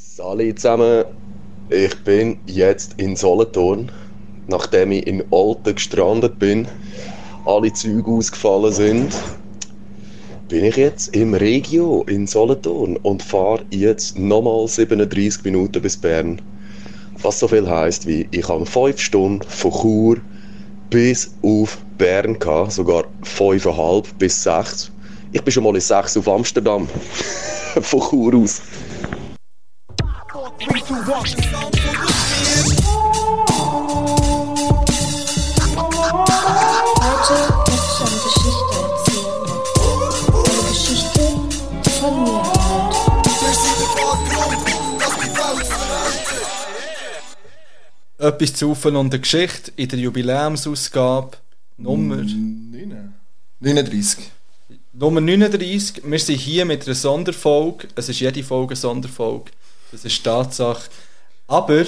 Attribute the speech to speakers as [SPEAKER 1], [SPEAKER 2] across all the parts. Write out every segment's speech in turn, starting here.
[SPEAKER 1] Sali zusammen, ich bin jetzt in Solothurn, nachdem ich in Olten gestrandet bin, alle Züge ausgefallen sind, bin ich jetzt im Regio in Solothurn und fahre jetzt nochmal 37 Minuten bis Bern. Was so viel heißt wie, ich habe 5 Stunden von Chur bis auf Bern gehabt, sogar 5,5 bis 6. Ich bin schon mal in 6 auf Amsterdam. von Chur aus.
[SPEAKER 2] Heute möchte ich eine Geschichte erzählen. Eine Geschichte, die von mir handelt.
[SPEAKER 3] Etwas zu Ufen und der Geschichte in der Jubiläumsausgabe Nummer,
[SPEAKER 4] 9. 39.
[SPEAKER 3] Nummer 39. Wir sind hier mit einer Sonderfolge. Es ist jede Folge eine Sonderfolge. Das ist Tatsache. Aber,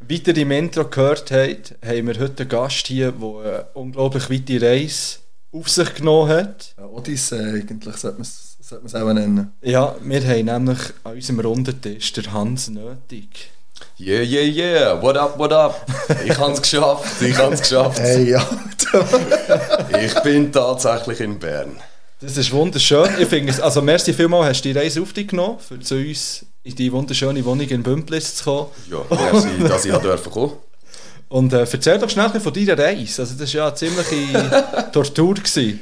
[SPEAKER 3] wie ihr im Intro gehört habt, haben wir heute einen Gast hier, der eine unglaublich weite Reise auf sich genommen hat.
[SPEAKER 4] Ja, Odyssee, eigentlich sollte man es sollte man's auch nennen.
[SPEAKER 3] Ja, wir haben nämlich an unserem Rundentisch den Hans nötig.
[SPEAKER 5] Yeah, yeah, yeah, what up, what up? Ich hab's geschafft, ich hab's geschafft.
[SPEAKER 4] Hey, ja.
[SPEAKER 5] Ich bin tatsächlich in Bern.
[SPEAKER 3] Das ist wunderschön. Ich finde es, also merci vielmals, hast du die Reise auf dich genommen, für zu uns in die wunderschöne Wohnung in Bümpliz zu kommen.
[SPEAKER 5] Ja, merci, dass ich durfte kommen.
[SPEAKER 3] Und äh, erzähl doch schnell ein bisschen von deiner Reise. Also das war ja eine ziemliche Tortur. Gewesen.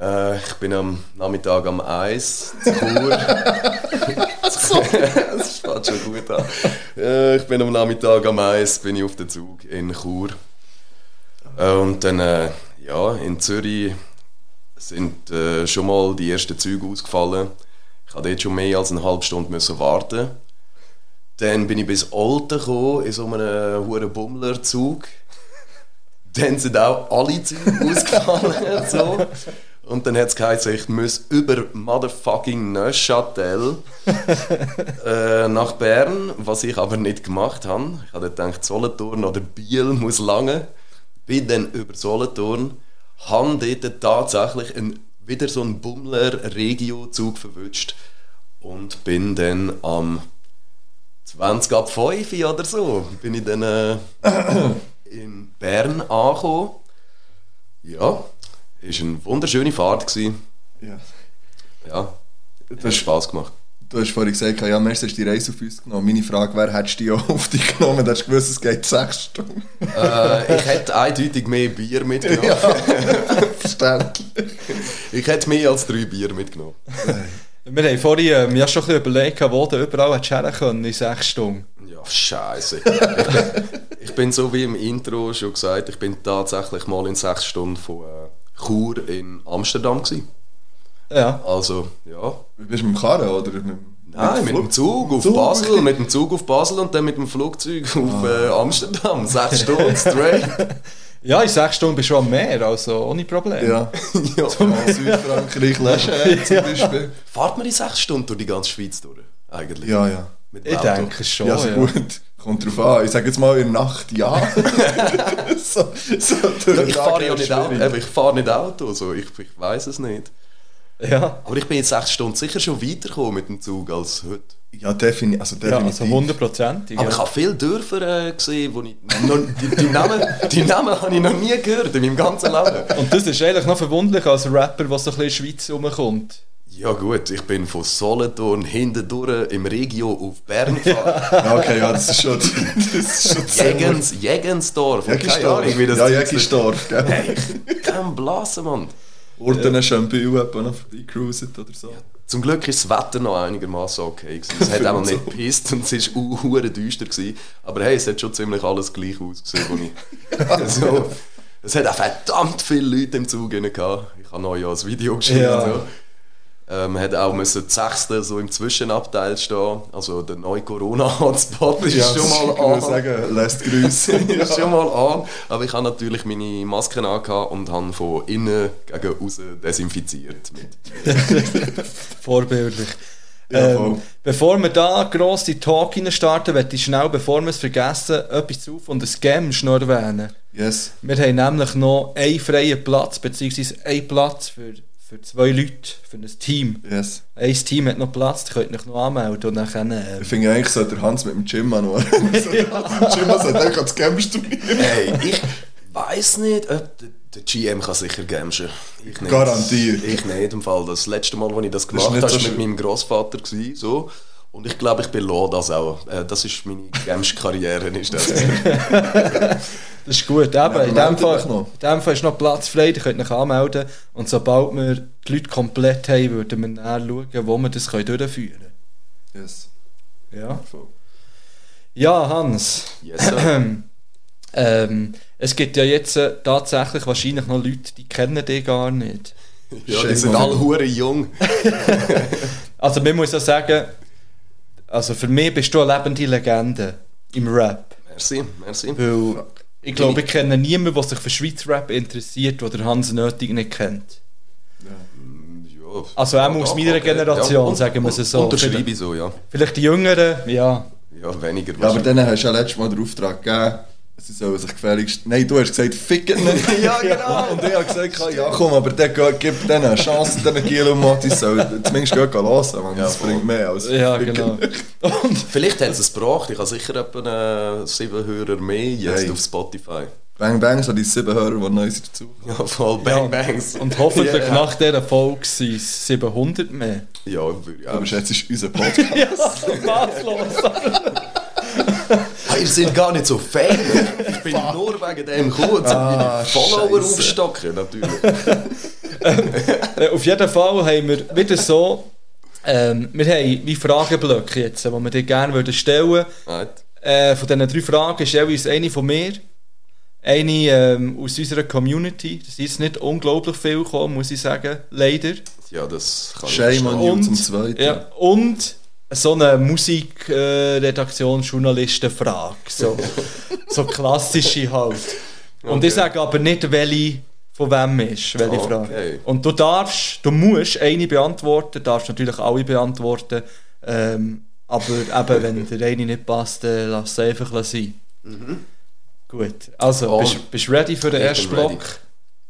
[SPEAKER 5] Äh, ich bin am Nachmittag am Eis, zu Chur. das fängt schon gut an. Äh, ich bin am Nachmittag am Eis, bin ich auf den Zug in Chur. Äh, und dann, äh, ja, in Zürich sind äh, schon mal die ersten Züge ausgefallen. Ich habe dort schon mehr als eine halbe Stunde müssen warten. Dann bin ich bis Olten gekommen, in so einem hohen Bummlerzug. Dann sind auch alle Züge ausgefallen. so. Und dann hat es geheißen, ich muss über motherfucking Neuchâtel äh, nach Bern, was ich aber nicht gemacht habe. Ich habe dann gedacht, Solothurn oder Biel muss lange. Bin dann über Solothurn, habe dort tatsächlich einen, wieder so einen Bummler-Regio-Zug verwünscht und bin dann am 20 ab 5 oder so, bin ich dann äh, in Bern angekommen. Ja, ist eine wunderschöne Fahrt gewesen.
[SPEAKER 4] ja.
[SPEAKER 5] Ja,
[SPEAKER 4] Du,
[SPEAKER 5] hat
[SPEAKER 4] hast,
[SPEAKER 5] Spaß gemacht.
[SPEAKER 4] du hast vorhin gesagt, ja, merci, hast die Reise auf uns genommen. Meine Frage wäre, hättest du die auch auf dich genommen? Du hast gewusst, es geht 6 Stunden.
[SPEAKER 5] äh, ich hätte eindeutig mehr Bier mitgenommen.
[SPEAKER 4] Verständlich.
[SPEAKER 5] Ich hätte mehr als drei Bier mitgenommen.
[SPEAKER 3] Wir haben vorhin ähm, ja schon ein bisschen überlegt, wo du überall hättest hin können in sechs Stunden.
[SPEAKER 5] Ja, scheiße. Ich bin, ich bin so wie im Intro schon gesagt, ich bin tatsächlich mal in sechs Stunden von äh, Chur in Amsterdam gewesen.
[SPEAKER 3] Ja.
[SPEAKER 5] Also, ja.
[SPEAKER 4] Du bist mit dem Karren oder mit dem
[SPEAKER 5] Nein, mit dem Zug auf
[SPEAKER 4] Ah, Zug?
[SPEAKER 5] Basel, mit dem Zug auf Basel und dann mit dem Flugzeug auf äh, Amsterdam. Sechs Stunden straight.
[SPEAKER 3] ja, in sechs Stunden bist du am Meer, also ohne Probleme.
[SPEAKER 4] Ja,
[SPEAKER 5] ja. also.
[SPEAKER 4] Südfrankreich, Leschen zum Beispiel.
[SPEAKER 5] Fahrt man in sechs Stunden durch die ganze Schweiz durch? Eigentlich.
[SPEAKER 4] Ja, ja.
[SPEAKER 5] Mit dem
[SPEAKER 3] Ich
[SPEAKER 5] Auto.
[SPEAKER 3] denke schon.
[SPEAKER 4] ja, so
[SPEAKER 3] ja.
[SPEAKER 4] gut. Kommt drauf an. Ich sage jetzt mal in der Nacht ja. so, so durch den
[SPEAKER 5] Ich
[SPEAKER 4] Tag
[SPEAKER 5] fahre ja nicht
[SPEAKER 4] schwierig.
[SPEAKER 5] Auto. eben, Ich fahre nicht Auto, so. ich, ich weiß es nicht.
[SPEAKER 3] Ja.
[SPEAKER 5] Aber ich bin jetzt sechs Stunden sicher schon weitergekommen mit dem Zug als heute.
[SPEAKER 4] Ja, defini also
[SPEAKER 3] ja,
[SPEAKER 4] definitiv.
[SPEAKER 3] also hundertprozentig.
[SPEAKER 5] Aber ich
[SPEAKER 3] Ja.
[SPEAKER 5] habe viele Dörfer äh, gesehen, wo ich noch, die, die, Namen, die Namen habe ich noch nie gehört in meinem ganzen Leben.
[SPEAKER 3] Und das ist eigentlich noch verwundlich als Rapper, der so ein bisschen in der Schweiz rumkommt.
[SPEAKER 5] Ja gut, ich bin von Solothurn hindurch im Regio auf Bern gefahren.
[SPEAKER 4] Ja, okay, ja, das ist schon... Das ist schon
[SPEAKER 5] Jägens, Jägensdorf.
[SPEAKER 4] ziemlich-
[SPEAKER 5] Keine Ahnung, wie das
[SPEAKER 4] Ja,
[SPEAKER 5] Zeug-
[SPEAKER 4] Jägisdorf, gell.
[SPEAKER 5] Hey, ich kann blasen, Mann.
[SPEAKER 4] Orten schön bei etwa noch vorbeigecruiset oder so.
[SPEAKER 5] Zum Glück ist das Wetter noch einigermaßen okay. Gewesen. Es hat auch noch nicht gepisst und es war uh, hure düster. Gewesen. Aber hey, es hat schon ziemlich alles gleich ausgesehen, wo ich. Also, es hat auch verdammt viele Leute im Zug drin gehabt. Ich habe noch ja ein Video geschrieben.
[SPEAKER 3] Ja.
[SPEAKER 5] und So. Ähm, hat auch müssen die Sechste so im Zwischenabteil stehen. Also der neue Corona-Hotspot ist schon
[SPEAKER 4] das
[SPEAKER 5] mal an.
[SPEAKER 4] Ich würde sagen, lässt Grüße.
[SPEAKER 5] Ist schon mal an. Aber ich habe natürlich meine Maske angehabt und habe von innen gegen außen desinfiziert. Mit
[SPEAKER 3] Vorbildlich.
[SPEAKER 4] Ja,
[SPEAKER 3] ähm,
[SPEAKER 4] voll.
[SPEAKER 3] bevor wir da gross in den Talk hinein starten, möchte ich schnell, bevor wir es vergessen, etwas zu von den Scams noch erwähnen.
[SPEAKER 4] yes.
[SPEAKER 3] Wir haben nämlich noch einen freien Platz, beziehungsweise einen Platz für, für für zwei Leute, für ein Team.
[SPEAKER 4] Yes.
[SPEAKER 3] Ein Team hat noch Platz, ihr könnt euch noch anmelden und dann können, äh,
[SPEAKER 4] Ich finde eigentlich, sollte der Hans mit dem Jim auch noch. Jim sollte eigentlich ans Games studieren.
[SPEAKER 5] Hey, ich weiß nicht, ob der, der GM kann sicher gamschen. Ich nicht.
[SPEAKER 4] Garantiert.
[SPEAKER 5] Ich nicht im Fall. Das letzte Mal, als ich das gemacht
[SPEAKER 4] ist
[SPEAKER 5] habe,
[SPEAKER 4] nicht
[SPEAKER 5] war
[SPEAKER 4] so
[SPEAKER 5] mit
[SPEAKER 4] schön.
[SPEAKER 5] meinem Großvater so. Und ich glaube, ich belohne das auch. Äh, Das ist meine Gamsch-Karriere, ist das.
[SPEAKER 3] das ist gut. Eben, in, dem
[SPEAKER 4] meldet
[SPEAKER 3] Fall,
[SPEAKER 4] euch noch.
[SPEAKER 3] in dem Fall ist noch Platz frei, ihr könnt euch anmelden. Und sobald wir die Leute komplett haben, würden wir dann schauen, wo wir das können durchführen
[SPEAKER 4] Yes.
[SPEAKER 3] können. Ja.
[SPEAKER 4] Voll.
[SPEAKER 3] ja, Hans.
[SPEAKER 5] Yes, sir.
[SPEAKER 3] Ähm, es gibt ja jetzt äh, tatsächlich wahrscheinlich noch Leute, die kennen dich gar nicht.
[SPEAKER 5] Ja, die
[SPEAKER 4] Shame
[SPEAKER 5] sind
[SPEAKER 4] on
[SPEAKER 5] alle
[SPEAKER 4] you.
[SPEAKER 5] hure jung.
[SPEAKER 3] Also man muss ja sagen, also für mich bist du eine lebende Legende im Rap.
[SPEAKER 5] Merci, merci.
[SPEAKER 3] Weil ich glaube, ich kenne niemanden, der sich für Schweizer Rap interessiert, der den Hans Nötig nicht kennt.
[SPEAKER 4] Hm.
[SPEAKER 5] Ja.
[SPEAKER 3] Also auch aus
[SPEAKER 5] Ja,
[SPEAKER 3] meiner
[SPEAKER 5] okay.
[SPEAKER 3] Generation,
[SPEAKER 5] und-
[SPEAKER 3] sagen wir es
[SPEAKER 5] und-
[SPEAKER 3] so.
[SPEAKER 5] Unterschreibe ich so, ja.
[SPEAKER 3] Vielleicht die Jüngeren, ja.
[SPEAKER 5] Ja, weniger.
[SPEAKER 4] Ja, aber dann hast du ja letztes Mal den Auftrag gegeben, sie sollen sich gefälligst... Nein, du hast gesagt, ficken nicht.
[SPEAKER 5] ja, genau.
[SPEAKER 4] Und ich habe gesagt, ja komm, aber dann geh- gib denen eine Chance, denen Gil und Matti sollen zumindest gehen hören, man. das
[SPEAKER 5] voll.
[SPEAKER 4] bringt mehr als
[SPEAKER 3] Ja,
[SPEAKER 4] ficken.
[SPEAKER 3] genau. Und
[SPEAKER 5] Vielleicht hat es gebraucht. Ich habe sicher etwa äh, sieben Hörer mehr jetzt
[SPEAKER 4] Hey.
[SPEAKER 5] auf Spotify.
[SPEAKER 4] Bang Bang so die sieben Hörer, die neu sind dazu.
[SPEAKER 5] Ja, voll Bang Bangs.
[SPEAKER 3] und hoffentlich
[SPEAKER 5] Ja.
[SPEAKER 3] nach dieser Folge sind es 700 mehr.
[SPEAKER 5] Ja, würde ich
[SPEAKER 4] Du
[SPEAKER 5] auch.
[SPEAKER 4] überschätzt unseren Podcast.
[SPEAKER 3] Ja, maßlos.
[SPEAKER 5] Ah, ihr seid gar nicht so fan. Ich bin nur wegen dem kurz
[SPEAKER 4] Ah,
[SPEAKER 5] meine Follower
[SPEAKER 4] Scheisse.
[SPEAKER 5] aufstocken, natürlich.
[SPEAKER 3] Äh, Auf jeden Fall haben wir wieder so, ähm, wir haben wie Frageblöcke jetzt, die wir dir gerne würden stellen würden.
[SPEAKER 5] Right.
[SPEAKER 3] Äh, von diesen drei Fragen ist jeweils eine von mir, eine ähm, aus unserer Community. Das ist jetzt nicht unglaublich viel gekommen, muss ich sagen, leider.
[SPEAKER 5] Ja, das kann ich
[SPEAKER 4] Shame on
[SPEAKER 5] verstehen.
[SPEAKER 4] you
[SPEAKER 3] Und-
[SPEAKER 4] zum Zweiten.
[SPEAKER 3] Ja. Und so eine Musikredaktionsjournalistenfrage. So, so klassische halt. Und
[SPEAKER 5] Okay.
[SPEAKER 3] ich sage aber nicht, welche von wem ist, welche
[SPEAKER 5] Okay.
[SPEAKER 3] Frage. Und du darfst, du musst eine beantworten, darfst natürlich alle beantworten. Ähm, aber eben, wenn der eine nicht passt, dann lass es einfach sein. Gut, also
[SPEAKER 5] Oh.
[SPEAKER 3] bist bist du ready für den
[SPEAKER 5] Mhm. Ich bin
[SPEAKER 3] ersten
[SPEAKER 5] ready.
[SPEAKER 3] Block?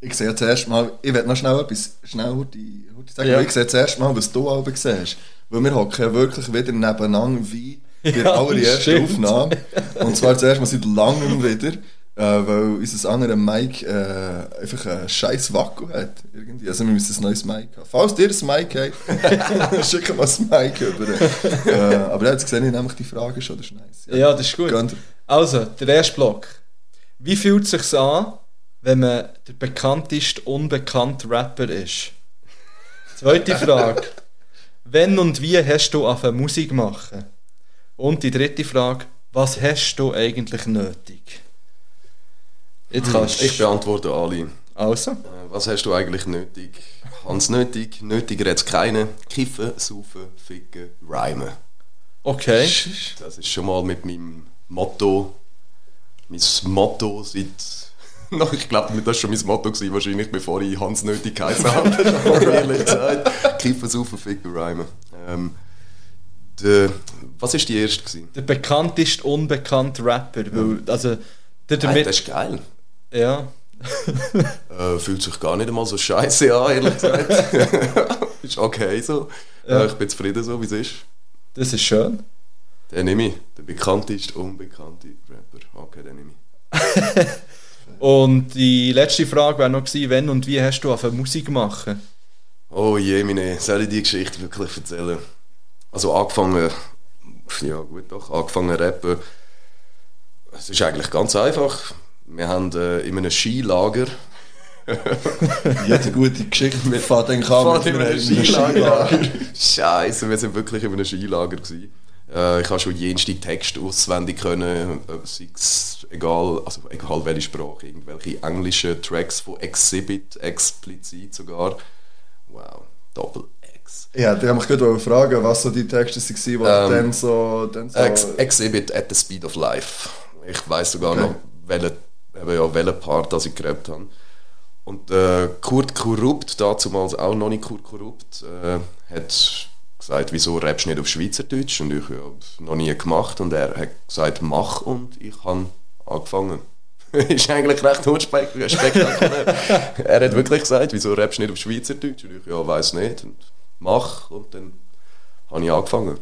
[SPEAKER 4] Ich sehe zuerst mal, ich werde noch schnell etwas schnell Hurti, Hurti sagen,
[SPEAKER 3] Ja.
[SPEAKER 4] weil ich sehe zuerst mal, was du oben siehst. Weil wir hocken ja wirklich wieder nebeneinander wie bei der
[SPEAKER 3] Ja,
[SPEAKER 4] allerersten
[SPEAKER 3] stimmt.
[SPEAKER 4] Aufnahme. Und zwar zuerst mal seit langem wieder, äh, weil unser anderer Mic äh, einfach einen scheiß Wacko hat. Irgendwie. Also wir müssen ein neues Mic haben. Falls ihr ein Mic habt, schicken wir ein Mic über. Äh, aber jetzt sehe ich nämlich die Frage schon, das ist nice.
[SPEAKER 3] Ja, das ist gut.
[SPEAKER 4] Gönnt ihr.
[SPEAKER 3] Also, der erste Block. Wie fühlt es sich an, wenn man der bekannteste unbekannte Rapper ist? Zweite Frage. Wenn und wie hast du angefangen Musik machen? Und die dritte Frage. Was hast du eigentlich nötig? Jetzt kannst
[SPEAKER 5] Hm, Ich beantworte alle.
[SPEAKER 3] Also?
[SPEAKER 5] Äh, Was hast du eigentlich nötig? Hans nötig, nötiger jetzt keine. Kiffen, saufen, ficken, reimen.
[SPEAKER 3] Okay.
[SPEAKER 5] Das ist schon mal mit meinem Motto. Mein Motto seit. No, ich glaube, das war schon mein Motto, gewesen, wahrscheinlich, bevor ich Hans nötig geheißen habe. ehrlich gesagt. Kiffen, saufen, ficken, reimen. Ähm, der, was war die erste? Gewesen?
[SPEAKER 3] Der bekannteste unbekannte Rapper. Weil, also,
[SPEAKER 5] Hey,
[SPEAKER 3] der damit.
[SPEAKER 5] Ah, das ist geil.
[SPEAKER 3] ja.
[SPEAKER 5] Äh, fühlt sich gar nicht einmal so scheiße an, ehrlich gesagt. ist okay so. Äh, ich bin zufrieden so, wie es ist.
[SPEAKER 3] Das ist schön.
[SPEAKER 5] Den nehme ich. Der bekannteste, unbekannte Rapper. Okay, den nehme ich.
[SPEAKER 3] Und die letzte Frage wäre noch gewesen, wenn und wie hast du angefangen Musik machen?
[SPEAKER 5] Oh je, meine, soll ich die Geschichte wirklich erzählen? Also angefangen, ja gut doch, angefangen rappen. Es ist eigentlich ganz einfach. Wir haben äh, in einem Skilager
[SPEAKER 4] Jede gute Geschichte fährt eigentlich an
[SPEAKER 5] Fahren über einem Skilager.
[SPEAKER 4] Skilager.
[SPEAKER 5] Scheiße, wir sind wirklich über einem Skilager gewesen. Äh, ich habe schon jenste Texte auswendig können, äh, sei es egal, also egal welche Sprache, irgendwelche englischen Tracks von Exhibit, explizit sogar. Wow, Doppel X.
[SPEAKER 4] Ja, da wollte ich gerade fragen, was so die Texte waren, die
[SPEAKER 5] Ähm,
[SPEAKER 4] dann so... Dann so
[SPEAKER 5] Ex Exhibit at the Speed of Life. Ich weiß sogar
[SPEAKER 4] Okay.
[SPEAKER 5] noch, welchen ja, welche Part das ich gerappt habe. Und äh, Kurt Korrupt, damals auch noch nicht Kurt Korrupt, äh, hat gesagt, wieso rappst du nicht auf Schweizerdeutsch? Und ich habe noch nie gemacht. Und er hat gesagt, mach und ich habe angefangen. ist eigentlich recht unspektakulär. er hat wirklich gesagt, wieso rappst du nicht auf Schweizerdeutsch? Und ich, ja, weiss nicht. Und mach. Und dann habe ich angefangen.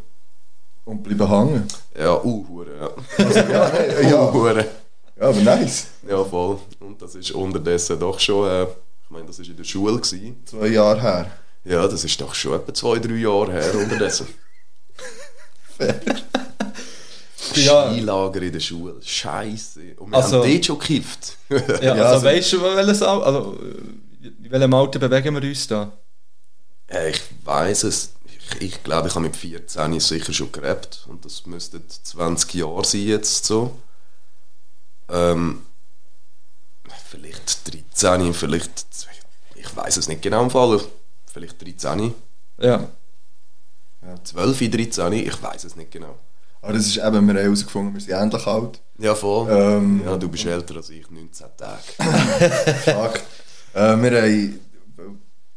[SPEAKER 4] Und um bleiben hängen.
[SPEAKER 5] Ja, uh, Hure, ja.
[SPEAKER 4] Ja, hey,
[SPEAKER 5] Uh,
[SPEAKER 4] ja.
[SPEAKER 5] Hure.
[SPEAKER 4] ja, aber nice.
[SPEAKER 5] Ja, voll. Und das ist unterdessen doch schon, äh, ich meine, das war in der Schule. Gewesen.
[SPEAKER 4] Zwei Jahre her.
[SPEAKER 5] Ja, das ist doch schon etwa zwei, drei Jahre her unterdessen.
[SPEAKER 3] Ja.
[SPEAKER 5] Skilager in der Schule, scheiße. Und wir
[SPEAKER 3] Also-
[SPEAKER 5] haben dort schon gekifft.
[SPEAKER 3] Ja,
[SPEAKER 4] Ja,
[SPEAKER 3] also,
[SPEAKER 4] also-
[SPEAKER 3] weißt du, welches, Al- also, äh, in welchem Alter bewegen wir uns da?
[SPEAKER 5] Äh, ich weiß es. Ich, ich glaube, ich habe mit 14 sicher schon gerappt. Und das müssten 20 Jahre sein jetzt so. Ähm, vielleicht 13, vielleicht. Ich weiß es nicht genau im Fall. Vielleicht 13,
[SPEAKER 3] Ja.
[SPEAKER 5] 12, 13, ich weiß es nicht genau.
[SPEAKER 4] Aber das ist eben, wir haben herausgefunden, wir sind endlich alt.
[SPEAKER 5] Ja, voll.
[SPEAKER 4] Ähm,
[SPEAKER 5] ja, du bist älter als ich, 19 Tage.
[SPEAKER 4] Fuck. äh, wir haben,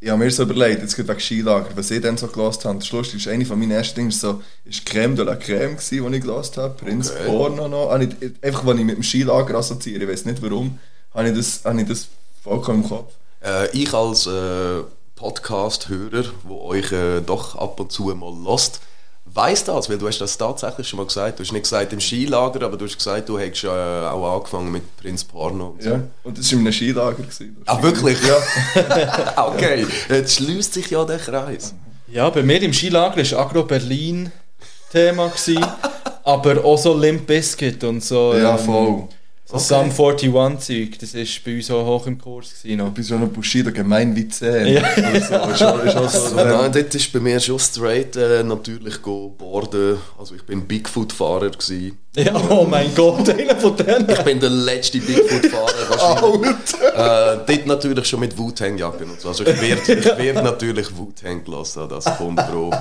[SPEAKER 4] ich habe mir so überlegt, jetzt geht wegen Skilager, was ich dann so gelost habe. Das Lustige ist, eine von meinen ersten Dingen ist so, ist Creme de la Creme gsi, die ich gelost habe. Prinz
[SPEAKER 5] Okay.
[SPEAKER 4] Porno noch. Habe ich, einfach, wenn ich mit dem Skilager assoziiere, ich weiß nicht warum, habe ich das, habe ich das vollkommen im Kopf.
[SPEAKER 5] Äh, ich als äh, Podcast-Hörer, wo euch äh, doch ab und zu mal lost, weiß das, weil du hast das tatsächlich schon mal gesagt. Du hast nicht gesagt im Skilager, aber du hast gesagt, du hättest äh, auch angefangen mit Prinz Porno. Und so.
[SPEAKER 4] Ja. Und das war in einem Skilager. gsi.
[SPEAKER 5] Ah, wirklich?
[SPEAKER 4] Ja.
[SPEAKER 5] Okay, jetzt schließt sich ja der Kreis.
[SPEAKER 3] Ja, bei mir im Skilager war Agro Berlin Thema, gewesen, aber auch so Limp Bizkit und so.
[SPEAKER 4] ja,
[SPEAKER 3] ähm,
[SPEAKER 4] voll.
[SPEAKER 3] So Sum 41 Zeug, das war bei uns auch hoch im Kurs. Gewesen, noch.
[SPEAKER 4] Du bist ja noch Bushido gemein wie 10.
[SPEAKER 3] Ja.
[SPEAKER 4] Also, ist auch, ist auch so,
[SPEAKER 5] Nein, dort ist bei mir schon straight äh, natürlich go boarden. Also ich bin Bigfoot-Fahrer gewesen.
[SPEAKER 3] Ja, oh mein Gott, einer von denen.
[SPEAKER 5] Ich bin der letzte Bigfoot-Fahrer wahrscheinlich. äh, dort natürlich schon mit Wu-Tang-Jacken und so. Also ich werde ich werd natürlich Wu-Tang gelassen, das kommt drauf.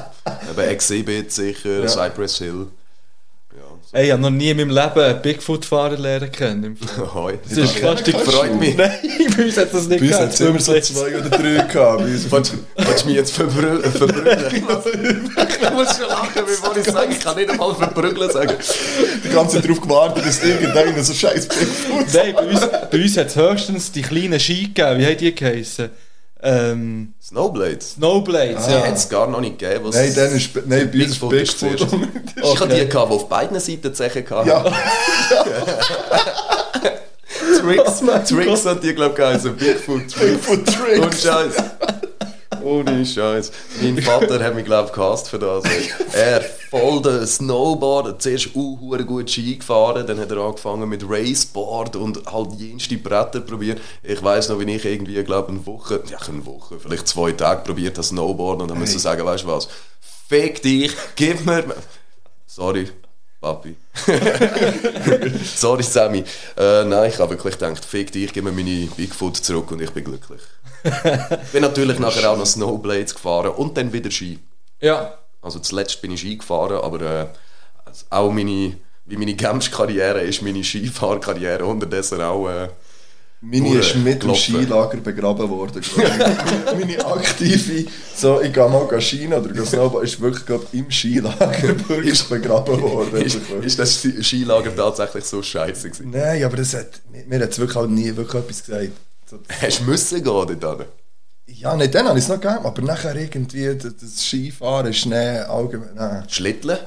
[SPEAKER 5] Eben Exhibit sicher, Cypress Hill. Ja,
[SPEAKER 3] Ey, ich habe noch nie in meinem Leben einen Bigfoot-Fahrer lernen können. im Fall.
[SPEAKER 5] so. Hoi.
[SPEAKER 3] Das ist fast
[SPEAKER 5] Freut mich.
[SPEAKER 3] Nein, bei uns hat das nicht
[SPEAKER 4] Bei uns hat
[SPEAKER 3] gehabt.
[SPEAKER 4] es immer so zwei oder drei gehabt. bei uns.
[SPEAKER 5] Willst willst du mich jetzt verbrü- äh, verbrügeln? ich muss schon lachen, bevor ich sage, ich kann nicht einmal verbrügeln sagen.
[SPEAKER 4] Die ganze Zeit darauf gewartet, dass irgendeiner so scheiß Bigfoot
[SPEAKER 3] Nein, bei uns, bei uns hat es höchstens die kleinen Ski gegeben. Wie haben die geheissen? Ähm,
[SPEAKER 5] Snowblades?
[SPEAKER 3] Snowblades,
[SPEAKER 5] Ja.
[SPEAKER 4] Ah.
[SPEAKER 3] ja.
[SPEAKER 5] Hat es gar noch nicht gegeben. was-
[SPEAKER 4] Nein, dann ist nein, bei uns ist
[SPEAKER 5] Bigfoot ist
[SPEAKER 4] Bigfoot
[SPEAKER 5] zuerst.
[SPEAKER 4] und-
[SPEAKER 5] Ich hatte die, gehabt, die auf beiden Seiten die Zeche hatten.
[SPEAKER 4] Ja.
[SPEAKER 5] Tricks, Tricks hat die, glaube ich, geheißen. Bigfoot Tricks.
[SPEAKER 4] Oh Bigfoot Tricks.
[SPEAKER 5] Ohne Scheiß. Ohne Scheiß. Mein Vater hat mich, glaube ich, gehasst für das. Er voll der Snowboarder. Zuerst uh, gut Ski gefahren, dann hat er angefangen mit Raceboard und halt jenste Bretter probiert. Ich weiß noch, wie ich irgendwie, glaube eine Woche, ja, eine Woche, vielleicht zwei Tage probiert das Snowboarden und dann musste sagen, weißt du was, fick dich, gib mir... Sorry, Papi. Sorry, Sammy. Äh, nein, ich habe wirklich gedacht, fick dich, gib mir meine Bigfoot zurück und ich bin glücklich. bin natürlich nachher auch noch Snowblades gefahren und dann wieder Ski.
[SPEAKER 3] ja.
[SPEAKER 5] Also zuletzt bin ich Ski gefahren, aber äh, also auch meine, wie meine Games-Karriere ist meine Skifahrkarriere unterdessen auch... Äh,
[SPEAKER 4] Meine ist mit dem
[SPEAKER 5] Gelaufen.
[SPEAKER 4] Skilager begraben worden. glaub ich. meine aktive, so ich gehe mal Skien oder gehe Snowboard, ist wirklich glaub, im Skilager wirklich begraben worden. Also,
[SPEAKER 5] ist, ist das Skilager tatsächlich so scheiße gewesen?
[SPEAKER 4] Nein, aber das hat, mir hat es wirklich halt nie wirklich etwas gesagt. So,
[SPEAKER 5] Hast du müssen gehen dort hin?
[SPEAKER 4] ja, nicht dann habe ich es noch gegeben, aber nachher irgendwie das, das Skifahren, Schnee, allgemein, nein.
[SPEAKER 5] Schlitteln?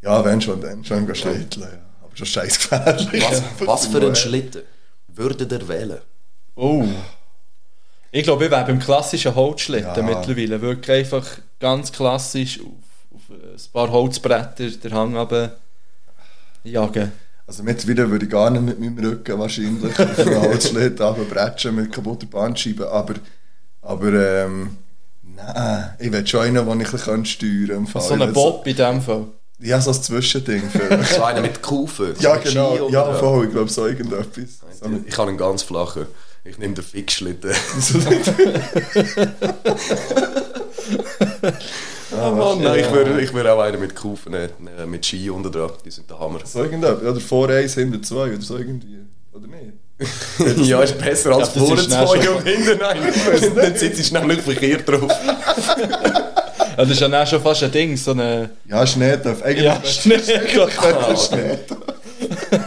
[SPEAKER 4] Ja, wenn schon, dann schon gehen schlitteln, ja. Aber schon scheiß gefährlich.
[SPEAKER 5] Was, was für ein
[SPEAKER 4] Schlitten?
[SPEAKER 5] Schlitten würde der wählen?
[SPEAKER 3] Oh. Ich glaube, ich wäre beim klassischen Holzschlitten
[SPEAKER 4] Ja.
[SPEAKER 3] mittlerweile. Wirklich einfach ganz klassisch auf, auf ein paar Holzbretter den Hang runter jagen.
[SPEAKER 4] Also mittlerweile würde ich gar nicht mit meinem Rücken wahrscheinlich auf den Holzschlitten runterbretschen mit kaputter Bandscheibe, aber, aber ähm, nein, ich will schon einen, den ich ein bisschen steuern kann.
[SPEAKER 3] So ein Bob in dem Fall.
[SPEAKER 4] Ja, so ein Zwischending vielleicht.
[SPEAKER 5] So einer mit Kufen? so
[SPEAKER 4] ja,
[SPEAKER 5] mit Ski
[SPEAKER 4] genau,
[SPEAKER 5] oder-
[SPEAKER 4] ja, voll, ich glaube so irgendetwas. So mit-
[SPEAKER 5] Ich habe einen ganz flachen. Ich nehme den Fickschlitten.
[SPEAKER 4] Ah, weißt du,
[SPEAKER 5] Nein, ich würde ich würd auch einen mit Kufen nehmen, äh, mit Ski unten dran. Die sind der Hammer.
[SPEAKER 4] So irgendetwas, oder vor eins, hinter zwei, oder so irgendwie, oder nicht?
[SPEAKER 5] ja, ist besser als
[SPEAKER 3] glaub,
[SPEAKER 5] vorne
[SPEAKER 3] das ist schnell
[SPEAKER 5] zwei
[SPEAKER 3] schon-
[SPEAKER 5] und hinten nein. Dann sitzt du schnell nicht verkehrt drauf.
[SPEAKER 3] Ja, das ist ja dann schon fast ein Ding, so eine...
[SPEAKER 4] Ja, Schnee darf eigentlich...
[SPEAKER 3] halt- Ja, Schnee.
[SPEAKER 4] Schnee darf. Vor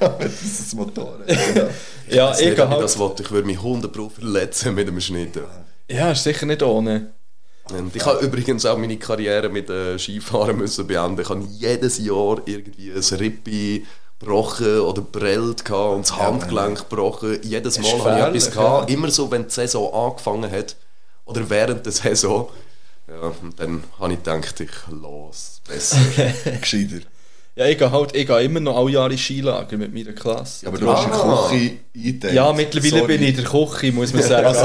[SPEAKER 4] allem, wenn das Motorrad. Ja.
[SPEAKER 3] Ja,
[SPEAKER 5] weiss
[SPEAKER 3] ich
[SPEAKER 5] nicht, ob
[SPEAKER 3] gehe halt.
[SPEAKER 5] das wollte. Ich würde mich 100 Pro verletzen mit dem Schnitt.
[SPEAKER 3] Ja, ist sicher nicht ohne.
[SPEAKER 5] Und ich habe übrigens auch meine Karriere mit äh, Skifahren müssen beenden. Ich habe jedes Jahr irgendwie ein Rippe gebrochen oder brellt gehabt und das Handgelenk gebrochen. Jedes Mal habe ich
[SPEAKER 3] gefährlich,
[SPEAKER 5] etwas gehabt. Immer so, wenn die Saison angefangen hat oder während der Saison. Ja, und dann habe ich gedacht, ich los besser.
[SPEAKER 4] Gescheiter.
[SPEAKER 3] Ja, ich gehe halt, ich gehe immer noch alle Jahre in Skilager mit meiner Klasse.
[SPEAKER 4] Aber du hast
[SPEAKER 5] Ah.
[SPEAKER 4] die Küche eingeteilt.
[SPEAKER 3] Ja, mittlerweile
[SPEAKER 4] Sorry.
[SPEAKER 3] bin ich in der Küche, muss man sagen.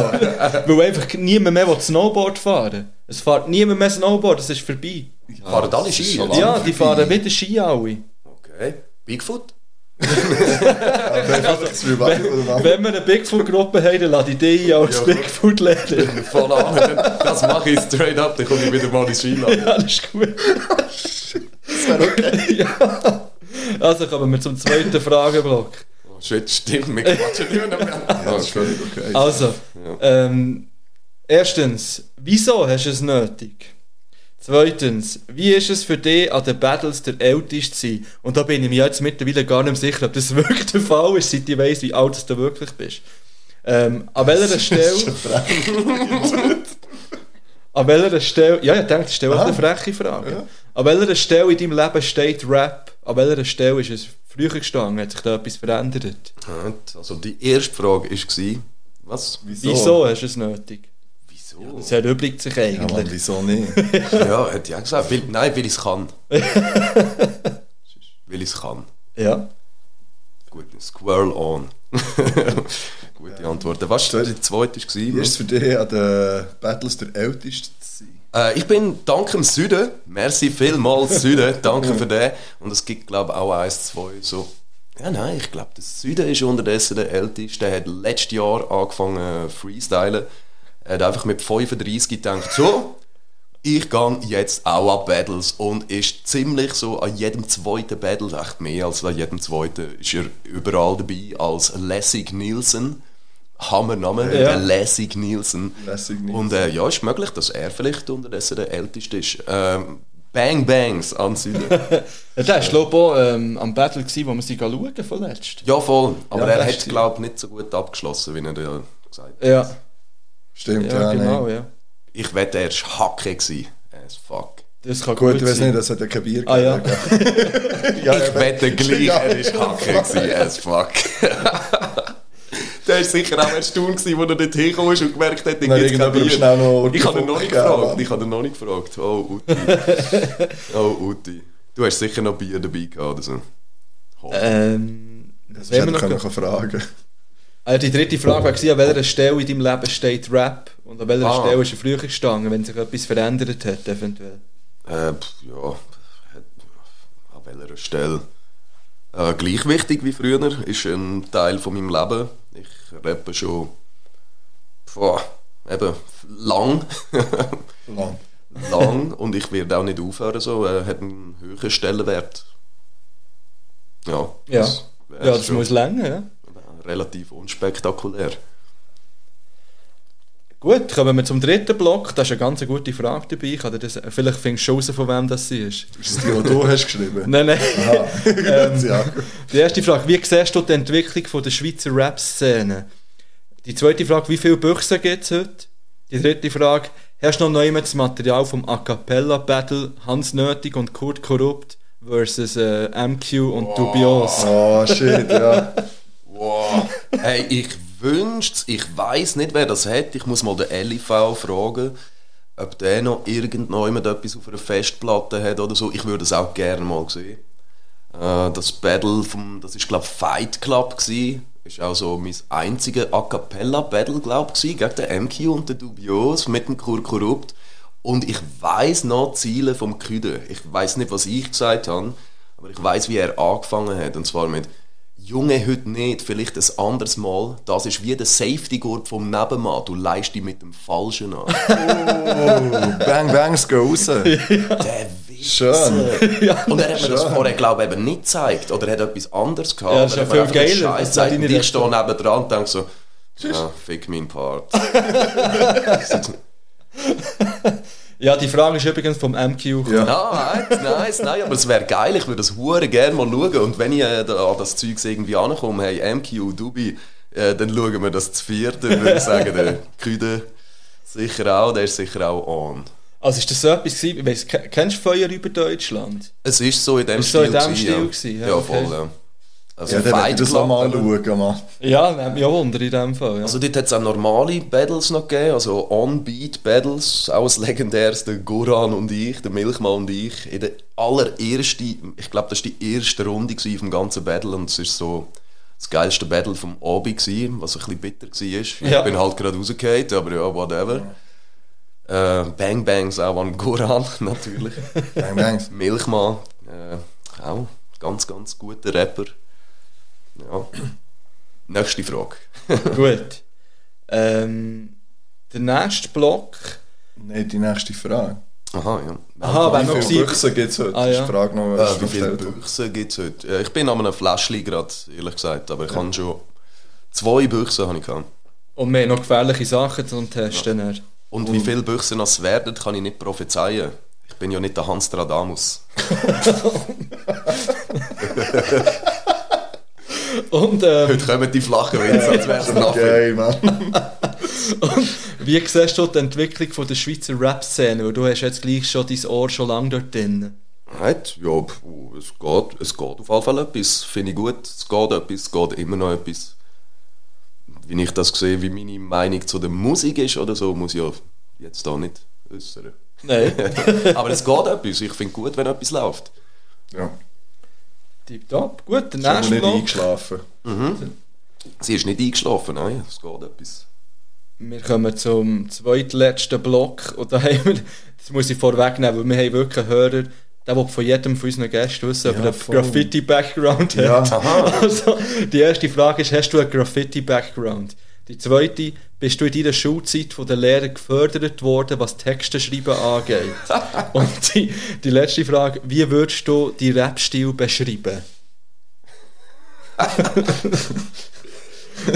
[SPEAKER 3] Weil einfach niemand mehr will Snowboard fahren Es fährt niemand mehr Snowboard, es ist vorbei.
[SPEAKER 5] Fahren alle
[SPEAKER 4] das ist
[SPEAKER 5] Ski?
[SPEAKER 4] schon
[SPEAKER 5] oder?
[SPEAKER 4] lang.
[SPEAKER 3] ja, die fahren wieder Ski alle.
[SPEAKER 5] Okay. Bigfoot?
[SPEAKER 4] Das Revival,
[SPEAKER 3] Wenn,
[SPEAKER 4] oder was?
[SPEAKER 3] wenn wir eine Bigfoot-Gruppe haben, dann lade ich dich als
[SPEAKER 5] Ja, gut.
[SPEAKER 3] Bigfoot lernen.
[SPEAKER 5] Voll an. Das mache ich straight up, dann komme ich wieder mal in Skilager.
[SPEAKER 3] Ja, das ist gut. ja. Also kommen wir zum zweiten Fragenblock.
[SPEAKER 5] Oh, Shit, stimmt, wir quatschen nicht mehr.
[SPEAKER 4] Ja, das ist völlig okay.
[SPEAKER 3] Also, ähm, erstens, wieso hast du es nötig? Zweitens, wie ist es für dich, an den Battles der Älteste zu sein? Und da bin ich mir jetzt mittlerweile gar nicht mehr sicher, ob das wirklich der Fall ist, seit ich weiss, wie alt du wirklich bist. Ähm, an welcher Stelle... an welcher Stelle... Ja, ich denke, das ist auch eine freche Frage. An welcher Stelle in deinem Leben steht Rap? An welcher Stelle ist es früher gestanden? Hat sich da etwas verändert?
[SPEAKER 5] Gut, Also die erste Frage war, was?
[SPEAKER 3] Wieso hast du es nötig?
[SPEAKER 5] Wieso?
[SPEAKER 3] Das erübrigt sich eigentlich.
[SPEAKER 4] Ja, Mann, wieso nicht?
[SPEAKER 5] Ja, hätte ich auch gesagt. Weil, nein, weil ich es kann. weil ich es kann.
[SPEAKER 3] Ja.
[SPEAKER 5] Gut, Squirrel on. Gute Antwort. Was war die zweite?
[SPEAKER 4] Wie
[SPEAKER 5] War?
[SPEAKER 4] ist es für dich, an den Battles der Älteste zu sein?
[SPEAKER 5] Äh, ich bin dank dem Süden, merci vielmals Süden, danke für den. Und es gibt, glaube ich, auch eins, zwei so. Ja, nein, ich glaube, der Süden ist unterdessen der Älteste. Der hat letztes Jahr angefangen äh, freestylen. Er hat einfach mit 35 gedacht, so, ich gehe jetzt auch an Battles und ist ziemlich so an jedem zweiten Battle, echt mehr als an jedem zweiten, ist er überall dabei als Lessig Nielsen. Hammername, der Lessig Nielsen.
[SPEAKER 4] Lessig Nielsen.
[SPEAKER 5] Und äh, ja, ist möglich, dass er vielleicht unterdessen der Älteste ist. Ähm, Bang Bangs an Süden.
[SPEAKER 3] Ja, der war, glaube ich, auch ähm, am Battle, gewesen, wo wir sie schauen vorletzt.
[SPEAKER 5] ja, voll. Aber
[SPEAKER 3] Ja,
[SPEAKER 5] er
[SPEAKER 3] das
[SPEAKER 5] hat,
[SPEAKER 3] stimmt.
[SPEAKER 5] glaube ich, nicht so gut abgeschlossen, wie er da gesagt hat.
[SPEAKER 3] Ja,
[SPEAKER 4] Stimmt,
[SPEAKER 3] ja,
[SPEAKER 4] ja, nein.
[SPEAKER 3] genau, ja.
[SPEAKER 5] Ich wette, er war Hacke. gewesen. As fuck.
[SPEAKER 3] Das kann gut,
[SPEAKER 4] Gut, ich weiß
[SPEAKER 3] sein.
[SPEAKER 4] nicht, das hat ja kein Bier
[SPEAKER 3] Ah, ja.
[SPEAKER 4] ja,
[SPEAKER 5] Ich wette gleich,
[SPEAKER 4] Ja.
[SPEAKER 5] er ist Hacke gewesen, as fuck. Der war sicher auch erstaunt, gewesen, als er dort hingekommen ist und gemerkt hat,
[SPEAKER 4] Nein,
[SPEAKER 5] dann gibt's kein
[SPEAKER 4] irgendjemand
[SPEAKER 5] Bier.
[SPEAKER 4] ist auch noch
[SPEAKER 5] Ich habe ihn noch nicht
[SPEAKER 4] gefunden,
[SPEAKER 5] gefragt.
[SPEAKER 4] aber-
[SPEAKER 5] Ich habe ihn noch nicht gefragt. Oh, Uti. Oh, Uti. Du hast sicher noch Bier dabei gehabt also. oder so.
[SPEAKER 3] Ähm,
[SPEAKER 4] Das
[SPEAKER 3] wenn wir
[SPEAKER 4] hätte
[SPEAKER 3] noch
[SPEAKER 4] ich können fragen
[SPEAKER 3] also die dritte Frage war, gewesen, an welcher Stelle in deinem Leben steht Rap? Und an welcher
[SPEAKER 5] Ah.
[SPEAKER 3] Stelle ist er früher gestanden, wenn sich etwas verändert hat, eventuell?
[SPEAKER 5] Äh, pf, ja, hat- an welcher Stelle? Äh, gleich wichtig wie früher, ist ein Teil von meinem Leben. Ich rappe schon boah, eben lang.
[SPEAKER 4] Lang.
[SPEAKER 5] lang und ich werde auch nicht aufhören. So, äh, hat einen höheren Stellenwert. Ja,
[SPEAKER 3] Ja.
[SPEAKER 5] wär's
[SPEAKER 3] Ja, das
[SPEAKER 5] schon.
[SPEAKER 3] muss länger, ja.
[SPEAKER 5] relativ unspektakulär.
[SPEAKER 3] Gut, kommen wir zum dritten Block. Da ist eine ganz gute Frage dabei. Ich kann dir das, vielleicht findest du schon raus, von wem das sie ist.
[SPEAKER 4] Ist das die, die du hast geschrieben?
[SPEAKER 3] Nein, nein.
[SPEAKER 4] ähm, ja.
[SPEAKER 3] Die erste Frage, wie siehst du die Entwicklung von der Schweizer Rap-Szene? Die zweite Frage, wie viele Büchsen gibt es heute? Die dritte Frage, hast du noch immer das Material vom A Cappella Battle Hans Nötig und Kurt Korrupt versus äh, MQ und Dubios?
[SPEAKER 4] Oh, shit, ja.
[SPEAKER 5] Wow. Hey, ich wünschte ich weiß nicht, wer das hat. Ich muss mal den LIV fragen, ob der noch irgendjemand etwas auf einer Festplatte hat oder so. Ich würde es auch gerne mal sehen. Äh, das Battle vom, das ist glaube Fight Club gsi. Ist auch so mein einziger A Cappella Battle glaube gsi gegen den MQ und den Dubios mit dem Kur Korrupt. Und ich weiß noch die Ziele vom Küde. Ich weiß nicht, was ich gesagt habe, aber ich weiß, wie er angefangen hat. Und zwar mit Junge, heute nicht, vielleicht ein anderes Mal. Das ist wie der Safety-Gurt vom Nebenmann. Du leist dich mit dem Falschen an.
[SPEAKER 4] Bang, bangs gehen raus.
[SPEAKER 5] Der Witz.
[SPEAKER 4] Schön.
[SPEAKER 5] Und er hat mir das vorher, glaube ich, eben nicht gezeigt. Oder er hat etwas anderes gehabt.
[SPEAKER 3] Ja, das
[SPEAKER 5] Oder
[SPEAKER 3] ist
[SPEAKER 5] er
[SPEAKER 3] ja
[SPEAKER 5] hat
[SPEAKER 3] viel
[SPEAKER 5] mir einfach
[SPEAKER 3] geiler,
[SPEAKER 5] Scheiß
[SPEAKER 3] das war
[SPEAKER 5] gezeigt.
[SPEAKER 3] deine
[SPEAKER 5] Und ich
[SPEAKER 3] letzte.
[SPEAKER 5] stehe neben dran und denke so, "Ah, ja, fick meinen Part.
[SPEAKER 3] Ja, die Frage ist übrigens vom MQ.
[SPEAKER 4] Ja.
[SPEAKER 5] Nein, nice, nein, aber es wäre geil, ich würde das hure gerne mal schauen und wenn ich äh, da, an das Zeug irgendwie ankomme, hey, MQ, Dubi, äh, dann schauen wir das zu viert, dann würde ich sagen, der Küde sicher auch, der ist sicher auch on.
[SPEAKER 3] Also ist das so etwas gewesen, ich weiss, ke- kennst du Feuer über Deutschland?
[SPEAKER 5] Es ist so in dem
[SPEAKER 3] Ist so in dem
[SPEAKER 5] gewesen,
[SPEAKER 3] Stil
[SPEAKER 5] ja.
[SPEAKER 3] gewesen, ja,
[SPEAKER 5] ja.
[SPEAKER 3] okay.
[SPEAKER 5] voll, ja. Also
[SPEAKER 4] Ja, dann hätte ich das auch mal
[SPEAKER 5] Club,
[SPEAKER 4] schauen, Mann.
[SPEAKER 3] Ja, nimmt mich auch Wunder in dem Fall. Ja.
[SPEAKER 5] Also dort hat es auch normale Battles noch gegeben, also On-Beat-Battles, auch das legendärste Goran und ich, der Milchmann und ich, in der allerersten, ich glaube, das war die erste Runde gewesen vom ganzen Battle und es ist so das geilste Battle vom Obi gewesen, was ein bisschen bitter war.
[SPEAKER 3] Ja.
[SPEAKER 5] Ich bin halt gerade rausgefallen, aber ja, whatever. Äh, Bang Bangs auch an Goran, natürlich.
[SPEAKER 4] Bang, bang.
[SPEAKER 5] Milchmann, äh, auch ganz, ganz guter Rapper. Ja. Nächste Frage.
[SPEAKER 3] Gut. Ähm, der nächste Block.
[SPEAKER 4] Nein, die nächste Frage.
[SPEAKER 5] Aha, ja.
[SPEAKER 3] Aha, Ah, wenn
[SPEAKER 4] Also,
[SPEAKER 3] noch
[SPEAKER 4] Wie viele
[SPEAKER 3] gesagt.
[SPEAKER 4] Büchsen gibt es heute?
[SPEAKER 3] Ah,
[SPEAKER 4] Das ist
[SPEAKER 3] ja.
[SPEAKER 4] die Frage noch, was
[SPEAKER 5] Äh,
[SPEAKER 4] ich
[SPEAKER 5] wie
[SPEAKER 4] noch
[SPEAKER 5] viele
[SPEAKER 4] gestellt habe.
[SPEAKER 5] Büchsen gibt es heute? Äh, Ich bin an einem Fläschchen gerade, ehrlich gesagt. Aber ich habe schon zwei Büchsen habe ich gehabt.
[SPEAKER 3] Und wir haben noch gefährliche Sachen zum Testen. dann.
[SPEAKER 5] Und wie viele Büchsen es werden, kann ich nicht prophezeien. Ich bin ja nicht der Hans Stradamus.
[SPEAKER 3] Und ähm,
[SPEAKER 5] Heute kommen die flachen Witze, als wäre es ein Affe.
[SPEAKER 4] Geil, Mann.
[SPEAKER 3] wie siehst du die Entwicklung von der Schweizer Rap-Szene? Weil Du hast jetzt gleich schon dein Ohr schon lange dort drin.
[SPEAKER 5] Nicht? Ja, pf, es geht, es geht auf jeden Fall etwas. Finde ich gut. Es geht etwas, es geht immer noch etwas. Wie ich das sehe, wie meine Meinung zu der Musik ist oder so, muss ich ja jetzt da nicht äußern.
[SPEAKER 3] Nein.
[SPEAKER 5] Aber es geht etwas. Ich finde gut, wenn etwas läuft.
[SPEAKER 4] Ja,
[SPEAKER 3] Tipptopp. Gut, der
[SPEAKER 4] ich habe
[SPEAKER 3] nächste
[SPEAKER 4] nicht
[SPEAKER 3] Block.
[SPEAKER 4] eingeschlafen.
[SPEAKER 5] Sie ist nicht eingeschlafen, nein, es geht etwas.
[SPEAKER 3] Wir kommen zum zweitletzten Block und da haben wir, das muss ich vorwegnehmen, weil wir haben wirklich einen Hörer, der will von jedem von unseren Gästen wissen, ob
[SPEAKER 4] Ja,
[SPEAKER 3] er einen
[SPEAKER 4] voll.
[SPEAKER 3] Graffiti-Background hat.
[SPEAKER 4] Ja.
[SPEAKER 3] Also, die erste Frage ist, hast du einen Graffiti-Background? Die zweite, bist du in deiner Schulzeit von den Lehrern gefördert worden, was Texte schreiben angeht? und die, die letzte Frage, wie würdest du deinen Rap-Stil beschreiben?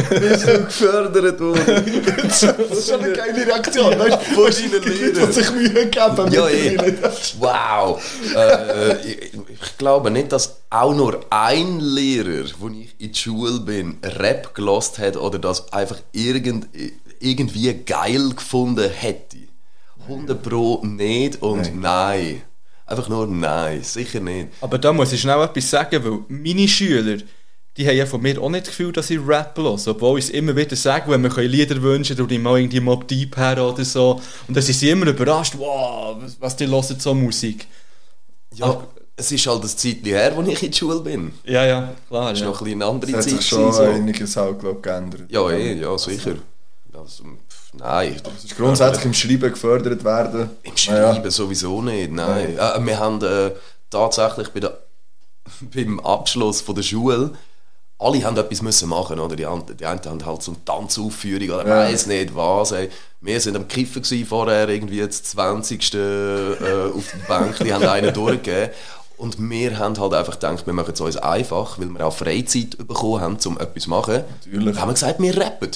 [SPEAKER 5] Bist du gefördert worden?
[SPEAKER 4] Das ist schon eine geile Reaktion. Weißt du,
[SPEAKER 5] Von deinen
[SPEAKER 4] Leute, die
[SPEAKER 5] Liedern.
[SPEAKER 4] sich Mühe geben.
[SPEAKER 5] Ja,
[SPEAKER 4] mit
[SPEAKER 5] eh.
[SPEAKER 4] ihnen.
[SPEAKER 5] Wow. Äh, ich, ich glaube nicht, dass auch nur ein Lehrer, wo ich in der Schule bin, Rap gelost hat oder das einfach irgend, irgendwie geil gefunden hätte. 100 Pro nicht und nein. Einfach nur nein, sicher nicht.
[SPEAKER 3] Aber da muss ich schnell etwas sagen, weil meine Schüler, die haben ja von mir auch nicht das Gefühl, dass ich Rap los, obwohl ich es immer wieder sage, wenn wir können Lieder wünschen oder ich mal irgendwie Mob Deep her oder so. Und dann sind sie immer überrascht, wow, was, was die hören so Musik.
[SPEAKER 5] Ja, es ist halt das Zeitchen her, wo ich in der Schule bin.
[SPEAKER 3] Ja, ja, klar.
[SPEAKER 5] Das ist
[SPEAKER 3] Ja.
[SPEAKER 5] noch ein bisschen eine andere
[SPEAKER 4] Es hat
[SPEAKER 5] Zeit.
[SPEAKER 4] sich schon
[SPEAKER 5] gewesen, so.
[SPEAKER 4] einiges auch, glaub, geändert.
[SPEAKER 5] Ja, eh, ja, sicher. Also, pff, nou, nein. Das ist
[SPEAKER 4] Also, Grundsätzlich im Schreiben gefördert werden.
[SPEAKER 5] Im Schreiben sowieso nicht, nein. Äh, wir haben äh, tatsächlich bei der, beim Abschluss von der Schule alle haben etwas müssen machen, oder? Die, einen- die einen haben halt so eine Tanzaufführung oder
[SPEAKER 4] Ja.
[SPEAKER 5] weiß nicht was. Ey. Wir sind am Kiffen gewesen, vorher irgendwie jetzt 20. Äh, auf der Bank, die haben einen durchgegeben. Und wir haben halt einfach gedacht, wir machen es uns einfach, weil wir auch Freizeit bekommen haben, um etwas zu machen.
[SPEAKER 4] Natürlich.
[SPEAKER 5] Haben wir gesagt, wir rappen.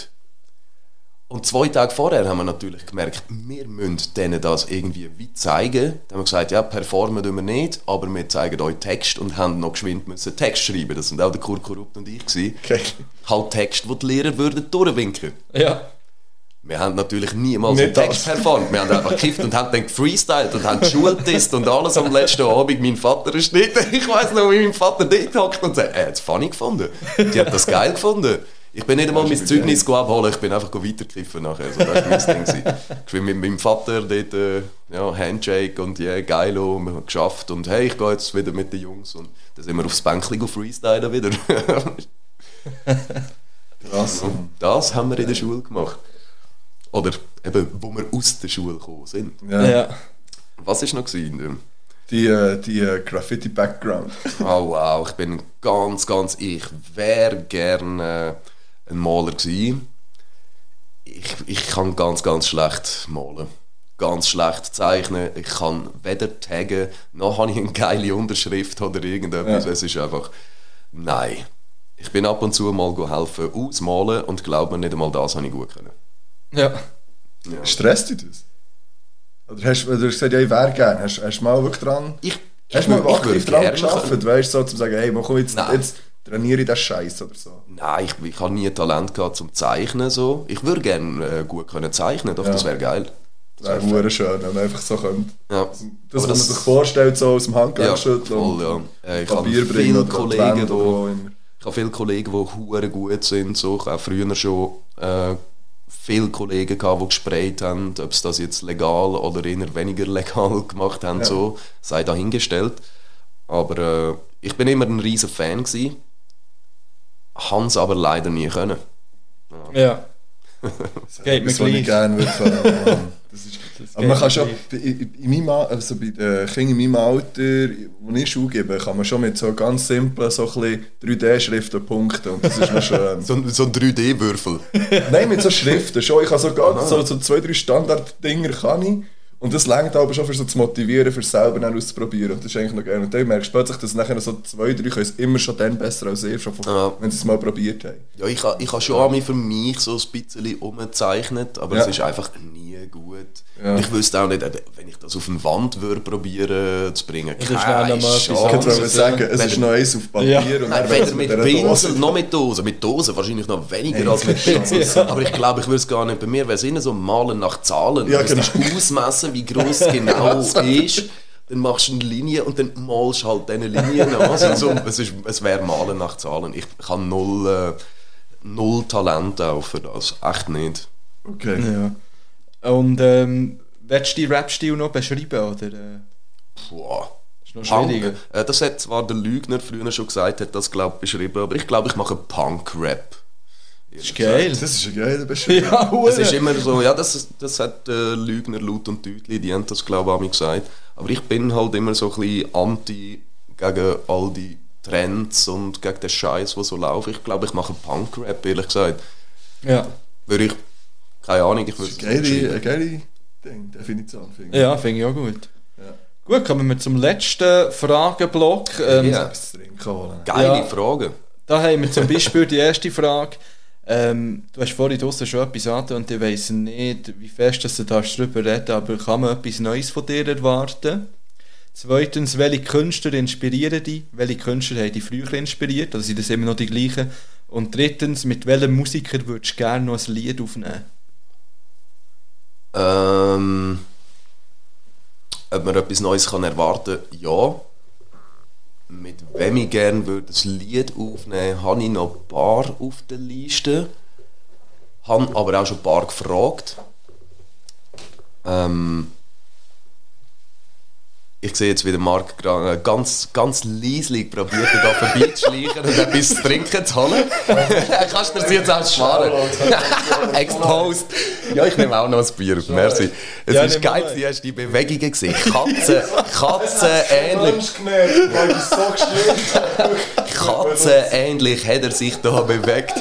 [SPEAKER 5] Und zwei Tage vorher haben wir natürlich gemerkt, wir müssen denen das irgendwie wie zeigen. Dann haben wir gesagt, ja, performen tun wir nicht, aber wir zeigen euch Text und haben noch geschwind müssen Text schreiben. Das sind auch der Kurt Korrupt und ich. Gewesen.
[SPEAKER 4] Okay.
[SPEAKER 5] Halt Text, wo die Lehrer würden durchwinken.
[SPEAKER 3] ja.
[SPEAKER 5] Wir haben natürlich niemals
[SPEAKER 4] Nicht
[SPEAKER 5] einen Text
[SPEAKER 4] das.
[SPEAKER 5] performt. Wir haben einfach gekifft und haben dann gefreestylt und haben die Schule getestet und alles am letzten Abend. Mein Vater ist nicht. Ich weiß noch, wie mein Vater dort hockt und sagt, er hat es funny gefunden. Die hat das geil gefunden. Ich bin nicht einmal mein Zeugnis go abholen, ich bin einfach go weiterkiffen nachher. Also, das war mein Ding. gewesen. Ich bin mit meinem Vater dort, äh, ja, Handshake und ja, yeah, geil, und wir haben geschafft. Und hey, ich gehe jetzt wieder mit den Jungs. Und dann sind wir aufs Bänkchen go freestylen wieder.
[SPEAKER 4] Krass.
[SPEAKER 5] Das haben wir in der Schule gemacht. Oder eben, wo wir aus der Schule gekommen sind.
[SPEAKER 4] Ja.
[SPEAKER 3] Ja.
[SPEAKER 5] Was war noch? Gewesen?
[SPEAKER 4] Die, äh, die äh, Graffiti-Background.
[SPEAKER 5] Oh wow, ich bin ganz, ganz... Ich wäre gerne äh, ein Maler gewesen. Ich, ich kann ganz, ganz schlecht malen. Ganz schlecht zeichnen. Ich kann weder taggen, noch habe ich eine geile Unterschrift oder irgendetwas.
[SPEAKER 4] Ja.
[SPEAKER 5] Es ist einfach... Nein. Ich bin ab und zu mal go helfen ausmalen und glaub mir, nicht einmal das habe ich gut können.
[SPEAKER 3] ja.
[SPEAKER 4] Stresst dich das? Oder hast du hast gesagt, ja, ich wäre gerne. Hast, hast du mal wirklich dran...
[SPEAKER 5] Ich, ich,
[SPEAKER 4] Hast du mal
[SPEAKER 5] ich würde
[SPEAKER 4] aktiv dran
[SPEAKER 5] gerne-
[SPEAKER 4] geschafft, weißt du, so zu sagen, hey, mach komm, jetzt,
[SPEAKER 5] Nein.
[SPEAKER 4] jetzt trainiere ich den Scheiß oder so.
[SPEAKER 5] Nein, ich, ich habe nie Talent gehabt zum Zeichnen. So. Ich würde gerne äh, gut können zeichnen, doch
[SPEAKER 4] Ja.
[SPEAKER 5] das wäre geil.
[SPEAKER 4] Das wäre wunderschön, schön, wenn man einfach so könnte.
[SPEAKER 5] Ja.
[SPEAKER 4] Das,
[SPEAKER 5] Aber
[SPEAKER 4] was man sich vorstellt, so aus dem Handgelenk
[SPEAKER 5] ja,
[SPEAKER 4] schütteln und
[SPEAKER 5] voll, ja. Äh, Ich habe
[SPEAKER 4] Papier bringen
[SPEAKER 5] viele
[SPEAKER 4] oder an die
[SPEAKER 5] Kollegen,
[SPEAKER 4] Wand oder
[SPEAKER 5] die
[SPEAKER 4] wo immer.
[SPEAKER 5] Ich habe viele Kollegen, die hure gut sind. So. Ich habe auch früher schon äh, viele Kollegen, gehabt, die gesprayt haben, ob sie das jetzt legal oder eher weniger legal gemacht haben.
[SPEAKER 4] Ja.
[SPEAKER 5] So. Sei dahingestellt. Aber äh, ich bin immer ein riesen Fan. Gewesen. Hans aber leider nie können.
[SPEAKER 3] Ja. Geht mir
[SPEAKER 4] Das würde
[SPEAKER 3] gleich.
[SPEAKER 4] ich gerne wirklich können, Mann. Das ist, aber man
[SPEAKER 3] geht
[SPEAKER 4] kann
[SPEAKER 3] mir
[SPEAKER 4] schon,
[SPEAKER 3] gleich.
[SPEAKER 4] bei- in, in meinem, Al- also bei den Kindern in meinem Alter, wo ich Schule gebe, kann man schon mit so ganz simplen so 3D-Schriften punkten und das ist noch schön.
[SPEAKER 5] So, ein- so ein 3D-Würfel.
[SPEAKER 4] Nein, mit so Schriften schon. Ich kann sogar so, so zwei, drei Standard-Dinger kann ich. Und das lenkt aber schon für so zu motivieren, für selber dann auszuprobieren. Und das ist eigentlich noch geil. Und dann merkst du plötzlich, dass nachher so zwei, drei können es immer schon dann besser als ihr, schon von,
[SPEAKER 5] Ja.
[SPEAKER 4] wenn sie es mal probiert haben.
[SPEAKER 5] Ja, ich, ha- ich habe schon einmal für mich so ein bisschen umgezeichnet, aber
[SPEAKER 4] Ja.
[SPEAKER 5] es ist einfach nie gut.
[SPEAKER 4] Ja.
[SPEAKER 5] Ich wüsste auch nicht, eben, wenn ich das auf eine Wand würde probieren zu bringen,
[SPEAKER 3] ist auch
[SPEAKER 5] keine
[SPEAKER 3] noch mal etwas
[SPEAKER 4] Ich
[SPEAKER 5] Chance.
[SPEAKER 3] anderes.
[SPEAKER 4] könnte es sagen, es
[SPEAKER 5] Wenn-
[SPEAKER 4] ist noch eins auf Papier.
[SPEAKER 3] Ja.
[SPEAKER 5] Nein,
[SPEAKER 4] Und
[SPEAKER 5] weder
[SPEAKER 4] dann wird's
[SPEAKER 5] mit
[SPEAKER 4] dieser
[SPEAKER 5] Pinsel
[SPEAKER 4] Dose-
[SPEAKER 5] noch mit Dosen. Mit Dosen wahrscheinlich noch weniger
[SPEAKER 4] Nein,
[SPEAKER 5] als mit
[SPEAKER 4] keine Chance.
[SPEAKER 5] Pinsel. Aber ich glaube, ich würde es gar nicht. Bei mir wäre es eher so Malen nach Zahlen.
[SPEAKER 4] Ja,
[SPEAKER 5] Ja, genau.
[SPEAKER 4] genau.
[SPEAKER 5] ausmessen, wie groß es genau ist. Dann machst du eine Linie und dann malst du halt diese Linie noch. Also, so, es ist- es wäre Malen nach Zahlen. Ich habe null, äh, null Talent auch für das. Echt nicht.
[SPEAKER 4] Okay.
[SPEAKER 3] Ja. Und ähm, willst du den Rap-Stil noch beschreiben? Oder, äh,
[SPEAKER 5] Boah.
[SPEAKER 3] ist noch schwieriger.
[SPEAKER 5] Punk, äh, das hat zwar der Lügner früher schon gesagt, hat das glaube ich beschrieben, aber ich glaube, ich mache Punk-Rap.
[SPEAKER 3] Das ist geil.
[SPEAKER 4] Das ist ein geiler Beschreibung.
[SPEAKER 3] Ja,
[SPEAKER 5] Es ist
[SPEAKER 3] hure.
[SPEAKER 5] immer so, ja, das, das hat äh, Lügner laut und deutlich, die haben das glaube ich auch mal gesagt. Aber ich bin halt immer so ein bisschen anti gegen all die Trends und gegen den Scheiß, der so läuft. Ich glaube, ich mache Punk-Rap, ehrlich gesagt.
[SPEAKER 3] Ja,
[SPEAKER 5] Würde ich, keine Ahnung, ich würde es
[SPEAKER 4] Das ist
[SPEAKER 5] so
[SPEAKER 4] eine geile,
[SPEAKER 5] beschreiben.
[SPEAKER 4] eine geile Ding, Definition, finde ich.
[SPEAKER 3] ja finde ich auch gut.
[SPEAKER 4] Ja.
[SPEAKER 3] Gut, kommen wir zum letzten Fragenblock. Ähm,
[SPEAKER 5] Ja.
[SPEAKER 4] Etwas zu trinken holen.
[SPEAKER 5] Geile
[SPEAKER 3] Ja.
[SPEAKER 5] Frage.
[SPEAKER 3] Da haben wir zum Beispiel die erste Frage. Ähm, du hast vorhin draussen schon etwas an und ich weiss nicht, wie fest dass du darfst darüber reden aber kann man etwas Neues von dir erwarten? Zweitens, welche Künstler inspirieren dich? Welche Künstler haben dich früher inspiriert? Also sind das immer noch die gleichen? Und drittens, mit welchem Musiker würdest du gerne noch ein Lied aufnehmen?
[SPEAKER 5] Ähm, ob man etwas Neues kann erwarten kann, ja. Mit wem ich gerne würde ein Lied aufnehmen, habe ich noch ein paar auf der Liste. Habe aber auch schon ein paar gefragt. Ähm, ich sehe jetzt, wie der Marc gra- äh, ganz, ganz leislich probiert, da vorbeizuschleichen und etwas zu trinken zu holen. Kannst du dir das jetzt auch sparen? Exposed. Ja, ich nehme auch noch ein Bier. Merci. Es
[SPEAKER 3] Ja,
[SPEAKER 5] ist
[SPEAKER 3] nimm mal.
[SPEAKER 5] geil, du hast die Bewegungen gesehen. Katze, Katze ähnlich.
[SPEAKER 4] gemerkt, weil ich so geschnitten
[SPEAKER 5] Katzenähnlich hat er sich da bewegt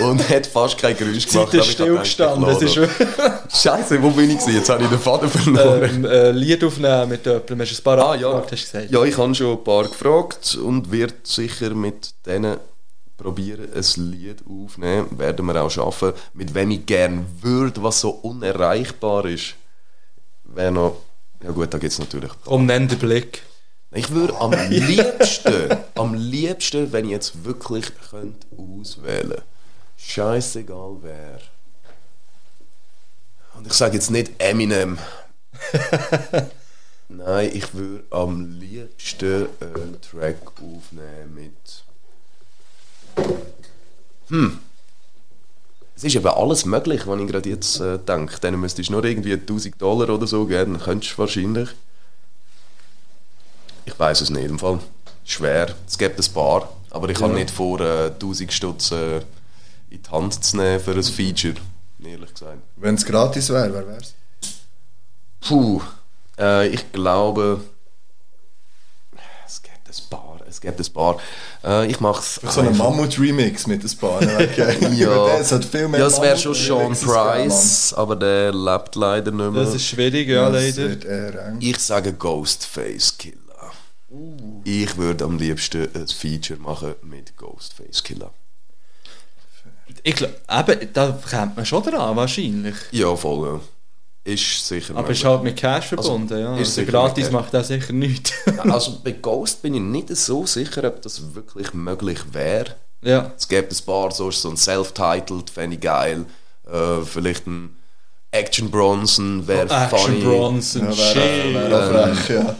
[SPEAKER 5] und hat fast kein Geräusch
[SPEAKER 3] Die
[SPEAKER 5] gemacht.
[SPEAKER 3] Zeit ist
[SPEAKER 5] aber ich hab
[SPEAKER 3] stillgestanden. Das
[SPEAKER 5] gedacht, ich
[SPEAKER 3] ist
[SPEAKER 5] lade. Scheiße, wo bin ich? gewesen? Jetzt habe ich den Faden verloren.
[SPEAKER 3] ähm, äh, Lied aufnehmen mit jemandem. Hast du ein paar
[SPEAKER 5] Ah, ja.
[SPEAKER 3] angefragt, hast du gesagt?
[SPEAKER 5] Ja, ich habe schon ein paar gefragt und werde sicher mit denen probieren, ein Lied aufnehmen. Werden wir auch schaffen. Mit wem ich gerne würde, was so unerreichbar ist, wäre noch. Ja gut, da gibt es natürlich.
[SPEAKER 3] Komm, nenn den Blick.
[SPEAKER 5] Ich würde am liebsten, am liebsten, wenn ich jetzt wirklich könnte auswählen Scheißegal wer. Und ich sage jetzt nicht Eminem. Nein, ich würde am liebsten einen Track aufnehmen mit. Hm. Es ist eben alles möglich, wenn ich gerade jetzt äh, denke. Dann müsstest du nur irgendwie 1000 Dollar oder so geben, dann könntest du wahrscheinlich. Ich weiß es nicht, im Fall. Schwer. Es gibt ein paar, aber ich habe nicht vor, äh, 1000 Stutz äh, in die Hand zu nehmen für ein Feature, ehrlich gesagt.
[SPEAKER 4] Wenn es gratis wäre, wer wär's?
[SPEAKER 5] Puh, äh, ich glaube, es gibt ein paar, es gibt ein paar. Äh, ich mache es
[SPEAKER 4] So ein Mammut-Remix mit ein paar. ne? Okay.
[SPEAKER 5] Ja,
[SPEAKER 4] Das hat halt viel mehr
[SPEAKER 5] ja, es wäre schon Sean
[SPEAKER 4] Mammut-Remixes
[SPEAKER 5] Price, aber der lebt leider nicht mehr.
[SPEAKER 3] Das ist schwierig, ja,
[SPEAKER 4] gegeben, Mann. Das
[SPEAKER 3] leider.
[SPEAKER 4] wird eher eng.
[SPEAKER 5] Ich sage Ghostface Killer. Ich würde am liebsten ein Feature machen mit Ghostface Killer.
[SPEAKER 3] Ich glaube, eben, da kommt man schon dran, wahrscheinlich.
[SPEAKER 5] Ja, voll. Ja. Ist sicher
[SPEAKER 3] Aber es
[SPEAKER 5] möglich.
[SPEAKER 3] ist halt mit Cash
[SPEAKER 5] Also,
[SPEAKER 3] verbunden, ja.
[SPEAKER 5] ist
[SPEAKER 3] Also
[SPEAKER 5] sicher
[SPEAKER 3] gratis
[SPEAKER 5] mit Cash.
[SPEAKER 3] macht das sicher nichts.
[SPEAKER 5] Also bei Ghost bin ich nicht so sicher, ob das wirklich möglich wäre.
[SPEAKER 3] ja.
[SPEAKER 5] Es gibt ein paar, so, so ein Self-Titled, fände ich geil. Äh, vielleicht ein Action Bronson wäre
[SPEAKER 3] Oh, Action
[SPEAKER 5] funny.
[SPEAKER 3] Bronson,
[SPEAKER 4] Ja,
[SPEAKER 3] shit.
[SPEAKER 4] wäre wär auch frech, ja.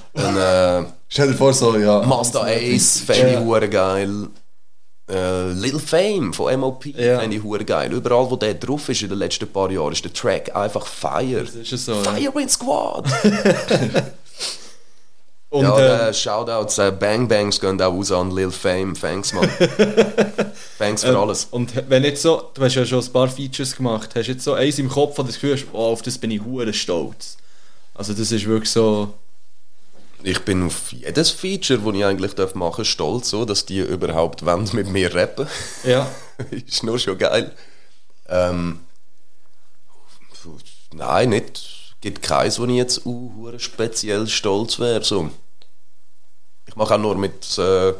[SPEAKER 5] Ein äh,
[SPEAKER 4] Stell dir vor, so, ja.
[SPEAKER 5] Mazda Ace fände ich
[SPEAKER 3] Ja.
[SPEAKER 5] hure geil. Äh, Little Fame von MOP
[SPEAKER 3] Ja.
[SPEAKER 5] fände ich hure geil. Überall, wo der drauf ist in den letzten paar Jahren, ist der Track einfach Fire.
[SPEAKER 3] Das ist so, ja.
[SPEAKER 5] Fire in Squad!
[SPEAKER 3] Und, ähm,
[SPEAKER 5] ja,
[SPEAKER 3] ja,
[SPEAKER 5] äh, Shoutouts, äh, Bang Bangs gehen auch raus an Lil Fame. Thanks, Mann. Thanks für alles.
[SPEAKER 3] und wenn jetzt so, du hast ja schon ein paar Features gemacht, hast jetzt so eins im Kopf, wo du das Gefühl hast, oh, auf das bin ich hure stolz. Also das ist wirklich so,
[SPEAKER 5] Ich bin auf jedes Feature, das ich eigentlich darf machen darf, stolz, so, dass die überhaupt wollen mit mir rappen
[SPEAKER 3] ja.
[SPEAKER 5] Ist nur schon geil. Ähm, puh, nein, nicht. gibt keins, wo ich jetzt uh, hure speziell stolz wäre. So. Ich mache auch nur mit äh,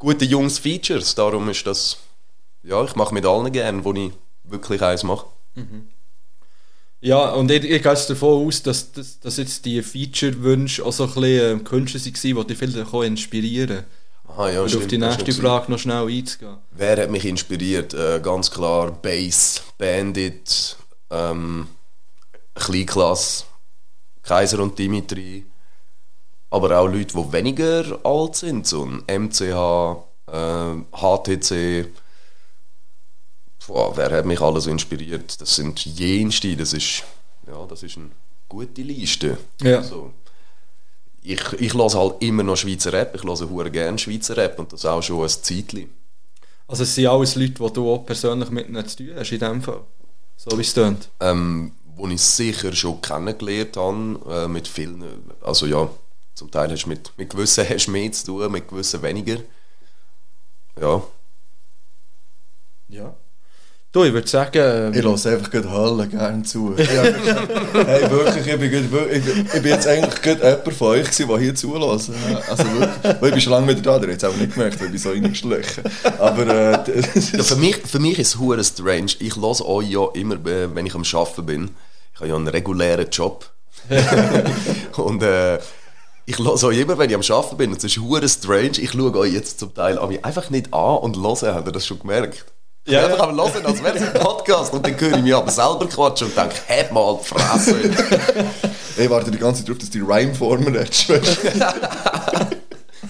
[SPEAKER 5] guten Jungs Features. Darum ist das. Ja, ich mache mit allen gern, wo ich wirklich eins mache.
[SPEAKER 3] Ja, und ich, ich gehe jetzt davon aus, dass, dass, dass jetzt die Feature-Wünsche auch so ein bisschen ähm, Künstler waren, die dich vielleicht auch inspirieren
[SPEAKER 5] Aha, ja,
[SPEAKER 3] Und auf
[SPEAKER 5] stimmt,
[SPEAKER 3] die
[SPEAKER 5] das ist
[SPEAKER 3] nächste
[SPEAKER 5] noch so.
[SPEAKER 3] Frage noch schnell einzugehen.
[SPEAKER 5] Wer hat mich inspiriert? Äh, ganz klar Bass, Bandit, ähm, Kleinklasse, Kaiser und Dimitri. Aber auch Leute, die weniger alt sind. So ein MCH, ähm, HTC. Boah, wer hat mich alles inspiriert? Das sind jenste, das ist, ja, das ist eine gute Liste.
[SPEAKER 3] Ja.
[SPEAKER 5] So. Ich, ich lasse halt immer noch Schweizer Rap, ich lasse hure gerne Schweizer Rap und das auch schon ein Zeitchen.
[SPEAKER 3] Also es sind alles Leute, die du auch persönlich mit ihnen zu tun hast, in dem Fall. So wie es tönt.
[SPEAKER 5] ähm, wo ich sicher schon kennengelernt habe, äh, mit vielen, also ja, zum Teil hast du mit, mit gewissen hast du mehr zu tun, mit gewissen weniger. Ja,
[SPEAKER 3] Ja. Du, ich würde sagen...
[SPEAKER 4] Ich
[SPEAKER 3] ähm,
[SPEAKER 4] lasse einfach gerade Hölle gerne zu. Ja, hey, wirklich, ich bin, grad wirklich- ich, bin- ich bin jetzt eigentlich gerade jemand von euch, gewesen, der hier zulässt. Ja, Also wirklich, weil ich bin schon lange wieder da, der hat es auch nicht gemerkt, weil ich bin so reingeschlichen. Aber äh, das
[SPEAKER 5] ja
[SPEAKER 4] ist-
[SPEAKER 5] für, mich, für mich ist es hure strange. Ich lasse euch ja immer, äh, wenn ich am Arbeiten bin. Ich habe ja einen regulären Job. und äh, ich lasse euch immer, wenn ich am Arbeiten bin. Und es ist hure strange. Ich schaue euch jetzt zum Teil an mich einfach nicht an und höre. Habt ihr das schon gemerkt? Ich
[SPEAKER 3] Ja,
[SPEAKER 5] bin einfach
[SPEAKER 3] ja.
[SPEAKER 5] am Hören, als wäre es ein Podcast. Und dann höre ich mich aber selber quatschen und denke, hab mal die Fresse.
[SPEAKER 4] ich warte die ganze Zeit darauf, dass die Rhymeformen redest.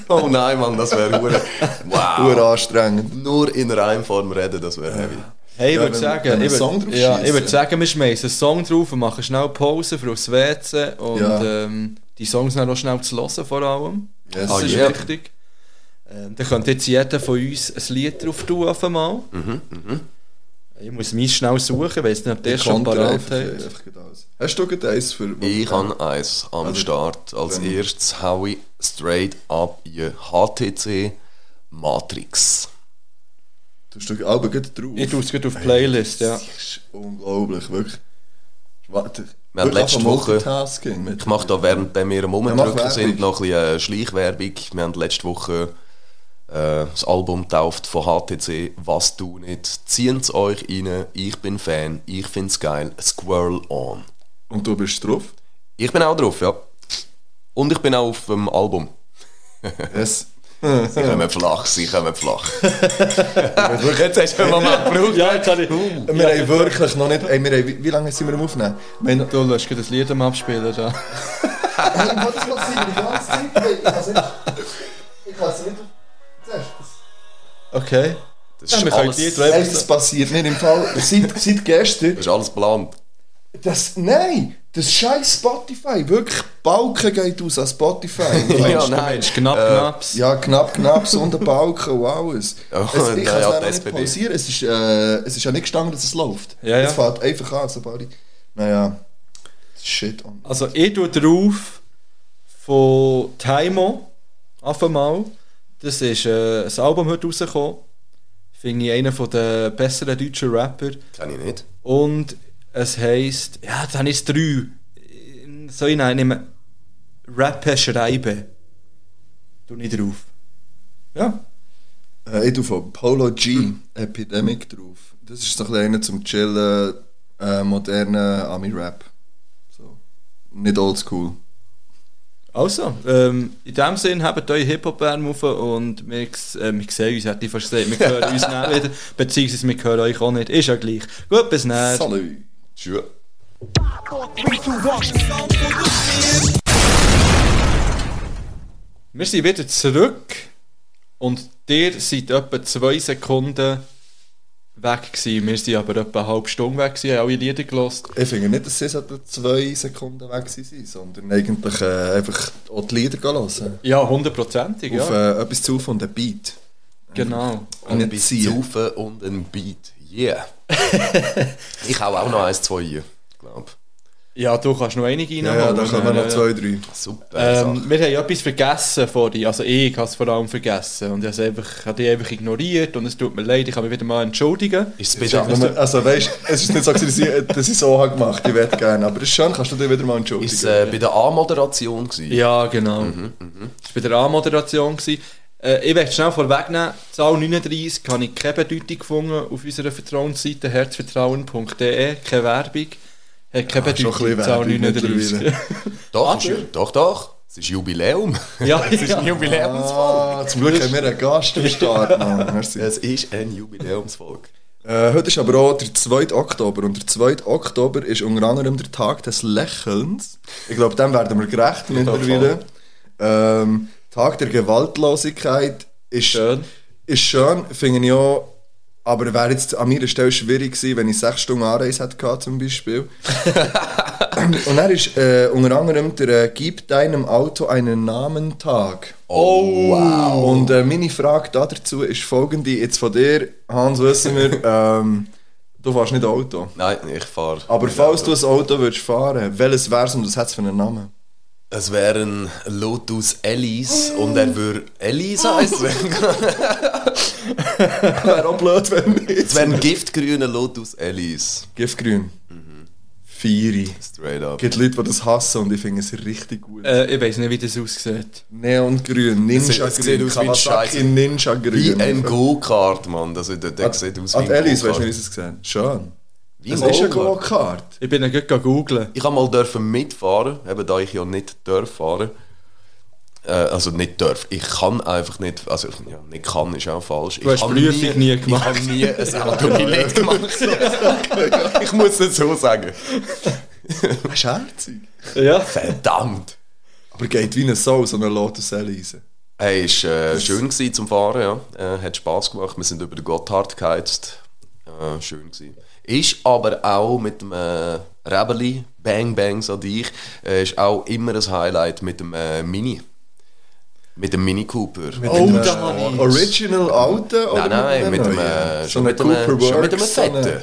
[SPEAKER 4] Wow.
[SPEAKER 5] Oh nein, Mann, das wäre hure. Wow.
[SPEAKER 4] anstrengend.
[SPEAKER 5] Nur in Reimform reden, das wäre heavy.
[SPEAKER 3] Hey, ich
[SPEAKER 4] Ja,
[SPEAKER 3] würde
[SPEAKER 4] wenn-
[SPEAKER 3] sagen,
[SPEAKER 4] wenn wir
[SPEAKER 3] ich würd-
[SPEAKER 4] Song drauf
[SPEAKER 3] ja, ich würde
[SPEAKER 4] schiessen.
[SPEAKER 3] sagen, wir schmeißen einen Song drauf und machen schnell Pause für aufs WC und
[SPEAKER 4] Ja.
[SPEAKER 3] ähm, die Songs dann auch schnell zu hören vor allem.
[SPEAKER 4] Yes.
[SPEAKER 3] Das
[SPEAKER 5] Ah,
[SPEAKER 3] ist
[SPEAKER 5] yeah.
[SPEAKER 3] wichtig. Ähm, dann könnte jetzt jeder von uns ein Lied drauf tun auf einmal. Ich muss meins schnell suchen, weiss nicht, ob der
[SPEAKER 4] Mhm, Ich
[SPEAKER 3] schon
[SPEAKER 4] konnte
[SPEAKER 3] parat
[SPEAKER 4] einfach, äh,
[SPEAKER 3] hat.
[SPEAKER 4] einfach gerade alles. Hast du gerade eins für...
[SPEAKER 5] Ich habe eins am
[SPEAKER 4] Also
[SPEAKER 5] Start. Als
[SPEAKER 4] wenn-
[SPEAKER 5] erstes hau ich straight up in HTC Matrix.
[SPEAKER 4] Du hast doch aber gerade drauf.
[SPEAKER 3] Ich tue es gut auf die Playlist, ja.
[SPEAKER 4] Das ist unglaublich, wirklich. Warte.
[SPEAKER 5] Wir haben
[SPEAKER 4] Wirklich
[SPEAKER 5] letzte
[SPEAKER 4] einfach
[SPEAKER 5] Woche-
[SPEAKER 4] Multitasking mit-
[SPEAKER 5] Ich mache da, während wir am
[SPEAKER 4] Ja, mach
[SPEAKER 5] Rummendrücken
[SPEAKER 4] Werbung.
[SPEAKER 5] sind, noch ein bisschen äh, Schleichwerbung. Wir haben letzte Woche äh, das Album getauft von HTC «Was du nicht». Zieht's euch rein. Ich bin Fan. Ich find's geil. Squirrel on.
[SPEAKER 4] Und du bist drauf.
[SPEAKER 5] Ich bin auch drauf, ja. Und ich bin auch auf dem Album.
[SPEAKER 4] Yes.
[SPEAKER 5] Sie kommen flach, sie kommen flach. Jetzt hast du einen Moment gebraucht.
[SPEAKER 3] Ja, jetzt habe ich...
[SPEAKER 4] Wir haben wirklich noch nicht. Ey, wir haben, wie, wie lange sind wir am Aufnehmen? Wir haben noch.
[SPEAKER 3] Du lässt gerade das Lied am Abspielen da.
[SPEAKER 4] das muss sein, die ganze Zeit. Ich kann es nicht.
[SPEAKER 3] Okay.
[SPEAKER 5] Das
[SPEAKER 3] Ja,
[SPEAKER 5] ist
[SPEAKER 3] wir können
[SPEAKER 5] alles,
[SPEAKER 3] die
[SPEAKER 5] das
[SPEAKER 3] zwei-
[SPEAKER 4] Ey, das passiert nicht im Fall. Seit, seit gestern.
[SPEAKER 5] ist alles geplant.
[SPEAKER 4] Das, nein! Das scheiß Spotify. Wirklich, Balken geht aus an Spotify.
[SPEAKER 5] Ja, nein. Äh,
[SPEAKER 3] Du meinst knapp,
[SPEAKER 4] Äh,
[SPEAKER 3] knapp.
[SPEAKER 4] Ja, knapp, knapp, so unter Balken und alles.
[SPEAKER 5] Oh,
[SPEAKER 4] es,
[SPEAKER 5] naja,
[SPEAKER 4] ich kann es leider
[SPEAKER 5] die
[SPEAKER 4] nicht
[SPEAKER 5] SPD.
[SPEAKER 4] pausieren. Es ist, äh, es ist ja nicht gestanden, dass es läuft.
[SPEAKER 3] Ja, ja.
[SPEAKER 4] Es fährt einfach an, sobald ich... Naja. Shit. on.
[SPEAKER 3] Also ich tue drauf von Taimo auf einmal. Das ist äh, ein Album heute rausgekommen. Finde ich einer von den besseren deutschen Rapper.
[SPEAKER 5] Kann ich nicht.
[SPEAKER 3] Und es heisst, ja, das habe ich jetzt drei. So ich nehme Rapper schreiben. Tu ich drauf. Ja.
[SPEAKER 4] Äh, ich tue von Polo G
[SPEAKER 5] Hm.
[SPEAKER 4] Epidemic drauf. Das ist so ein bisschen einer zum Chillen, äh, modernen Ami-Rap. nicht oldschool.
[SPEAKER 3] Also, ähm, in dem Sinn, habt euch Hip-Hop-Bärm auf und wir, g- äh, wir sehen uns, hätte ich fast gesagt, wir hören uns nicht wieder, beziehungsweise wir hören euch auch nicht, ist ja gleich. Gut, bis
[SPEAKER 5] Äh,
[SPEAKER 3] dann.
[SPEAKER 4] Salut!
[SPEAKER 5] Tschüss.
[SPEAKER 3] Wir sind wieder zurück und ihr seid etwa zwei Sekunden weg gewesen. Wir sind aber etwa eine halbe Stunde weg gewesen, haben alle Lieder gelost.
[SPEAKER 4] Ich finde nicht, dass sie sollten zwei Sekunden weg sind, sondern eigentlich äh, einfach auch die Lieder gehen hören.
[SPEAKER 3] Ja, hundertprozentig,
[SPEAKER 4] Auf
[SPEAKER 3] ja.
[SPEAKER 4] äh, etwas zu von den Beat.
[SPEAKER 3] Genau.
[SPEAKER 4] Und nicht ziehen.
[SPEAKER 5] Saufen und ein Beat. Yeah. ich hau auch noch eins, zwei hier, glaube
[SPEAKER 3] Ja, du kannst noch einige
[SPEAKER 4] Ja,
[SPEAKER 3] reinholen.
[SPEAKER 4] ja, da kommen noch zwei, drei.
[SPEAKER 5] Super
[SPEAKER 3] Ähm,
[SPEAKER 5] Sache.
[SPEAKER 3] wir haben ja etwas vergessen vor dir, also ich habe es vor allem vergessen und ich habe es einfach, habe die einfach ignoriert und es tut mir leid, ich kann mich wieder mal entschuldigen.
[SPEAKER 5] Ist es
[SPEAKER 4] Ja,
[SPEAKER 5] bitte...
[SPEAKER 4] nur- also weißt du, es ist nicht so, gewesen, dass ich, äh, dass ich so habe gemacht habe, ich wette gerne. Aber es ist schön, kannst du dir wieder mal entschuldigen.
[SPEAKER 5] Ist äh, bei der A-Moderation gewesen?
[SPEAKER 3] Ja, genau.
[SPEAKER 4] Mhm,
[SPEAKER 3] Das war bei der A-Moderation. gewesen. Äh, ich möchte schnell vorwegnehmen, Zahl 39 habe ich keine Bedeutung gefunden auf unserer Vertrauensseite herzvertrauen.de, keine Werbung, hat keine
[SPEAKER 4] Ah, schon
[SPEAKER 3] Bedeutung,
[SPEAKER 4] ein bisschen
[SPEAKER 3] Zahl
[SPEAKER 4] Werbung
[SPEAKER 3] 39.
[SPEAKER 4] mittlerweile.
[SPEAKER 5] Doch, ist, doch, doch. Es ist Jubiläum.
[SPEAKER 3] ja, ja.
[SPEAKER 4] Ah, zum Glück haben wir einen Gast am Start, Mann. Merci.
[SPEAKER 5] Es ist ein Jubiläumsfolge.
[SPEAKER 4] Äh, heute ist aber auch der 2. Oktober und der 2. Oktober ist unter anderem der Tag des Lächelns. Ich glaube, dem werden wir gerecht mittlerweile. Ähm, Tag der Gewaltlosigkeit ist
[SPEAKER 3] Schön.
[SPEAKER 4] Ist schön, finde ich auch. Aber wäre jetzt an meiner Stelle schwierig gewesen, wenn ich 6 Stunden Anreise hätte gehabt, zum Beispiel. und dann ist äh, unter anderem der äh, «Gib deinem Auto einen Namen Tag».
[SPEAKER 5] Oh, wow.
[SPEAKER 4] Und äh, meine Frage da dazu ist folgende, jetzt von dir, Hans, wissen wir, ähm, du fährst nicht Auto.
[SPEAKER 5] Nein, ich fahre.
[SPEAKER 4] Aber falls du ein Auto würdest fahren, welches wär's und was hat's für einen Namen?
[SPEAKER 5] Es wäre ein Lotus Elise und er würde Elise heißen.
[SPEAKER 4] Wäre auch blöd, wenn nicht.
[SPEAKER 5] es wäre ein giftgrüner Lotus Elise.
[SPEAKER 4] Giftgrün.
[SPEAKER 5] Mhm.
[SPEAKER 4] Fieri.
[SPEAKER 5] Straight up.
[SPEAKER 4] Es gibt Leute, die das hassen und ich finde es richtig gut.
[SPEAKER 3] Äh, ich weiß nicht, wie das aussieht.
[SPEAKER 4] Neongrün,
[SPEAKER 5] Es sieht- es sieht
[SPEAKER 4] Ninja-Grün,
[SPEAKER 5] aus wie ein
[SPEAKER 4] Kawasaki
[SPEAKER 5] Scheiß. Wie
[SPEAKER 4] Ninja-Grün.
[SPEAKER 5] ein Go-Kart, Mann. Das, das,
[SPEAKER 4] Ad-
[SPEAKER 5] das sieht aus wie
[SPEAKER 4] Ad
[SPEAKER 5] ein
[SPEAKER 4] Ellis, weißt du, wie
[SPEAKER 5] Go-Kart.
[SPEAKER 4] ich es gesehen Schön.
[SPEAKER 5] Wie
[SPEAKER 4] Es
[SPEAKER 5] ein
[SPEAKER 4] ist ein
[SPEAKER 5] Go-Kart.
[SPEAKER 4] Go-Kart.
[SPEAKER 3] Ich bin ja gerade googeln.
[SPEAKER 5] Ich habe mal dürfen mitfahren, eben da ich ja nicht darf fahren. Äh, also nicht darf. Ich kann einfach nicht, also ja, nicht kann ist auch falsch.
[SPEAKER 3] Du hast
[SPEAKER 5] ich habe
[SPEAKER 3] Prüfung nie gemacht.
[SPEAKER 5] Ich habe nie ein Autopilot gemacht. ich muss das so sagen.
[SPEAKER 4] Das ist herzig.
[SPEAKER 3] Ja.
[SPEAKER 5] Verdammt.
[SPEAKER 4] Aber geht wie eine Sau, so eine Lotus Elise.
[SPEAKER 5] Hey, ist äh, schön gewesen zum Fahren, ja. Äh, hat Spass gemacht. Wir sind über den Gotthard geheizt. Äh, schön gewesen. Ist aber auch mit dem äh, Rebeli, Bang Bangs an dich, äh, ist auch immer ein Highlight mit dem äh, Mini. Mit dem Mini Cooper.
[SPEAKER 3] Oh,
[SPEAKER 4] Mit dem, äh,
[SPEAKER 3] da hab ich's.
[SPEAKER 4] eh, Original Auto Oh,
[SPEAKER 5] nein, nein, mit dem,
[SPEAKER 4] neuen?
[SPEAKER 5] äh,
[SPEAKER 4] so
[SPEAKER 5] schon,
[SPEAKER 4] eine
[SPEAKER 5] mit dem,
[SPEAKER 4] Cooper
[SPEAKER 5] äh,
[SPEAKER 4] Works. eh,
[SPEAKER 5] schon mit dem
[SPEAKER 4] so eine-
[SPEAKER 5] Fetten.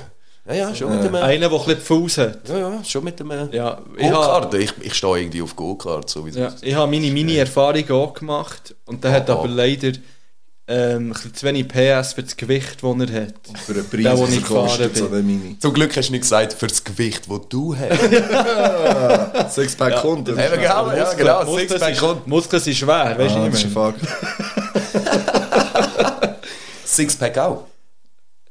[SPEAKER 5] Ja, ja, schon mit dem. äh,
[SPEAKER 3] Einer, der ein bisschen Fuß hat.
[SPEAKER 5] Ja, ja, schon mit dem. äh,
[SPEAKER 3] Ja,
[SPEAKER 4] Oh,
[SPEAKER 3] ich hab-
[SPEAKER 5] Go-Kart. Ich, ich stehe irgendwie auf Go-Kart, so wie es
[SPEAKER 3] Ja,
[SPEAKER 5] aussieht.
[SPEAKER 3] ich habe meine Mini-Erfahrung auch gemacht und der hat
[SPEAKER 5] Aha.
[SPEAKER 3] aber leider ähm, ein bisschen zu wenig PS für das Gewicht, das er hat.
[SPEAKER 4] Für einen Preis,
[SPEAKER 3] Der, wo
[SPEAKER 4] was er
[SPEAKER 3] ich gefahren
[SPEAKER 4] kostet, so
[SPEAKER 3] bin.
[SPEAKER 4] eine Mini.
[SPEAKER 5] Zum Glück hast du nicht gesagt, für das Gewicht, das du hast.
[SPEAKER 4] Sixpack kommt. Das
[SPEAKER 5] Eben,
[SPEAKER 4] ist
[SPEAKER 5] genau, ja, genau.
[SPEAKER 3] Muskeln,
[SPEAKER 5] Sixpack
[SPEAKER 3] sind,
[SPEAKER 5] kommt.
[SPEAKER 3] Muskeln sind schwer, weißt du
[SPEAKER 4] Ah,
[SPEAKER 3] nicht
[SPEAKER 4] das ist
[SPEAKER 3] mehr?
[SPEAKER 4] ein Fuck.
[SPEAKER 5] Sixpack auch.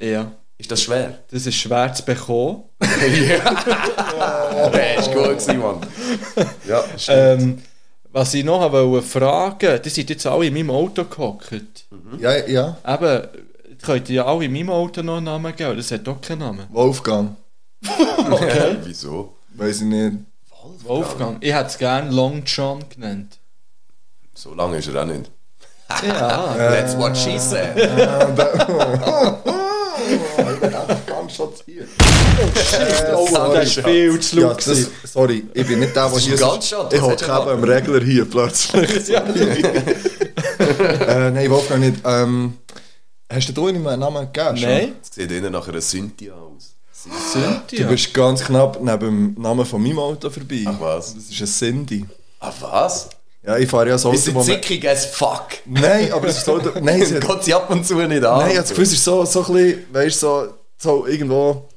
[SPEAKER 3] Ja,
[SPEAKER 5] Ist das schwer?
[SPEAKER 3] das ist schwer zu bekommen.
[SPEAKER 5] Oh, der ist gut gewesen, Mann. Ja, stimmt.
[SPEAKER 3] Ähm, was ich noch wollte fragen, die sind jetzt alle in meinem Auto gehockt.
[SPEAKER 4] Ja, ja.
[SPEAKER 3] Eben, die könnten ja alle in meinem Auto noch einen Namen geben, das hat doch keinen Namen.
[SPEAKER 4] Wolfgang.
[SPEAKER 5] okay. Äh, Wieso?
[SPEAKER 4] Weiß ich nicht.
[SPEAKER 3] Wolfgang, ich hätte es gerne Long John genannt.
[SPEAKER 5] So lange ist er auch nicht.
[SPEAKER 3] Ja,
[SPEAKER 5] That's what she said.
[SPEAKER 4] Oh, Ganz schatz hier.
[SPEAKER 5] Äh,
[SPEAKER 3] oh,
[SPEAKER 4] sorry,
[SPEAKER 3] das war viel zu
[SPEAKER 4] Ja,
[SPEAKER 3] laut.
[SPEAKER 4] das, sorry, ich bin nicht der, der
[SPEAKER 5] ist
[SPEAKER 4] hier
[SPEAKER 5] ein Gunshot,
[SPEAKER 4] Ich
[SPEAKER 5] das
[SPEAKER 4] hocke
[SPEAKER 5] hat ja-
[SPEAKER 4] eben am Regler hier plötzlich. äh, nein, Wolfgang nicht. Ähm, hast du dir meinen Namen gegeben? schon?
[SPEAKER 3] Nein,
[SPEAKER 5] Es sieht eher nach einer Synthi aus.
[SPEAKER 3] sind die
[SPEAKER 4] Du
[SPEAKER 3] ja.
[SPEAKER 4] bist ganz knapp neben dem Namen von meinem Auto Dus vorbei.
[SPEAKER 5] Ach was?
[SPEAKER 4] Das ist ein Cindy.
[SPEAKER 5] Ah, was?
[SPEAKER 4] Ja, ich fahre ja so
[SPEAKER 5] Wir
[SPEAKER 4] Auto,
[SPEAKER 5] sind
[SPEAKER 4] wo man-
[SPEAKER 5] zickig as fuck.
[SPEAKER 4] Nein, aber es ist so... Nein, es hat,
[SPEAKER 5] Geht sie ab und zu nicht an.
[SPEAKER 4] Nein, ich habe das Gefühl, es ist so, so ein bisschen, weißt du, so, so irgendwo.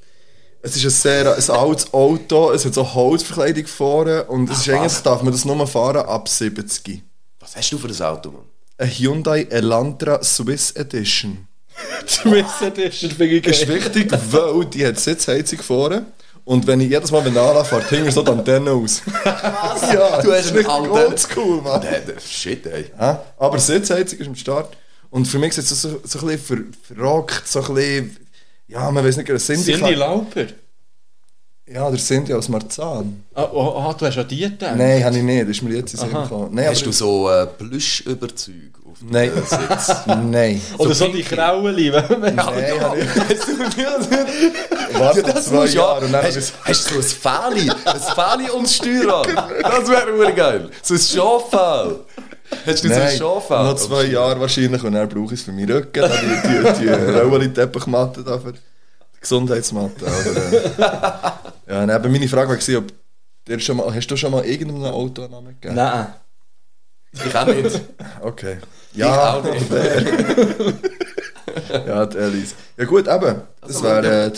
[SPEAKER 4] Es ist ein sehr ein altes Auto, es hat so Holzverkleidung vorne und es ist eigentlich, darf man das nur fahren ab 70.
[SPEAKER 5] Was hast du für ein Auto, Mann?
[SPEAKER 4] Ein Hyundai Elantra Swiss Edition.
[SPEAKER 3] Swiss Edition, finde ich
[SPEAKER 4] Ist
[SPEAKER 3] geil.
[SPEAKER 4] wichtig, weil die hat Sitzheizung vorne Und wenn ich jedes Mal, wenn ich anlaufe, fährt hinten so die Antenne aus. ja,
[SPEAKER 5] Du hast
[SPEAKER 4] das ist
[SPEAKER 5] eine Antenne.
[SPEAKER 4] oldschool, Mann.
[SPEAKER 5] Nein, der- Shit, ey.
[SPEAKER 4] Hä? Aber Sitzheizung ist am Start. Und für mich ist es so, so ein bisschen ver verrockt, so ein bisschen... Ja, man weiß nicht, der Cindy...
[SPEAKER 6] Cindy
[SPEAKER 4] kann-
[SPEAKER 6] Lauper?
[SPEAKER 4] Ja, der Cindy als Marzahn.
[SPEAKER 6] Ah, oh, ah, du hast an die gedacht?
[SPEAKER 4] Nein, habe ich nicht. Das ist mir jetzt in den Sinn gekommen. Nein,
[SPEAKER 5] Hast du
[SPEAKER 4] aber-
[SPEAKER 5] so äh, Plüschüberzüge auf dem
[SPEAKER 4] Nein.
[SPEAKER 5] äh, Sitz?
[SPEAKER 4] Nein.
[SPEAKER 6] Oder so die Krauli, wenn man...
[SPEAKER 4] Nein, habe ich...
[SPEAKER 5] Warte,
[SPEAKER 4] Warte zwei Jahre und dann...
[SPEAKER 5] hast, hast du so ein Fähli, ein Fähli ums Steuer an.
[SPEAKER 4] Genau.
[SPEAKER 5] Das wäre nur geil. So ein Schafell. Hast du so ein
[SPEAKER 4] Nein,
[SPEAKER 5] Schafell?
[SPEAKER 4] noch zwei Jahre wahrscheinlich und dann brauche ich es für meinen Rücken, dann die, die, die Rolli-Teppichmatte da für die Gesundheitsmatte. Aber, äh, ja, und eben meine Frage war, gewesen, ob dir schon mal, hast du schon mal irgendeinem Auto einen Namen gegeben?
[SPEAKER 3] Nein.
[SPEAKER 5] Ich auch nicht.
[SPEAKER 4] Okay.
[SPEAKER 5] Ja,
[SPEAKER 4] Ja,
[SPEAKER 5] ich auch nicht.
[SPEAKER 4] ja, die Alice. Ja gut, eben, das wäre äh,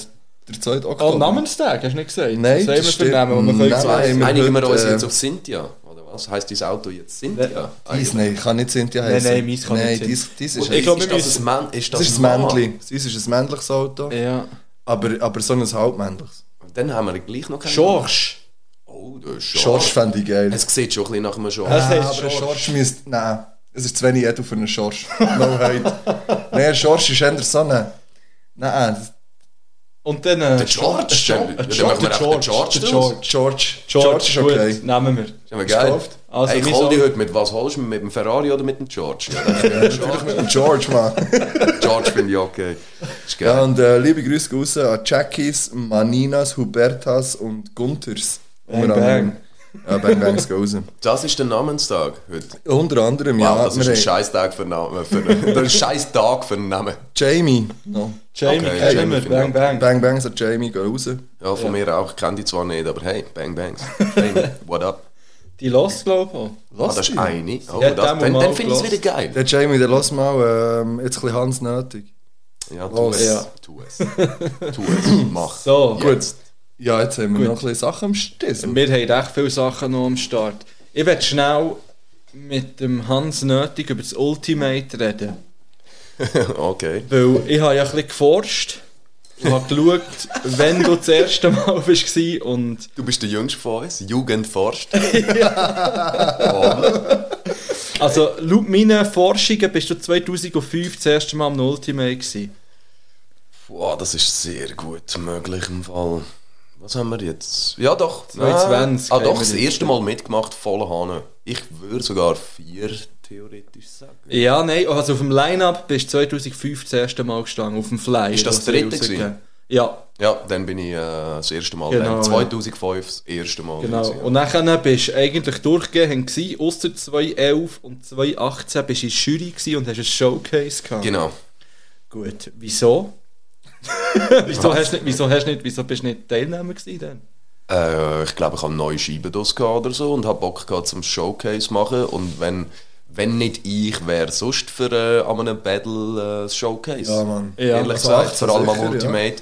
[SPEAKER 4] der zweite Oktober.
[SPEAKER 6] Oh, Namenstag, hast du nicht gesagt?
[SPEAKER 4] Nein,
[SPEAKER 6] das haben wir
[SPEAKER 4] das
[SPEAKER 6] für Namen, die wir
[SPEAKER 4] stimmt.
[SPEAKER 6] können
[SPEAKER 4] Nein.
[SPEAKER 6] sagen.
[SPEAKER 4] haben wir
[SPEAKER 5] Einigen wir
[SPEAKER 4] heute,
[SPEAKER 5] uns
[SPEAKER 4] äh,
[SPEAKER 5] jetzt auf Cynthia. Oder was? Heißt dein Auto jetzt Cynthia?
[SPEAKER 4] Dies, nein, kann nicht Cynthia
[SPEAKER 3] Nein,
[SPEAKER 4] heißen.
[SPEAKER 3] nein, meins kann nicht
[SPEAKER 4] Nein, dies, dies ist,
[SPEAKER 5] Ich
[SPEAKER 4] ein,
[SPEAKER 5] glaube,
[SPEAKER 6] glaube,
[SPEAKER 5] ist
[SPEAKER 6] wir
[SPEAKER 5] das ein Mann? Ist das,
[SPEAKER 4] das ist ein
[SPEAKER 5] Mann?
[SPEAKER 4] Männchen. Dies ist ein männliches Auto,
[SPEAKER 3] Ja.
[SPEAKER 4] aber, aber so ein halbmännliches.
[SPEAKER 5] Und Dann haben wir gleich noch keinen.
[SPEAKER 6] George.
[SPEAKER 5] Oh, das ist
[SPEAKER 4] Schorsch
[SPEAKER 5] Schorsch.
[SPEAKER 4] fände ich geil.
[SPEAKER 5] Es sieht schon ein bisschen nach einem Schorsch.
[SPEAKER 6] Das
[SPEAKER 4] Nein,
[SPEAKER 6] heisst
[SPEAKER 4] aber ein
[SPEAKER 6] Schorsch.
[SPEAKER 4] Schorsch müsste. Nein, es ist zu wenig Edu für einen Schorsch. No hate. Nein, ein Schorsch ist eher so eine. Nein,
[SPEAKER 6] Und dann... Äh,
[SPEAKER 5] Der George.
[SPEAKER 6] George.
[SPEAKER 5] Dann
[SPEAKER 6] George,
[SPEAKER 5] machen wir einfach den
[SPEAKER 6] George,
[SPEAKER 5] George
[SPEAKER 6] der
[SPEAKER 5] draus.
[SPEAKER 6] George.
[SPEAKER 4] George. George,
[SPEAKER 6] George,
[SPEAKER 4] ist
[SPEAKER 6] gut,
[SPEAKER 4] okay.
[SPEAKER 3] Nou,
[SPEAKER 6] nehmen wir.
[SPEAKER 5] Ist geil.
[SPEAKER 4] Gekauft.
[SPEAKER 5] Also,
[SPEAKER 6] Also,
[SPEAKER 5] hey, ich
[SPEAKER 6] wir
[SPEAKER 5] hol dich
[SPEAKER 6] sollen-
[SPEAKER 5] heute mit was holst du? Mit dem Ferrari oder mit dem George? Ja, dann-
[SPEAKER 4] Natürlich mit dem George, Mann.
[SPEAKER 5] George finde ich okay. Ist geil.
[SPEAKER 4] Ja, und äh, liebe Grüße gehen raus an Jackies, Maninas, Hubertas und Gunthers.
[SPEAKER 3] Bang,
[SPEAKER 4] Unter anderem. Ja, bang, bang, es geht raus.
[SPEAKER 5] Das ist der Namenstag heute.
[SPEAKER 4] Unter anderem,
[SPEAKER 5] Wow,
[SPEAKER 4] ja.
[SPEAKER 5] das ist ein
[SPEAKER 4] wir haben
[SPEAKER 5] Scheißtag für Namen. Für, das ist ein Scheißtag für einen Namen.
[SPEAKER 4] Jamie. No.
[SPEAKER 3] Jamie,
[SPEAKER 5] Okay,
[SPEAKER 3] okay,
[SPEAKER 5] Jamie
[SPEAKER 3] immer.
[SPEAKER 5] finde
[SPEAKER 3] Bang,
[SPEAKER 5] ich.
[SPEAKER 3] bang.
[SPEAKER 4] Bang, bang, sagt Jamie, geh raus.
[SPEAKER 5] Ja, von mir auch. Ich kenne die zwar nicht, aber hey, Bang Bangs. Hey, what up?
[SPEAKER 3] Die los, glaube
[SPEAKER 5] Ah, das ist eine. Oh,
[SPEAKER 3] Ja,
[SPEAKER 5] das,
[SPEAKER 3] den
[SPEAKER 5] dann
[SPEAKER 3] mal
[SPEAKER 5] dann finde ich es
[SPEAKER 3] gehört.
[SPEAKER 5] wieder geil.
[SPEAKER 4] Der Jamie, der lass mal, ähm, jetzt ein bisschen Hans nötig.
[SPEAKER 5] Ja, tu
[SPEAKER 4] Los.
[SPEAKER 5] es.
[SPEAKER 3] Ja.
[SPEAKER 5] Tu es. Tu es. Mach.
[SPEAKER 3] ich. So,
[SPEAKER 5] Gut.
[SPEAKER 4] Ja, jetzt haben wir noch ein bisschen Sachen am Stissen.
[SPEAKER 3] wir haben recht viele Sachen noch am Start. Ich werde schnell mit dem nou Hans Nötig über das Ultimate reden.
[SPEAKER 5] Okay.
[SPEAKER 3] Weil ich habe ja ein bisschen geforscht und habe geschaut, wenn du das erste Mal warst und
[SPEAKER 5] Du bist der Jüngste von uns. Oh, Jugend forscht.
[SPEAKER 3] Also, laut meinen Forschungen bist du 2005 das erste Mal am Ultimate. Gewesen.
[SPEAKER 5] Wow, das ist sehr gut möglich im Fall. Was haben wir jetzt? Ja, doch.
[SPEAKER 3] 22
[SPEAKER 5] Ah,
[SPEAKER 3] haben
[SPEAKER 5] doch,
[SPEAKER 3] wir
[SPEAKER 5] das
[SPEAKER 3] jetzt.
[SPEAKER 5] erste Mal mitgemacht, volle Hanne. Ich würde sogar vier theoretisch sagen.
[SPEAKER 3] Ja, nein, also auf dem Line-Up bist du 2005 das erste Mal gestanden, auf dem Flyer.
[SPEAKER 5] Ist das das
[SPEAKER 3] was sie
[SPEAKER 5] dritte
[SPEAKER 3] rausgegeben-
[SPEAKER 5] gewesen?
[SPEAKER 3] Ja,
[SPEAKER 5] Ja, dann bin ich äh, das erste Mal.
[SPEAKER 3] Genau,
[SPEAKER 5] dann
[SPEAKER 3] ja.
[SPEAKER 5] 2005 das erste Mal.
[SPEAKER 3] genau.
[SPEAKER 5] gewesen, ja.
[SPEAKER 3] Und nachher bist du eigentlich durchgehend gewesen, ausser 2011 und 2018 bist du in der Jury gewesen und hast ein Showcase gehabt.
[SPEAKER 5] Genau.
[SPEAKER 3] Gut, wieso? wieso, hast du nicht, wieso, hast du nicht, wieso bist du nicht Teilnehmer gewesen denn?
[SPEAKER 5] Äh, ich glaube, ich habe neue Scheibendos gehabt oder so und habe Bock gehabt zum Showcase machen. Und wenn, wenn nicht ich, wer sonst für äh, an einem Battle äh, Showcase?
[SPEAKER 4] Ja, Mann.
[SPEAKER 3] Ja,
[SPEAKER 5] Ehrlich
[SPEAKER 4] also
[SPEAKER 5] gesagt,
[SPEAKER 4] 18
[SPEAKER 5] vor allem am
[SPEAKER 4] sicher, ja.
[SPEAKER 5] Ultimate.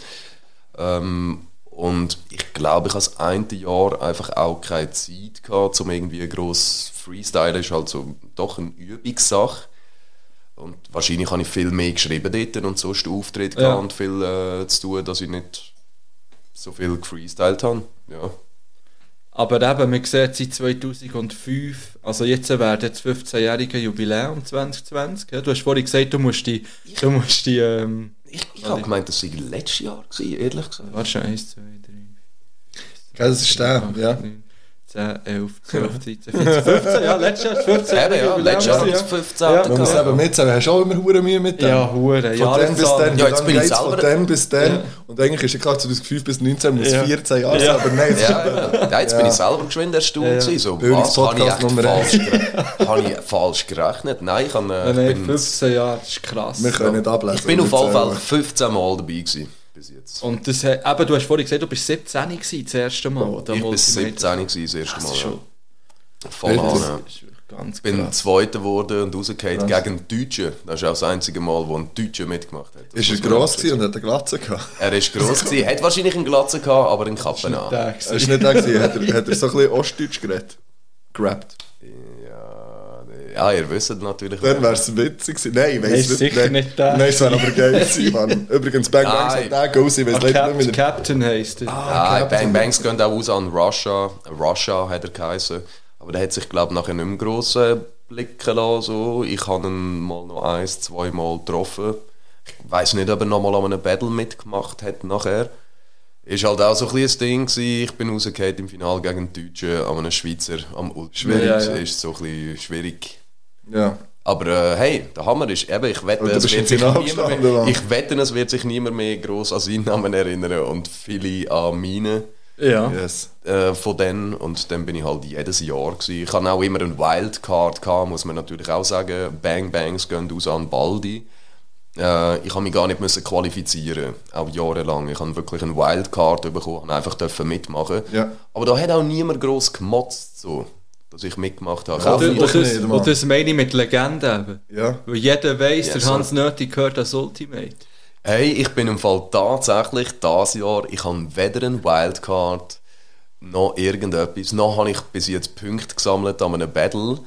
[SPEAKER 5] Ähm, und ich glaube, ich habe das eine Jahr einfach auch keine Zeit gehabt, um irgendwie gross Freestyle ist halt so doch eine Übungssache. Und wahrscheinlich habe ich viel mehr geschrieben dort und sonst Auftritt
[SPEAKER 3] Ja.
[SPEAKER 5] gehabt und viel äh, zu tun, dass ich nicht so viel gefreestylt habe. Ja.
[SPEAKER 3] Aber eben, man sieht seit 2005, also jetzt werden das 15-jährige Jubiläum 2020. ja. Du hast vorhin gesagt, du musst die, du musst die, ähm,
[SPEAKER 5] Ich, Also ich habe gemeint, das sei letztes Jahr gewesen, ehrlich gesagt.
[SPEAKER 3] warte schon, 1, 2, 3,
[SPEAKER 4] Gell, das ist der,
[SPEAKER 3] 8,
[SPEAKER 4] ja.
[SPEAKER 3] 9, 10, 11, 12, 13, 14, 15, ja, letztes Jahr, 14.
[SPEAKER 5] Eben, ja, letztes Jahr
[SPEAKER 3] ja.
[SPEAKER 5] hat es 15.
[SPEAKER 3] Ja.
[SPEAKER 4] Wenn wir es
[SPEAKER 5] gehabt.
[SPEAKER 4] eben mitzählen, hast du auch immer hure Mühe mit dem.
[SPEAKER 3] Ja, hure,
[SPEAKER 4] Von
[SPEAKER 3] ja,
[SPEAKER 4] dann bis dann,
[SPEAKER 5] Ja, jetzt
[SPEAKER 4] dann
[SPEAKER 5] bin ich
[SPEAKER 4] geht's von
[SPEAKER 5] selber-
[SPEAKER 4] dann bis dann.
[SPEAKER 3] Ja.
[SPEAKER 4] Und eigentlich ist ja klar, 2005 bis 19 muss
[SPEAKER 3] Ja.
[SPEAKER 4] 14 Jahre sein,
[SPEAKER 3] Ja.
[SPEAKER 4] aber nein, es ist
[SPEAKER 5] Ja, ja. Nein, jetzt bin ich selber geschwind erstaunt.
[SPEAKER 3] Ja, ja.
[SPEAKER 5] gewesen, So, was habe ich,
[SPEAKER 4] Bildungspodcast
[SPEAKER 5] echt
[SPEAKER 4] Nummer
[SPEAKER 5] falsch, gere- habe ich falsch gerechnet? Nein, ich, habe, äh, ich
[SPEAKER 3] Nein,
[SPEAKER 5] bin,
[SPEAKER 3] 15 Jahre, das ist krass.
[SPEAKER 4] Wir können nicht ablesen.
[SPEAKER 5] ich bin auf
[SPEAKER 4] und
[SPEAKER 5] jeden Fall
[SPEAKER 4] erzählen.
[SPEAKER 5] 15 Mal dabei gewesen, bis jetzt.
[SPEAKER 3] Und das, he- eben, du hast vorhin gesagt, du bist 17 gewesen, das erste Mal. oder?
[SPEAKER 5] ich bin
[SPEAKER 3] Multimedia.
[SPEAKER 5] 17 gewesen, das erste
[SPEAKER 3] Das
[SPEAKER 5] Mal.
[SPEAKER 3] ist schon,
[SPEAKER 5] Ja. Voll
[SPEAKER 4] Das-
[SPEAKER 5] an.
[SPEAKER 3] das ist wirklich ganz
[SPEAKER 5] Ich bin
[SPEAKER 3] krass.
[SPEAKER 5] Zweiter geworden und rausgefallen gegen einen Deutschen. Das ist auch das einzige Mal, wo ein Deutscher mitgemacht hat. Das
[SPEAKER 4] Ist er
[SPEAKER 5] muss man
[SPEAKER 4] gross
[SPEAKER 5] auch
[SPEAKER 4] gewesen und hat eine Glatze gehabt?
[SPEAKER 5] Er ist gross gewesen, hat wahrscheinlich einen Glatze gehabt, aber einen Kappen an.
[SPEAKER 3] Der
[SPEAKER 4] Er ist nicht der gewesen, hat er, hat er so ein bisschen Ostdeutsch geredet? Grabbed.
[SPEAKER 5] Ja, nee. Ja, ihr wisst natürlich.
[SPEAKER 4] Dann wäre es witzig gewesen. Nein, ich
[SPEAKER 6] Nein,
[SPEAKER 4] weiss
[SPEAKER 6] sicher nicht der.
[SPEAKER 4] Nein, es wäre aber geil gewesen, Mann. Übrigens, Bang Bangs
[SPEAKER 5] Nein.
[SPEAKER 4] hat den Goals,
[SPEAKER 6] Ah,
[SPEAKER 4] ich weiss leider
[SPEAKER 3] Cap
[SPEAKER 4] nicht mehr.
[SPEAKER 3] Captain heisst er.
[SPEAKER 5] Ah, Bang Bangs gehen auch raus an Russia. Russia hat er geheißen. Aber der hat sich, glaube ich, nachher nicht mehr gross äh, blicken lassen. So. Ich habe ihn mal noch eins, zweimal getroffen. Ich weiß nicht, ob er nochmal an einem Battle mitgemacht hat nachher. Ist halt auch so ein kleines Ding gewesen. Ich bin rausgefallen im Finale gegen einen Deutschen, an einem Schweizer, am Ultra. Schwierig.
[SPEAKER 4] Ja, ja.
[SPEAKER 5] Ist so ein bisschen schwierig.
[SPEAKER 4] Ja.
[SPEAKER 5] Aber äh, hey, der Hammer ist eben, ich wette,
[SPEAKER 4] Und du
[SPEAKER 5] es
[SPEAKER 4] bist im
[SPEAKER 5] wird, sich
[SPEAKER 4] Finale
[SPEAKER 5] niemand
[SPEAKER 4] gestanden,
[SPEAKER 5] mehr,
[SPEAKER 4] Mann.
[SPEAKER 5] ich wette, es wird sich niemand mehr gross an seinen Namen erinnern und viele an meinen
[SPEAKER 3] Ja.
[SPEAKER 4] Yes.
[SPEAKER 5] äh, von denen. Und dann bin ich halt jedes Jahr. Gewesen. Ich hatte auch immer einen Wildcard, gehabt, muss man natürlich auch sagen. Bang Bangs gehen aus an Baldi. Äh, ich habe mich gar nicht müssen qualifizieren, auch jahrelang. Ich habe wirklich einen Wildcard bekommen und einfach dürfen mitmachen.
[SPEAKER 4] Ja.
[SPEAKER 5] Aber da hat auch niemand gross gemotzt, so, dass ich mitgemacht habe.
[SPEAKER 4] Ja,
[SPEAKER 5] Auch
[SPEAKER 3] Und, und,
[SPEAKER 5] niemand-
[SPEAKER 4] doch
[SPEAKER 3] das,
[SPEAKER 4] nicht, Mann.
[SPEAKER 3] und das meine ich mit Legende eben.
[SPEAKER 4] Ja.
[SPEAKER 3] Weil jeder weiss,
[SPEAKER 5] Ja,
[SPEAKER 3] der
[SPEAKER 5] so.
[SPEAKER 3] Hans Nötig gehört als Ultimate.
[SPEAKER 5] Hey, ich bin im Fall tatsächlich dieses Jahr, ich habe weder einen Wildcard noch irgendetwas. Noch habe ich bis jetzt Punkte gesammelt an einem Battle.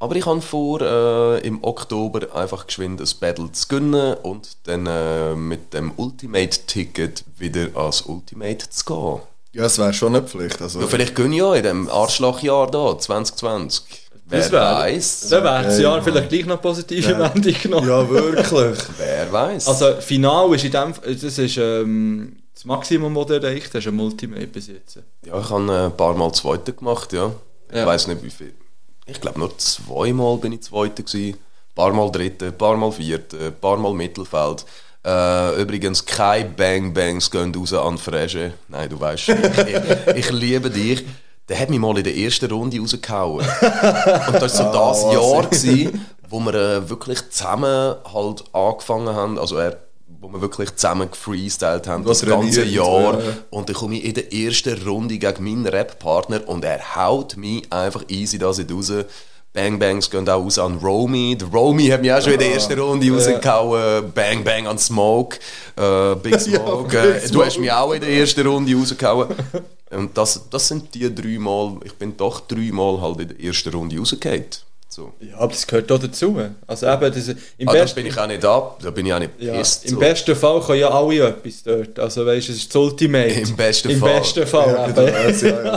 [SPEAKER 5] Aber ich habe vor, äh, im Oktober einfach geschwind ein Battle zu gönnen und dann äh, mit dem Ultimate-Ticket wieder als Ultimate zu gehen.
[SPEAKER 4] Ja, es wäre schon eine Pflicht. Also,
[SPEAKER 5] Ja, vielleicht gönne ich ja in diesem Arschlochjahr da, 2020. Wer
[SPEAKER 3] wär-
[SPEAKER 5] weiß?
[SPEAKER 3] Dann wäre das
[SPEAKER 4] geil,
[SPEAKER 3] Jahr
[SPEAKER 4] Mann.
[SPEAKER 3] vielleicht gleich noch positiv am Ende genommen.
[SPEAKER 4] ja, wirklich.
[SPEAKER 5] Wer weiß?
[SPEAKER 3] Also, Final ist in dem das ist ähm, das Maximum, das du erreicht hast, ein Ultimate besitzen.
[SPEAKER 5] Ja, ich habe äh, ein paar Mal Zweite gemacht, ja. Ich
[SPEAKER 3] Ja.
[SPEAKER 5] weiß nicht, wie viel. Ich glaube, nur zweimal bin ich Zweite gewesen. Ein paar Mal Dritte, ein paar Mal Vierte, ein paar Mal Mittelfeld. Äh, übrigens, keine Bang-Bangs gehen raus an Fresche. Nein, du weißt, ich, ich liebe dich. Der hat mich mal in der ersten Runde rausgehauen. Und das
[SPEAKER 4] Ah,
[SPEAKER 5] war so das Jahr, gewesen, wo wir äh, wirklich zusammen halt angefangen haben, also er, wo wir wirklich zusammen gefreestylt haben,
[SPEAKER 4] Was
[SPEAKER 5] das ganze
[SPEAKER 4] trainiert,
[SPEAKER 5] Jahr.
[SPEAKER 4] ja.
[SPEAKER 5] Und dann komme ich in der ersten Runde gegen meinen Rap-Partner und er haut mich einfach easy da sie raus. Bang Bangs gehen auch raus an Romy. Der Romy hat mich auch schon in der ersten Runde rausgehauen. Bang Bang an Smoke. Äh, Big Smoke.
[SPEAKER 4] Big
[SPEAKER 5] äh, Du
[SPEAKER 4] Smoke.
[SPEAKER 5] hast mich auch in der ersten Runde rausgehauen. und das, das sind die drei Mal, ich bin doch dreimal halt in der ersten Runde rausgehauen. So.
[SPEAKER 3] Ja, aber das gehört auch dazu. Also, eben, das,
[SPEAKER 5] Ah,
[SPEAKER 3] im,
[SPEAKER 5] dann
[SPEAKER 3] besten,
[SPEAKER 5] bin ich auch nicht ab, da bin ich auch nicht
[SPEAKER 3] ja,
[SPEAKER 5] pissed,
[SPEAKER 3] im
[SPEAKER 5] so.
[SPEAKER 3] besten Fall können ja alle etwas dort. Also, weißt du, es ist das Ultimate.
[SPEAKER 5] Im besten
[SPEAKER 3] Im
[SPEAKER 5] Fall.
[SPEAKER 3] besten Fall.
[SPEAKER 4] Ja,
[SPEAKER 3] eben.
[SPEAKER 4] genau, ja, ja,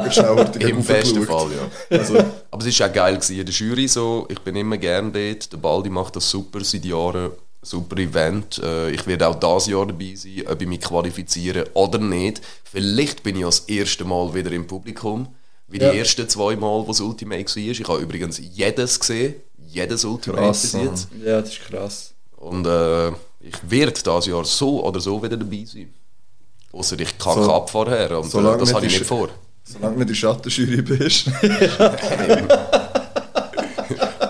[SPEAKER 4] geschauert,
[SPEAKER 5] Im besten Fall, ja.
[SPEAKER 4] ja. Also,
[SPEAKER 5] Aber es war auch geil gewesen. in der Jury. So. Ich bin immer gern dort. Der Baldi macht das super seit Jahren. Super Event. Äh, Ich werde auch dieses Jahr dabei sein, ob ich mich qualifiziere oder nicht. Vielleicht bin ich ja das erste Mal wieder im Publikum. Wie die ersten zwei Mal, wo das Ultimate war. Ich habe übrigens jedes gesehen. Jedes Ultimate
[SPEAKER 4] Krass,
[SPEAKER 5] bis
[SPEAKER 4] Mann.
[SPEAKER 5] jetzt.
[SPEAKER 3] Ja, das ist krass.
[SPEAKER 5] Und äh, ich werde dieses Jahr so oder so wieder dabei sein. Außer ich kacke
[SPEAKER 4] So-
[SPEAKER 5] ab vorher. Und
[SPEAKER 4] solange
[SPEAKER 5] äh, das
[SPEAKER 4] nicht
[SPEAKER 5] habe ich
[SPEAKER 4] die
[SPEAKER 5] nicht
[SPEAKER 4] Sch-
[SPEAKER 5] vor.
[SPEAKER 4] solange du in der Schattenjury bist.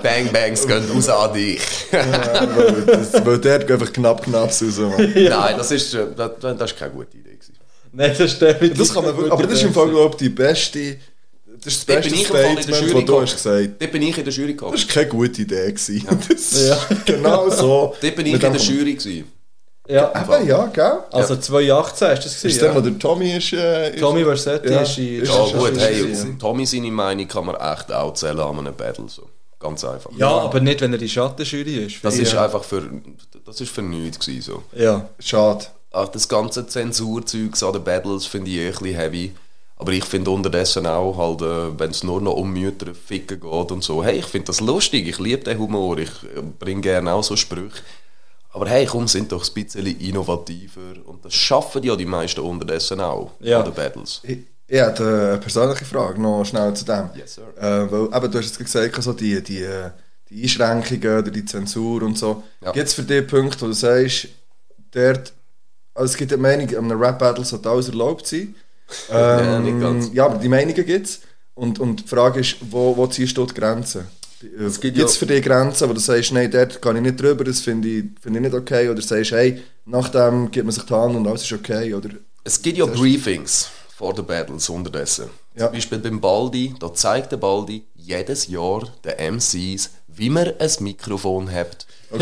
[SPEAKER 5] Bang Bangs gehen raus an dich.
[SPEAKER 4] Ja, weil, das, weil der geht einfach knapp knapp raus. Mann.
[SPEAKER 5] Nein, das ist, äh, das, das ist keine gute Idee. Gewesen.
[SPEAKER 3] Nein, das ist definitiv.
[SPEAKER 4] Das kann man wirklich, aber das ist im Fall, glaube ich, die beste, das ist
[SPEAKER 5] Dort
[SPEAKER 4] das
[SPEAKER 5] bin
[SPEAKER 4] beste
[SPEAKER 5] ich im Fall in der
[SPEAKER 4] Statement,
[SPEAKER 5] Jury
[SPEAKER 4] das du
[SPEAKER 5] gekommen.
[SPEAKER 4] hast gesagt.
[SPEAKER 5] Dort bin ich in der Jury gekommen.
[SPEAKER 4] Das war keine gute Idee. Gewesen. Das ist genau so.
[SPEAKER 5] Dort bin ich in
[SPEAKER 4] Mit
[SPEAKER 5] der
[SPEAKER 4] dem-
[SPEAKER 5] Jury. Gewesen.
[SPEAKER 3] Ja.
[SPEAKER 4] Eben, ja, gell?
[SPEAKER 3] Also 2018 hast du das
[SPEAKER 4] Ist
[SPEAKER 3] gesehen.
[SPEAKER 4] der, wo
[SPEAKER 3] Ja.
[SPEAKER 4] der Tommy ist? Äh, ist-
[SPEAKER 3] Tommy Versetti
[SPEAKER 4] Ja.
[SPEAKER 3] ist in
[SPEAKER 4] Ist
[SPEAKER 5] Ja
[SPEAKER 4] das schon
[SPEAKER 5] gut,
[SPEAKER 4] so
[SPEAKER 5] hey,
[SPEAKER 4] gewesen?
[SPEAKER 5] auf Tommy seine Meinung kann man echt auch zählen an einem Battle. So. Ganz einfach.
[SPEAKER 3] Ja, aber nicht, wenn er in Schattenjury ist.
[SPEAKER 5] Das
[SPEAKER 3] finde
[SPEAKER 5] ist
[SPEAKER 3] ich.
[SPEAKER 5] einfach für, das ist für nichts gewesen, so.
[SPEAKER 3] ja.
[SPEAKER 4] Schade.
[SPEAKER 5] Ach, das ganze Zensurzeugs an den Battles finde ich eh ein bisschen heavy. Aber ich finde unterdessen auch, halt, äh, wenn es nur noch um Mütter ficken geht und so, hey, ich finde das lustig, ich liebe den Humor, ich bringe gerne auch so Sprüche. Aber hey, komm, sind doch ein bisschen innovativer. Und das schaffen ja die meisten unterdessen auch
[SPEAKER 3] Ja.
[SPEAKER 5] an den Battles.
[SPEAKER 4] Ich, ich hätte äh, eine persönliche Frage noch schnell zu dem.
[SPEAKER 5] Yes, sir.
[SPEAKER 4] Äh, weil, eben, du hast jetzt gesagt, so die, die, äh, die Einschränkungen oder die Zensur und so.
[SPEAKER 5] Ja.
[SPEAKER 4] Gibt es für dich Punkte, wo du sagst, dort, also es gibt eine Meinung, an einem Rap-Battle sollte alles erlaubt sein. Ähm,
[SPEAKER 5] Ja, nicht ganz.
[SPEAKER 4] Ja, aber die Meinungen gibt es. Und, und die Frage ist, wo, wo ziehst du die Grenzen? Es
[SPEAKER 5] gibt
[SPEAKER 4] gibt es
[SPEAKER 5] ja-
[SPEAKER 4] für dich Grenzen, wo du sagst, nein, dort kann ich nicht drüber, das finde ich, finde ich nicht okay. Oder sagst, hey, nach dem gibt man sich die Hand und alles ist okay. Oder,
[SPEAKER 5] Es gibt ja Briefings vor den Battles unterdessen.
[SPEAKER 4] Ja.
[SPEAKER 5] Zum Beispiel beim Baldi, da zeigt der Baldi jedes Jahr den MCs, wie man ein Mikrofon hat.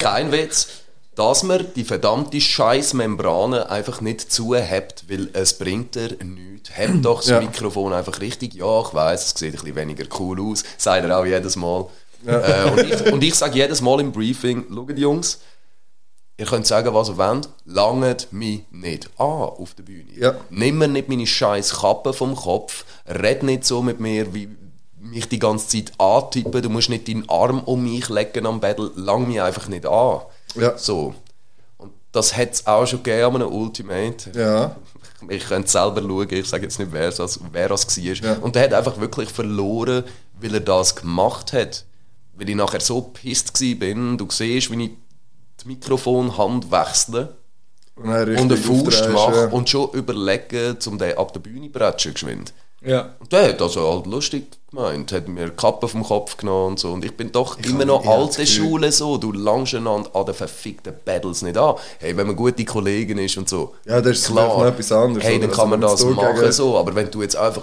[SPEAKER 5] Kein Witz. Dass man die verdammte Scheißmembrane einfach nicht zuhebt, weil es bringt er nichts. Hebt doch das
[SPEAKER 4] Ja.
[SPEAKER 5] Mikrofon einfach richtig. Ja, ich weiß, es sieht ein bisschen weniger cool aus. Sagt er auch jedes Mal. Äh, und ich, und ich sage jedes Mal im Briefing, schaut Jungs, ihr könnt sagen, was ihr wollt, langet mich nicht an auf der Bühne.
[SPEAKER 4] Ja.
[SPEAKER 5] Nimm mir nicht meine scheiß Kappe vom Kopf, red nicht so mit mir, wie mich die ganze Zeit antippen, du musst nicht deinen Arm um mich legen am Bett, lang mich einfach nicht an.
[SPEAKER 4] Ja.
[SPEAKER 5] So. Und das hat es auch schon gegeben an einem Ultimate.
[SPEAKER 4] Ja.
[SPEAKER 5] Ich könnte selber schauen, ich sage jetzt nicht, wer das, wer das war.
[SPEAKER 4] Ja.
[SPEAKER 5] Und der hat einfach wirklich verloren, weil er das gemacht hat. Weil ich nachher so pisst war, du siehst, wie ich das Mikrofonhand wechsle
[SPEAKER 4] Und, dann
[SPEAKER 5] und eine
[SPEAKER 4] richtig
[SPEAKER 5] Faust
[SPEAKER 4] aufdrehst,
[SPEAKER 5] mache
[SPEAKER 4] ja.
[SPEAKER 5] und schon überlege, um den ab der Bühne bretschen geschwind.
[SPEAKER 3] Ja.
[SPEAKER 5] Und der hat also halt lustig gemeint, hat mir die Kappe vom Kopf genommen und so. Und ich bin doch immer
[SPEAKER 4] hab-
[SPEAKER 5] noch
[SPEAKER 4] ich hab
[SPEAKER 5] alte
[SPEAKER 4] das Gefühl-
[SPEAKER 5] Schule so, du langst einander an den verfickten Battles nicht an. Hey, wenn man gute Kollegen ist und so.
[SPEAKER 4] Ja, das ist vielleicht noch etwas anderes,
[SPEAKER 5] Hey,
[SPEAKER 4] oder?
[SPEAKER 5] dann kann man
[SPEAKER 4] Also,
[SPEAKER 5] das
[SPEAKER 4] wenn du
[SPEAKER 5] machen
[SPEAKER 4] gegen-
[SPEAKER 5] so. Aber wenn du jetzt einfach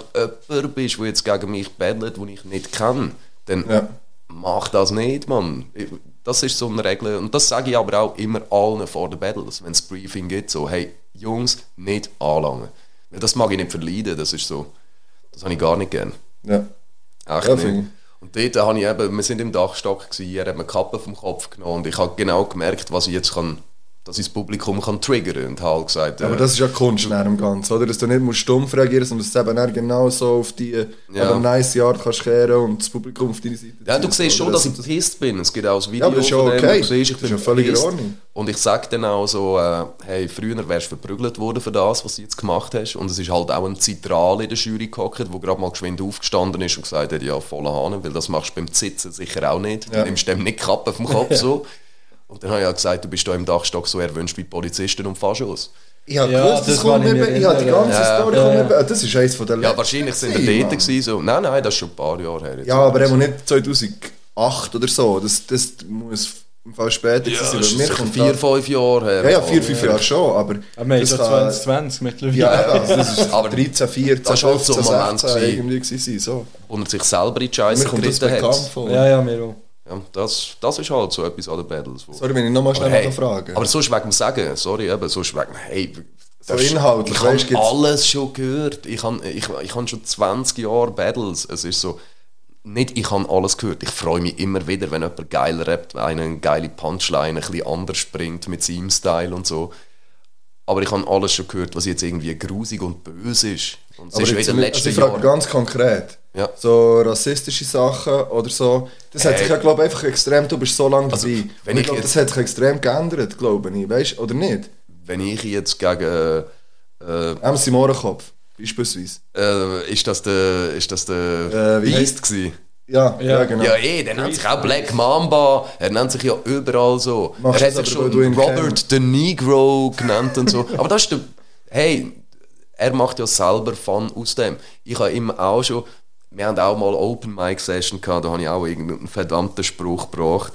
[SPEAKER 5] jemand bist, der jetzt gegen mich battelt, den ich nicht kenne, dann
[SPEAKER 4] Ja.
[SPEAKER 5] mach das nicht, Mann. Ich- Das ist so eine Regel. Und das sage ich aber auch immer allen vor den Battles, wenn es Briefing gibt, so, hey, Jungs, nicht anlangen. Weil das mag ich nicht verleiden, das ist so. Das habe ich gar nicht gern.
[SPEAKER 4] Ja.
[SPEAKER 5] Echt
[SPEAKER 4] Ja, finde
[SPEAKER 5] nicht.
[SPEAKER 4] ich.
[SPEAKER 5] Und dort habe ich eben, wir sind im Dachstock, gewesen, er hat mir die Kappe vom Kopf genommen und ich habe genau gemerkt, was ich jetzt kann, dass ich das Publikum kann triggern und habe halt gesagt,
[SPEAKER 4] Aber
[SPEAKER 5] äh,
[SPEAKER 4] das ist ja die Kunst nach dem Ganzen, oder? Dass du nicht musst stumpf reagieren musst, sondern dass du eben dann genau so auf die
[SPEAKER 5] Ja.
[SPEAKER 4] aber nice Art kannst kehren und das Publikum auf deine Seite
[SPEAKER 5] Ja, du
[SPEAKER 4] ziehst,
[SPEAKER 5] siehst schon,
[SPEAKER 4] oder?
[SPEAKER 5] dass ich
[SPEAKER 4] Also,
[SPEAKER 5] pissed bin. Es gibt auch ein Video
[SPEAKER 4] Ja, aber das ist ja
[SPEAKER 5] von dem,
[SPEAKER 4] okay.
[SPEAKER 5] wo du siehst, ich
[SPEAKER 4] Das ist
[SPEAKER 5] bin
[SPEAKER 4] ja völlig in
[SPEAKER 5] pissed.
[SPEAKER 4] Ordnung.
[SPEAKER 5] Und ich sage dann auch so, äh, hey, früher wärst du verprügelt worden für das, was du jetzt gemacht hast. Und es ist halt auch ein Zitral in der Jury gehockt, der gerade mal geschwind aufgestanden ist und gesagt hat, ja, voller Hahn, weil das machst du beim Sitzen sicher auch nicht.
[SPEAKER 4] Ja.
[SPEAKER 5] Du nimmst dem nicht die Kappe vom Kopf so. Und dann habe ich auch gesagt, du bist da im Dachstock so erwünscht wie Polizisten und Faschos.
[SPEAKER 4] Ich habe
[SPEAKER 6] Ja,
[SPEAKER 4] gewusst, das
[SPEAKER 6] das
[SPEAKER 4] kommt
[SPEAKER 6] kann ich mir
[SPEAKER 4] eben, ich habe die
[SPEAKER 6] erinnern,
[SPEAKER 4] ganze
[SPEAKER 5] ja.
[SPEAKER 4] Story
[SPEAKER 6] Ja,
[SPEAKER 4] kommt
[SPEAKER 6] ja.
[SPEAKER 4] eben, ah, das ist eines von der
[SPEAKER 5] Ja, wahrscheinlich sind die
[SPEAKER 4] Mann.
[SPEAKER 5] dort gewesen, so. Nein, nein, das ist schon ein paar Jahre her. jetzt.
[SPEAKER 4] Ja, aber eben nicht 2008 oder so, das, das muss im Fall später
[SPEAKER 5] Ja, das
[SPEAKER 4] gewesen
[SPEAKER 5] ist
[SPEAKER 4] Mir
[SPEAKER 5] sicher
[SPEAKER 4] kommt
[SPEAKER 5] vier,
[SPEAKER 4] da-
[SPEAKER 5] fünf Jahre her.
[SPEAKER 4] Ja, ja, vier, fünf Jahre schon, aber...
[SPEAKER 6] Aber wir haben
[SPEAKER 4] das
[SPEAKER 6] schon
[SPEAKER 4] kann-
[SPEAKER 6] 2020 mittlerweile.
[SPEAKER 4] Ja, also das ist
[SPEAKER 5] Aber
[SPEAKER 4] 13, 14,
[SPEAKER 5] das war halt so ein
[SPEAKER 4] 15,
[SPEAKER 5] Moment
[SPEAKER 4] 16
[SPEAKER 5] gewesen.
[SPEAKER 4] irgendwie gewesen, so.
[SPEAKER 5] Und er sich selber in die
[SPEAKER 4] Mir
[SPEAKER 5] Scheiße
[SPEAKER 4] kommt das
[SPEAKER 5] geritten
[SPEAKER 4] bekannt
[SPEAKER 5] hat.
[SPEAKER 4] vor.
[SPEAKER 3] Ja, ja, mir auch.
[SPEAKER 5] Ja, das, das ist halt so etwas an den Battles. Wo,
[SPEAKER 4] Sorry, wenn ich nochmal schnell
[SPEAKER 5] Oh, hey,
[SPEAKER 4] hey, frage.
[SPEAKER 5] aber sonst wegen dem Sagen, sorry, eben, sonst wegen, hey, das-
[SPEAKER 4] inhaltlich,
[SPEAKER 5] ich
[SPEAKER 4] weißt,
[SPEAKER 5] habe
[SPEAKER 4] gibt's-
[SPEAKER 5] alles schon gehört. Ich habe ich, ich hab schon 20 Jahre Battles. Es ist so, nicht ich habe alles gehört. Ich freue mich immer wieder, wenn jemand geil rappt, wenn einer eine geile Punchline ein bisschen anders springt mit seinem Style und so. Aber ich habe alles schon gehört, was jetzt irgendwie grusig und böse ist. Und es
[SPEAKER 4] Aber
[SPEAKER 5] ist schon
[SPEAKER 4] jetzt-
[SPEAKER 5] in den
[SPEAKER 4] also
[SPEAKER 5] letzten
[SPEAKER 4] ich frage
[SPEAKER 5] Jahren.
[SPEAKER 4] ganz konkret.
[SPEAKER 5] Ja.
[SPEAKER 4] So rassistische Sachen oder so. Das hat sich ja, glaube ich, einfach extrem, du bist so lange dabei.
[SPEAKER 5] wenn
[SPEAKER 4] Und ich
[SPEAKER 5] ich
[SPEAKER 4] glaube,
[SPEAKER 5] jetzt-
[SPEAKER 4] das hat sich extrem geändert, glaube ich. Weißt du, oder nicht?
[SPEAKER 5] wenn ich jetzt gegen. Äh,
[SPEAKER 4] MC Mohrenkopf, beispielsweise.
[SPEAKER 5] äh, ist das der. Ist das der.
[SPEAKER 4] Äh, wie
[SPEAKER 5] Beast gewesen?
[SPEAKER 4] Ja, ja, genau.
[SPEAKER 5] Ja, eh, der nennt sich auch Black Mamba. Er nennt sich ja überall so.
[SPEAKER 4] Machst
[SPEAKER 5] er
[SPEAKER 4] das
[SPEAKER 5] hat sich
[SPEAKER 4] aber, weil du ihn
[SPEAKER 5] schon Robert the Negro genannt und so. Aber das ist der. Hey, er macht ja selber Fun aus dem. Ich habe immer auch schon. Wir haben auch mal Open Mic Session gehabt, da habe ich auch irgendeinen verdammten Spruch gebracht.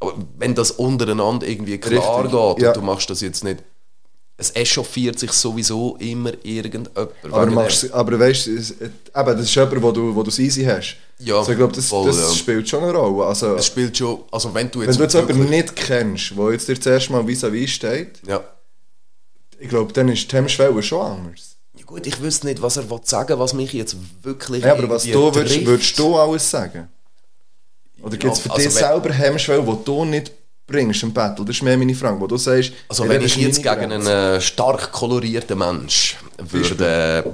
[SPEAKER 5] Aber wenn das untereinander irgendwie klar
[SPEAKER 4] Richtig,
[SPEAKER 5] geht
[SPEAKER 4] ja.
[SPEAKER 5] und du machst das jetzt nicht. Es echauffiert sich sowieso immer irgendjemand.
[SPEAKER 4] Aber,
[SPEAKER 5] wegen dem.
[SPEAKER 4] machst, aber weißt du, es- äh, eben, das ist jemand, wo du, wo du es easy Dus hast.
[SPEAKER 5] Ja,
[SPEAKER 4] also ich glaube, das,
[SPEAKER 5] voll,
[SPEAKER 4] das
[SPEAKER 5] ja.
[SPEAKER 4] spielt schon eine Rolle. Also,
[SPEAKER 5] Es spielt schon. Also wenn du
[SPEAKER 4] wenn
[SPEAKER 5] jetzt.
[SPEAKER 4] du jetzt jemanden
[SPEAKER 5] wirklich-
[SPEAKER 4] nicht kennst, der jetzt dir zuerst mal vis-à-vis steht,
[SPEAKER 5] ja.
[SPEAKER 4] ich glaube, dann ist die Hemmschwelle schon anders.
[SPEAKER 5] Ja gut, ich wüsste nicht, was er will sagen was mich jetzt wirklich
[SPEAKER 4] Ja, aber was
[SPEAKER 5] irgendwie
[SPEAKER 4] du würdest,
[SPEAKER 5] trifft.
[SPEAKER 4] würdest du alles sagen? Oder gibt es für
[SPEAKER 5] also
[SPEAKER 4] dich
[SPEAKER 5] wenn-
[SPEAKER 4] selber Hemmschwelle, die du nicht bringst im Battle? Das ist mehr meine Frage, wo du sagst...
[SPEAKER 5] Also
[SPEAKER 4] hey,
[SPEAKER 5] wenn
[SPEAKER 4] das
[SPEAKER 5] ich
[SPEAKER 4] ist
[SPEAKER 5] jetzt
[SPEAKER 4] meine
[SPEAKER 5] gegen einen
[SPEAKER 4] Grenze.
[SPEAKER 5] äh, stark kolorierten Mensch würde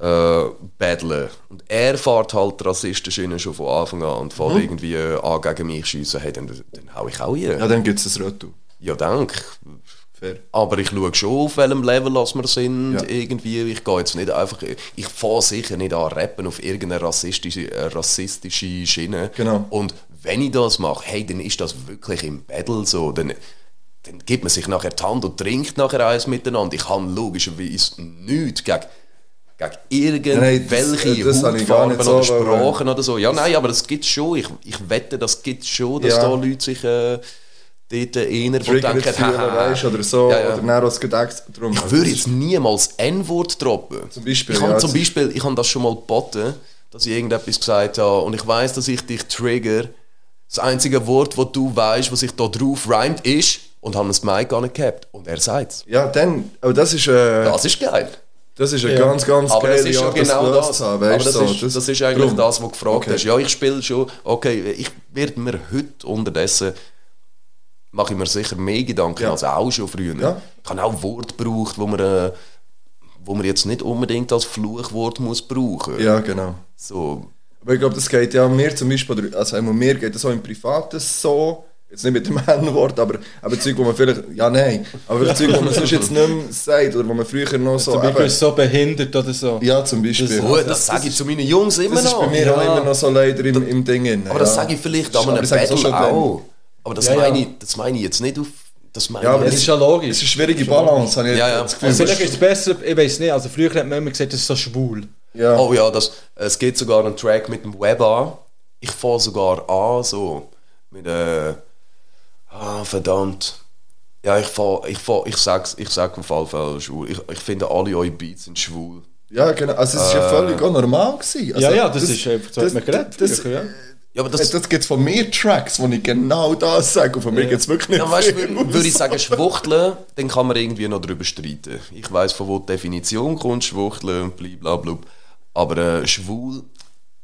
[SPEAKER 5] äh, battlen und er fährt halt rassistisch innen schon von Anfang an und
[SPEAKER 4] Mhm.
[SPEAKER 5] fährt irgendwie äh, an gegen mich schiessen, hey, dann, dann hau ich auch hier.
[SPEAKER 4] Ja,
[SPEAKER 5] Ja,
[SPEAKER 4] dann gibt es ein Retour.
[SPEAKER 5] danke.
[SPEAKER 4] Fair.
[SPEAKER 5] Aber ich schaue schon, auf welchem Level als wir sind.
[SPEAKER 4] Ja.
[SPEAKER 5] Irgendwie, ich gehe jetzt nicht einfach... Ich fahre sicher nicht an Rappen auf irgendeine rassistische, äh, rassistische Schiene.
[SPEAKER 4] Genau.
[SPEAKER 5] Und wenn ich das mache, hey, dann ist das wirklich im Battle so. Dann, dann gibt man sich nachher die Hand und trinkt nachher eins miteinander. Ich habe logischerweise nichts gegen, gegen
[SPEAKER 4] Nein, das- äh,
[SPEAKER 5] irgendwelche
[SPEAKER 4] das habe ich gar
[SPEAKER 5] Hautfarben
[SPEAKER 4] nicht so
[SPEAKER 5] oder
[SPEAKER 4] wollen.
[SPEAKER 5] Sprachen oder so. Ja, nein, aber das gibt es schon. Ich, ich wette, das gibt es schon, dass
[SPEAKER 4] Ja.
[SPEAKER 5] da Leute sich... Äh, Dort eher wo
[SPEAKER 4] Triggered
[SPEAKER 5] denken,
[SPEAKER 4] fühlen,
[SPEAKER 5] haha.
[SPEAKER 4] weißt du, oder so,
[SPEAKER 5] Ja, ja.
[SPEAKER 4] oder dann als Gedanke drum.
[SPEAKER 5] Ich würde jetzt niemals N-Wort droppen.
[SPEAKER 4] Zum Beispiel,
[SPEAKER 5] Ich habe
[SPEAKER 4] ja,
[SPEAKER 5] zum
[SPEAKER 4] zum-
[SPEAKER 5] Beispiel, ich habe das schon mal geboten, dass ich irgendetwas gesagt habe und ich weiß, dass ich dich trigger. Das einzige Wort, das du weißt, was ich da drauf reimt, ist und haben das Mike gar nicht gehabt. Und er sagt
[SPEAKER 4] Ja, dann, aber das ist... Äh,
[SPEAKER 5] Das ist geil.
[SPEAKER 4] Das ist eine
[SPEAKER 6] Ja.
[SPEAKER 4] ganz, ganz
[SPEAKER 5] Aber das
[SPEAKER 4] geile
[SPEAKER 5] ist ja
[SPEAKER 4] Art, das
[SPEAKER 5] genau
[SPEAKER 4] gelöst
[SPEAKER 5] das.
[SPEAKER 4] zu haben.
[SPEAKER 5] aber
[SPEAKER 4] Weißt,
[SPEAKER 5] das,
[SPEAKER 4] so,
[SPEAKER 5] ist, das ist eigentlich
[SPEAKER 4] Drum.
[SPEAKER 5] das, was du gefragt
[SPEAKER 4] Okay.
[SPEAKER 5] hast. Ja, ich spiele schon. Okay, ich werde mir heute unterdessen mache ich mir sicher mehr Gedanken
[SPEAKER 4] Ja.
[SPEAKER 5] als auch schon früher.
[SPEAKER 4] Ja.
[SPEAKER 5] Ich habe auch Worte gebraucht, wo man, äh, wo man jetzt nicht unbedingt als Fluchwort muss brauchen.
[SPEAKER 4] Ja, genau.
[SPEAKER 5] So,
[SPEAKER 4] Aber ich glaube, das geht ja mir zum Beispiel, oder- also einmal mir geht das auch im Privaten so, jetzt nicht mit dem N-Wort, aber eben Zeug, wo man vielleicht, ja nein, aber vielleicht Zeug, wo man sonst jetzt nicht mehr sagt, oder wo man früher noch so,
[SPEAKER 6] Zum Beispiel
[SPEAKER 4] eben,
[SPEAKER 6] ist so behindert oder so.
[SPEAKER 4] ja zum Beispiel.
[SPEAKER 5] oh, das, sage ich zu meinen Jungs immer
[SPEAKER 4] Das ist
[SPEAKER 5] noch.
[SPEAKER 4] bei mir auch immer noch so leider im, im Ding drin.
[SPEAKER 5] aber das sage ich vielleicht an
[SPEAKER 4] Aber
[SPEAKER 5] einem
[SPEAKER 4] ich sage es auch
[SPEAKER 5] Battle
[SPEAKER 4] schon
[SPEAKER 5] auch. Aber das,
[SPEAKER 6] Ja, ja.
[SPEAKER 5] meine Ich, das meine ich jetzt nicht auf... Das meine
[SPEAKER 4] Ja, aber
[SPEAKER 5] ich
[SPEAKER 4] das
[SPEAKER 6] Das ist
[SPEAKER 5] jetzt,
[SPEAKER 6] ja logisch.
[SPEAKER 4] Es ist eine schwierige Balance, habe ich
[SPEAKER 5] Ja, Also ja.
[SPEAKER 4] das
[SPEAKER 6] Vielleicht ist
[SPEAKER 4] Gefühl.
[SPEAKER 6] es besser, ich weiß nicht, also früher hat man immer gesagt, das ist so schwul.
[SPEAKER 4] Ja.
[SPEAKER 5] Oh ja, das, es geht sogar einen Track mit dem Web an. Ich fange sogar an, so. Mit, äh, ah, verdammt. Ja, ich fahre, ich fahre, ich sag's, ich sag im Fall voll schwul. Ich, ich finde alle eure Beats sind schwul.
[SPEAKER 4] ja, genau. Also es ist
[SPEAKER 5] Äh.
[SPEAKER 4] ja völlig auch normal gewesen. Also,
[SPEAKER 6] Ja, ja, das ist einfach, so hat man geredet
[SPEAKER 4] Das, das,
[SPEAKER 6] früher, ja.
[SPEAKER 5] Ja, aber
[SPEAKER 4] das,
[SPEAKER 5] das,
[SPEAKER 4] gibt es von mir Tracks, wo ich genau das sage und von mir gibt es wirklich nicht
[SPEAKER 5] ja, weißt,
[SPEAKER 4] viel.
[SPEAKER 5] wür- würde ich sagen Schwuchteln, dann kann man irgendwie noch drüber streiten. Ich weiß von wo die Definition kommt, Schwuchteln und blablabla. Aber äh, schwul,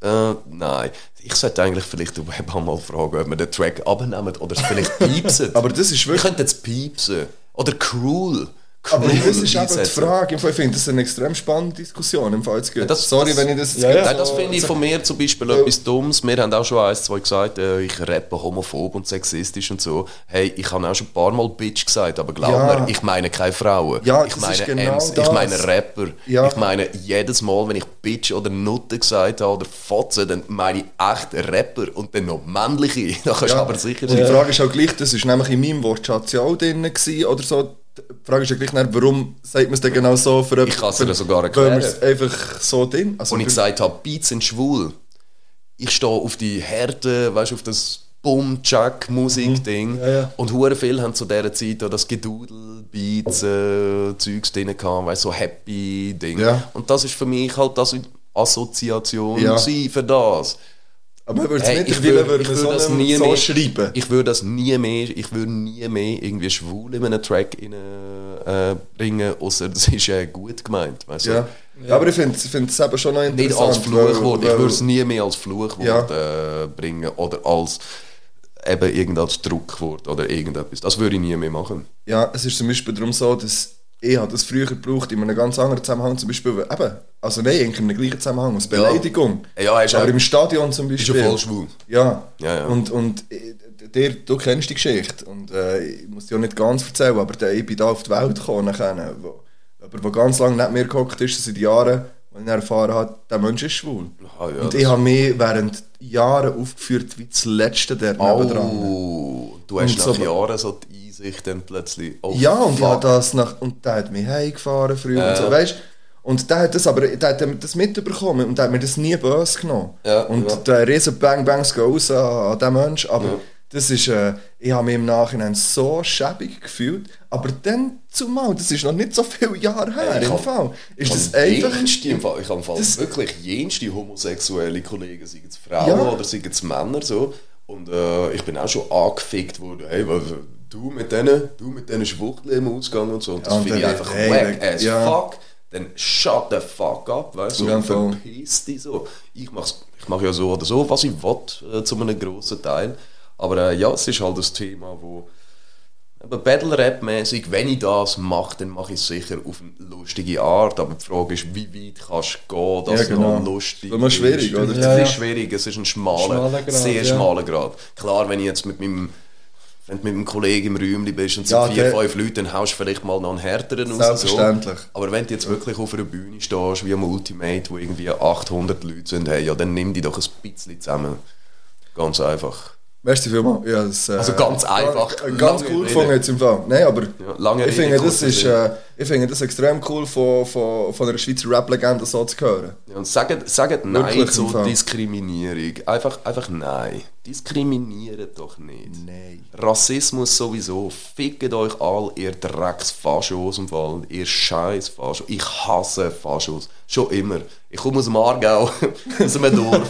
[SPEAKER 5] äh, nein. Ich sollte eigentlich vielleicht den Web mal fragen, ob man den Track abnehmen oder es vielleicht piepsen.
[SPEAKER 4] Aber das ist
[SPEAKER 5] Ich
[SPEAKER 4] wirklich...
[SPEAKER 5] könnte jetzt piepsen. Oder cruel. cruel
[SPEAKER 4] Aber das ist eben die
[SPEAKER 5] einsetzen.
[SPEAKER 4] Frage. Im Fall, Ich finde, das ist eine extrem spannende Diskussion. Im Fall jetzt geht.
[SPEAKER 5] das-
[SPEAKER 4] Sorry,
[SPEAKER 5] das-
[SPEAKER 4] wenn ich das jetzt
[SPEAKER 6] Ja, ja.
[SPEAKER 4] gerade
[SPEAKER 5] Nein, das
[SPEAKER 4] so-
[SPEAKER 5] finde ich von mir zum Beispiel etwas Dummes. Wir haben auch schon eins, zwei gesagt, äh, ich rappe homophob und sexistisch und so. Hey, ich habe auch schon ein paar Mal Bitch gesagt, aber glaub
[SPEAKER 4] Ja.
[SPEAKER 5] mir, ich meine keine Frauen.
[SPEAKER 4] Ja,
[SPEAKER 5] ich
[SPEAKER 4] das
[SPEAKER 5] meine
[SPEAKER 4] ist genau
[SPEAKER 5] MC, ich
[SPEAKER 4] das.
[SPEAKER 5] meine Rapper.
[SPEAKER 4] Ja.
[SPEAKER 5] Ich meine, jedes Mal, wenn ich Bitch oder Nutte gesagt habe oder Fotze, dann meine ich echt Rapper und dann noch männliche. Da kannst du
[SPEAKER 4] Ja.
[SPEAKER 5] aber sicher
[SPEAKER 4] Und die Frage ist auch gleich, das ist nämlich in meinem Wortschatz ja auch drin gewesen oder so. Die Frage ist ja gleich, dann, warum sagt man es denn genau so? Für
[SPEAKER 5] Ich kann es dir sogar
[SPEAKER 4] Weil man
[SPEAKER 5] erklären.
[SPEAKER 4] es einfach so drin... Also
[SPEAKER 5] Und ich gesagt habe, Beats sind schwul. Ich stehe auf die Härte, weißt auf das bum jack
[SPEAKER 4] Mhm.
[SPEAKER 5] musik ding Und hure viele haben zu dieser Zeit auch das Gedudel, Beats, äh, Zeugs drin gehabt, weißt so Happy-Ding.
[SPEAKER 4] Ja.
[SPEAKER 5] Und das ist für mich halt das Assoziation
[SPEAKER 4] Ja.
[SPEAKER 5] gewesen für das.
[SPEAKER 4] aber man würde es
[SPEAKER 5] Hey,
[SPEAKER 4] nicht
[SPEAKER 5] ich
[SPEAKER 4] erwähnen,
[SPEAKER 5] würde
[SPEAKER 4] würde man
[SPEAKER 5] würd
[SPEAKER 4] so,
[SPEAKER 5] das
[SPEAKER 4] einem-
[SPEAKER 5] nie
[SPEAKER 4] so
[SPEAKER 5] mehr
[SPEAKER 4] schreiben.
[SPEAKER 5] Ich würde das nie mehr, ich würde nie mehr irgendwie schwul in einen Track in, äh, bringen, außer das ist äh, gut gemeint. Weißt du?
[SPEAKER 4] ja. Aber ich finde es eben schon noch interessant.
[SPEAKER 5] Nicht als Fluchwort, ich
[SPEAKER 4] weil-
[SPEAKER 5] würde es nie mehr als Fluchwort äh, bringen oder als eben irgendwas Druckwort oder irgendetwas. Das würde ich nie mehr machen.
[SPEAKER 4] Ja, es ist zum Beispiel darum so, dass ich habe das früher gebraucht in einem ganz anderen Zusammenhang, zum Beispiel, weil- eben, also nein, eigentlich in einem gleichen Zusammenhang, als Beleidigung.
[SPEAKER 5] Ja, ist
[SPEAKER 4] Aber
[SPEAKER 5] auch-
[SPEAKER 4] im Stadion zum Beispiel.
[SPEAKER 5] ja voll schwul.
[SPEAKER 4] Ja.
[SPEAKER 5] Ja, ja.
[SPEAKER 4] Und, und äh, der, du kennst die Geschichte und äh, ich muss die auch nicht ganz erzählen, aber der, ich bin da auf die Welt gekommen, nachher, wo, aber wo ganz lange nicht mehr gehockt ist, seit Jahren, weil ich dann erfahren habe, der Mensch ist schwul.
[SPEAKER 5] Ah, ja,
[SPEAKER 4] und
[SPEAKER 5] das-
[SPEAKER 4] ich habe mich während Jahren aufgeführt wie das Letzte der nebendran.
[SPEAKER 5] Oh, du hast
[SPEAKER 4] Und
[SPEAKER 5] nach
[SPEAKER 4] so-
[SPEAKER 5] Jahren so die Einsicht dann plötzlich. Oh,
[SPEAKER 4] Ja, und ja,
[SPEAKER 5] fuck. Äh.
[SPEAKER 4] das nach, und der hat mich heimgefahren früher und so, weißt Und der hat das aber, der hat das mitbekommen und der hat mir das nie böse genommen.
[SPEAKER 5] Ja,
[SPEAKER 4] und
[SPEAKER 5] ja.
[SPEAKER 4] der riesen Bang Bangs gehen raus an, an diesen Menschen, aber das ist, äh, ich habe mich im Nachhinein so schäbig gefühlt, aber dann zumal, das ist noch nicht so viele Jahre her,
[SPEAKER 5] ich
[SPEAKER 4] im
[SPEAKER 5] hab-
[SPEAKER 4] Fall, ist das
[SPEAKER 5] Und
[SPEAKER 4] einfach...
[SPEAKER 5] jenste im Fall, ich habe im Fall
[SPEAKER 4] Das-
[SPEAKER 5] wirklich jenste homosexuelle Kollegen, seien es Frauen
[SPEAKER 4] Ja.
[SPEAKER 5] oder seien es Männer so. Und äh, ich bin auch schon angefickt worden. Hey, was, du mit denen, du mit denen Schwuchteln im Ausgang und so. Und das
[SPEAKER 4] Ja, und
[SPEAKER 5] finde ich
[SPEAKER 4] dann-
[SPEAKER 5] einfach
[SPEAKER 4] hey,
[SPEAKER 5] wack
[SPEAKER 4] dann-
[SPEAKER 5] as
[SPEAKER 4] ja.
[SPEAKER 5] fuck. Dann shut the fuck up, weißt du?
[SPEAKER 4] Ja,
[SPEAKER 5] und
[SPEAKER 4] voll.
[SPEAKER 5] verpiss dich so. Ich mache ich mach ja so oder so, was ich will, äh, zu einem grossen Teil. Aber äh, ja, es ist halt das Thema, wo... Aber Battle Rap mäßig, wenn ich das mache, dann mache ich es sicher auf eine lustige Art. Aber die Frage ist, wie weit kannst du gehen, dass
[SPEAKER 4] Ja, genau.
[SPEAKER 5] es noch lustig
[SPEAKER 4] Das ist immer schwierig, oder?
[SPEAKER 5] Es
[SPEAKER 4] Ja,
[SPEAKER 5] ist schwierig, es ist ein schmaler,
[SPEAKER 6] Schmaler Grad,
[SPEAKER 5] sehr
[SPEAKER 6] ja.
[SPEAKER 5] schmaler Grad. Klar, wenn ich jetzt mit meinem wenn du mit einem Kollegen im Räumchen bist und sind
[SPEAKER 4] Ja,
[SPEAKER 5] vier,
[SPEAKER 4] der-
[SPEAKER 5] fünf Leute, dann haust du vielleicht mal noch einen härteren raus, so.
[SPEAKER 4] Selbstverständlich.
[SPEAKER 5] Aber wenn du jetzt wirklich auf einer Bühne stehst, wie am Ultimate, wo irgendwie 800 Leute sind, hey, ja, dann nimm die doch ein bisschen zusammen. Ganz einfach.
[SPEAKER 4] Merci vielmals. Ja, das, äh,
[SPEAKER 5] Also ganz einfach.
[SPEAKER 4] äh, Ganz
[SPEAKER 5] Lange
[SPEAKER 4] cool
[SPEAKER 5] Rede.
[SPEAKER 4] gefunden jetzt im Fall. Nein, aber
[SPEAKER 5] Ja, lange
[SPEAKER 4] ich
[SPEAKER 5] Rede,
[SPEAKER 4] finde das,
[SPEAKER 5] kurzer
[SPEAKER 4] ist,
[SPEAKER 5] Sinn.
[SPEAKER 4] äh, ich finde das extrem cool von, von, von einer Schweizer Rap-Legende so zu hören.
[SPEAKER 5] Ja, Und sagt, sagt
[SPEAKER 4] Wirklich,
[SPEAKER 5] Nein
[SPEAKER 4] im
[SPEAKER 5] zur
[SPEAKER 4] Fall.
[SPEAKER 5] Diskriminierung. Einfach, einfach Nein. Diskriminieren doch nicht.
[SPEAKER 4] Nein.
[SPEAKER 5] Rassismus sowieso. Fickt euch all, ihr Drecksfaschos im Fall. Ihr scheiß Faschos. Ich hasse Faschos. Schon immer. Ich komme aus dem Aargau, aus einem Dorf.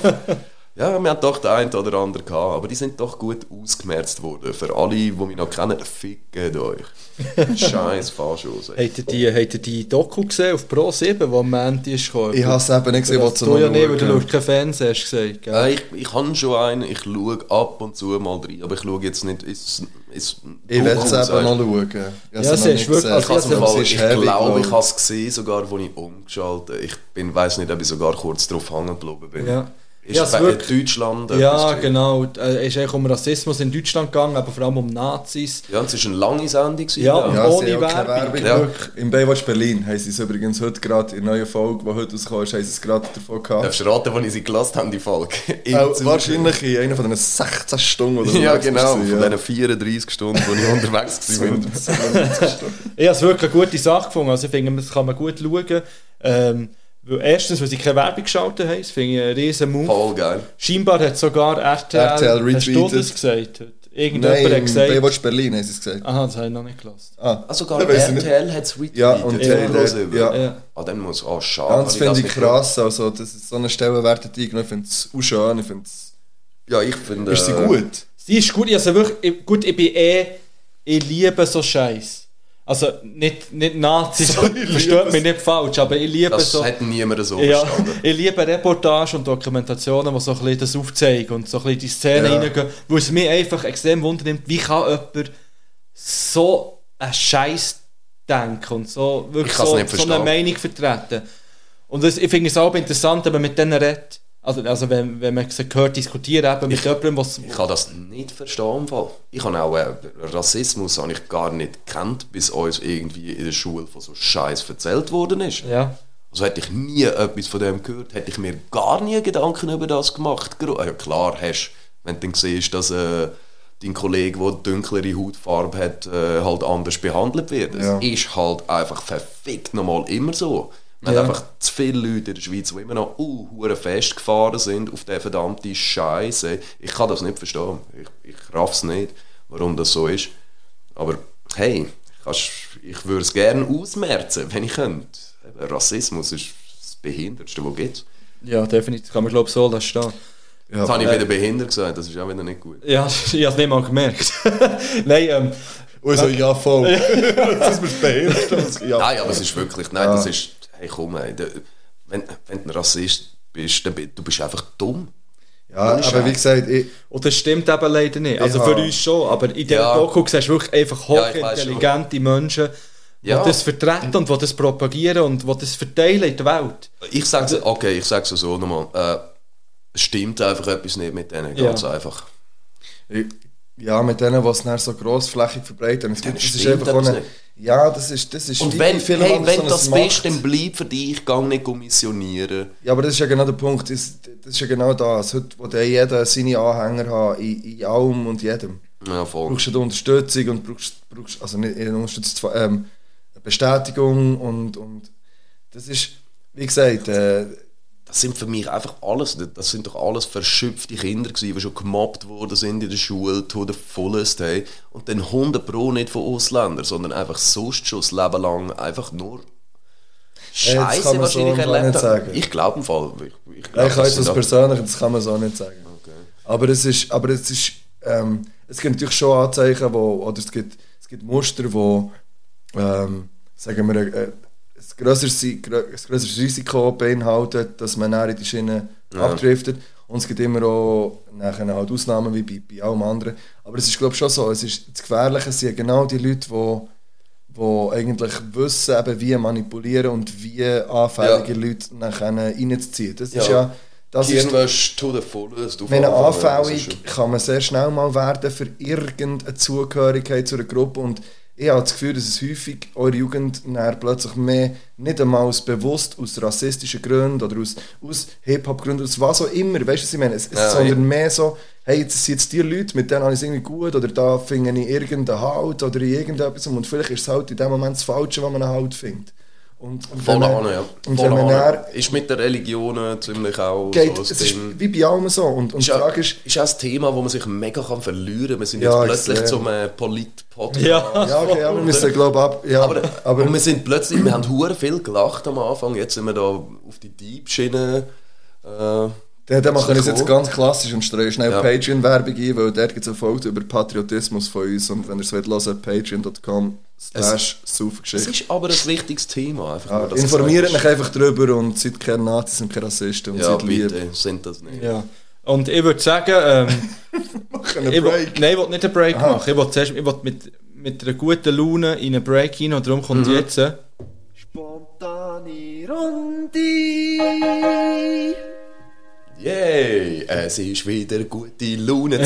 [SPEAKER 5] Ja, wir hatten doch den einen oder anderen gehabt, aber die sind doch gut ausgemerzt worden. Für alle, die mich noch kennen, fickt euch. Scheiß Fahrschuss. ey.
[SPEAKER 3] Habt ihr die, habt ihr die Doku gesehen auf Pro 7, die am Montag ist gekommen?
[SPEAKER 4] Ich habe es eben nicht gesehen, was
[SPEAKER 3] du ja nicht, weil du schaust keinen Fernseher hast gesagt. Gell?
[SPEAKER 5] Äh, ich ich habe schon einen, ich schaue ab und zu mal rein, aber ich schaue jetzt nicht. Ist, ist,
[SPEAKER 4] Ich werde es eben mal schauen. Ich habe
[SPEAKER 3] Ja,
[SPEAKER 4] es
[SPEAKER 3] siehst
[SPEAKER 4] noch
[SPEAKER 3] du wirklich,
[SPEAKER 4] nicht gesehen.
[SPEAKER 3] also
[SPEAKER 5] Ich, hab's im
[SPEAKER 4] Aber es
[SPEAKER 5] Fall,
[SPEAKER 4] ist
[SPEAKER 5] ich
[SPEAKER 4] heavy,
[SPEAKER 5] glaube, ich
[SPEAKER 4] glaub
[SPEAKER 5] habe es gesehen, sogar als ich umgeschaltet Ich bin, weiß nicht, ob ich sogar kurz darauf hängen geblieben bin.
[SPEAKER 3] Ja.
[SPEAKER 5] Ist
[SPEAKER 3] Ja, es
[SPEAKER 5] bei
[SPEAKER 3] wirkt-
[SPEAKER 5] Deutschland
[SPEAKER 3] Ja,
[SPEAKER 5] gewesen?
[SPEAKER 3] genau. Es ist eigentlich um Rassismus in Deutschland gegangen, aber vor allem um Nazis.
[SPEAKER 5] Ja, und es war eine lange Sendung. gewesen,
[SPEAKER 3] Ja. Ohne
[SPEAKER 4] Ja, ohne Werbung. Keine
[SPEAKER 3] Werbung.
[SPEAKER 4] Werbung
[SPEAKER 5] Ja.
[SPEAKER 4] wirklich. Im Baywatch Berlin haben sie es übrigens heute gerade in der neuen Folge, die heute rausgekommen ist, haben sie es gerade davon gehabt.
[SPEAKER 5] Darfst du raten, wann ich sie gelassen habe, die Folge? Im
[SPEAKER 4] Auch
[SPEAKER 5] Zug.
[SPEAKER 4] Äh, wahrscheinlich in einer von diesen 16 Stunden, oder
[SPEAKER 5] Ja, genau. Von diesen 34 Stunden, die ich unterwegs war.
[SPEAKER 3] Ich habe es wirklich eine gute Sache gefunden. Also ich finde, das kann man gut schauen. Ähm, weil erstens, weil sie keine Werbung geschaltet haben, das finde ich einen riesen Move.
[SPEAKER 5] Voll geil.
[SPEAKER 3] Scheinbar hat sogar RTL,
[SPEAKER 4] RTL
[SPEAKER 3] hast du das
[SPEAKER 4] retweetet.
[SPEAKER 3] gesagt? heute? Irgendjemand
[SPEAKER 4] Nein,
[SPEAKER 3] hat
[SPEAKER 4] im
[SPEAKER 3] gesagt... Ah,
[SPEAKER 4] Baywatch Berlin haben sie es gesagt.
[SPEAKER 3] Aha, das habe ich noch nicht gehört.
[SPEAKER 4] Ah,
[SPEAKER 5] Ah, sogar
[SPEAKER 4] da weiss ich nicht.
[SPEAKER 5] RTL hat es retweetet.
[SPEAKER 4] Ja, und
[SPEAKER 5] Jetzt
[SPEAKER 4] RTL,
[SPEAKER 5] los über.
[SPEAKER 4] ja.
[SPEAKER 3] Ja.
[SPEAKER 5] Ah, dann muss... Ah, schade.
[SPEAKER 4] Ja, das
[SPEAKER 5] hab ich
[SPEAKER 4] finde ich
[SPEAKER 5] nicht
[SPEAKER 4] krass. Also, das ist so eine Stellenwert hat eingenommen. Ich finde es auch schön. Ich finde es.
[SPEAKER 5] gehört. Ja, ich finde...
[SPEAKER 4] Ist sie
[SPEAKER 5] äh,
[SPEAKER 4] gut?
[SPEAKER 3] Sie ist gut, also wirklich, ich, gut, ich bin eh... Ich liebe so Scheiß. Also nicht, nicht Nazis, versteht mich nicht falsch, aber ich liebe
[SPEAKER 5] Das
[SPEAKER 3] so...
[SPEAKER 5] hat niemand so
[SPEAKER 3] Also. Ja,
[SPEAKER 5] verstanden.
[SPEAKER 3] ich liebe Reportagen und Dokumentationen, die so ein bisschen das aufzeigen und so ein bisschen die Szene
[SPEAKER 4] Ja.
[SPEAKER 3] reingehen, wo es mich einfach extrem wundernimmt, wie kann jemand so einen Scheiß denken und so wirklich
[SPEAKER 5] Ich kann's
[SPEAKER 3] so,
[SPEAKER 5] nicht
[SPEAKER 3] so eine
[SPEAKER 5] verstehen.
[SPEAKER 3] Meinung vertreten. Und das, ich finde es auch interessant, wenn man mit denen redet, also, also wenn, wenn man sie hört, diskutieren eben mit jemandem, was...
[SPEAKER 5] Ich kann das nicht verstehen. im Fall. Ich habe auch äh, Rassismus habe ich gar nicht gekannt, bis uns irgendwie in der Schule von so Scheiß erzählt worden ist.
[SPEAKER 3] Ja.
[SPEAKER 5] Also hätte ich nie etwas von dem gehört, hätte ich mir gar nie Gedanken über das gemacht. Gro- Ja klar, hast wenn du dann siehst, dass äh, dein Kollege, der dunklere Hautfarbe hat, äh, halt anders behandelt wird. Es
[SPEAKER 4] Ja.
[SPEAKER 5] ist halt einfach verfickt nochmal immer so. Man hat einfach zu viele Leute in der Schweiz, die immer noch uh, hure festgefahren sind auf der verdammten Scheiße. Ich kann das nicht verstehen. Ich, ich raff's nicht, warum das so ist. Aber hey, kannst, ich würde es gerne ausmerzen, wenn ich könnte. Eben, Rassismus ist das Behindertste, was gibt.
[SPEAKER 3] ja, definitiv, kann man glaube ich so lassen stehen.
[SPEAKER 5] Jetzt habe ich wieder behindert gesagt, das ist auch wieder nicht gut.
[SPEAKER 3] Ja, ich habe es nicht mal gemerkt. Nein, ähm,
[SPEAKER 4] Und so, ja, voll. das ist mir das ja.
[SPEAKER 5] Nein, aber es ist wirklich, nein, das ist, hey komm, ey, der- wenn, wenn du ein Rassist bist, dann bist du bist einfach dumm.
[SPEAKER 4] ja, aber wie gesagt, ich,
[SPEAKER 3] Und das stimmt eben leider nicht. Also
[SPEAKER 4] Ja.
[SPEAKER 3] für uns schon, aber in dieser
[SPEAKER 5] Ja.
[SPEAKER 3] Doku siehst du wirklich einfach
[SPEAKER 5] Ja, ich weiss
[SPEAKER 3] hochintelligente Menschen, die
[SPEAKER 5] Ja.
[SPEAKER 3] das vertreten und die das propagieren und die das verteilen in der Welt.
[SPEAKER 5] Ich sage okay, ich sage es so nochmal, äh, es stimmt einfach etwas nicht mit denen, ganz
[SPEAKER 3] Ja.
[SPEAKER 5] einfach.
[SPEAKER 4] ich, ja, mit denen, die es dann so grossflächig verbreiten. Es gibt, das ist
[SPEAKER 5] stimmt
[SPEAKER 4] einfach auch eine,
[SPEAKER 5] etwas
[SPEAKER 4] Ja, das ist, das ist
[SPEAKER 5] Und
[SPEAKER 4] wie
[SPEAKER 5] wenn,
[SPEAKER 4] bei vielen
[SPEAKER 5] hey,
[SPEAKER 4] anderen
[SPEAKER 5] wenn
[SPEAKER 4] so
[SPEAKER 5] du
[SPEAKER 4] ein
[SPEAKER 5] das
[SPEAKER 4] Macht.
[SPEAKER 5] bist, dann bleib für dich, geh nicht kommissionieren.
[SPEAKER 4] Ja, aber das ist ja genau der Punkt. Das, das ist ja genau das. Heute will ja jeder seine Anhänger haben, in, in allem und jedem.
[SPEAKER 5] Ja, voll.
[SPEAKER 4] brauchst du die Unterstützung und brauchst, brauchst also nicht eher unterstützt, ähm, eine Bestätigung und, und das ist, wie gesagt, äh,
[SPEAKER 5] das sind für mich einfach alles, das sind doch alles verschöpfte Kinder gewesen, die schon gemobbt worden sind in der Schule, to the fullest, hey. Und dann 100 pro nicht von Ausländern, sondern einfach sonst schon das Leben lang einfach nur
[SPEAKER 4] das kann
[SPEAKER 5] Scheiße
[SPEAKER 4] man so
[SPEAKER 5] wahrscheinlich
[SPEAKER 4] im Fall
[SPEAKER 5] erlebt
[SPEAKER 4] nicht
[SPEAKER 5] haben.
[SPEAKER 4] sagen.
[SPEAKER 5] Ich glaube im Fall, ich, ich
[SPEAKER 4] ja,
[SPEAKER 5] glaube,
[SPEAKER 4] ich weiß das
[SPEAKER 5] sind auch-
[SPEAKER 4] persönlich, das kann man so nicht sagen. Aber es ist, aber es ist, ähm, es gibt natürlich schon Anzeichen, wo, oder es gibt, es gibt Muster, wo, ähm, sagen wir, äh, ein grösseres, ein grösseres Risiko beinhaltet, dass man näher in die Schiene abdriftet. Und es gibt immer auch nachher halt Ausnahmen, wie bei, bei allem anderen. Aber es ist, glaube ich, schon so, es ist das Gefährliche sind genau die Leute, die die eigentlich wissen, eben, wie manipulieren und wie anfällige Leute nachher reinzuziehen. Das ist
[SPEAKER 5] Ja.
[SPEAKER 4] ja... Das ist,
[SPEAKER 5] Hirnwäsche to the fullest. auf
[SPEAKER 4] ich meine,
[SPEAKER 5] Anfang, das ist
[SPEAKER 4] anfällig
[SPEAKER 5] schon-
[SPEAKER 4] kann man sehr schnell mal werden für irgendeine Zugehörigkeit zu einer Gruppe und ich habe das Gefühl, dass es häufig eure Jugend dann plötzlich mehr, nicht einmal aus bewusst aus rassistischen Gründen oder aus, aus Hip-Hop-Gründen, aus was auch immer, weißt du, was ich meine? Es, es,
[SPEAKER 5] Ja,
[SPEAKER 4] sondern
[SPEAKER 5] ich-
[SPEAKER 4] mehr so, hey, jetzt sind jetzt die Leute, mit denen habe ich es irgendwie gut oder da finde ich irgendeinen Halt oder irgendetwas und vielleicht ist es halt in dem Moment das Falsche, was man einen Halt findet. Und, und
[SPEAKER 5] Voll
[SPEAKER 4] wenn man-
[SPEAKER 5] an, ja.
[SPEAKER 4] Und
[SPEAKER 5] Voll
[SPEAKER 4] wenn man
[SPEAKER 5] an.
[SPEAKER 4] dann
[SPEAKER 5] Ist mit der Religion ziemlich auch
[SPEAKER 4] geht,
[SPEAKER 5] so
[SPEAKER 4] es
[SPEAKER 5] ein
[SPEAKER 4] ist
[SPEAKER 5] Ding.
[SPEAKER 4] wie bei allem so und, und die
[SPEAKER 5] Ist ja,
[SPEAKER 4] Frage ist,
[SPEAKER 5] ist ja ein Thema, wo man sich mega kann verlieren kann. Wir sind
[SPEAKER 4] Ja,
[SPEAKER 5] jetzt plötzlich
[SPEAKER 4] extrem.
[SPEAKER 5] zum äh, Polit-Podcast.
[SPEAKER 3] Ja.
[SPEAKER 4] Ja, okay, ja, wir müssen, glaube ich, ab. Ja,
[SPEAKER 5] Aber,
[SPEAKER 4] aber,
[SPEAKER 5] und wir sind plötzlich, wir haben hure viel gelacht am Anfang, jetzt sind wir da auf die Deep-Schiene äh,
[SPEAKER 4] Dann, dann machen wir es jetzt
[SPEAKER 5] gekommen?
[SPEAKER 4] ganz klassisch und streuen schnell
[SPEAKER 5] Ja.
[SPEAKER 4] Patreon-Werbung ein, weil dort gibt es eine Folge über Patriotismus von uns und wenn ihr es wollt hören, patreon.com slash
[SPEAKER 5] Es
[SPEAKER 4] saufgeschichte.
[SPEAKER 5] ist aber ein wichtiges Thema. Einfach
[SPEAKER 4] Ja,
[SPEAKER 5] nur, dass
[SPEAKER 4] informiert
[SPEAKER 5] es
[SPEAKER 4] mich einfach drüber und seid keine Nazis und keine Rassisten und
[SPEAKER 5] Ja,
[SPEAKER 4] seid lieb.
[SPEAKER 5] bitte, sind das nicht.
[SPEAKER 3] Ja. Und ich würde sagen, ähm,
[SPEAKER 4] Können
[SPEAKER 3] ich will,
[SPEAKER 4] Break.
[SPEAKER 3] nein, ich will nicht einen Break
[SPEAKER 4] Aha.
[SPEAKER 3] machen. Ich will, zuerst, ich will mit, mit einer guten Laune in einen Break hinein und darum
[SPEAKER 5] Mhm.
[SPEAKER 3] kommt jetzt. äh,
[SPEAKER 5] Yay, es ist wieder gute Laune.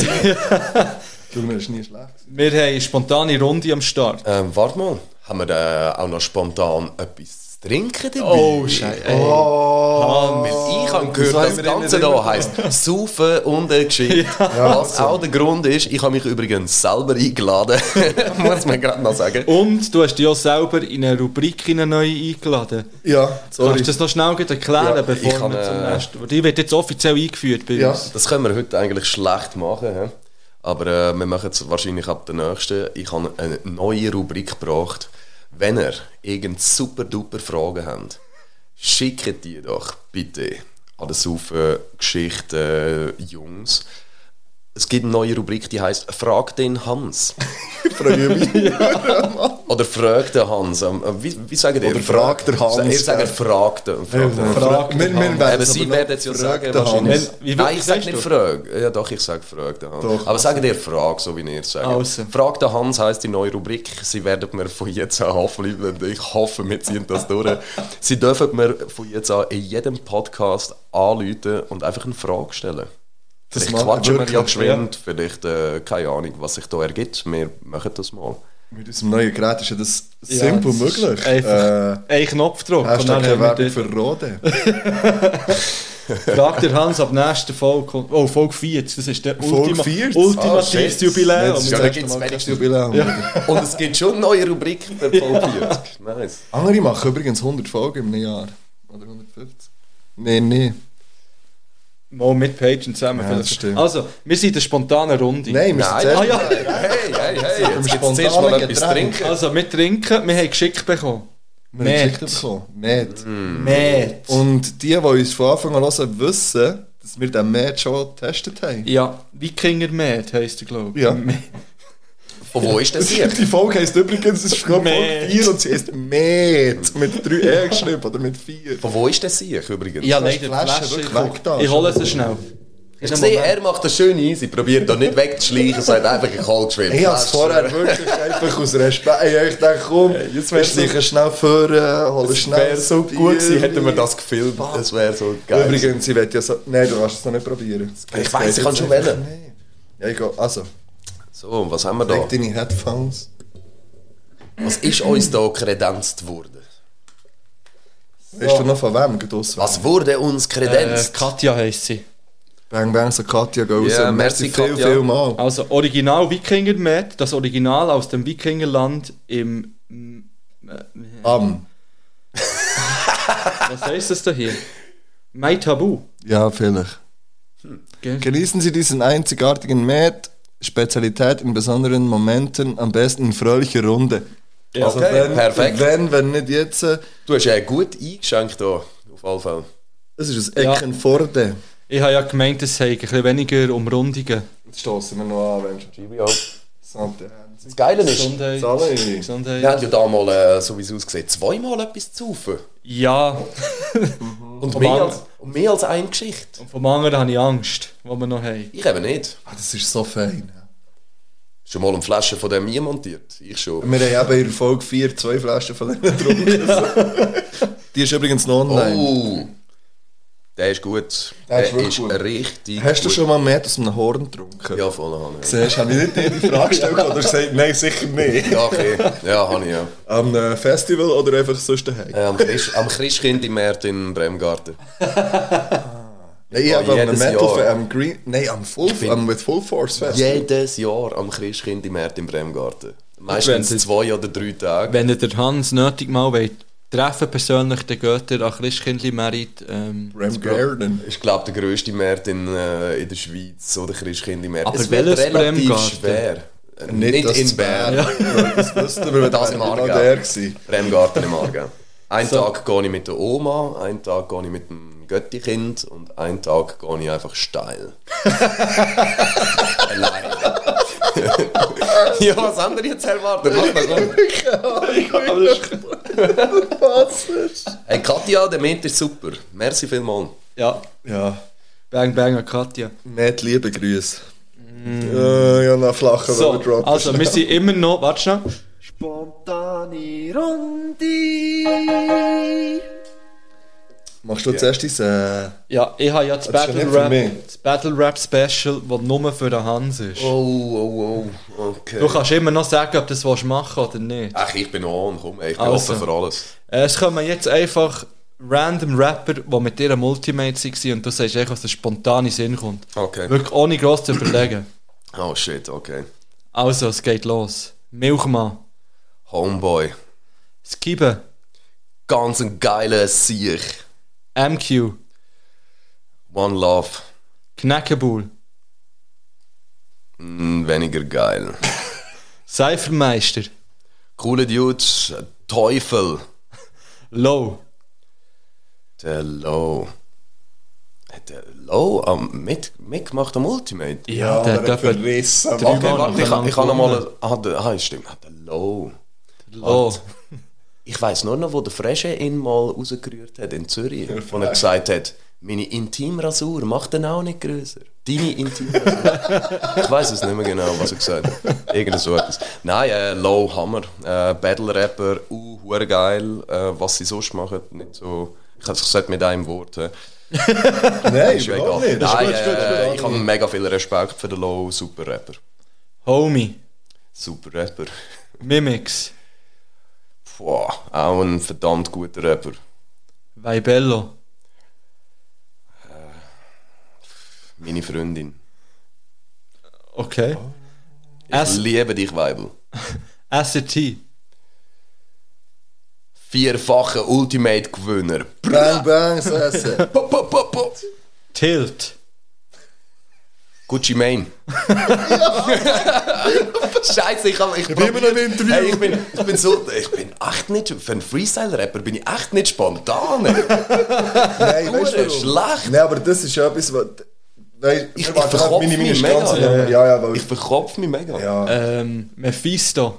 [SPEAKER 4] Du, mir ist nie schlecht.
[SPEAKER 3] Wir haben eine spontane Runde am Start.
[SPEAKER 5] ähm, warte mal, haben wir da auch noch spontan etwas zu trinken dabei?
[SPEAKER 3] Oh, Scheiße.
[SPEAKER 4] Oh.
[SPEAKER 5] Mann, weil ich habe gehört,
[SPEAKER 4] haben
[SPEAKER 5] das
[SPEAKER 4] wir
[SPEAKER 5] Ganze
[SPEAKER 4] immer
[SPEAKER 5] da heisst Saufen und eine Geschichte. Was auch der Grund ist, ich habe mich übrigens selber eingeladen. Muss man gerade noch sagen.
[SPEAKER 3] Und du hast dich auch selber in eine Rubrik in eine neue eingeladen.
[SPEAKER 4] Ja, sorry.
[SPEAKER 3] Kannst du das noch schnell gut erklären,
[SPEAKER 5] Ja,
[SPEAKER 3] bevor
[SPEAKER 5] ich kann,
[SPEAKER 3] wir zum
[SPEAKER 5] äh,
[SPEAKER 3] nächsten... Die wird jetzt offiziell eingeführt bei
[SPEAKER 4] Ja.
[SPEAKER 3] uns.
[SPEAKER 5] Das können wir heute eigentlich schlecht machen. He? Aber äh, wir machen es wahrscheinlich ab der nächsten. Ich habe eine neue Rubrik gebracht. Wenn ihr irgend super duper Fragen habt, schickt die doch bitte an den Saufen Geschichten äh, Jungs. Es gibt eine neue Rubrik, die heißt Frag den Hans.
[SPEAKER 4] Ich freue mich.
[SPEAKER 5] Oder frag den Hans. Ähm, äh, Wie, wie sagt ihr?
[SPEAKER 4] Oder frag den Hans,
[SPEAKER 5] Ihr sagt,
[SPEAKER 4] gell?
[SPEAKER 5] frag den. Frag den.
[SPEAKER 4] Frag- Wir- wir
[SPEAKER 3] Hans.
[SPEAKER 4] werden
[SPEAKER 5] Eben,
[SPEAKER 4] es
[SPEAKER 5] sie
[SPEAKER 4] aber noch
[SPEAKER 5] werden es ja sagen,
[SPEAKER 4] gefragt haben.
[SPEAKER 5] wahrscheinlich.
[SPEAKER 3] Wenn- wie-
[SPEAKER 5] Nein,
[SPEAKER 3] wie
[SPEAKER 5] ich sage
[SPEAKER 3] sagst
[SPEAKER 5] nicht
[SPEAKER 3] du?
[SPEAKER 5] Frage. Ja, doch, ich sage Frage. Den Hans.
[SPEAKER 4] Doch.
[SPEAKER 5] Aber sagen dir Frage, so wie ihr es sagt.
[SPEAKER 3] Also.
[SPEAKER 5] Frag den Hans heisst die neue Rubrik. Sie werden mir von jetzt an anfliegen. Ich hoffe, wir ziehen das durch. Sie dürfen mir von jetzt an in jedem Podcast anrufen und einfach eine Frage stellen.
[SPEAKER 4] Das
[SPEAKER 5] vielleicht
[SPEAKER 4] machen
[SPEAKER 5] quatschen
[SPEAKER 4] wir
[SPEAKER 5] wir ja
[SPEAKER 4] wirklich,
[SPEAKER 5] geschwind, vielleicht äh, keine Ahnung, was sich da ergibt. Wir machen das mal.
[SPEAKER 4] Mit unserem neuen Gerät ist ja das simpel
[SPEAKER 3] das ist
[SPEAKER 4] möglich. Äh,
[SPEAKER 3] einfach- Ein Knopfdruck.
[SPEAKER 4] hast du
[SPEAKER 3] und dann
[SPEAKER 4] keine
[SPEAKER 3] haben wir
[SPEAKER 4] Werbung
[SPEAKER 3] die-
[SPEAKER 4] für Rode?
[SPEAKER 3] Fragt der Hans ab nächster Folge. kommt- Oh, Folge 40. Das ist der
[SPEAKER 4] Folge
[SPEAKER 3] Ultima,
[SPEAKER 4] 40? Ah,
[SPEAKER 3] ultimatives
[SPEAKER 4] shit.
[SPEAKER 3] Jubiläum.
[SPEAKER 5] Jetzt-
[SPEAKER 4] Das
[SPEAKER 5] Ja, da
[SPEAKER 4] erste
[SPEAKER 5] gibt's
[SPEAKER 4] Mal
[SPEAKER 5] wenigstens-
[SPEAKER 4] kannst du Jubiläum.
[SPEAKER 5] Und es gibt schon neue Rubriken für Folge 40. Nice.
[SPEAKER 4] Andere machen übrigens 100 Folgen im Jahr. Oder 150. Nein, nein.
[SPEAKER 3] Mal mit Patreon zusammen.
[SPEAKER 4] Ja,
[SPEAKER 3] vielleicht.
[SPEAKER 4] das stimmt.
[SPEAKER 3] also, wir sind in der spontanen Runde.
[SPEAKER 4] Nein, wir sind
[SPEAKER 5] Nein,
[SPEAKER 4] zuerst-
[SPEAKER 5] ah, ja. hey, hey, hey, jetzt
[SPEAKER 4] Im
[SPEAKER 5] gibt's zuerst
[SPEAKER 4] spontanen
[SPEAKER 5] mal etwas
[SPEAKER 4] Getränk.
[SPEAKER 5] trinken.
[SPEAKER 3] Also, wir trinken. Wir haben geschickt bekommen.
[SPEAKER 4] Wir haben Geschichten
[SPEAKER 3] Met.
[SPEAKER 4] bekommen. Met.
[SPEAKER 5] Mm.
[SPEAKER 3] Met.
[SPEAKER 4] Mm. Und die, die uns von Anfang an hören, wissen, dass wir den Met schon getestet haben.
[SPEAKER 3] Ja, Wikinger Met heisst er, glaube ich.
[SPEAKER 4] Ja.
[SPEAKER 3] Met.
[SPEAKER 5] Und wo ist das hier?
[SPEAKER 4] Die Folge heisst übrigens, es ist gerade Folge
[SPEAKER 3] Met.
[SPEAKER 4] 4 und sie heisst Met. Mit 3 E geschrieben oder mit 4.
[SPEAKER 5] Von wo ist der Sieg übrigens?
[SPEAKER 3] Ja,
[SPEAKER 4] Du hast
[SPEAKER 3] leider
[SPEAKER 4] die Flasche
[SPEAKER 3] Flasche.
[SPEAKER 4] wirklich
[SPEAKER 3] Ich hol-
[SPEAKER 4] weggetan.
[SPEAKER 3] Ich hole sie schnell.
[SPEAKER 5] ich sehe, er macht das schön easy, probiert da nicht wegzuschleichen, sagt einfach, ich habe geschrieben.
[SPEAKER 4] Ich habe es vorher wirklich einfach aus Respekt. Ey, Ich dachte, komm, jetzt wär's sicher schnell führen, hol
[SPEAKER 5] Es
[SPEAKER 4] schnell.
[SPEAKER 5] wäre so
[SPEAKER 4] ein
[SPEAKER 5] gut gewesen,
[SPEAKER 4] Bier. Ah.
[SPEAKER 5] hätten wir das gefilmt. Das wäre so geil.
[SPEAKER 4] Übrigens, ich werde ja so. Nein, du kannst es noch nicht probieren.
[SPEAKER 5] ich weiß, ich kann schon
[SPEAKER 4] Jetzt-
[SPEAKER 5] wählen.
[SPEAKER 4] Nein. Ja, ich gehe. Also,
[SPEAKER 5] So, und was haben wir da?
[SPEAKER 4] leg deine Headphones.
[SPEAKER 5] Was ist uns da kredenzt worden?
[SPEAKER 4] Weißt du noch von wem? Geht aus.
[SPEAKER 5] Was wurde uns
[SPEAKER 3] Äh,
[SPEAKER 5] kredenzt?
[SPEAKER 3] Katja heisst sie.
[SPEAKER 4] Bang Bang, so Katja, geh raus.
[SPEAKER 5] Ja, merci,
[SPEAKER 4] merci, viel,
[SPEAKER 5] Katja. Ah.
[SPEAKER 4] viel mal.
[SPEAKER 3] Also Original Wikinger Met, das Original aus dem Wikingerland im.
[SPEAKER 4] Am.
[SPEAKER 3] Was heißt das da hier? Mai Tabu.
[SPEAKER 4] Ja, vielleicht.
[SPEAKER 5] Hm,
[SPEAKER 3] Gell?
[SPEAKER 4] Genießen Sie diesen einzigartigen Met. Spezialität in besonderen Momenten, am besten in fröhlicher Runde.
[SPEAKER 5] Ja,
[SPEAKER 4] Also
[SPEAKER 5] okay,
[SPEAKER 4] wenn,
[SPEAKER 5] perfekt.
[SPEAKER 4] Wenn, wenn nicht jetzt. äh,
[SPEAKER 5] Du hast ja gut eingeschenkt hier, auf alle Fälle.
[SPEAKER 4] Es ist ein
[SPEAKER 3] Ja.
[SPEAKER 4] Eckenforde. Ja.
[SPEAKER 3] Ich habe ja gemeint, es sei ein bisschen weniger Umrundungen.
[SPEAKER 4] Jetzt stoßen wir noch an, wenn schon
[SPEAKER 5] Cheerio. Das
[SPEAKER 4] Sante.
[SPEAKER 5] Geile ist,
[SPEAKER 3] Gesundheit.
[SPEAKER 4] Sali.
[SPEAKER 3] Gesundheit.
[SPEAKER 5] wir haben ja da mal, äh, so wie es aussieht, zweimal etwas zu saufen.
[SPEAKER 3] Ja,
[SPEAKER 5] Und mehr
[SPEAKER 3] Mann.
[SPEAKER 5] als, und mehr als eine Geschichte.
[SPEAKER 3] und vom anderen habe ich Angst, was wir noch haben.
[SPEAKER 5] Ich eben nicht.
[SPEAKER 4] Ah, das ist so fein.
[SPEAKER 5] Schon mal eine Flasche von dem hier montiert? Ich schon.
[SPEAKER 4] Wir haben eben in Folge 4 zwei Flaschen von denen getrunken. Die ist übrigens noch online.
[SPEAKER 5] Oh! Der ist gut.
[SPEAKER 4] Der
[SPEAKER 5] Der,
[SPEAKER 4] ist
[SPEAKER 5] ist,
[SPEAKER 4] wirklich gut.
[SPEAKER 5] richtig
[SPEAKER 4] Hast du
[SPEAKER 5] gut.
[SPEAKER 4] schon mal Met aus einem Horn getrunken?
[SPEAKER 5] Ja, voll habe ich.
[SPEAKER 4] Siehst, habe ich nicht die Frage gestellt oder gesagt, nein, sicher nicht.
[SPEAKER 5] Ja, okay. Ja, habe ich ja.
[SPEAKER 4] Am äh, Festival oder einfach sonst daheim?
[SPEAKER 5] Äh, am, Christ, am Christkind im März in Bremgarten.
[SPEAKER 4] Nein, ich
[SPEAKER 5] Ja,
[SPEAKER 4] habe am
[SPEAKER 5] jedes
[SPEAKER 4] Metal,
[SPEAKER 5] Jahr.
[SPEAKER 4] am Green, nein, am Full,
[SPEAKER 5] bin-
[SPEAKER 4] am with Full Force Fest.
[SPEAKER 5] Jedes Jahr am Christkind im März in Bremgarten. Meistens
[SPEAKER 3] Wenn-
[SPEAKER 5] zwei oder drei Tage.
[SPEAKER 3] Wenn ihr den Hans nötig mal wollt, treffen persönlich, dann geht ihr an Christkindli Merit. Ähm,
[SPEAKER 4] Ram Garden.
[SPEAKER 5] Ich glaube, der grösste März in, äh, in der Schweiz oder Christkind im März.
[SPEAKER 3] Aber
[SPEAKER 5] es wird
[SPEAKER 3] welches
[SPEAKER 5] relativ
[SPEAKER 3] Bremgarten?
[SPEAKER 5] schwer. Äh, Nicht,
[SPEAKER 4] dass
[SPEAKER 5] in
[SPEAKER 4] es
[SPEAKER 5] Bern.
[SPEAKER 4] Ja. Das wüssten wir, wenn
[SPEAKER 5] Das
[SPEAKER 4] das
[SPEAKER 5] im
[SPEAKER 4] im Argen
[SPEAKER 5] Aargau.
[SPEAKER 4] der war.
[SPEAKER 5] Bremgarten im Aargau. Einen Tag gehe ich mit der Oma, einen Tag gehe ich mit dem Göttikind und einen Tag gehe ich einfach steil. Allein. ja, was haben wir jetzt erwartet? Mach mal so.
[SPEAKER 4] Was ist?
[SPEAKER 5] Hey, Katja, der Mint ist super. Merci vielmals.
[SPEAKER 3] Ja,
[SPEAKER 4] Ja,
[SPEAKER 3] Bang Bang an Katja.
[SPEAKER 4] nett liebe Grüße.
[SPEAKER 5] Mm.
[SPEAKER 4] Äh, ja, noch flachen
[SPEAKER 3] So,
[SPEAKER 4] Overdrop.
[SPEAKER 3] also wir sind immer noch, warte schnell.
[SPEAKER 7] Spontane Runde.
[SPEAKER 4] Machst du zuerst dein...
[SPEAKER 3] Ja, ich habe ja das
[SPEAKER 4] Das ist
[SPEAKER 3] Battle
[SPEAKER 4] ja nicht für
[SPEAKER 3] Rap,
[SPEAKER 4] mich.
[SPEAKER 3] das Battle Rap Special, das nur für den Hans ist.
[SPEAKER 5] Oh, oh, oh. Okay.
[SPEAKER 3] Du kannst immer noch sagen, ob du das willst machen willst oder nicht.
[SPEAKER 5] Ach, ich bin on, komm, ey, ich bin
[SPEAKER 3] Also.
[SPEAKER 5] offen für alles.
[SPEAKER 3] Äh, Es kommen jetzt einfach random Rapper, die mit dir am Ultimate waren und du sagst echt, was dir spontan in den Sinn kommt.
[SPEAKER 5] Okay.
[SPEAKER 3] Wirklich ohne gross zu überlegen.
[SPEAKER 5] Oh shit, okay.
[SPEAKER 3] Also, es geht los. Milchmann,
[SPEAKER 5] Homeboy.
[SPEAKER 3] Skibe,
[SPEAKER 5] Ganz ein geiler Sieg.
[SPEAKER 3] MQ,
[SPEAKER 5] One Love.
[SPEAKER 3] Knäckebuhl,
[SPEAKER 5] Mm, weniger geil.
[SPEAKER 3] Seifermeister,
[SPEAKER 5] Coole Dude. Teufel.
[SPEAKER 3] Low,
[SPEAKER 5] Der Low. Hat Der Low am mit, mitgemacht am Ultimate.
[SPEAKER 3] Ja, der hat etwa
[SPEAKER 4] verrissen.
[SPEAKER 5] Okay,
[SPEAKER 3] Mann,
[SPEAKER 5] warte, ich,
[SPEAKER 3] hat er
[SPEAKER 5] kann- ich kann
[SPEAKER 3] lang
[SPEAKER 5] nochmal. Ah, der- ah, stimmt. Ah, Der Low.
[SPEAKER 3] Low.
[SPEAKER 5] Ich weiß nur noch, wo der Fresche ihn mal rausgerührt hat in Zürich. Und er gesagt hat, meine Intimrasur macht den auch nicht größer. Deine Intimrasur. ich weiß es nicht mehr genau, was er gesagt hat. Irgend so etwas. Nein, äh, Low Hammer. Äh, Battle Rapper, uh, hure geil. Äh, was sie sonst machen, nicht so. Ich hab's gesagt mit einem Wort. Äh.
[SPEAKER 4] Nein,
[SPEAKER 5] Ist
[SPEAKER 4] überhaupt
[SPEAKER 5] egal.
[SPEAKER 4] nicht. Das ist
[SPEAKER 5] Nein,
[SPEAKER 4] gut, gut,
[SPEAKER 5] äh,
[SPEAKER 4] gut.
[SPEAKER 5] ich habe mega viel Respekt für den Low, super Rapper.
[SPEAKER 3] Homie,
[SPEAKER 5] Super Rapper.
[SPEAKER 3] Mimix,
[SPEAKER 5] Boah, auch ein verdammt guter Rapper.
[SPEAKER 3] Vibello,
[SPEAKER 5] Meine Freundin.
[SPEAKER 3] okay,
[SPEAKER 5] Ich
[SPEAKER 3] Es-
[SPEAKER 5] liebe dich, Weibel.
[SPEAKER 3] SRT,
[SPEAKER 5] Vierfache Ultimate-Gewinner.
[SPEAKER 4] Bang, bang, so essen.
[SPEAKER 5] Pop, pop, pop, pop.
[SPEAKER 3] Tilt,
[SPEAKER 5] Gucci Mane. Scheiße, ich habe. Ich,
[SPEAKER 4] bin immer noch im Interview.
[SPEAKER 5] Hey, ich, bin, ich bin so. Ich bin echt nicht. Für einen Freestyle-Rapper bin ich echt nicht spontan. ey.
[SPEAKER 4] Nein, weißt du warum?
[SPEAKER 5] schlecht.
[SPEAKER 4] Nein, aber das ist ja etwas, was... Nein,
[SPEAKER 5] Ich- ich
[SPEAKER 4] warte, halt,
[SPEAKER 5] verkopf
[SPEAKER 4] meine- meine
[SPEAKER 5] mich
[SPEAKER 4] Stanze-
[SPEAKER 5] mega.
[SPEAKER 4] Ja, ja, weil...
[SPEAKER 5] Ich Äh, verkopfe mich mega.
[SPEAKER 4] ja.
[SPEAKER 3] ähm, Mephisto,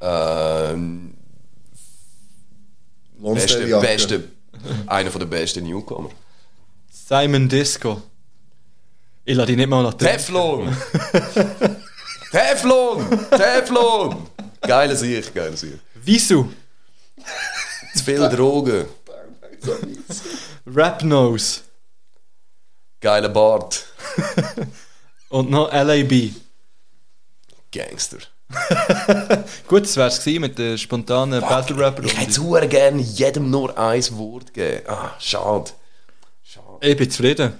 [SPEAKER 5] Ähm, beste,
[SPEAKER 4] Lonsdale-Jacke.
[SPEAKER 5] beste. Einer von der besten Newcomer.
[SPEAKER 3] Simon Disco. Ich lasse dich nicht mal nach dem.
[SPEAKER 5] Teflon! Teflon! Teflon! Geiler Sieg, geiler Sieg.
[SPEAKER 3] Wieso?
[SPEAKER 5] Zu viel Drogen.
[SPEAKER 3] Rapnose
[SPEAKER 5] Geiler Bart.
[SPEAKER 3] und noch LAB.
[SPEAKER 5] Gangster.
[SPEAKER 3] Gut, das wär's gewesen mit der spontanen Battle Rapper.
[SPEAKER 5] Ich hätte sehr gerne jedem nur ein Wort gegeben. Ah, schade.
[SPEAKER 3] Ich bin zufrieden.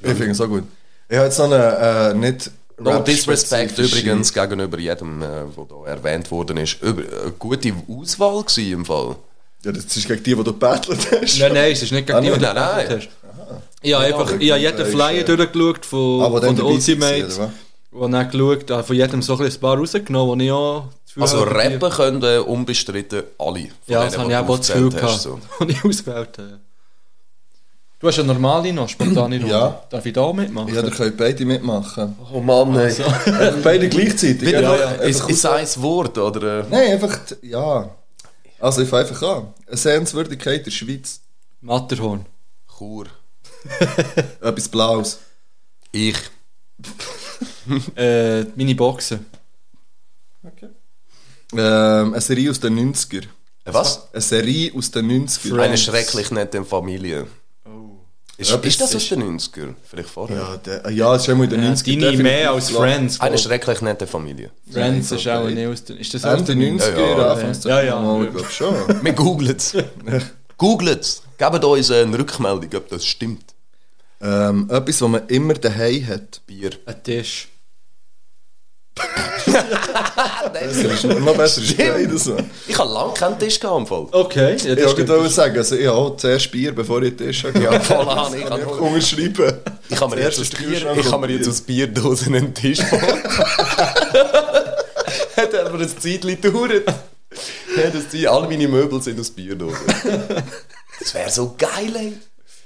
[SPEAKER 4] Ich finde es auch gut. Ich habe jetzt noch eine, äh, nicht...
[SPEAKER 5] No disrespect
[SPEAKER 4] Rap-spezifische-
[SPEAKER 5] übrigens gegenüber jedem, der äh, wo da erwähnt worden ist. Über, äh, gute Auswahl gsi im Fall.
[SPEAKER 4] Ja, das ist gegen die, die du battelt hast.
[SPEAKER 3] Nein, nein, es ist nicht
[SPEAKER 4] Ah,
[SPEAKER 3] gegen die, die
[SPEAKER 4] nein,
[SPEAKER 3] du
[SPEAKER 5] nein, nein.
[SPEAKER 3] geredet hast. Ich habe einfach ich
[SPEAKER 4] gut,
[SPEAKER 3] habe jeden
[SPEAKER 4] das ist,
[SPEAKER 3] Flyer
[SPEAKER 4] äh,
[SPEAKER 3] durchgeschaut von,
[SPEAKER 4] Aber
[SPEAKER 3] von
[SPEAKER 4] dann
[SPEAKER 3] der
[SPEAKER 4] dabei gewesen, oder
[SPEAKER 3] Ultimate.
[SPEAKER 4] was?
[SPEAKER 3] Und dann geschaut, habe von jedem so ein bisschen ein paar rausgenommen, die ich auch das Gefühl
[SPEAKER 5] Also
[SPEAKER 3] habe, die-
[SPEAKER 5] rappen können äh, unbestritten alle. Von
[SPEAKER 3] Ja, das
[SPEAKER 5] denen, die
[SPEAKER 3] habe ich
[SPEAKER 5] du
[SPEAKER 3] auch das Gefühl
[SPEAKER 5] aufgezählt
[SPEAKER 3] gehabt,
[SPEAKER 5] hast, so.
[SPEAKER 3] die ich ausgewählt habe. Du hast eine normale noch, spontane Runde.
[SPEAKER 4] Ja.
[SPEAKER 3] Darf ich da auch mitmachen?
[SPEAKER 4] Ja, da können beide mitmachen.
[SPEAKER 5] Oh Mann, ey.
[SPEAKER 3] Also,
[SPEAKER 4] beide gleichzeitig.
[SPEAKER 5] Wieder
[SPEAKER 4] ja,
[SPEAKER 5] nur,
[SPEAKER 4] ja,
[SPEAKER 5] ist,
[SPEAKER 4] einfach
[SPEAKER 5] ist ein Wort, oder? äh?
[SPEAKER 4] Nein, einfach, die- ja. Also ich fange einfach an. Eine Sehenswürdigkeit der Schweiz.
[SPEAKER 3] Matterhorn.
[SPEAKER 5] Chur.
[SPEAKER 4] Etwas Blaues.
[SPEAKER 5] Ich.
[SPEAKER 3] Äh, meine Boxen.
[SPEAKER 4] Ähm, eine Serie aus den 90er.
[SPEAKER 5] äh, Was?
[SPEAKER 4] Eine Serie aus den 90er.
[SPEAKER 5] Eine schrecklich nette Familie.
[SPEAKER 3] Oh.
[SPEAKER 5] Ist,
[SPEAKER 4] Etwas
[SPEAKER 5] ist das aus
[SPEAKER 4] ist-
[SPEAKER 5] den 90er? Vielleicht vorher?
[SPEAKER 4] Ja, der, ja, das ist immer in den
[SPEAKER 3] Ja,
[SPEAKER 4] 90er.
[SPEAKER 3] deine
[SPEAKER 4] definitiv
[SPEAKER 3] mehr als
[SPEAKER 4] Blau.
[SPEAKER 3] Friends.
[SPEAKER 5] Eine
[SPEAKER 3] glaub.
[SPEAKER 5] schrecklich nette Familie.
[SPEAKER 3] Friends ist auch
[SPEAKER 4] Okay.
[SPEAKER 3] nicht aus den... Ist das aus
[SPEAKER 4] Ende
[SPEAKER 3] den
[SPEAKER 4] 90er,
[SPEAKER 5] Ja, ja.
[SPEAKER 4] Anfang
[SPEAKER 3] Ja, ja.
[SPEAKER 4] 2000er, glaub ich schon.
[SPEAKER 5] Wir googeln es. Googelt es. Gebt uns eine Rückmeldung, ob das stimmt.
[SPEAKER 4] ähm, etwas, was man immer daheim hat.
[SPEAKER 5] Bier.
[SPEAKER 3] Ein Tisch.
[SPEAKER 4] Das ist noch besser, ist beides. so.
[SPEAKER 5] Ich habe lange keinen Tisch gehabt im Fall.
[SPEAKER 3] Okay, ja,
[SPEAKER 4] Ich
[SPEAKER 3] das stimmt.
[SPEAKER 4] wollte sagen, also ich habe zuerst Bier, bevor ich den Tisch habe.
[SPEAKER 5] Ja, voll an. Ich
[SPEAKER 4] Einfach
[SPEAKER 5] habe
[SPEAKER 4] unterschreiben.
[SPEAKER 5] ich hab mir jetzt aus
[SPEAKER 4] Zuerst ist
[SPEAKER 5] Bier,
[SPEAKER 4] Kühlschrank
[SPEAKER 5] ich hab
[SPEAKER 4] und
[SPEAKER 5] mir jetzt aus Bierdosen einen Tisch gebaut. Hat aber ein Zeitchen gedauert. Hat ein Zeit- Alle meine Möbel sind aus Bierdosen. Das wäre so geil, ey.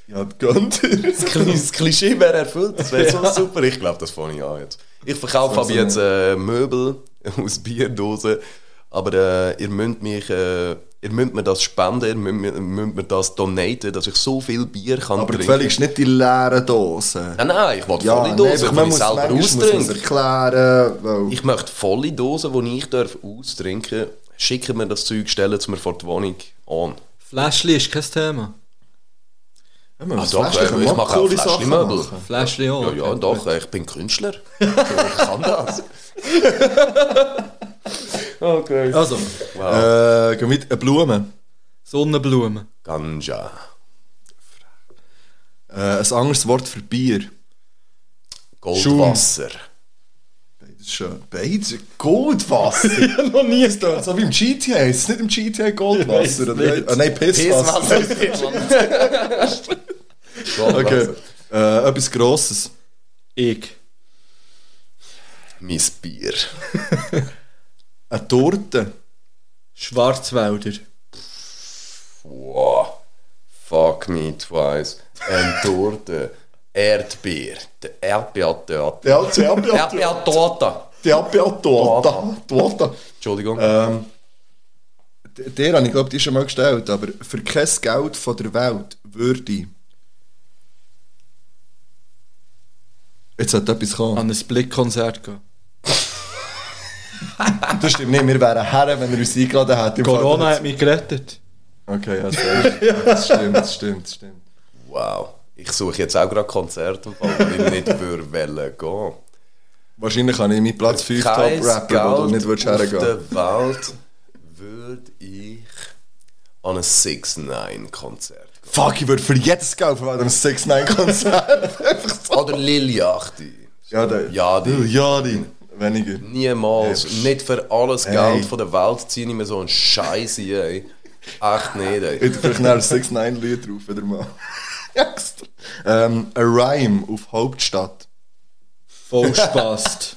[SPEAKER 4] Ja, gönnt ihr.
[SPEAKER 5] Das Kli- das Klischee wäre erfüllt, das wäre so super. Ich glaube, das fange ich an jetzt. Ich verkaufe
[SPEAKER 4] Das
[SPEAKER 5] ab
[SPEAKER 4] ist so
[SPEAKER 5] jetzt äh, Möbel aus Bierdosen, aber äh, ihr müsst mich... Äh, Ihr müsst mir das spenden, ihr müsst, mir- müsst mir das donaten, dass ich so viel Bier kann
[SPEAKER 4] Aber
[SPEAKER 5] trinken Ah,
[SPEAKER 4] gefälligst nicht die leeren Dosen.
[SPEAKER 5] Nein, nein, ich will volle
[SPEAKER 4] nein,
[SPEAKER 5] Dosen,
[SPEAKER 4] einfach,
[SPEAKER 5] die ich selber
[SPEAKER 4] manchmal muss man es
[SPEAKER 5] austrinke.
[SPEAKER 4] erklären, weil...
[SPEAKER 5] Ich möchte volle Dosen, die ich darf, austrinken Schicken mir das Zeug, stellen es mir vor die Wohnung an.
[SPEAKER 3] Fläschli ist kein Thema.
[SPEAKER 4] Ja, man
[SPEAKER 5] Ah,
[SPEAKER 4] muss
[SPEAKER 5] doch,
[SPEAKER 4] fläschlich
[SPEAKER 5] äh, ich
[SPEAKER 4] mal
[SPEAKER 5] mache auch
[SPEAKER 4] coole
[SPEAKER 5] Fläschchenmöbel.
[SPEAKER 4] Sachen machen.
[SPEAKER 3] Fläschli auch.
[SPEAKER 5] Ja, ja,
[SPEAKER 3] okay.
[SPEAKER 5] doch, äh, ich bin Künstler. Ich kann das. Okay.
[SPEAKER 3] Also,
[SPEAKER 5] Wow.
[SPEAKER 4] Äh, geh mit, eine Blume.
[SPEAKER 3] Sonnenblumen.
[SPEAKER 5] Ganja.
[SPEAKER 4] Äh, ein anderes Wort für Bier.
[SPEAKER 5] Goldwasser.
[SPEAKER 4] Beides schön. Beides Goldwasser. ja, noch nie ist das. So wie im GTA. Ist es nicht im GTA Goldwasser? Oder? Ah, nein, Pisswasser. Okay.
[SPEAKER 5] Goldwasser.
[SPEAKER 4] Äh, etwas Grosses.
[SPEAKER 3] Ich.
[SPEAKER 5] Mein Bier.
[SPEAKER 4] Eine Torte.
[SPEAKER 3] Schwarzwälder.
[SPEAKER 5] Wow. Fuck me twice. Eine Torte. Erdbeer. Der Erdbeertorte.
[SPEAKER 4] Ja, die Abbeat-
[SPEAKER 5] Erdbeertorte.
[SPEAKER 4] die Abbeat-Torte. Torte.
[SPEAKER 5] Entschuldigung.
[SPEAKER 4] Ähm, d- der habe ich, glaube die schon mal gestellt, aber für kein Geld von der Welt würde ich... Jetzt hat etwas gekommen.
[SPEAKER 3] An ein Blickkonzert gehen.
[SPEAKER 4] Das stimmt nicht, wir wären Herren, wenn er uns eingeladen hätte. Im
[SPEAKER 3] Corona
[SPEAKER 4] Fall-
[SPEAKER 3] hat mich gerettet.
[SPEAKER 4] Okay, ja, sehr. ja, das stimmt, das stimmt, das stimmt.
[SPEAKER 5] Wow. Ich suche jetzt auch gerade Konzerte, weil ich nicht für Welle gehen.
[SPEAKER 4] Wahrscheinlich habe ich meinen Platz 5
[SPEAKER 5] Kein
[SPEAKER 4] Top-Rapper, wo du
[SPEAKER 5] Geld
[SPEAKER 4] nicht willst hergehen
[SPEAKER 5] Auf
[SPEAKER 4] willst.
[SPEAKER 5] der Welt würde ich an ein 6-9-Konzert gehen.
[SPEAKER 4] Fuck, ich würde für jedes Geld von einem 6-9-Konzert. Einfach so.
[SPEAKER 5] Oder Lil Yachty.
[SPEAKER 4] Ja, der.
[SPEAKER 5] Ja, die.
[SPEAKER 4] Ja, die. Weniger.
[SPEAKER 5] Niemals.
[SPEAKER 4] Hey, pff.
[SPEAKER 5] Nicht für alles Geld
[SPEAKER 4] Hey.
[SPEAKER 5] von der Welt ziehe ich mir so einen Scheiß ein. Ey. Echt nicht, ey.
[SPEAKER 4] Hätte vielleicht noch ein 6-9-Lied drauf, wieder mal. Extra. ähm, a Rhyme auf Hauptstadt.
[SPEAKER 3] Voll Spaß.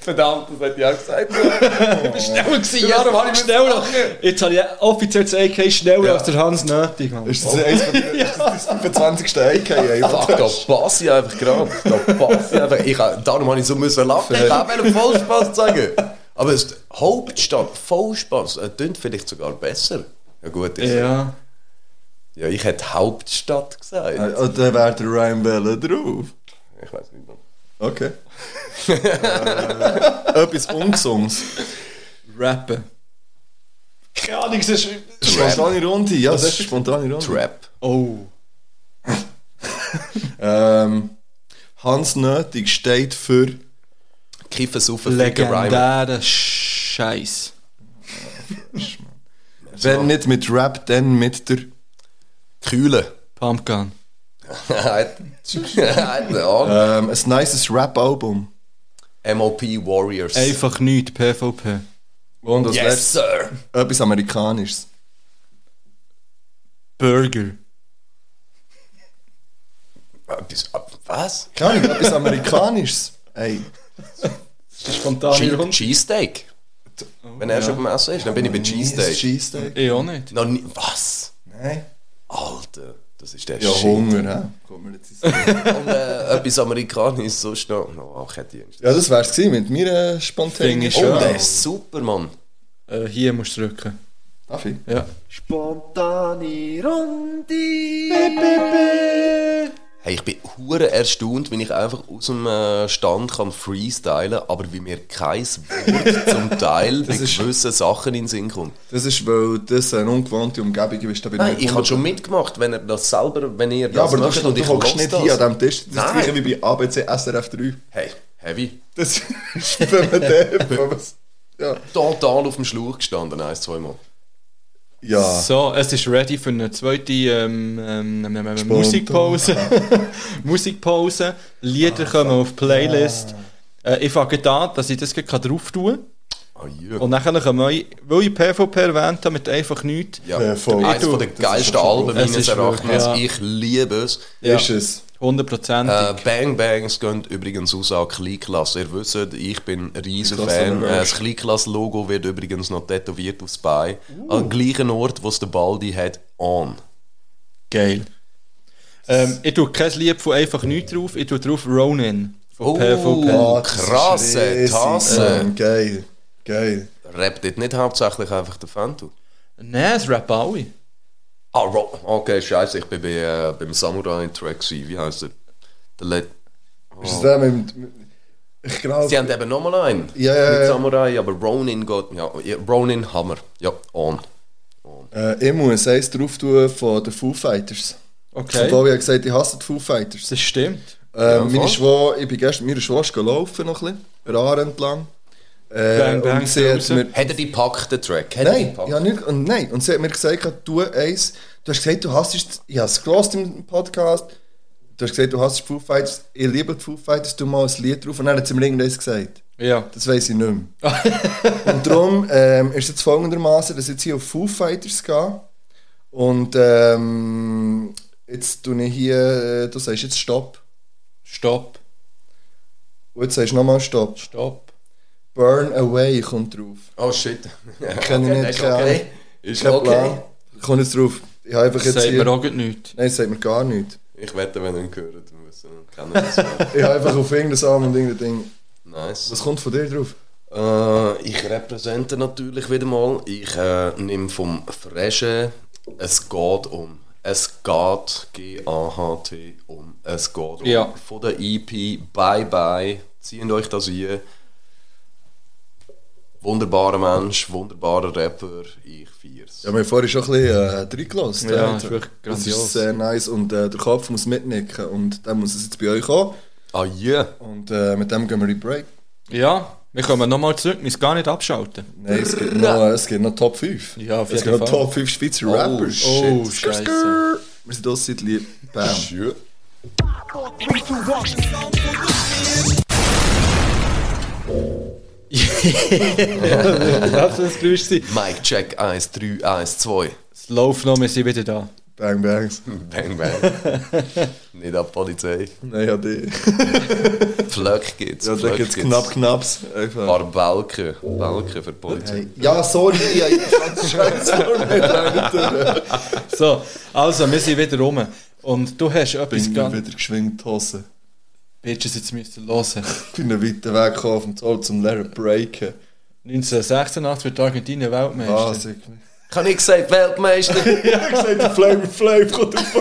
[SPEAKER 5] Verdammt, das hätte ich auch gesagt.
[SPEAKER 4] Oh.
[SPEAKER 5] Ja,
[SPEAKER 3] darum habe ich schneller. Jetzt habe ich offiziell das AK schneller als der Hans nötig. Mann.
[SPEAKER 4] Ist das eins von den- ist das das 25. AK
[SPEAKER 5] Oh. Fuck,
[SPEAKER 4] einfach?
[SPEAKER 5] da passe ich einfach gerade. Da passe ich einfach. Ich, hab- darum habe ich so müssen lachen. Ich wollte Vollspaß sagen. Aber es ist Hauptstadt, Vollspaß, äh, tönt vielleicht sogar besser. Ja gut, ich,
[SPEAKER 3] Ja.
[SPEAKER 5] ja, ich hätte Hauptstadt gesagt.
[SPEAKER 4] Äh, Und dann wäre der Rhyme Welle drauf.
[SPEAKER 5] Ich weiß nicht mehr.
[SPEAKER 4] Okay. äh, etwas Ungesundes.
[SPEAKER 3] Rappen.
[SPEAKER 6] Keine Ahnung, das ist...
[SPEAKER 4] Spontane Runde, ja, das ist spontane Runde.
[SPEAKER 5] Trap.
[SPEAKER 3] Oh.
[SPEAKER 4] Ähm, Hans Nötig steht für
[SPEAKER 5] Kiffen, Saufen, Ficken, Rhymen.
[SPEAKER 3] Legendärer Scheiß.
[SPEAKER 4] Wenn nicht mit Rap, dann mit der
[SPEAKER 5] Kühlen.
[SPEAKER 3] Pumpgun.
[SPEAKER 5] Hat- hat eine Ahnung.
[SPEAKER 4] ähm, ein nices Rap-Album.
[SPEAKER 5] MOP Warriors.
[SPEAKER 3] Einfach nichts, PvP.
[SPEAKER 4] Und als
[SPEAKER 5] yes,
[SPEAKER 4] letztes
[SPEAKER 5] sir.
[SPEAKER 4] etwas Amerikanisches.
[SPEAKER 3] Burger.
[SPEAKER 5] Etwas- ab- Ah, Was?
[SPEAKER 4] Keine Ahnung, etwas Amerikanisches. Ey, Ah,
[SPEAKER 3] Spontane
[SPEAKER 5] Che- Cheesesteak. Wenn er schon beim Essen ist, dann bin ich bei Cheesesteak.
[SPEAKER 4] Cheesesteak.
[SPEAKER 3] Ich Eh, auch nicht.
[SPEAKER 5] Noch nie. Was?
[SPEAKER 4] Nein.
[SPEAKER 5] Alter, das ist der
[SPEAKER 4] Ja,
[SPEAKER 5] Shit.
[SPEAKER 4] Hunger, hä? Kommt mir jetzt ins-
[SPEAKER 5] Und äh, etwas Amerikanisches sonst noch. Oh, No, auch hätte ich Angst.
[SPEAKER 4] Ja, das wär's gewesen mit mir äh, spontan.
[SPEAKER 3] Finde ich
[SPEAKER 5] Oh,
[SPEAKER 3] schön.
[SPEAKER 5] der ist super, Mann.
[SPEAKER 3] Äh, hier musst du drücken.
[SPEAKER 4] Darf ich?
[SPEAKER 3] Ja.
[SPEAKER 7] Spontane
[SPEAKER 5] Hey, ich bin hure erstaunt, wenn ich einfach aus dem äh, Stand kann freestylen, aber wie mir kein Wort zum Teil bei
[SPEAKER 4] ist-
[SPEAKER 5] gewissen Sachen in den Sinn kommt.
[SPEAKER 4] Das ist, weil das eine ungewohnte Umgebung ist. da bin
[SPEAKER 5] Nein, ich
[SPEAKER 4] nicht
[SPEAKER 5] habe schon mitgemacht, wenn ihr das selber, wenn ihr das
[SPEAKER 4] Ja, aber du,
[SPEAKER 5] macht
[SPEAKER 4] du,
[SPEAKER 5] und
[SPEAKER 4] du
[SPEAKER 5] ich
[SPEAKER 4] hockst
[SPEAKER 5] lasse
[SPEAKER 4] nicht
[SPEAKER 5] das.
[SPEAKER 4] hier an diesem Tisch. Das ist das
[SPEAKER 5] Nein.
[SPEAKER 4] gleiche wie bei ABC SRF 3.
[SPEAKER 5] Hey, heavy.
[SPEAKER 4] Das ist wenn man der. wenn man's- Ja.
[SPEAKER 5] Total auf dem Schlauch gestanden, eins, zweimal.
[SPEAKER 4] ja.
[SPEAKER 3] So, es ist ready für eine zweite ähm, ähm, ähm, ähm, Musikpause. Musikpause. Lieder
[SPEAKER 5] Ah,
[SPEAKER 3] kommen auf Playlist. Äh, ich fange an, dass ich das gleich drauf tue.
[SPEAKER 5] Ah, ja.
[SPEAKER 3] Und nachher kommen wir, weil ich PvP erwähnt habe, mit einfach nichts.
[SPEAKER 5] ja.
[SPEAKER 4] Ja, voll.
[SPEAKER 5] Eines von der
[SPEAKER 4] Das ist
[SPEAKER 5] geilsten
[SPEAKER 4] schon
[SPEAKER 5] Alben
[SPEAKER 3] cool. Es
[SPEAKER 5] meines
[SPEAKER 3] ist wirklich,
[SPEAKER 5] Erachtens.
[SPEAKER 3] ja.
[SPEAKER 5] Ich liebe es.
[SPEAKER 3] Ja.
[SPEAKER 4] Ist es.
[SPEAKER 3] 100%.
[SPEAKER 5] Äh, Bang Bangs gehen übrigens aus an Kleinklasse. Ihr wisst, ich bin ein riesen Fan.
[SPEAKER 4] Kleinklasse,
[SPEAKER 5] Äh,
[SPEAKER 4] ja.
[SPEAKER 5] das Kleinklasse-Logo wird übrigens noch tätowiert aufs Bein. Am gleichen Ort, wo es der Baldi hat, on.
[SPEAKER 6] Geil. Ähm, ich tue kein Lied von einfach nichts drauf, ich tue drauf Ronin von
[SPEAKER 5] Oh.
[SPEAKER 6] PvP.
[SPEAKER 5] Ah,
[SPEAKER 4] das ist
[SPEAKER 5] krasse
[SPEAKER 4] riesig.
[SPEAKER 5] Tasse.
[SPEAKER 4] Ähm, geil, geil.
[SPEAKER 5] Rappt dort nicht hauptsächlich einfach der Fantu?
[SPEAKER 6] Nein, es rappen alle.
[SPEAKER 5] Ah, Ro Okay, scheiße, ich bin bei, äh, beim Samurai-Track. gewesen. Wie heißt der? der Let
[SPEAKER 4] Ist das der mit, mit ich glaube,
[SPEAKER 5] Sie haben eben nochmal einen.
[SPEAKER 4] Ja, ja,
[SPEAKER 5] Mit
[SPEAKER 4] ja.
[SPEAKER 5] Samurai, aber Ronin geht. Ja, ja, Ronin Hammer. Ja, on.
[SPEAKER 4] äh, ich muss eins drauf tun von den Foo Fighters.
[SPEAKER 3] Okay.
[SPEAKER 4] Und Bobby hat gesagt, ich hasse die Foo Fighters.
[SPEAKER 3] Das stimmt.
[SPEAKER 4] Äh,
[SPEAKER 5] Ja, voll.
[SPEAKER 4] meine Schwester, ich bin gestern mit meiner Schwester gelaufen, noch ein bisschen, Rahr entlang. Äh,
[SPEAKER 3] Bang, bang,
[SPEAKER 4] und sie hat
[SPEAKER 3] raus.
[SPEAKER 4] mir
[SPEAKER 5] Hat er die gepackt, den Track? Hat er die
[SPEAKER 4] Nein,
[SPEAKER 5] gepackt?
[SPEAKER 4] ja, nicht, und nein. Und sie hat mir gesagt, du eins, du hast gesagt, du hast es, ich habe es gelost im Podcast, du hast gesagt, du hast Foo Fighters, ich liebe die Foo Fighters, du mal ein Lied drauf und dann hat sie mir irgendwas gesagt.
[SPEAKER 3] Ja.
[SPEAKER 4] Das weiß ich nicht mehr. und darum ähm, ist es jetzt folgendermaßen, dass ich jetzt hier auf Foo Fighters gehe und ähm, jetzt tue ich hier, äh, du sagst jetzt Stopp.
[SPEAKER 3] Stopp.
[SPEAKER 4] Und jetzt sagst du nochmal Stopp.
[SPEAKER 3] Stopp.
[SPEAKER 4] Burn Away kommt drauf.
[SPEAKER 5] Oh shit.
[SPEAKER 4] Kenne ich nicht,
[SPEAKER 5] Ist
[SPEAKER 4] keine Ahnung.
[SPEAKER 5] okay. Ist
[SPEAKER 4] Kein
[SPEAKER 5] okay.
[SPEAKER 4] Plan. Kommt jetzt drauf. Ich habe einfach jetzt
[SPEAKER 3] Sagt
[SPEAKER 4] hier...
[SPEAKER 3] mir auch nichts.
[SPEAKER 4] Nein, das sagt mir gar nichts.
[SPEAKER 5] Ich wette, wenn ihr ihn hört, dann müssen wir kennen das mal.
[SPEAKER 4] Ich habe einfach auf irgendein Arm und irgendein Ding.
[SPEAKER 5] Nice.
[SPEAKER 4] Was kommt von dir drauf?
[SPEAKER 5] Äh, ich repräsente natürlich wieder mal. Ich äh, nehme vom Freshen «Es geht um». «Es geht», G-A-H-T, um «Es geht um».
[SPEAKER 3] Ja.
[SPEAKER 5] Von der EP «Bye Bye». Zieht euch das ein. Wunderbarer Mensch, wunderbarer Rapper. Ich feier's.
[SPEAKER 4] Ja, wir haben vorhin schon ein bisschen äh, reingelassen.
[SPEAKER 3] Ja,
[SPEAKER 4] Alter.
[SPEAKER 3] das ist wirklich
[SPEAKER 4] Das
[SPEAKER 3] grandios.
[SPEAKER 4] ist sehr nice und äh, der Kopf muss mitnicken und dann muss es jetzt bei euch auch.
[SPEAKER 5] Ah, yeah.
[SPEAKER 4] Und äh, mit dem gehen wir in den Break.
[SPEAKER 3] Ja, wir kommen nochmal zurück. Wir müssen gar nicht abschalten.
[SPEAKER 4] Nein, es gibt, noch, es gibt noch Top 5.
[SPEAKER 3] Ja, auf
[SPEAKER 4] es
[SPEAKER 3] jeden
[SPEAKER 4] gibt noch
[SPEAKER 3] Fall.
[SPEAKER 4] Top 5 Schweizer Rappers.
[SPEAKER 3] Oh,
[SPEAKER 4] Shit.
[SPEAKER 3] Scheiße.
[SPEAKER 4] Wir sind aus seit Lieb. Bam.
[SPEAKER 5] Schön.
[SPEAKER 3] Das war das Geräusch. gewesen.
[SPEAKER 5] Mic check 1, 3, 1, 2.
[SPEAKER 3] Es läuft noch, wir sind wieder da.
[SPEAKER 4] Bang, bangs.
[SPEAKER 5] Bang, bang. Nicht ab Polizei.
[SPEAKER 4] Nein, ja, die.
[SPEAKER 5] Pflöck gibt's.
[SPEAKER 4] Ja, da
[SPEAKER 5] Pflöck
[SPEAKER 4] gibt es knapp, knapps.
[SPEAKER 5] Ein
[SPEAKER 4] Einfach.
[SPEAKER 5] paar Balken. Balken für die Polizei.
[SPEAKER 4] Hey. Ja, sorry. Ja, ich fand's scheiße.
[SPEAKER 3] So, also, wir sind wieder rum. Und du hast etwas
[SPEAKER 4] Bin mir
[SPEAKER 3] ganz...
[SPEAKER 4] wieder geschwingt, die Hose.
[SPEAKER 3] Bitches, jetzt müssen hören.
[SPEAKER 4] Ich bin einen weiten Weg gekommen auf dem Zoll zum Lernen breaken.
[SPEAKER 3] 1986 wird Argentinien Weltmeister.
[SPEAKER 4] Was? Ich
[SPEAKER 5] Ich habe nicht gesagt, Weltmeister.
[SPEAKER 4] hab gesagt, der Flame, Flame kommt auf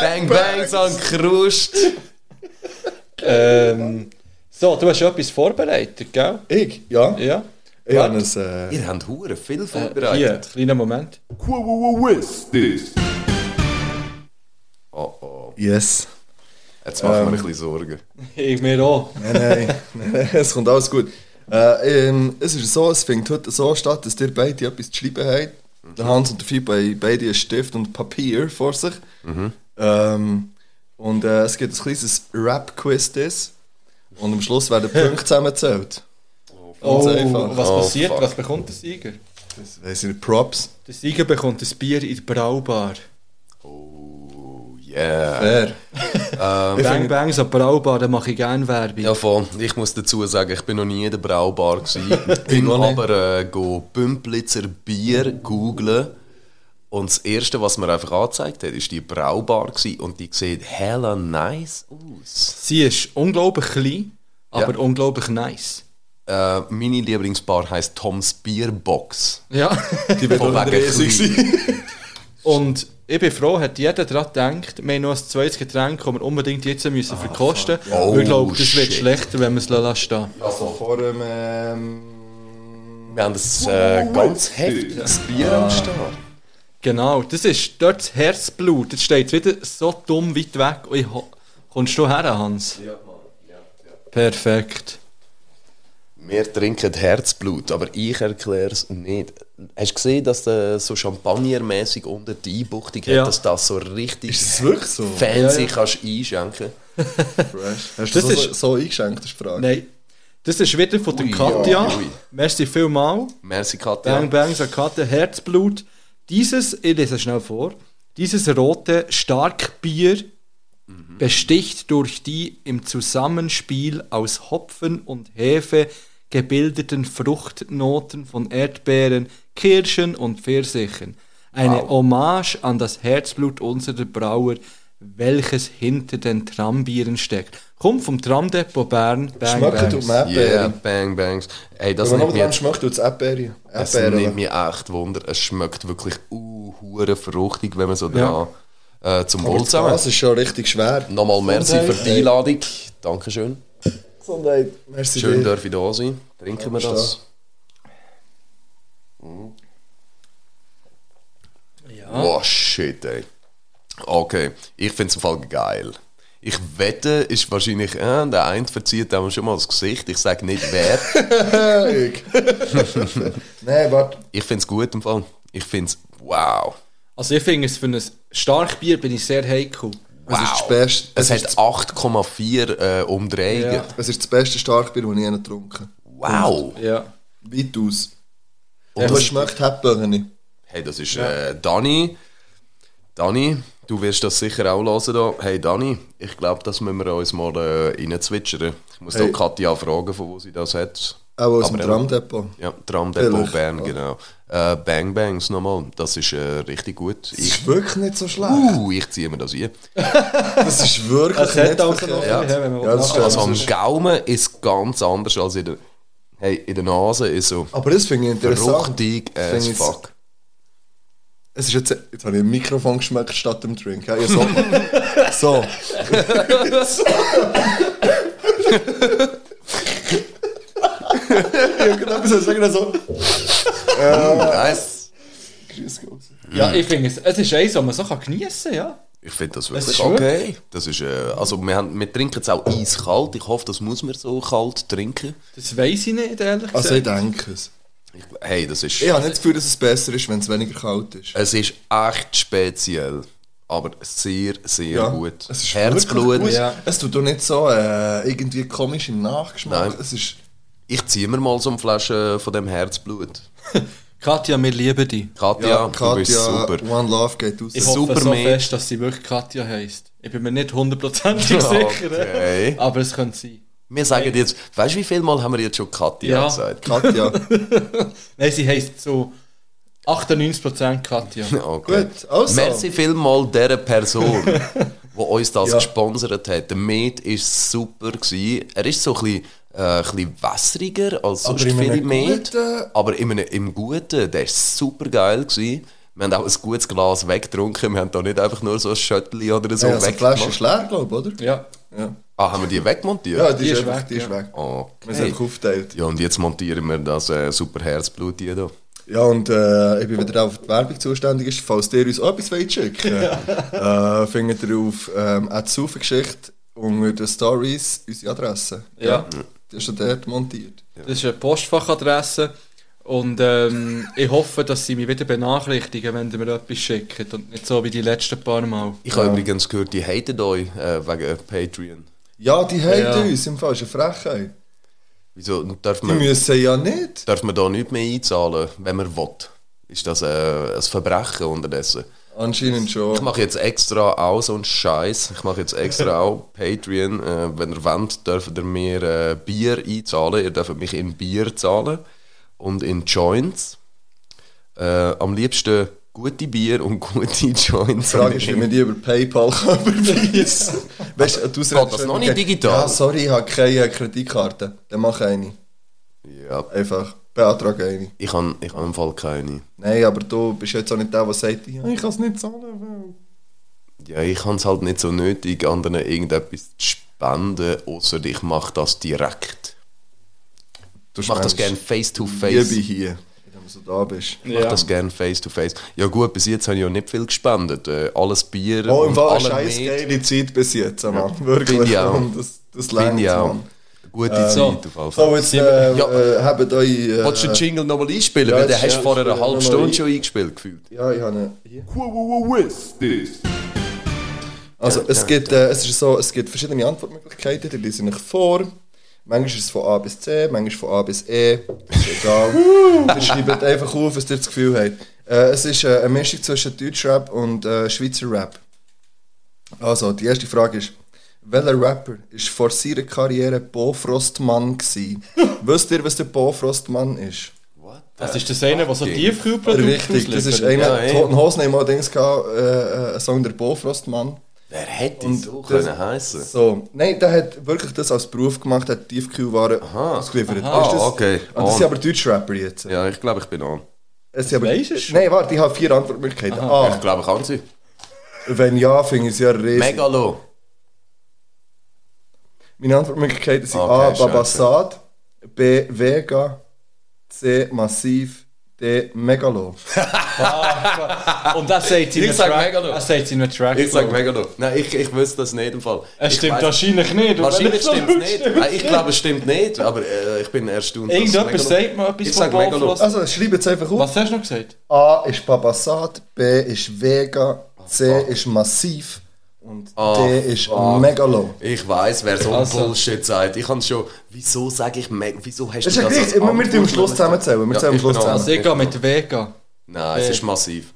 [SPEAKER 5] bang, bang, an Krust.
[SPEAKER 3] Ähm, so, du hast etwas vorbereitet, gell?
[SPEAKER 4] Ich? Ja? Ich
[SPEAKER 3] Ja.
[SPEAKER 4] habe ein... Äh,
[SPEAKER 5] Ihr habt Huren viel
[SPEAKER 3] Hier,
[SPEAKER 5] vorbereitet.
[SPEAKER 3] kleiner Moment.
[SPEAKER 5] oh, oh.
[SPEAKER 4] yes.
[SPEAKER 5] Jetzt machen wir
[SPEAKER 4] Ähm.
[SPEAKER 5] ein bisschen Sorgen.
[SPEAKER 3] Ich mir auch.
[SPEAKER 4] Nein, nein, nein, nein, es kommt alles gut. Äh, ähm, es ist so, es fängt heute so statt, dass ihr beide etwas zu schreiben habt. Der Hans und der Fieb haben beide einen Stift und Papier vor sich.
[SPEAKER 3] Mhm.
[SPEAKER 4] Ähm, und äh, es gibt ein kleines Rap-Quiz das. Und am Schluss werden die Punkte zusammengezählt.
[SPEAKER 3] Oh,
[SPEAKER 4] einfach.
[SPEAKER 3] was
[SPEAKER 5] Oh,
[SPEAKER 3] passiert?
[SPEAKER 5] fuck.
[SPEAKER 3] Was bekommt der Sieger?
[SPEAKER 4] Das weiss ich nicht, Props.
[SPEAKER 3] Der Sieger bekommt ein Bier in der Braubar.
[SPEAKER 5] Oh, yeah.
[SPEAKER 4] Fair. Ich
[SPEAKER 3] Bang
[SPEAKER 4] finde-
[SPEAKER 3] Bangs an Braubar, da mache ich gerne Werbung.
[SPEAKER 5] Ja, voll. Ich muss dazu sagen, ich bin noch nie in der Braubar gewesen.
[SPEAKER 4] Ich
[SPEAKER 5] bin
[SPEAKER 4] auch nicht.
[SPEAKER 5] aber äh, go Pümplitzer Bier googlen. Und das Erste, was mir einfach angezeigt hat, ist die Braubar gewesen. Und die sieht hella nice aus.
[SPEAKER 3] Sie ist unglaublich klein, aber
[SPEAKER 5] Ja.
[SPEAKER 3] unglaublich nice.
[SPEAKER 5] Äh, meine Lieblingsbar heißt Toms Bierbox.
[SPEAKER 3] Ja.
[SPEAKER 4] Die wird
[SPEAKER 5] Von
[SPEAKER 4] auch
[SPEAKER 5] Oh, wegen
[SPEAKER 4] riesig
[SPEAKER 5] klein.
[SPEAKER 4] sein.
[SPEAKER 3] Und ich bin froh, hat jeder daran gedacht, wir haben noch ein zweites Getränk, das wir unbedingt jetzt müssen verkosten müssen.
[SPEAKER 5] Oh,
[SPEAKER 3] ich glaube, das wird
[SPEAKER 5] shit.
[SPEAKER 3] schlechter, wenn wir es lassen stehen.
[SPEAKER 4] Also Vor dem... Ähm,
[SPEAKER 5] Wir haben ein äh, ganz heftiges Bier am Start.
[SPEAKER 3] Genau, das ist dort das Herzblut. Jetzt steht es wieder so dumm weit weg. Und ich ho- Kommst du her, Hans? Ja, Mann. Perfekt.
[SPEAKER 5] Wir trinken Herzblut, aber ich erkläre es nicht. Hast du gesehen, dass der so champagnermäßig unter die Einbuchtung
[SPEAKER 3] Ja.
[SPEAKER 5] hat, dass das so richtig
[SPEAKER 4] ist es wirklich so?
[SPEAKER 5] fancy kannst einschenken
[SPEAKER 4] Fresh. Hast du
[SPEAKER 3] Das
[SPEAKER 4] das, so,
[SPEAKER 3] ist-
[SPEAKER 4] so eingeschenkt, das ist die Frage?
[SPEAKER 3] Nein. Das ist wieder von der
[SPEAKER 5] Ui,
[SPEAKER 3] Katja.
[SPEAKER 5] ja, ui.
[SPEAKER 3] Merci vielmals.
[SPEAKER 5] Merci, Katja.
[SPEAKER 3] Bang Bang sagt Katja, Herzblut. Dieses, ich lese es schnell vor, dieses rote Starkbier besticht durch die im Zusammenspiel aus Hopfen und Hefe gebildeten Fruchtnoten von Erdbeeren, Kirschen und Pfirsichen. Eine Hommage an das Herzblut unserer Brauer, welches hinter den Trambieren steckt. Kommt vom Tramdepot Bern. Bang,
[SPEAKER 4] Schmecken tut
[SPEAKER 3] bangs.
[SPEAKER 4] man
[SPEAKER 5] Yeah,
[SPEAKER 4] Erdbeeren.
[SPEAKER 5] bang, bangs. Ey, das
[SPEAKER 4] Wenn man
[SPEAKER 5] nimmt
[SPEAKER 4] dran
[SPEAKER 5] mir,
[SPEAKER 4] schmeckt, tut es Erdbeeren.
[SPEAKER 5] es
[SPEAKER 4] Erdbeeren.
[SPEAKER 5] nimmt mir echt Wunder. Es schmeckt wirklich uh, hure fruchtig, wenn man so
[SPEAKER 3] Ja.
[SPEAKER 5] dran äh, zum
[SPEAKER 4] Aber
[SPEAKER 5] Wohl
[SPEAKER 4] das
[SPEAKER 5] zusammen. Hm.
[SPEAKER 4] Glas ist schon richtig schwer.
[SPEAKER 5] Nochmal merci für die Einladung. Dankeschön.
[SPEAKER 4] Gesundheit. Merci
[SPEAKER 5] Schön
[SPEAKER 4] dir.
[SPEAKER 5] darf ich da sein. Trinken wir das. Oh shit, ey. Okay, ich finde es im Fall geil. Ich wette, ist wahrscheinlich, äh, der eine verzieht einem schon mal das Gesicht. Ich sage nicht wer.
[SPEAKER 4] Erik. Nein, warte.
[SPEAKER 5] ich finde es gut im Fall. Ich finde es, wow.
[SPEAKER 3] Also ich finde es für ein Starkbier bin ich sehr heikel.
[SPEAKER 4] Es ist das Beste.
[SPEAKER 5] Es,
[SPEAKER 4] Es
[SPEAKER 5] hat
[SPEAKER 4] ist
[SPEAKER 5] 8,4 äh, Umdrehungen.
[SPEAKER 3] Ja.
[SPEAKER 4] es ist das beste Starkbier, das ich je getrunken habe.
[SPEAKER 5] Wow.
[SPEAKER 3] Ja.
[SPEAKER 4] Weitaus. Und es schmeckt Erdbeeren nicht.
[SPEAKER 5] Hey, das ist äh, Dani. Dani, du wirst das sicher auch hören. Da. Hey Dani, ich glaube, das müssen wir uns mal äh, reinzwitschern. Ich muss
[SPEAKER 4] Hey.
[SPEAKER 5] da Katja fragen, von wo sie das hat.
[SPEAKER 4] Auch aus dem
[SPEAKER 5] Aber-
[SPEAKER 4] Tramdepot.
[SPEAKER 5] Ja, Tramdepot
[SPEAKER 4] Vielleicht,
[SPEAKER 5] Bern,
[SPEAKER 4] ja.
[SPEAKER 5] genau. Äh, Bang Bangs nochmal, das ist äh, richtig gut.
[SPEAKER 4] Das
[SPEAKER 5] Ich,
[SPEAKER 4] ist wirklich nicht so schlecht.
[SPEAKER 5] uh, ich ziehe mir das ein.
[SPEAKER 4] Das ist wirklich
[SPEAKER 3] Es hat
[SPEAKER 4] nicht
[SPEAKER 3] auch noch
[SPEAKER 4] verkehrt.
[SPEAKER 3] ein bisschen, wenn man
[SPEAKER 4] Ja, das
[SPEAKER 3] will.
[SPEAKER 5] Also am
[SPEAKER 4] stimmt.
[SPEAKER 5] Gaumen ist ganz anders als in der, hey, in der Nase. Ist so
[SPEAKER 4] Aber das finde ich interessant.
[SPEAKER 5] fruchtig as
[SPEAKER 4] Finde ich-
[SPEAKER 5] fuck.
[SPEAKER 4] Es ist jetzt, jetzt habe ich im Mikrofon geschmeckt statt dem Drink. Ja, so. so. Irgendetwas soll ich sagen, so.
[SPEAKER 5] Nice.
[SPEAKER 4] Grüß Gott.
[SPEAKER 3] ja, ich finde es, es ist eins, was man so kann geniessen kann, ja.
[SPEAKER 5] Ich finde das wirklich
[SPEAKER 3] ist
[SPEAKER 5] okay. Das ist, äh, also wir, haben, wir trinken es auch eiskalt. Ich hoffe, das muss man so kalt trinken.
[SPEAKER 3] Das weiß ich nicht, ehrlich
[SPEAKER 4] Also ich
[SPEAKER 3] gesagt.
[SPEAKER 4] denke es.
[SPEAKER 5] Ich, hey, das ist,
[SPEAKER 4] Ich habe nicht das Gefühl, dass es besser ist, wenn es weniger kalt ist.
[SPEAKER 5] es ist echt speziell, aber sehr, sehr gut.
[SPEAKER 4] Es ist
[SPEAKER 5] Herzblut.
[SPEAKER 4] wirklich gut.
[SPEAKER 3] Ja.
[SPEAKER 4] Es tut doch nicht so äh, irgendwie komisch im Nachgeschmack.
[SPEAKER 5] Nein.
[SPEAKER 4] Es ist...
[SPEAKER 5] Ich ziehe mir mal so eine Flasche von dem Herzblut.
[SPEAKER 3] Katja, wir lieben dich.
[SPEAKER 5] Katja,
[SPEAKER 4] Ja,
[SPEAKER 5] du bist
[SPEAKER 4] Katja,
[SPEAKER 5] super.
[SPEAKER 4] One Love geht aus.
[SPEAKER 3] Ich
[SPEAKER 5] Super
[SPEAKER 3] hoffe so
[SPEAKER 5] Mädchen.
[SPEAKER 3] fest, dass sie wirklich Katja heisst. Ich bin mir nicht hundertprozentig sicher.
[SPEAKER 5] Okay.
[SPEAKER 3] Aber es könnte sein.
[SPEAKER 5] Wir sagen jetzt, weißt du, wie viel Mal haben wir jetzt schon Katja
[SPEAKER 3] Ja.
[SPEAKER 5] gesagt?
[SPEAKER 4] Katja.
[SPEAKER 3] Nein, sie heisst so 98% Katja.
[SPEAKER 5] Okay.
[SPEAKER 4] Gut, also.
[SPEAKER 5] Merci vielmal dieser Person, die uns das
[SPEAKER 4] Ja.
[SPEAKER 5] gesponsert hat. Der Med war super. Gewesen. Er ist so ein bisschen, äh, ein bisschen wässriger als sonst
[SPEAKER 4] in
[SPEAKER 5] viele
[SPEAKER 4] einem
[SPEAKER 5] Med.
[SPEAKER 4] guten-
[SPEAKER 5] Aber in einem, im Guten, der war super geil. Gewesen. Wir haben auch ein gutes Glas weggetrunken. Wir haben da nicht einfach nur so ein Schöttli oder so
[SPEAKER 4] Ja, also die
[SPEAKER 5] weggemacht.
[SPEAKER 4] Flasche ist leer, glaube ich, oder?
[SPEAKER 3] Ja.
[SPEAKER 4] Ja,
[SPEAKER 5] Ah, haben wir die wegmontiert?
[SPEAKER 4] ja die,
[SPEAKER 3] Die
[SPEAKER 4] ist
[SPEAKER 3] ist
[SPEAKER 4] weg.
[SPEAKER 3] weg,
[SPEAKER 4] Die ist
[SPEAKER 3] ja.
[SPEAKER 4] weg.
[SPEAKER 5] Oh,
[SPEAKER 4] Wir sind
[SPEAKER 5] Okay.
[SPEAKER 4] einfach aufgeteilt.
[SPEAKER 5] Ja, und jetzt montieren wir das äh, super Herzblut hier. da.
[SPEAKER 4] Ja, und äh, ich bin wieder auf die Werbung zuständig. Ist, falls ihr uns auch etwas wollt schicken äh, findet ihr auf ähm, «Atsufe-Geschichte» unter den Stories unsere Adresse.
[SPEAKER 3] Ja.
[SPEAKER 4] Die ist schon dort montiert.
[SPEAKER 3] Das ist eine Postfachadresse. Und ähm, ich hoffe, dass sie mich wieder benachrichtigen, wenn ihr mir etwas schickt. Und nicht so wie die letzten paar Mal.
[SPEAKER 5] Ich habe übrigens gehört, die haten euch äh, wegen Patreon.
[SPEAKER 4] Ja, die
[SPEAKER 3] Ja.
[SPEAKER 4] haben uns im Fall. ist eine Frechheit.
[SPEAKER 5] Wieso darf
[SPEAKER 4] Die
[SPEAKER 5] man,
[SPEAKER 4] müssen ja nicht.
[SPEAKER 5] darf man da nichts mehr einzahlen, wenn man will? Ist das äh, ein Verbrechen unterdessen?
[SPEAKER 4] Anscheinend
[SPEAKER 5] Ich
[SPEAKER 4] schon.
[SPEAKER 5] mache jetzt extra auch so einen Scheiß. Ich mache jetzt extra auch Patreon. Äh, wenn ihr wollt, dürft ihr mir äh, Bier einzahlen. Ihr dürft mich in Bier zahlen und in Joints. Äh, am liebsten gute Bier und gute Joints.
[SPEAKER 4] Die Frage ist, wie man die über PayPal kann überweisen kann. Weißt du, du
[SPEAKER 5] Geht das noch nicht digital?
[SPEAKER 4] Ja, sorry, ich habe keine Kreditkarte. Dann mach eine.
[SPEAKER 5] ja,
[SPEAKER 4] Einfach. Beantrag eine.
[SPEAKER 5] ich habe ich hab im Fall keine.
[SPEAKER 4] Nein, aber du bist jetzt auch nicht der, der sagt, ja, ich kann es nicht zahlen. Weil...
[SPEAKER 5] Ja, ich habe es halt nicht so nötig, anderen irgendetwas zu spenden, außer ich mache das direkt.
[SPEAKER 4] Du
[SPEAKER 5] Ich mache das gerne
[SPEAKER 4] spendest
[SPEAKER 5] face-to-face.
[SPEAKER 4] Liebe hier, wenn du so da bist.
[SPEAKER 5] Ich mache das gerne face-to-face. Ja gut, bis jetzt habe ich ja nicht viel gespendet. Äh, alles Bier
[SPEAKER 4] Oh, im Fall eine
[SPEAKER 5] alle
[SPEAKER 4] scheiß
[SPEAKER 5] Met.
[SPEAKER 4] geile Zeit bis jetzt, Mann. Wirklich.
[SPEAKER 5] Finde ich auch.
[SPEAKER 4] Und Das, das
[SPEAKER 5] Finde ich
[SPEAKER 4] langt,
[SPEAKER 5] auch.
[SPEAKER 4] Mann. Ähm,
[SPEAKER 5] Gute
[SPEAKER 3] so.
[SPEAKER 5] Zeit auf jeden Fall.
[SPEAKER 4] So, jetzt äh,
[SPEAKER 5] Ja.
[SPEAKER 4] äh, habt ihr äh,
[SPEAKER 5] Wolltest du den Jingle nochmal einspielen?
[SPEAKER 4] ja,
[SPEAKER 5] Weil den
[SPEAKER 4] jetzt-
[SPEAKER 5] hast du
[SPEAKER 4] ja,
[SPEAKER 5] vor einer
[SPEAKER 4] spiel
[SPEAKER 5] halben
[SPEAKER 4] nochmal
[SPEAKER 5] Stunde
[SPEAKER 4] ein.
[SPEAKER 5] schon eingespielt gefühlt.
[SPEAKER 4] Ja, ich habe eine hier. Also, es gibt, äh, es ist so, es gibt verschiedene Antwortmöglichkeiten, die lese ich euch vor. Manchmal ist es von A bis C, manchmal von A bis E. Ist egal. ihr schreibt einfach auf, was ihr das Gefühl habt. Äh, es ist äh, eine Mischung zwischen Deutschrap und äh, Schweizer Rap. Also, die erste Frage ist, welcher Rapper ist vor seiner Karriere Bo Frostmann gewesen? Wisst ihr, was der Bo Frostmann ist?
[SPEAKER 5] What?
[SPEAKER 6] Das ist das eine, was so Tiefkühlprodukte
[SPEAKER 4] Richtig, das ist
[SPEAKER 6] ausliefert.
[SPEAKER 4] einer.
[SPEAKER 5] Ja,
[SPEAKER 4] Ja,
[SPEAKER 5] ey.
[SPEAKER 4] Toten Hosen haben mal Dings gehabt, äh, äh, ein Song der Bofrostmann.
[SPEAKER 5] Wer hätte
[SPEAKER 4] Und
[SPEAKER 5] so
[SPEAKER 4] das-
[SPEAKER 5] können heissen?
[SPEAKER 4] So, nein, der hat wirklich das als Beruf gemacht, hat Tiefkühlwaren
[SPEAKER 5] Aha.
[SPEAKER 4] ausgeliefert.
[SPEAKER 5] Aha,
[SPEAKER 4] Ist das,
[SPEAKER 5] okay.
[SPEAKER 4] Und das
[SPEAKER 5] On.
[SPEAKER 4] sind aber deutsche Rapper jetzt.
[SPEAKER 5] Ja, ich glaube, ich bin an.
[SPEAKER 4] Es sind aber,
[SPEAKER 6] Weisst du schon?
[SPEAKER 4] nein, warte, ich habe vier Antwortmöglichkeiten.
[SPEAKER 5] Ich glaube, ich kann sie.
[SPEAKER 4] A. Wenn ja, finde ich es ja riesig.
[SPEAKER 5] Megalo.
[SPEAKER 4] Meine Antwortmöglichkeiten sind
[SPEAKER 5] Okay,
[SPEAKER 4] A.
[SPEAKER 5] scheiße.
[SPEAKER 4] Babassad, B. Vega, C. Massiv, D. Megalo.
[SPEAKER 6] Und das sagt sie in
[SPEAKER 5] Ich
[SPEAKER 6] einem
[SPEAKER 5] sag
[SPEAKER 6] Track.
[SPEAKER 5] Megalo.
[SPEAKER 6] Das sagt sie in einem Track.
[SPEAKER 5] Ich sage Megalo. Nein, ich, ich wüsste das nicht im Fall.
[SPEAKER 6] Es
[SPEAKER 5] Ich
[SPEAKER 6] stimmt
[SPEAKER 5] weiss-
[SPEAKER 6] wahrscheinlich nicht.
[SPEAKER 5] Wahrscheinlich stimmt es nicht. Nein, ich glaube, es stimmt nicht, aber äh, ich bin erstaunt. dass
[SPEAKER 6] Irgendjemand
[SPEAKER 5] Megalo-
[SPEAKER 6] sagt mir etwas
[SPEAKER 5] Ich
[SPEAKER 6] von
[SPEAKER 5] sag Megalo.
[SPEAKER 6] Bofrost.
[SPEAKER 4] Also, schreib jetzt einfach auf.
[SPEAKER 6] Was hast du noch gesagt?
[SPEAKER 4] A ist Babassat, B ist Vega,
[SPEAKER 5] Ah,
[SPEAKER 4] C ist Massiv und D ist Megalo.
[SPEAKER 5] Ich weiß, wer so
[SPEAKER 6] Also.
[SPEAKER 5] Bullshit sagt. Ich kann schon. Wieso sage ich Meg? Wieso hast
[SPEAKER 4] Ist
[SPEAKER 5] du
[SPEAKER 4] ja
[SPEAKER 5] das?
[SPEAKER 4] gleich,
[SPEAKER 5] als
[SPEAKER 4] immer
[SPEAKER 5] Antwort
[SPEAKER 4] mit dem Schluss
[SPEAKER 5] genannt?
[SPEAKER 4] zusammenzählen. Wir
[SPEAKER 5] Ja,
[SPEAKER 4] zählen am
[SPEAKER 5] ich
[SPEAKER 4] Schluss
[SPEAKER 5] bin auch-
[SPEAKER 3] Also
[SPEAKER 4] zusammen.
[SPEAKER 3] ich gehe mit Vega.
[SPEAKER 5] Nein, es ist massiv.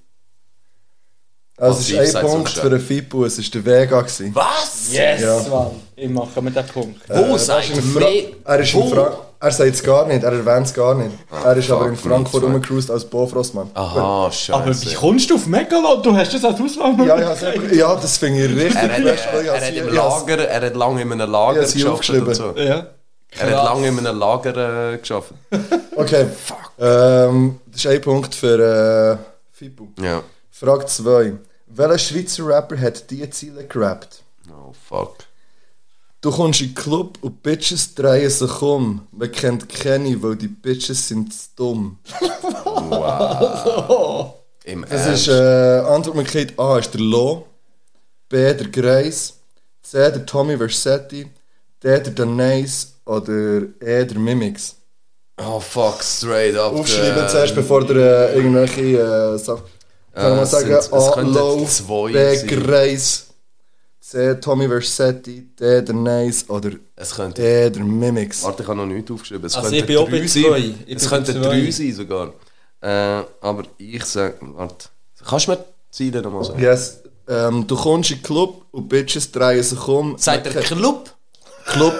[SPEAKER 4] Also, es
[SPEAKER 5] Massiv
[SPEAKER 4] ist ein
[SPEAKER 5] sagt's
[SPEAKER 4] Punkt
[SPEAKER 5] auch schon.
[SPEAKER 4] für den Fipu, es war der Vega. Gewesen.
[SPEAKER 5] Was?
[SPEAKER 6] Yes,
[SPEAKER 4] Ja.
[SPEAKER 6] Mann. Ich mache mit dem Punkt.
[SPEAKER 5] Wo
[SPEAKER 4] Er
[SPEAKER 5] sagt
[SPEAKER 4] ist in Fra- Er ist in Fra Er sagt es gar nicht, er erwähnt es gar nicht. er ist aber in
[SPEAKER 5] Ah, fuck,
[SPEAKER 4] Frankfurt
[SPEAKER 5] nicht, fuck.
[SPEAKER 4] rumgecruised als Bofrostmann.
[SPEAKER 5] Aha,
[SPEAKER 6] Aber wie
[SPEAKER 5] Ah, scheiße.
[SPEAKER 6] kommst du auf Megalo? Du hast das als Auswahl
[SPEAKER 4] Ja, ich hab's einfach- ja, das finde ich richtig
[SPEAKER 5] Er hat,
[SPEAKER 4] fest, weil
[SPEAKER 5] äh,
[SPEAKER 4] ich
[SPEAKER 5] er
[SPEAKER 4] hab's
[SPEAKER 5] hat
[SPEAKER 4] hier-
[SPEAKER 5] im
[SPEAKER 4] ich hab's-
[SPEAKER 5] Lager, er hat lange in einem Lager
[SPEAKER 4] Ich hab's hier
[SPEAKER 5] geschafft und so.
[SPEAKER 4] aufgeschrieben.
[SPEAKER 6] Ja.
[SPEAKER 5] Er hat lange in einem Lager äh, geschafft.
[SPEAKER 4] Okay. Ähm, das ist ein Punkt für äh, Fipu.
[SPEAKER 5] Ja.
[SPEAKER 4] Frage 2. Welcher Schweizer Rapper hat diese Ziele gerappt?
[SPEAKER 5] Oh fuck.
[SPEAKER 4] Du kommst in den Club und Bitches drehen sich um. Man kennt keine, weil die Bitches sind zu dumm.
[SPEAKER 5] Im
[SPEAKER 4] Das
[SPEAKER 5] Ernst.
[SPEAKER 4] ist äh, Antwortmöglichkeit A ist der Lo, B der Grace, C der Tommy Versetti, D der Danais oder E der Mimix.
[SPEAKER 5] Oh fuck, straight up.
[SPEAKER 4] Aufschreiben
[SPEAKER 5] äh,
[SPEAKER 4] zuerst, bevor der äh, irgendwelche äh, Sachen. Kann
[SPEAKER 5] Äh,
[SPEAKER 4] man
[SPEAKER 5] es
[SPEAKER 4] sagen,
[SPEAKER 5] sind- es
[SPEAKER 4] A
[SPEAKER 5] könnten
[SPEAKER 4] Lo,
[SPEAKER 5] zwei
[SPEAKER 4] B
[SPEAKER 5] sein.
[SPEAKER 4] Grace, C Tommy Versetti, D Danais oder
[SPEAKER 5] Es könnte.
[SPEAKER 4] D der Mimics.
[SPEAKER 5] Warte, ich habe noch nichts aufgeschrieben. Es
[SPEAKER 3] Also
[SPEAKER 5] könnten
[SPEAKER 3] ich bin auch bei
[SPEAKER 5] drei
[SPEAKER 3] zwei.
[SPEAKER 5] sein.
[SPEAKER 3] Ich
[SPEAKER 5] Es
[SPEAKER 3] bin
[SPEAKER 5] könnten
[SPEAKER 3] bei zwei.
[SPEAKER 5] drei sein sogar. Äh, aber ich sage, warte. Kannst du mir die Ziele nochmal sagen?
[SPEAKER 4] Yes. Ähm, du kommst in den Club und Bitches drehen sich um.
[SPEAKER 5] Sagt
[SPEAKER 4] Man
[SPEAKER 5] der
[SPEAKER 4] kennt-
[SPEAKER 5] Club?
[SPEAKER 4] Club,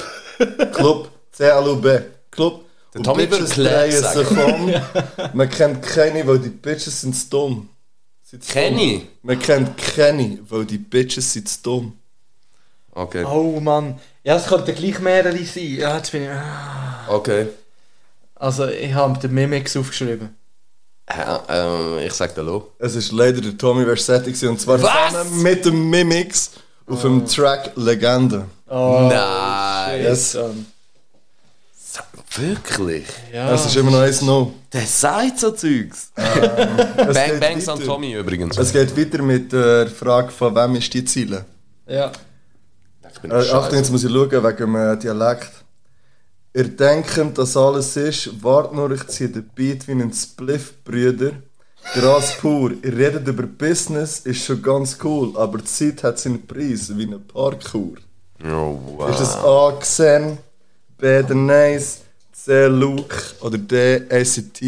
[SPEAKER 4] Club, C-L-U-B, Club.
[SPEAKER 5] Der Tommy
[SPEAKER 4] Bitches
[SPEAKER 5] würde
[SPEAKER 4] drehen
[SPEAKER 5] Clap
[SPEAKER 4] sich um. Man kennt keine, weil die Bitches sind zu dumm. Sind zu dumm.
[SPEAKER 5] Kenny?
[SPEAKER 4] Man kennt keine, weil die Bitches sind zu dumm.
[SPEAKER 5] Okay.
[SPEAKER 3] Oh Mann. Ja, es könnten gleich mehrere sein. Ja, jetzt bin ich...
[SPEAKER 5] Okay.
[SPEAKER 3] Also ich habe den Mimix aufgeschrieben.
[SPEAKER 5] Äh, äh, ich sage der Lo.
[SPEAKER 4] Es ist leider der Tommy Versetti gewesen, und zwar
[SPEAKER 5] Was?
[SPEAKER 4] zusammen mit dem Mimix auf
[SPEAKER 5] Oh.
[SPEAKER 4] dem Track Legende.
[SPEAKER 3] Oh,
[SPEAKER 5] Nein.
[SPEAKER 4] Yes.
[SPEAKER 5] Wirklich?
[SPEAKER 4] Es ist immer noch eins No.
[SPEAKER 5] Der sagt so Zeugs.
[SPEAKER 4] Es
[SPEAKER 5] Bang
[SPEAKER 4] geht
[SPEAKER 5] Bangs an
[SPEAKER 4] weiter.
[SPEAKER 5] Tommy übrigens.
[SPEAKER 4] Es geht weiter mit der Frage, von wem ist die Ziele?
[SPEAKER 3] Ja.
[SPEAKER 5] Ich bin
[SPEAKER 4] Äh, Achtung,
[SPEAKER 5] scheiße.
[SPEAKER 4] jetzt muss ich schauen wegen dem äh, Dialekt. Ihr denkt, dass alles ist, wart nur, ich ziehe den Beat wie ein Spliff, Brüder. Gras pur, ihr redet über Business, ist schon ganz cool, aber die Zeit hat seinen Preis, wie eine Parkour.
[SPEAKER 5] Oh, wow.
[SPEAKER 4] Ist es A, Xen, B, The Nice, C, Luke oder D, ACT?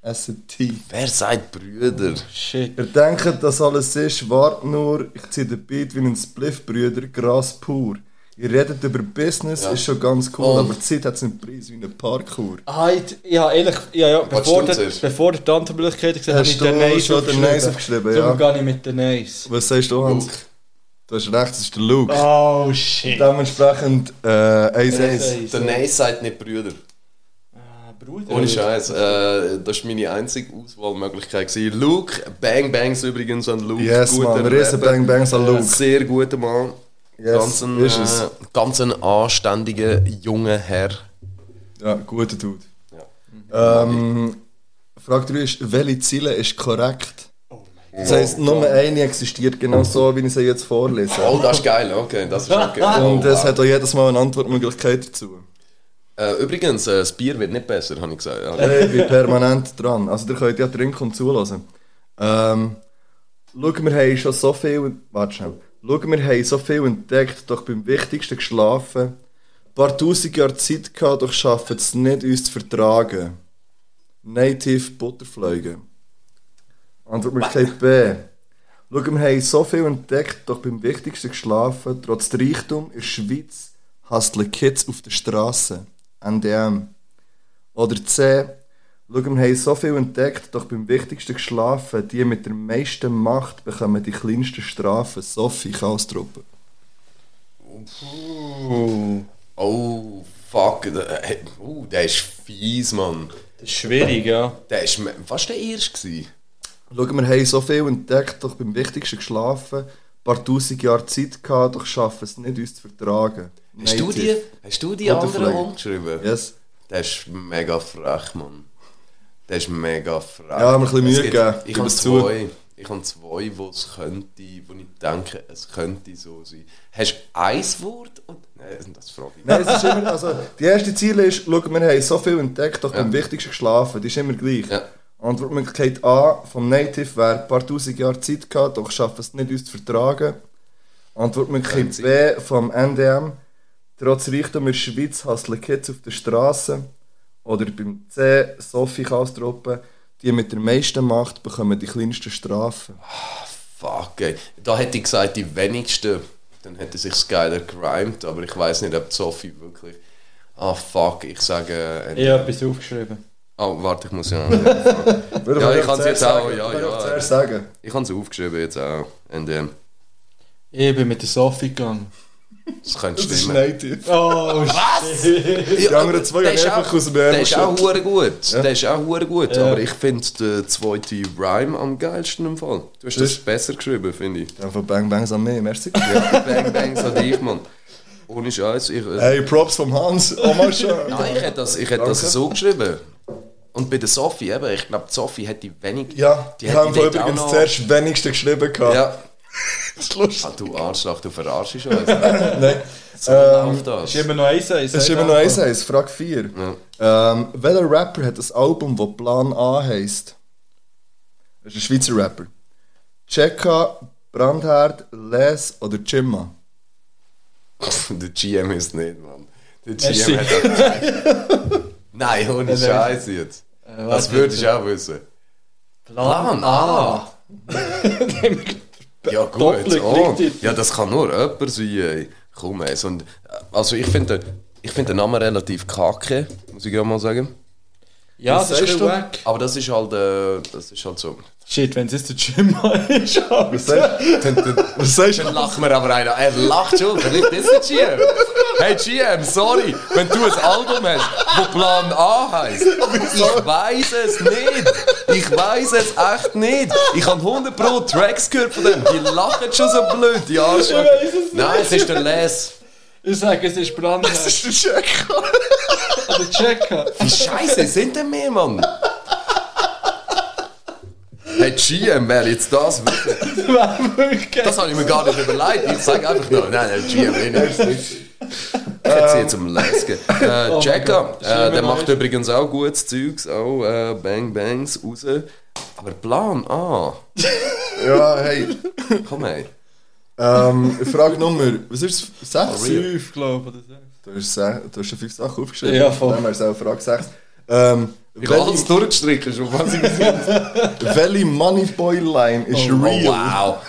[SPEAKER 4] ACT.
[SPEAKER 5] Wer sagt Brüder?
[SPEAKER 4] Ihr denkt, dass alles ist, wart nur, ich ziehe den Beat wie ein Spliff, Brüder, Gras pur. Ihr redet über Business, ist schon ganz cool, aber die Zeit hat seinen Preis wie eine Parkour.
[SPEAKER 6] Halt, ja, ehrlich, ja, ja, bevor
[SPEAKER 5] du
[SPEAKER 6] der,
[SPEAKER 5] zuerst?
[SPEAKER 6] bevor der Tante Möglichkeit gesehen habe
[SPEAKER 4] Hast
[SPEAKER 6] ich
[SPEAKER 4] du
[SPEAKER 6] den Nice
[SPEAKER 4] schon den Nice
[SPEAKER 6] aufgeschrieben.
[SPEAKER 4] aufgeschrieben,
[SPEAKER 6] Darum
[SPEAKER 4] ja?
[SPEAKER 6] gehe ich mit den Nice.
[SPEAKER 4] Was sagst du, Hans? Du hast recht, es ist der Luke.
[SPEAKER 3] Ah.
[SPEAKER 6] Oh shit.
[SPEAKER 4] Dementsprechend äh, 1-1.
[SPEAKER 5] Der Nein sagt nicht Brüder.
[SPEAKER 6] Bruder.
[SPEAKER 5] Ohne Scheiß. Äh, das war meine einzige Auswahlmöglichkeit. gewesen. Luke, Bang Bangs übrigens an Luke.
[SPEAKER 4] Yes, Mann,
[SPEAKER 5] Rapper. Äh,
[SPEAKER 4] riesen Bang Bangs an Luke.
[SPEAKER 5] Sehr guter Mann.
[SPEAKER 4] Yes,
[SPEAKER 5] ganz, ein,
[SPEAKER 4] ist es.
[SPEAKER 5] äh, ganz ein anständiger, junger Herr.
[SPEAKER 4] Ja, guter Dude. Ähm, Frage 3 ist, welche Ziele ist korrekt? Das heisst, nur eine existiert, genau so, wie ich sie jetzt vorlese.
[SPEAKER 5] Oh, das ist geil, okay, das ist okay. Oh,
[SPEAKER 4] Und es
[SPEAKER 5] wow.
[SPEAKER 4] hat auch jedes Mal eine Antwortmöglichkeit dazu.
[SPEAKER 5] äh, übrigens, äh, das Bier wird nicht besser, habe ich gesagt. Ja.
[SPEAKER 4] Ich bin permanent dran. Also, ihr könnt ja trinken und zulassen. Ähm, schau, wir haben schon so viel. Warte schnell. Schau, wir haben so viel entdeckt, doch beim Wichtigsten geschlafen. Ein paar tausend Jahre Zeit gehabt, doch schaffen es nicht, uns zu vertragen. Native Butterflüge. Antwortmöglichkeit B. Schau, wir haben so viel entdeckt, doch beim Wichtigsten geschlafen. Trotz Reichtum in der Schweiz hustlen Kids auf der Straße. NDM. Oder C. Schau, wir haben so viel entdeckt, doch beim Wichtigsten geschlafen. Die mit der meisten Macht bekommen die kleinsten Strafen. Sophie, Chaos-Truppe.
[SPEAKER 5] Oh, fuck. Der, hey, uh, der ist fies, Mann.
[SPEAKER 6] Das ist schwierig, ja.
[SPEAKER 5] Der ist me- fast der erste. Gewesen.
[SPEAKER 4] Schau, wir haben so viel entdeckt, doch beim Wichtigsten geschlafen. Ein paar tausend Jahre Zeit gehabt, doch schaffen es nicht, uns zu vertragen.
[SPEAKER 5] Hast du die, hast du die
[SPEAKER 4] Gute
[SPEAKER 5] anderen
[SPEAKER 4] Frage.
[SPEAKER 5] umgeschrieben?
[SPEAKER 4] Yes.
[SPEAKER 5] Der ist mega frech, Mann. Der ist mega frech.
[SPEAKER 4] Ja, haben wir ein bisschen
[SPEAKER 5] Es
[SPEAKER 4] Mühe
[SPEAKER 5] gibt-
[SPEAKER 4] gegeben.
[SPEAKER 5] Ich
[SPEAKER 4] Gebe
[SPEAKER 5] habe
[SPEAKER 4] es zu.
[SPEAKER 5] zwei. Ich habe zwei, wo es könnte, wo ich denke, es könnte so sein. Hast du ein Wort? Und, nein, das frage ich
[SPEAKER 4] Nein, es ist immer, also, die erste Ziele ist, schau, wir haben so viel entdeckt, doch beim Wichtigsten geschlafen. Die ist immer gleich.
[SPEAKER 5] Ja.
[SPEAKER 4] Antwortmöglichkeit A vom Native wäre, ein paar tausend Jahre Zeit gehabt, doch schaffen es nicht, uns zu vertragen. Antwortmöglichkeit B vom NDM, trotz Reichtum in der Schweiz hasseln Kids auf der Straße. Oder beim C, Sophie Kastruppe, die mit der meisten Macht bekommen die kleinsten Strafen.
[SPEAKER 5] Fuck, ey. Da hätte ich gesagt, die wenigsten. Dann hätte sich Skyler gegrimt, aber ich weiß nicht, ob Sophie wirklich. Ah, fuck, ich sage. Äh,
[SPEAKER 6] Ich habe etwas aufgeschrieben.
[SPEAKER 5] Oh, warte, ich muss ja. ja, ich kann es jetzt auch. Ja,
[SPEAKER 4] Ich kann
[SPEAKER 5] ja.
[SPEAKER 4] zuerst sagen.
[SPEAKER 5] Ich habe es aufgeschrieben jetzt auch. ähm, NDM.
[SPEAKER 6] Ich bin mit der Sophie gegangen.
[SPEAKER 5] Das könnte
[SPEAKER 4] Das ist
[SPEAKER 5] stimmen.
[SPEAKER 4] Native.
[SPEAKER 6] Oh,
[SPEAKER 5] Die
[SPEAKER 4] anderen zwei
[SPEAKER 5] der
[SPEAKER 4] haben
[SPEAKER 5] ist
[SPEAKER 4] einfach
[SPEAKER 5] auch-
[SPEAKER 4] aus dem
[SPEAKER 5] Der
[SPEAKER 4] Ärmel
[SPEAKER 5] ist auch hure gut. Der ist auch hure gut.
[SPEAKER 6] Ja.
[SPEAKER 5] Aber ich finde den zweiten Rhyme am geilsten im Fall. Du hast das besser geschrieben, finde ich.
[SPEAKER 4] Dann von Bang Bangs an mich, merci.
[SPEAKER 5] Bang Bangs an dich, Mann. Ohne Scheiß. Ich, äh,
[SPEAKER 4] Hey, Props vom Hans, oh mal schön.
[SPEAKER 5] Nein, ich hätte das, ich hätte das
[SPEAKER 4] Danke.
[SPEAKER 5] so geschrieben. Und bei der Sophie eben, ich glaube, die Sophie hätte die wenig.
[SPEAKER 4] Ja,
[SPEAKER 5] Die
[SPEAKER 4] die
[SPEAKER 5] hätte
[SPEAKER 4] haben
[SPEAKER 5] dort auch
[SPEAKER 4] übrigens
[SPEAKER 5] noch-
[SPEAKER 4] zuerst wenigsten geschrieben gehabt.
[SPEAKER 5] Ja.
[SPEAKER 4] Das ist lustig.
[SPEAKER 5] Ah, du Arschloch, du verarschst uns. Nein. So
[SPEAKER 4] Ähm,
[SPEAKER 5] läuft das.
[SPEAKER 6] ist immer noch eins. Ah.
[SPEAKER 4] Das ist immer noch eins, eins, Frage 4. Ähm, welcher Rapper hat ein Album, das Plan A heisst? Das ist ein Schweizer Rapper. Cheka, Brandherd, Les oder Jimma?
[SPEAKER 5] Der GM ist nicht, Mann. Der
[SPEAKER 6] Merci.
[SPEAKER 5] GM hat das Nein, ohne Scheiß jetzt.
[SPEAKER 6] Äh,
[SPEAKER 5] Das würde ich auch wissen. Plan
[SPEAKER 4] Ah.
[SPEAKER 5] A. ja gut,
[SPEAKER 6] Doppelt
[SPEAKER 5] oh.
[SPEAKER 6] richtig.
[SPEAKER 5] Ja, das kann nur jemand sein. Ey. Komm, ey. Und, also ich finde den- ich finde den Namen relativ kacke, muss ich auch mal sagen.
[SPEAKER 6] Ja, das ist ein
[SPEAKER 4] sagst
[SPEAKER 6] bisschen
[SPEAKER 4] du?
[SPEAKER 6] wack.
[SPEAKER 5] Aber das ist halt, äh, das ist halt so.
[SPEAKER 6] Shit, wenn es jetzt der Jim ist, aber...
[SPEAKER 4] Was sagst du? Was sagst
[SPEAKER 5] Dann
[SPEAKER 4] du?
[SPEAKER 5] lachen wir aber einer. Er lacht schon, vielleicht ist es GM. Hey GM, sorry, wenn du ein Album Ah, hast, wo Plan A heißt. Ich weiß es nicht. Ich weiß es echt nicht. Ich habe 100 Pro Tracks gehört von dem. Die lachen schon so blöd, die Arschlöcher.
[SPEAKER 6] weiss es nicht.
[SPEAKER 5] Nein, es ist der Les.
[SPEAKER 6] Ich sage, es ist Brandner.
[SPEAKER 4] Das ist der Cheka.
[SPEAKER 6] Der Checker.
[SPEAKER 5] Wie scheiße sind denn wir, Mann? Hey, GM wäre jetzt das.
[SPEAKER 6] Das wäre wirklich geil.
[SPEAKER 5] Das habe ich mir gar nicht überlegt. Ich sage einfach nur, nein, nein, GM ist nicht. Ich hätte sie jetzt um Lesken. Äh, Jacka,
[SPEAKER 6] Gott,
[SPEAKER 5] äh, der
[SPEAKER 6] schlimmer
[SPEAKER 5] macht
[SPEAKER 6] Mensch.
[SPEAKER 5] übrigens auch gutes Zeugs, auch äh, Bang Bangs raus. Aber Plan A,
[SPEAKER 4] Ja, hey.
[SPEAKER 5] komm ey.
[SPEAKER 4] Ähm, Frage Nummer, was ist es? 6?
[SPEAKER 6] Fünf, glaube ich, oder so.
[SPEAKER 4] Du hast, se- du hast schon fünf Sachen aufgeschrieben.
[SPEAKER 6] Ja, voll.
[SPEAKER 4] Dann wäre es auch Frage 6. Ähm,
[SPEAKER 5] Ich habe alles durchgestrichen schon, was ich gesehen habe.
[SPEAKER 4] welche Moneyboy-Line ist
[SPEAKER 5] Oh,
[SPEAKER 4] real?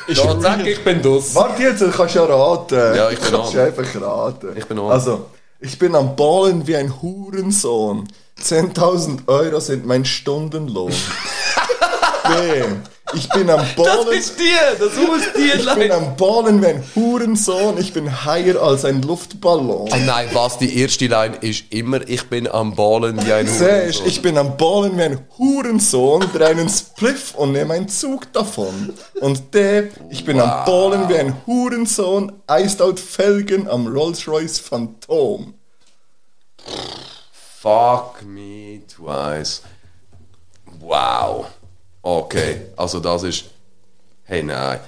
[SPEAKER 5] wow. Da sag ich, ich bin das.
[SPEAKER 4] Warte jetzt, du kannst ja raten.
[SPEAKER 5] Ja, ich bin
[SPEAKER 4] Du kannst
[SPEAKER 5] an.
[SPEAKER 4] einfach raten.
[SPEAKER 5] Ich bin an.
[SPEAKER 4] Also, ich bin am Ballen wie ein Hurensohn. 10.000 Euro sind mein Stundenlohn. B. Ich bin am
[SPEAKER 5] Das
[SPEAKER 4] Ballen...
[SPEAKER 5] ist dir, das muss dir
[SPEAKER 4] Ich bin
[SPEAKER 5] leid.
[SPEAKER 4] am Ballen wie ein Hurensohn. Ich bin higher als ein Luftballon.
[SPEAKER 5] Oh nein, was? Die erste Line ist immer, ich bin am Ballen wie ein
[SPEAKER 4] Siehst, ich
[SPEAKER 5] Hurensohn.
[SPEAKER 4] bin am Ballen wie ein Hurensohn, dreh einen Spliff und nehme einen Zug davon. Und D, ich bin am Ballen wie ein Hurensohn, eist out Felgen am Rolls-Royce Phantom.
[SPEAKER 5] Fuck me twice. Wow. Okay, also das ist... Hey, nein.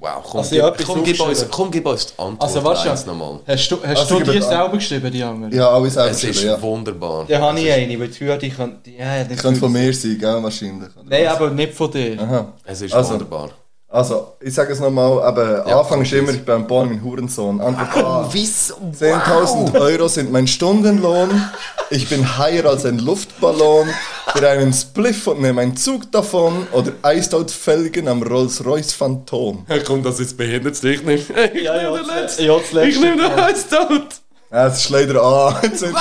[SPEAKER 5] Wow, komm,
[SPEAKER 6] Also, ich hab
[SPEAKER 5] gib,
[SPEAKER 6] etwas
[SPEAKER 5] komm, gib, uns,
[SPEAKER 6] aufgeschrieben.
[SPEAKER 5] komm gib uns die Antwort
[SPEAKER 6] Also, warte
[SPEAKER 5] eins
[SPEAKER 6] schon.
[SPEAKER 5] nochmal.
[SPEAKER 6] Hast du, hast
[SPEAKER 4] Also,
[SPEAKER 6] du
[SPEAKER 4] gib
[SPEAKER 6] die
[SPEAKER 4] mir-
[SPEAKER 6] selber geschrieben, die anderen?
[SPEAKER 4] Ja, alles
[SPEAKER 5] Es ist
[SPEAKER 4] selbst. Ja.
[SPEAKER 5] wunderbar.
[SPEAKER 6] Dann habe ich eine, weil früher die kann... Die, ja, die
[SPEAKER 4] Könnte von mir sein, gell, wahrscheinlich. oder?
[SPEAKER 6] Nein, aber nicht von dir.
[SPEAKER 4] Aha.
[SPEAKER 5] Es ist
[SPEAKER 4] Also-
[SPEAKER 5] wunderbar.
[SPEAKER 4] Also, ich sage es nochmal, aber
[SPEAKER 5] Ja, Ah,
[SPEAKER 4] Anfang ist
[SPEAKER 5] komm,
[SPEAKER 4] immer, ich bin am Ballen wie ein Hurensohn. Antwort A.
[SPEAKER 5] Wieso?
[SPEAKER 4] 10.000 Euro sind mein Stundenlohn. Ich bin higher als ein Luftballon. Für einen Spliff und nehme einen Zug davon. Oder eist out Felgen am Rolls-Royce Phantom.
[SPEAKER 5] Komm, das ist behindert dich nicht. Ich
[SPEAKER 6] Ja, ja,
[SPEAKER 5] nehme den
[SPEAKER 6] das-
[SPEAKER 5] letzten.
[SPEAKER 6] ja, das
[SPEAKER 5] Ich
[SPEAKER 6] letzte.
[SPEAKER 5] nehme den letzten.
[SPEAKER 4] Ja, es ist leider an. 10.000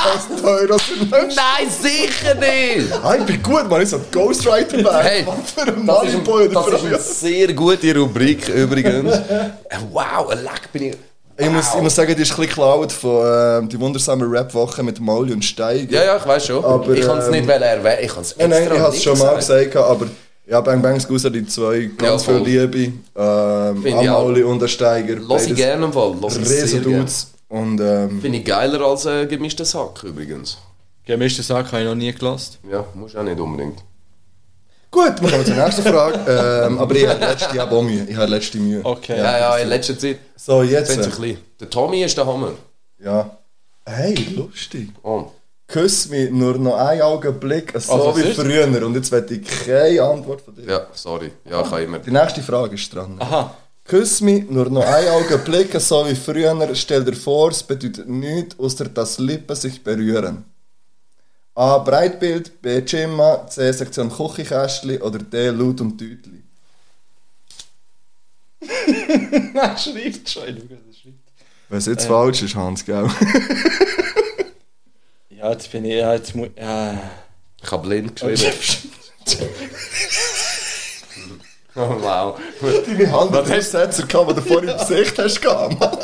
[SPEAKER 4] Euro sind Nein!
[SPEAKER 5] Nein, sicher nicht!
[SPEAKER 4] Ich bin gut, Mann. Ich so Ghostwriter Band.
[SPEAKER 5] Hey,
[SPEAKER 4] Was für ein
[SPEAKER 5] Das ist, ein,
[SPEAKER 4] Maliboy oder
[SPEAKER 5] das ist eine
[SPEAKER 4] Frau.
[SPEAKER 5] sehr gute Rubrik übrigens. Wow, ein Leck bin ich.
[SPEAKER 4] Ich muss, ich muss sagen, die ist ein bisschen geklaut von ähm, die wundersame Rap-Woche mit Mauli und Steiger.
[SPEAKER 5] Ja, ja, ich weiß schon.
[SPEAKER 4] Aber,
[SPEAKER 5] ich kann es
[SPEAKER 4] ähm,
[SPEAKER 5] nicht wollen erwähnen. Ich kann es extra
[SPEAKER 4] Ja, Äh, nein, ich habe es
[SPEAKER 5] nicht
[SPEAKER 4] schon mal
[SPEAKER 5] sagen.
[SPEAKER 4] gesagt, aber ja, Bang Bang Scusa, die zwei, ganz
[SPEAKER 5] voll.
[SPEAKER 4] viel Liebe. Ähm,
[SPEAKER 5] ich
[SPEAKER 4] am
[SPEAKER 5] auch.
[SPEAKER 4] Mauli und der Steiger.
[SPEAKER 5] Lass ich
[SPEAKER 4] beides
[SPEAKER 5] gerne im Fall. Lass ich sehr gerne.
[SPEAKER 4] Riesendudes. Und ähm,
[SPEAKER 5] Finde ich geiler als äh, gemischter Sack übrigens.
[SPEAKER 3] Gemischte Sack habe ich noch nie gelassen.
[SPEAKER 5] Ja, muss auch nicht unbedingt.
[SPEAKER 4] gut, wir kommen zur nächsten Frage. ähm, aber ich habe letzte ich habe auch Mühe. Ich habe letzte Mühe.
[SPEAKER 3] Okay.
[SPEAKER 5] Ja, ja, in letzter Zeit.
[SPEAKER 4] So,
[SPEAKER 5] Ich
[SPEAKER 4] jetzt.
[SPEAKER 5] bin so
[SPEAKER 4] äh,
[SPEAKER 5] ein bisschen. Der Tommy ist der Hammer.
[SPEAKER 4] Ja. Hey, lustig.
[SPEAKER 5] Oh.
[SPEAKER 4] Küss mich nur noch einen Augenblick, so
[SPEAKER 5] Also, was
[SPEAKER 4] wie
[SPEAKER 5] ist?
[SPEAKER 4] früher. Und jetzt werde ich keine Antwort von dir.
[SPEAKER 5] Ja, sorry. Ja, ich kann immer.
[SPEAKER 4] Die nächste Frage ist dran.
[SPEAKER 3] Aha.
[SPEAKER 4] Küss mich, nur noch einen Augenblick, so wie früher. Stell dir vor, es bedeutet nichts, außer dass Lippen sich berühren. A. Breitbild, B. Chimma, C. Sektion Küchenkästchen oder D. Laut und deutlich.
[SPEAKER 3] Nein, schreibt schon. Ich schaue, das schreibt.
[SPEAKER 4] Wenn es jetzt falsch ist, Hans, gell?
[SPEAKER 3] Ja, jetzt bin ich. Ja, jetzt äh. muss. Ja.
[SPEAKER 5] Ich habe blind geschrieben. oh, wow.
[SPEAKER 4] Deine Hand hat den Setzer gehabt, den du vorhin im Gesicht hast. gehabt, Mann.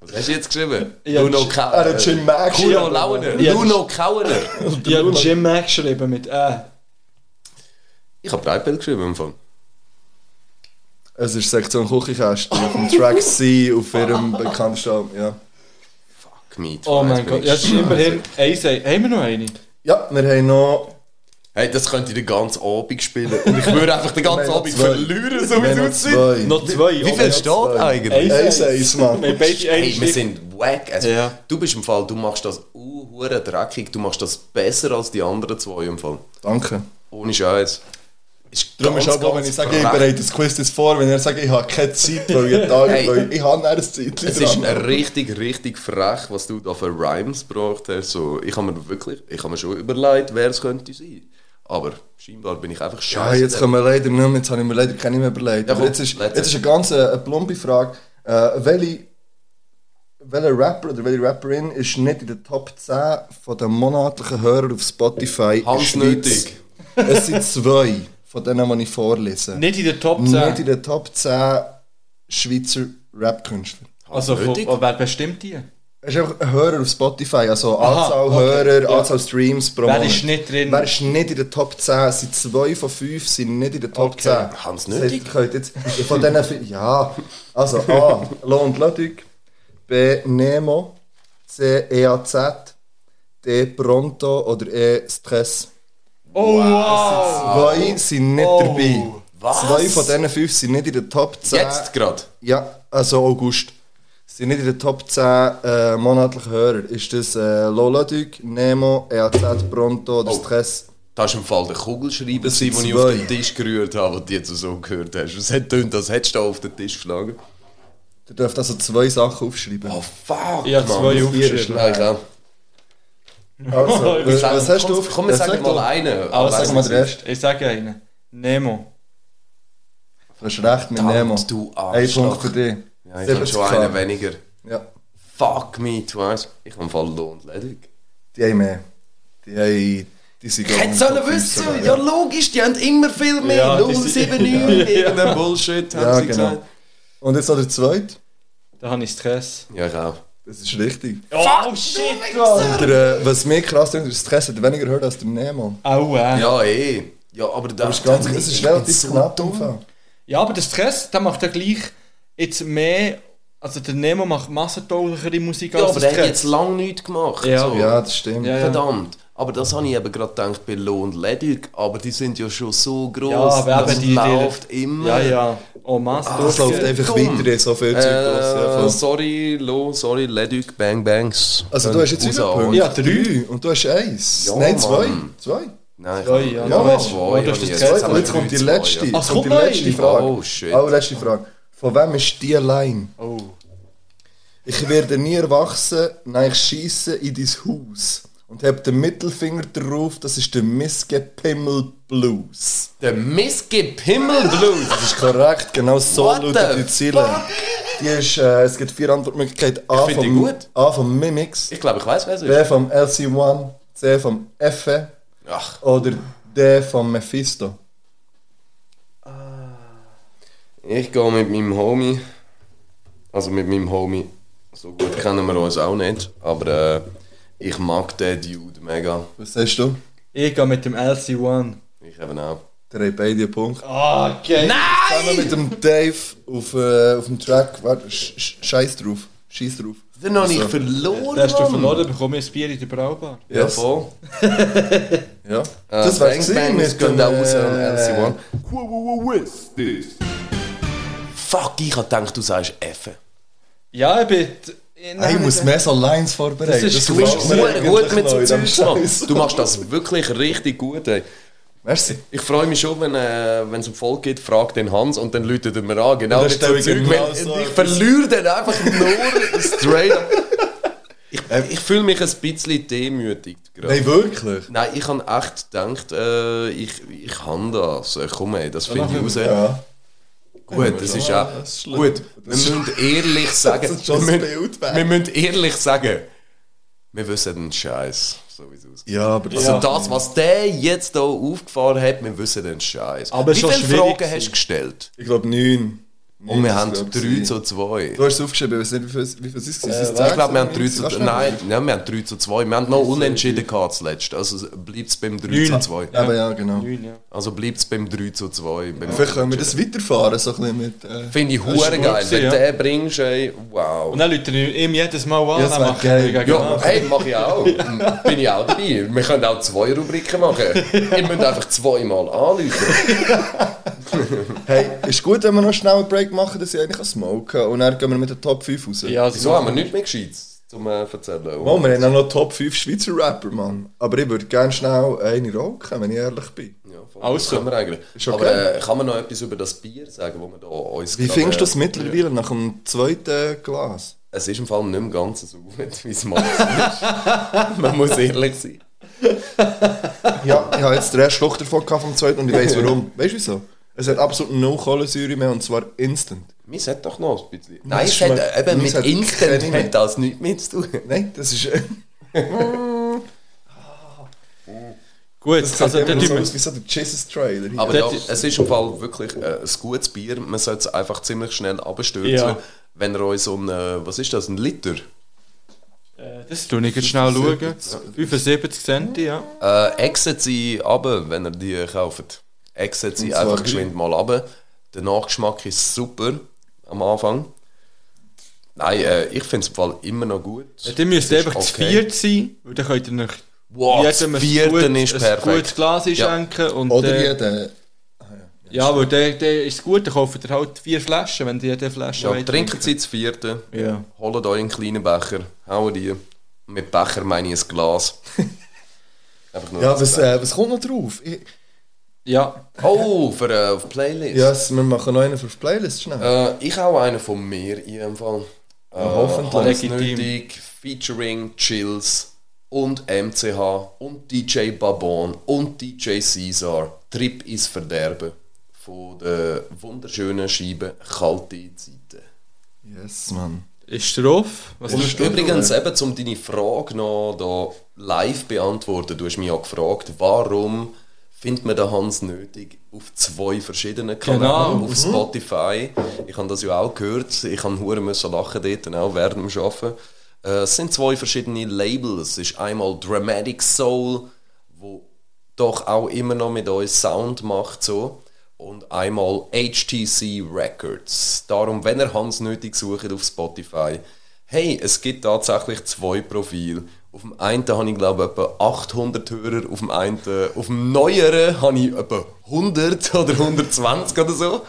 [SPEAKER 5] Was hast du jetzt geschrieben?
[SPEAKER 3] Ja,
[SPEAKER 5] Luno
[SPEAKER 4] Er hat
[SPEAKER 5] Kauner.
[SPEAKER 4] schon gemerkt.
[SPEAKER 5] Kuno Launer.
[SPEAKER 3] Ja,
[SPEAKER 5] Luno Kauner.
[SPEAKER 3] Ich habe Jim Mac geschrieben mit äh.
[SPEAKER 5] Ich habe Breitbild geschrieben im Fall.
[SPEAKER 4] Es ist Sektion Küchenkästchen auf dem Track C auf ihrem bekanntesten Album. Ja.
[SPEAKER 5] Fuck me. jetzt
[SPEAKER 3] Oh mein
[SPEAKER 5] bin
[SPEAKER 3] Gott.
[SPEAKER 5] ich
[SPEAKER 3] Ja, das ist immerhin eins. Haben wir noch eine?
[SPEAKER 4] ja, wir haben noch
[SPEAKER 5] Hey, das könnte ich den ganzen Abend spielen. Und ich würde einfach den ganzen
[SPEAKER 4] Wir haben
[SPEAKER 5] Abend
[SPEAKER 4] noch zwei.
[SPEAKER 5] verlieren, so wie
[SPEAKER 4] Wir haben noch
[SPEAKER 5] es aussieht.
[SPEAKER 4] zwei.
[SPEAKER 3] Noch zwei.
[SPEAKER 5] Wie
[SPEAKER 3] oder?
[SPEAKER 5] viel steht eigentlich?
[SPEAKER 3] Eins.
[SPEAKER 4] Eins, eins, Mann.
[SPEAKER 3] Wir haben beide eine
[SPEAKER 5] Hey, wir
[SPEAKER 3] Stimme.
[SPEAKER 5] sind wack. Also,
[SPEAKER 3] Ja.
[SPEAKER 5] Du bist im Fall, du machst das uh, dreckig, du machst das besser als die anderen zwei im Fall.
[SPEAKER 4] Danke.
[SPEAKER 5] Ohne Scheiß. Ist
[SPEAKER 4] Darum ist
[SPEAKER 5] ganz,
[SPEAKER 4] auch, gut, wenn
[SPEAKER 5] ganz
[SPEAKER 4] ich sage, ich
[SPEAKER 5] verrückt.
[SPEAKER 4] bereite das Quiz jetzt vor, wenn er sagt, ich habe keine Zeit, weil ich Tag,
[SPEAKER 5] Hey.
[SPEAKER 4] weil ich habe dann ein Zeitchen
[SPEAKER 5] Es ist richtig, richtig frech, was du da für Rhymes gebracht hast. So, ich habe mir wirklich, ich habe mir schon überlegt, wer es könnte sein. Aber scheinbar bin ich einfach
[SPEAKER 4] Ja,
[SPEAKER 5] scheiße.
[SPEAKER 4] jetzt können wir leider nicht mehr, jetzt habe ich mir leider keine mehr überlegt.
[SPEAKER 5] Ja,
[SPEAKER 4] Aber
[SPEAKER 5] komm,
[SPEAKER 4] jetzt ist,
[SPEAKER 5] letzte.
[SPEAKER 4] jetzt ist eine ganz äh, eine plumpe Frage. Äh, welche, welcher Rapper oder welche Rapperin ist nicht in der Top 10 von den monatlichen Hörern auf Spotify? in
[SPEAKER 5] Hans
[SPEAKER 4] der Schweiz?
[SPEAKER 5] Nötig.
[SPEAKER 4] Es sind zwei von denen, die ich vorlese.
[SPEAKER 3] Nicht in der Top
[SPEAKER 4] Nicht in
[SPEAKER 3] 10.
[SPEAKER 4] der Top 10 Schweizer Rap-Künstler.
[SPEAKER 3] Also, von,
[SPEAKER 5] Nötig?
[SPEAKER 3] oh, wer bestimmt die?
[SPEAKER 4] Es ist einfach ein Hörer auf Spotify, also
[SPEAKER 3] Aha,
[SPEAKER 4] Anzahl
[SPEAKER 3] okay,
[SPEAKER 4] Hörer,
[SPEAKER 3] ja.
[SPEAKER 4] Anzahl Streams pro
[SPEAKER 3] Wer
[SPEAKER 4] Monat.
[SPEAKER 3] ist nicht drin?
[SPEAKER 4] Wer ist nicht in der Top 10? Es sind zwei von fünf sind nicht in der Top 10.
[SPEAKER 5] Hans
[SPEAKER 4] Das
[SPEAKER 5] Nötig?
[SPEAKER 4] heisst, ihr könnt jetzt von denen vier- Ja. Also A. Lohn und Ludwig. B. Nemo. C. EAZ. D. Pronto oder E. Stress.
[SPEAKER 3] Oh, wow! Oh.
[SPEAKER 4] Zwei sind nicht dabei.
[SPEAKER 5] Was?
[SPEAKER 4] Zwei von diesen fünf sind nicht in der Top 10.
[SPEAKER 5] Jetzt gerade.
[SPEAKER 4] Ja, also August. Sind nicht in der Top 10 äh, monatlichen Hörer. Ist das äh, Loladug, Nemo, E EAZ, Pronto oder
[SPEAKER 5] Oh.
[SPEAKER 4] Stress?
[SPEAKER 5] Das war im Fall der Kugelschreiber,
[SPEAKER 4] Das sind
[SPEAKER 5] den ich
[SPEAKER 4] zwei.
[SPEAKER 5] auf den Tisch gerührt habe, den du jetzt so gehört hast. Es hat tönt, als hättest du da auf den Tisch geschlagen.
[SPEAKER 4] Ihr dürft also zwei Sachen aufschreiben.
[SPEAKER 5] Oh fuck,
[SPEAKER 3] Ich habe zwei
[SPEAKER 4] Vier ist
[SPEAKER 3] aufgeschrieben.
[SPEAKER 5] Nein, klar.
[SPEAKER 4] Also,
[SPEAKER 5] Äh,
[SPEAKER 4] was, was hast du
[SPEAKER 5] komm,
[SPEAKER 4] aufgeschrieben?
[SPEAKER 5] Komm, wir sagen mal einen.
[SPEAKER 3] Ah,
[SPEAKER 5] Aber
[SPEAKER 3] sag
[SPEAKER 4] Sag mal den Rest.
[SPEAKER 3] Ich sage einen. Nemo.
[SPEAKER 4] Du hast recht mit
[SPEAKER 5] Verdammt,
[SPEAKER 4] Nemo.
[SPEAKER 5] du
[SPEAKER 4] Ein Punkt für
[SPEAKER 5] Arschloch.
[SPEAKER 4] dich.
[SPEAKER 5] Ja, ich habe schon
[SPEAKER 4] 70k.
[SPEAKER 5] einen weniger.
[SPEAKER 4] Ja,
[SPEAKER 5] Fuck me twice. Ich habe im Fall Lohn und ledig.
[SPEAKER 4] die haben mehr. Die haben... Die sind gar
[SPEAKER 5] Hätte
[SPEAKER 4] nicht in der
[SPEAKER 5] sollen
[SPEAKER 4] Top 15
[SPEAKER 5] wissen,
[SPEAKER 4] dabei.
[SPEAKER 5] ja logisch, die haben immer viel mehr.
[SPEAKER 3] Ja, die sind-
[SPEAKER 5] 079, irgendein Bullshit, haben
[SPEAKER 4] Ja,
[SPEAKER 5] sie
[SPEAKER 4] genau.
[SPEAKER 5] gesagt.
[SPEAKER 4] Und jetzt noch der zweite.
[SPEAKER 3] Da habe ich Stress.
[SPEAKER 5] Ja, ich auch.
[SPEAKER 4] Das ist richtig.
[SPEAKER 3] Oh, shit!
[SPEAKER 4] Und der, äh, was mir krass klingt, der Stress hat weniger gehört als der Nemo.
[SPEAKER 3] Aua. Ja.
[SPEAKER 5] Ja, eh. Ja, aber da
[SPEAKER 4] Das ist, ganz, das ist relativ knapp. im Fall.
[SPEAKER 3] ja, aber der Stress, der macht ja gleich jetzt mehr... Also der Nemo macht massentauglichere Musik
[SPEAKER 5] Ja,
[SPEAKER 3] als
[SPEAKER 5] aber der
[SPEAKER 3] der
[SPEAKER 5] hat
[SPEAKER 3] Stress.
[SPEAKER 5] jetzt lange nichts gemacht.
[SPEAKER 3] Ja.
[SPEAKER 5] so.
[SPEAKER 4] Ja, das stimmt.
[SPEAKER 3] Ja, ja.
[SPEAKER 5] Verdammt. Aber das habe ich eben gerade gedacht bei Lohn und Ledig. Aber die sind ja schon so gross.
[SPEAKER 3] Ja, aber
[SPEAKER 5] das
[SPEAKER 3] eben die-
[SPEAKER 5] läuft immer.
[SPEAKER 3] Ja, ja. Oh, Mass
[SPEAKER 5] Ah,
[SPEAKER 4] Das läuft
[SPEAKER 3] durchgeht.
[SPEAKER 4] einfach
[SPEAKER 5] Dumm.
[SPEAKER 4] weiter, ich hab so viel Zeug
[SPEAKER 5] Äh,
[SPEAKER 4] gelassen.
[SPEAKER 5] sorry, Lohn, sorry, Ledig, Bang Bangs.
[SPEAKER 4] Also du hast jetzt
[SPEAKER 5] Raus,
[SPEAKER 4] 7 Punkte.
[SPEAKER 3] Ja, drei.
[SPEAKER 4] Und du hast eins.
[SPEAKER 5] Ja,
[SPEAKER 4] Nein, zwei.
[SPEAKER 5] Mann.
[SPEAKER 4] Zwei.
[SPEAKER 5] Nein,
[SPEAKER 3] Ja,
[SPEAKER 5] ich
[SPEAKER 3] ja,
[SPEAKER 5] habe
[SPEAKER 4] ja,
[SPEAKER 5] ja,
[SPEAKER 4] Mann.
[SPEAKER 5] zwei.
[SPEAKER 3] Oh, das ist
[SPEAKER 5] habe ich
[SPEAKER 3] das
[SPEAKER 5] jetzt.
[SPEAKER 3] Zweite.
[SPEAKER 5] Jetzt haben
[SPEAKER 4] Und
[SPEAKER 5] wir
[SPEAKER 4] jetzt kommt die
[SPEAKER 5] drei, zwei,
[SPEAKER 4] letzte.
[SPEAKER 5] ja.
[SPEAKER 3] Ach,
[SPEAKER 4] Jetzt kommt die
[SPEAKER 3] kommt
[SPEAKER 4] letzte
[SPEAKER 3] eine.
[SPEAKER 4] Frage.
[SPEAKER 5] Oh, shit.
[SPEAKER 4] Oh, letzte Frage. Von wem ist die Line?
[SPEAKER 3] Oh.
[SPEAKER 4] Ich werde nie erwachsen, nein, ich schiesse in dein Haus. und habe den Mittelfinger drauf, das ist der Missgepimmel Blues.
[SPEAKER 5] Der Missgepimmel Blues.
[SPEAKER 4] Das ist korrekt, genau so
[SPEAKER 5] What
[SPEAKER 4] lautet
[SPEAKER 5] the
[SPEAKER 4] die Ziele. Die ist, äh, es gibt vier Antwortmöglichkeiten. A
[SPEAKER 5] Ich find die
[SPEAKER 4] vom,
[SPEAKER 5] gut.
[SPEAKER 4] A vom Mimix,
[SPEAKER 5] Ich glaube, ich weiß, wer es ist.
[SPEAKER 4] B vom LC1, C vom Effe
[SPEAKER 5] Ach,
[SPEAKER 4] oder D vom Mephisto.
[SPEAKER 5] ich gehe mit meinem Homie. Also mit meinem Homie. So gut kennen wir uns auch nicht. Aber äh, ich mag den Dude mega.
[SPEAKER 4] Was sagst du?
[SPEAKER 3] Ich gehe mit dem LC1.
[SPEAKER 5] Ich eben auch.
[SPEAKER 4] Ihr habt beide einen Punkt.
[SPEAKER 3] Ah, okay.
[SPEAKER 4] Zusammen mit dem Dave auf, äh, auf dem Track. Warte, sch- sch- scheiß drauf. Scheiß drauf.
[SPEAKER 5] Den habe ich
[SPEAKER 4] Also,
[SPEAKER 5] verloren.
[SPEAKER 3] Da hast du verloren, bekomme ich ein Bier in der Braubar.
[SPEAKER 5] Ja, voll.
[SPEAKER 4] Ja. das war es
[SPEAKER 5] Äh, Bang Bangs
[SPEAKER 4] mit
[SPEAKER 5] gehen
[SPEAKER 4] dem
[SPEAKER 5] da raus an
[SPEAKER 4] äh,
[SPEAKER 5] LC1. Fuck, ich hab gedacht, du sagst F.
[SPEAKER 3] Ja, ich bin... Ich,
[SPEAKER 4] Hey, ich muss mehr so Lines vorbereiten.
[SPEAKER 3] Das ist
[SPEAKER 5] Du
[SPEAKER 3] Du
[SPEAKER 5] bist
[SPEAKER 4] macht man
[SPEAKER 5] gut,
[SPEAKER 4] eigentlich
[SPEAKER 5] gut mit
[SPEAKER 4] noch
[SPEAKER 5] so
[SPEAKER 4] in dem
[SPEAKER 5] Zeugs, Mann.
[SPEAKER 4] Scheiß.
[SPEAKER 5] Du machst das wirklich richtig gut, ey.
[SPEAKER 4] Merci.
[SPEAKER 5] Ich freue mich schon, wenn äh, wenn's um Volk geht, frag den Hans und dann läutet er mir an. Genau
[SPEAKER 4] Und dann
[SPEAKER 5] mit so
[SPEAKER 4] stell ich
[SPEAKER 5] Zeug.
[SPEAKER 4] genau
[SPEAKER 5] Wenn-
[SPEAKER 4] so
[SPEAKER 5] ich
[SPEAKER 4] etwas.
[SPEAKER 5] verliere den einfach nur straight up. Ich,
[SPEAKER 4] Ähm,
[SPEAKER 5] ich fühle mich ein bisschen demütigt gerade.
[SPEAKER 4] Nein, wirklich?
[SPEAKER 5] Nein, ich habe echt gedacht, äh, ich, ich habe das. Äh, Komm ey, das finde ich raus.
[SPEAKER 4] Ja.
[SPEAKER 5] Gut, das ist auch.
[SPEAKER 4] das ist schlimm.
[SPEAKER 5] Gut, wir müssen ehrlich sagen.
[SPEAKER 4] ist schon
[SPEAKER 5] wir,
[SPEAKER 4] das Bild
[SPEAKER 5] müssen,
[SPEAKER 4] weg.
[SPEAKER 5] wir müssen ehrlich sagen, wir wissen den Scheiß, so wie es aussieht.
[SPEAKER 4] Ja, aber das
[SPEAKER 5] Also das, was der jetzt hier aufgefahren hat, wir wissen den Scheiß.
[SPEAKER 3] Aber
[SPEAKER 5] wie
[SPEAKER 3] schon
[SPEAKER 5] viele
[SPEAKER 3] schwierig
[SPEAKER 5] Fragen hast du
[SPEAKER 3] gewesen.
[SPEAKER 5] gestellt?
[SPEAKER 4] Ich glaube, neun.
[SPEAKER 5] Und wir haben
[SPEAKER 4] glaub,
[SPEAKER 5] 3
[SPEAKER 4] sie-
[SPEAKER 5] zu 2.
[SPEAKER 4] Du äh, hast es aufgeschrieben, ich weiß nicht, wie viel, wie viel es war.
[SPEAKER 5] Äh, Ich glaube, wir haben 3 zu 2. Nein, nein, wir haben 3 zu 2. Wir haben noch unentschieden gehabt zuletzt. Also bleibt es beim 3 zu 2.
[SPEAKER 4] Aber ja, genau.
[SPEAKER 5] Also bleibt es beim 3 zu 2. Beim
[SPEAKER 4] Vielleicht können wir das weiterfahren, so ein bisschen mit... Äh,
[SPEAKER 5] Finde ich hure geil. Wenn
[SPEAKER 3] ja.
[SPEAKER 5] du den bringst, ey, wow.
[SPEAKER 3] Und dann läutet er ihm jedes Mal an.
[SPEAKER 4] Ja, das
[SPEAKER 3] dann
[SPEAKER 4] wär
[SPEAKER 3] macht
[SPEAKER 4] geil.
[SPEAKER 3] er gegen
[SPEAKER 5] Ja,
[SPEAKER 3] an.
[SPEAKER 5] hey, mache ich auch. Bin ich auch dabei. Wir können auch zwei Rubriken machen. Ihr müsst einfach zweimal anrufen.
[SPEAKER 4] hey, ist gut, wenn wir noch schnell einen Break machen, dass ich eigentlich kann smoken kann. Und dann gehen wir mit der Top 5 raus.
[SPEAKER 3] Ja, also-
[SPEAKER 5] Wieso haben wir nichts mehr Gescheites zum äh, erzählen?
[SPEAKER 4] Mal, wir haben auch noch Top 5 Schweizer Rapper, Mann. Aber ich würde gerne schnell eine rauchen, wenn ich ehrlich bin.
[SPEAKER 5] Ja, voll.
[SPEAKER 3] Also.
[SPEAKER 5] Das können wir eigentlich.
[SPEAKER 4] Ist okay.
[SPEAKER 5] Aber äh, kann man noch etwas über das Bier sagen, wo wir da uns
[SPEAKER 4] Wie
[SPEAKER 5] gerade,
[SPEAKER 4] findest du es
[SPEAKER 5] äh,
[SPEAKER 4] mittlerweile nach dem zweiten Glas?
[SPEAKER 5] Es ist im Fall nicht mehr ganz so gut, wie es mal ist. Man muss ehrlich sein.
[SPEAKER 4] Ja, ich habe jetzt den ersten Schluck davon gehabt vom zweiten und ich weiß warum. Weißt du wieso? Es hat absolut null Kohlensäure mehr und zwar instant.
[SPEAKER 5] Mir hat doch noch ein bisschen. Nein,
[SPEAKER 4] es
[SPEAKER 5] es hat, äh,
[SPEAKER 4] schmeckt-
[SPEAKER 5] eben
[SPEAKER 4] mir
[SPEAKER 5] mit
[SPEAKER 4] hat
[SPEAKER 5] Instant
[SPEAKER 4] keine-
[SPEAKER 5] hat das nichts mehr zu tun.
[SPEAKER 4] Nein, das ist.
[SPEAKER 3] Gut,
[SPEAKER 4] Das
[SPEAKER 3] also
[SPEAKER 4] also,
[SPEAKER 3] der
[SPEAKER 4] immer so
[SPEAKER 3] Typ...
[SPEAKER 4] aus wie so der Jesus Trailer. Hier.
[SPEAKER 5] Aber
[SPEAKER 3] Das
[SPEAKER 5] ja,
[SPEAKER 3] ist-
[SPEAKER 5] es ist im Fall wirklich äh, ein gutes Bier. Man sollte es einfach ziemlich schnell abstürzen.
[SPEAKER 3] Ja.
[SPEAKER 5] Wenn er uns so ein, äh, was ist das, ein Liter?
[SPEAKER 3] Äh, Das tue ich jetzt schnell schauen. 75 Cent, ja.
[SPEAKER 5] Äh, exet sie runter, wenn ihr die kauft. Exet sie
[SPEAKER 4] Und zwar
[SPEAKER 5] einfach
[SPEAKER 4] wie?
[SPEAKER 5] geschwind mal runter. Der Nachgeschmack ist super am Anfang. Nein, äh, ich finde es im Fall immer noch gut.
[SPEAKER 3] Ja, Dann müsst ihr
[SPEAKER 5] Es ist
[SPEAKER 3] einfach zu
[SPEAKER 5] okay.
[SPEAKER 3] viert sein, weil dann könnt ihr euch
[SPEAKER 5] Wow, das
[SPEAKER 3] jedem ein
[SPEAKER 5] Vierte ist
[SPEAKER 3] ein gutes
[SPEAKER 5] perfekt.
[SPEAKER 3] Glas
[SPEAKER 5] Ja.
[SPEAKER 3] einschenken. Und
[SPEAKER 4] Oder
[SPEAKER 3] äh,
[SPEAKER 4] jeder.
[SPEAKER 3] Ja, weil der, der ist gut, dann kauft ihr halt vier Flaschen, wenn ihr jede Flasche
[SPEAKER 5] Ja,
[SPEAKER 3] wollt.
[SPEAKER 5] trinken sie das Vierte.
[SPEAKER 3] Ja.
[SPEAKER 5] Holt euch einen kleinen Becher. Hauen die. Mit Becher meine ich ein Glas. einfach nur
[SPEAKER 4] Ja,
[SPEAKER 5] ein
[SPEAKER 4] was,
[SPEAKER 5] Becher.
[SPEAKER 4] äh, was kommt noch drauf? Ich,
[SPEAKER 3] Ja,
[SPEAKER 5] Oh, für äh, auf Playlist.
[SPEAKER 4] yes, wir machen noch einen für die Playlist schnell.
[SPEAKER 5] Äh, ich hau einen von mir in jedem Fall. Äh,
[SPEAKER 4] hoffentlich.
[SPEAKER 5] Hans
[SPEAKER 3] Legitim.
[SPEAKER 5] Nötig, featuring Chills und MCH und DJ Babon und DJ Caesar. Trip ins Verderben von der wunderschönen Scheibe Kalte Zeiten.
[SPEAKER 4] Yes, Mann.
[SPEAKER 3] ist drauf. Was
[SPEAKER 5] Und
[SPEAKER 3] ist
[SPEAKER 5] übrigens, eben, um deine Frage noch da live beantworten, du hast mich ja gefragt, warum findet man den Hans nötig auf zwei verschiedenen Kanälen,
[SPEAKER 3] Genau.
[SPEAKER 5] auf Spotify. Ich habe das ja auch gehört, ich habe hure müssen lachen dort, auch während dem Arbeiten. Äh, es sind zwei verschiedene Labels. Es ist einmal Dramatic Soul, wo doch auch immer noch mit uns Sound macht so. Und einmal HTC Records. Darum, wenn ihr Hans nötig sucht auf Spotify, hey, es gibt tatsächlich zwei Profile. Auf dem einen habe ich glaube etwa 800 Hörer, auf dem einen, äh, auf dem neueren habe ich etwa 100 oder 120 oder so.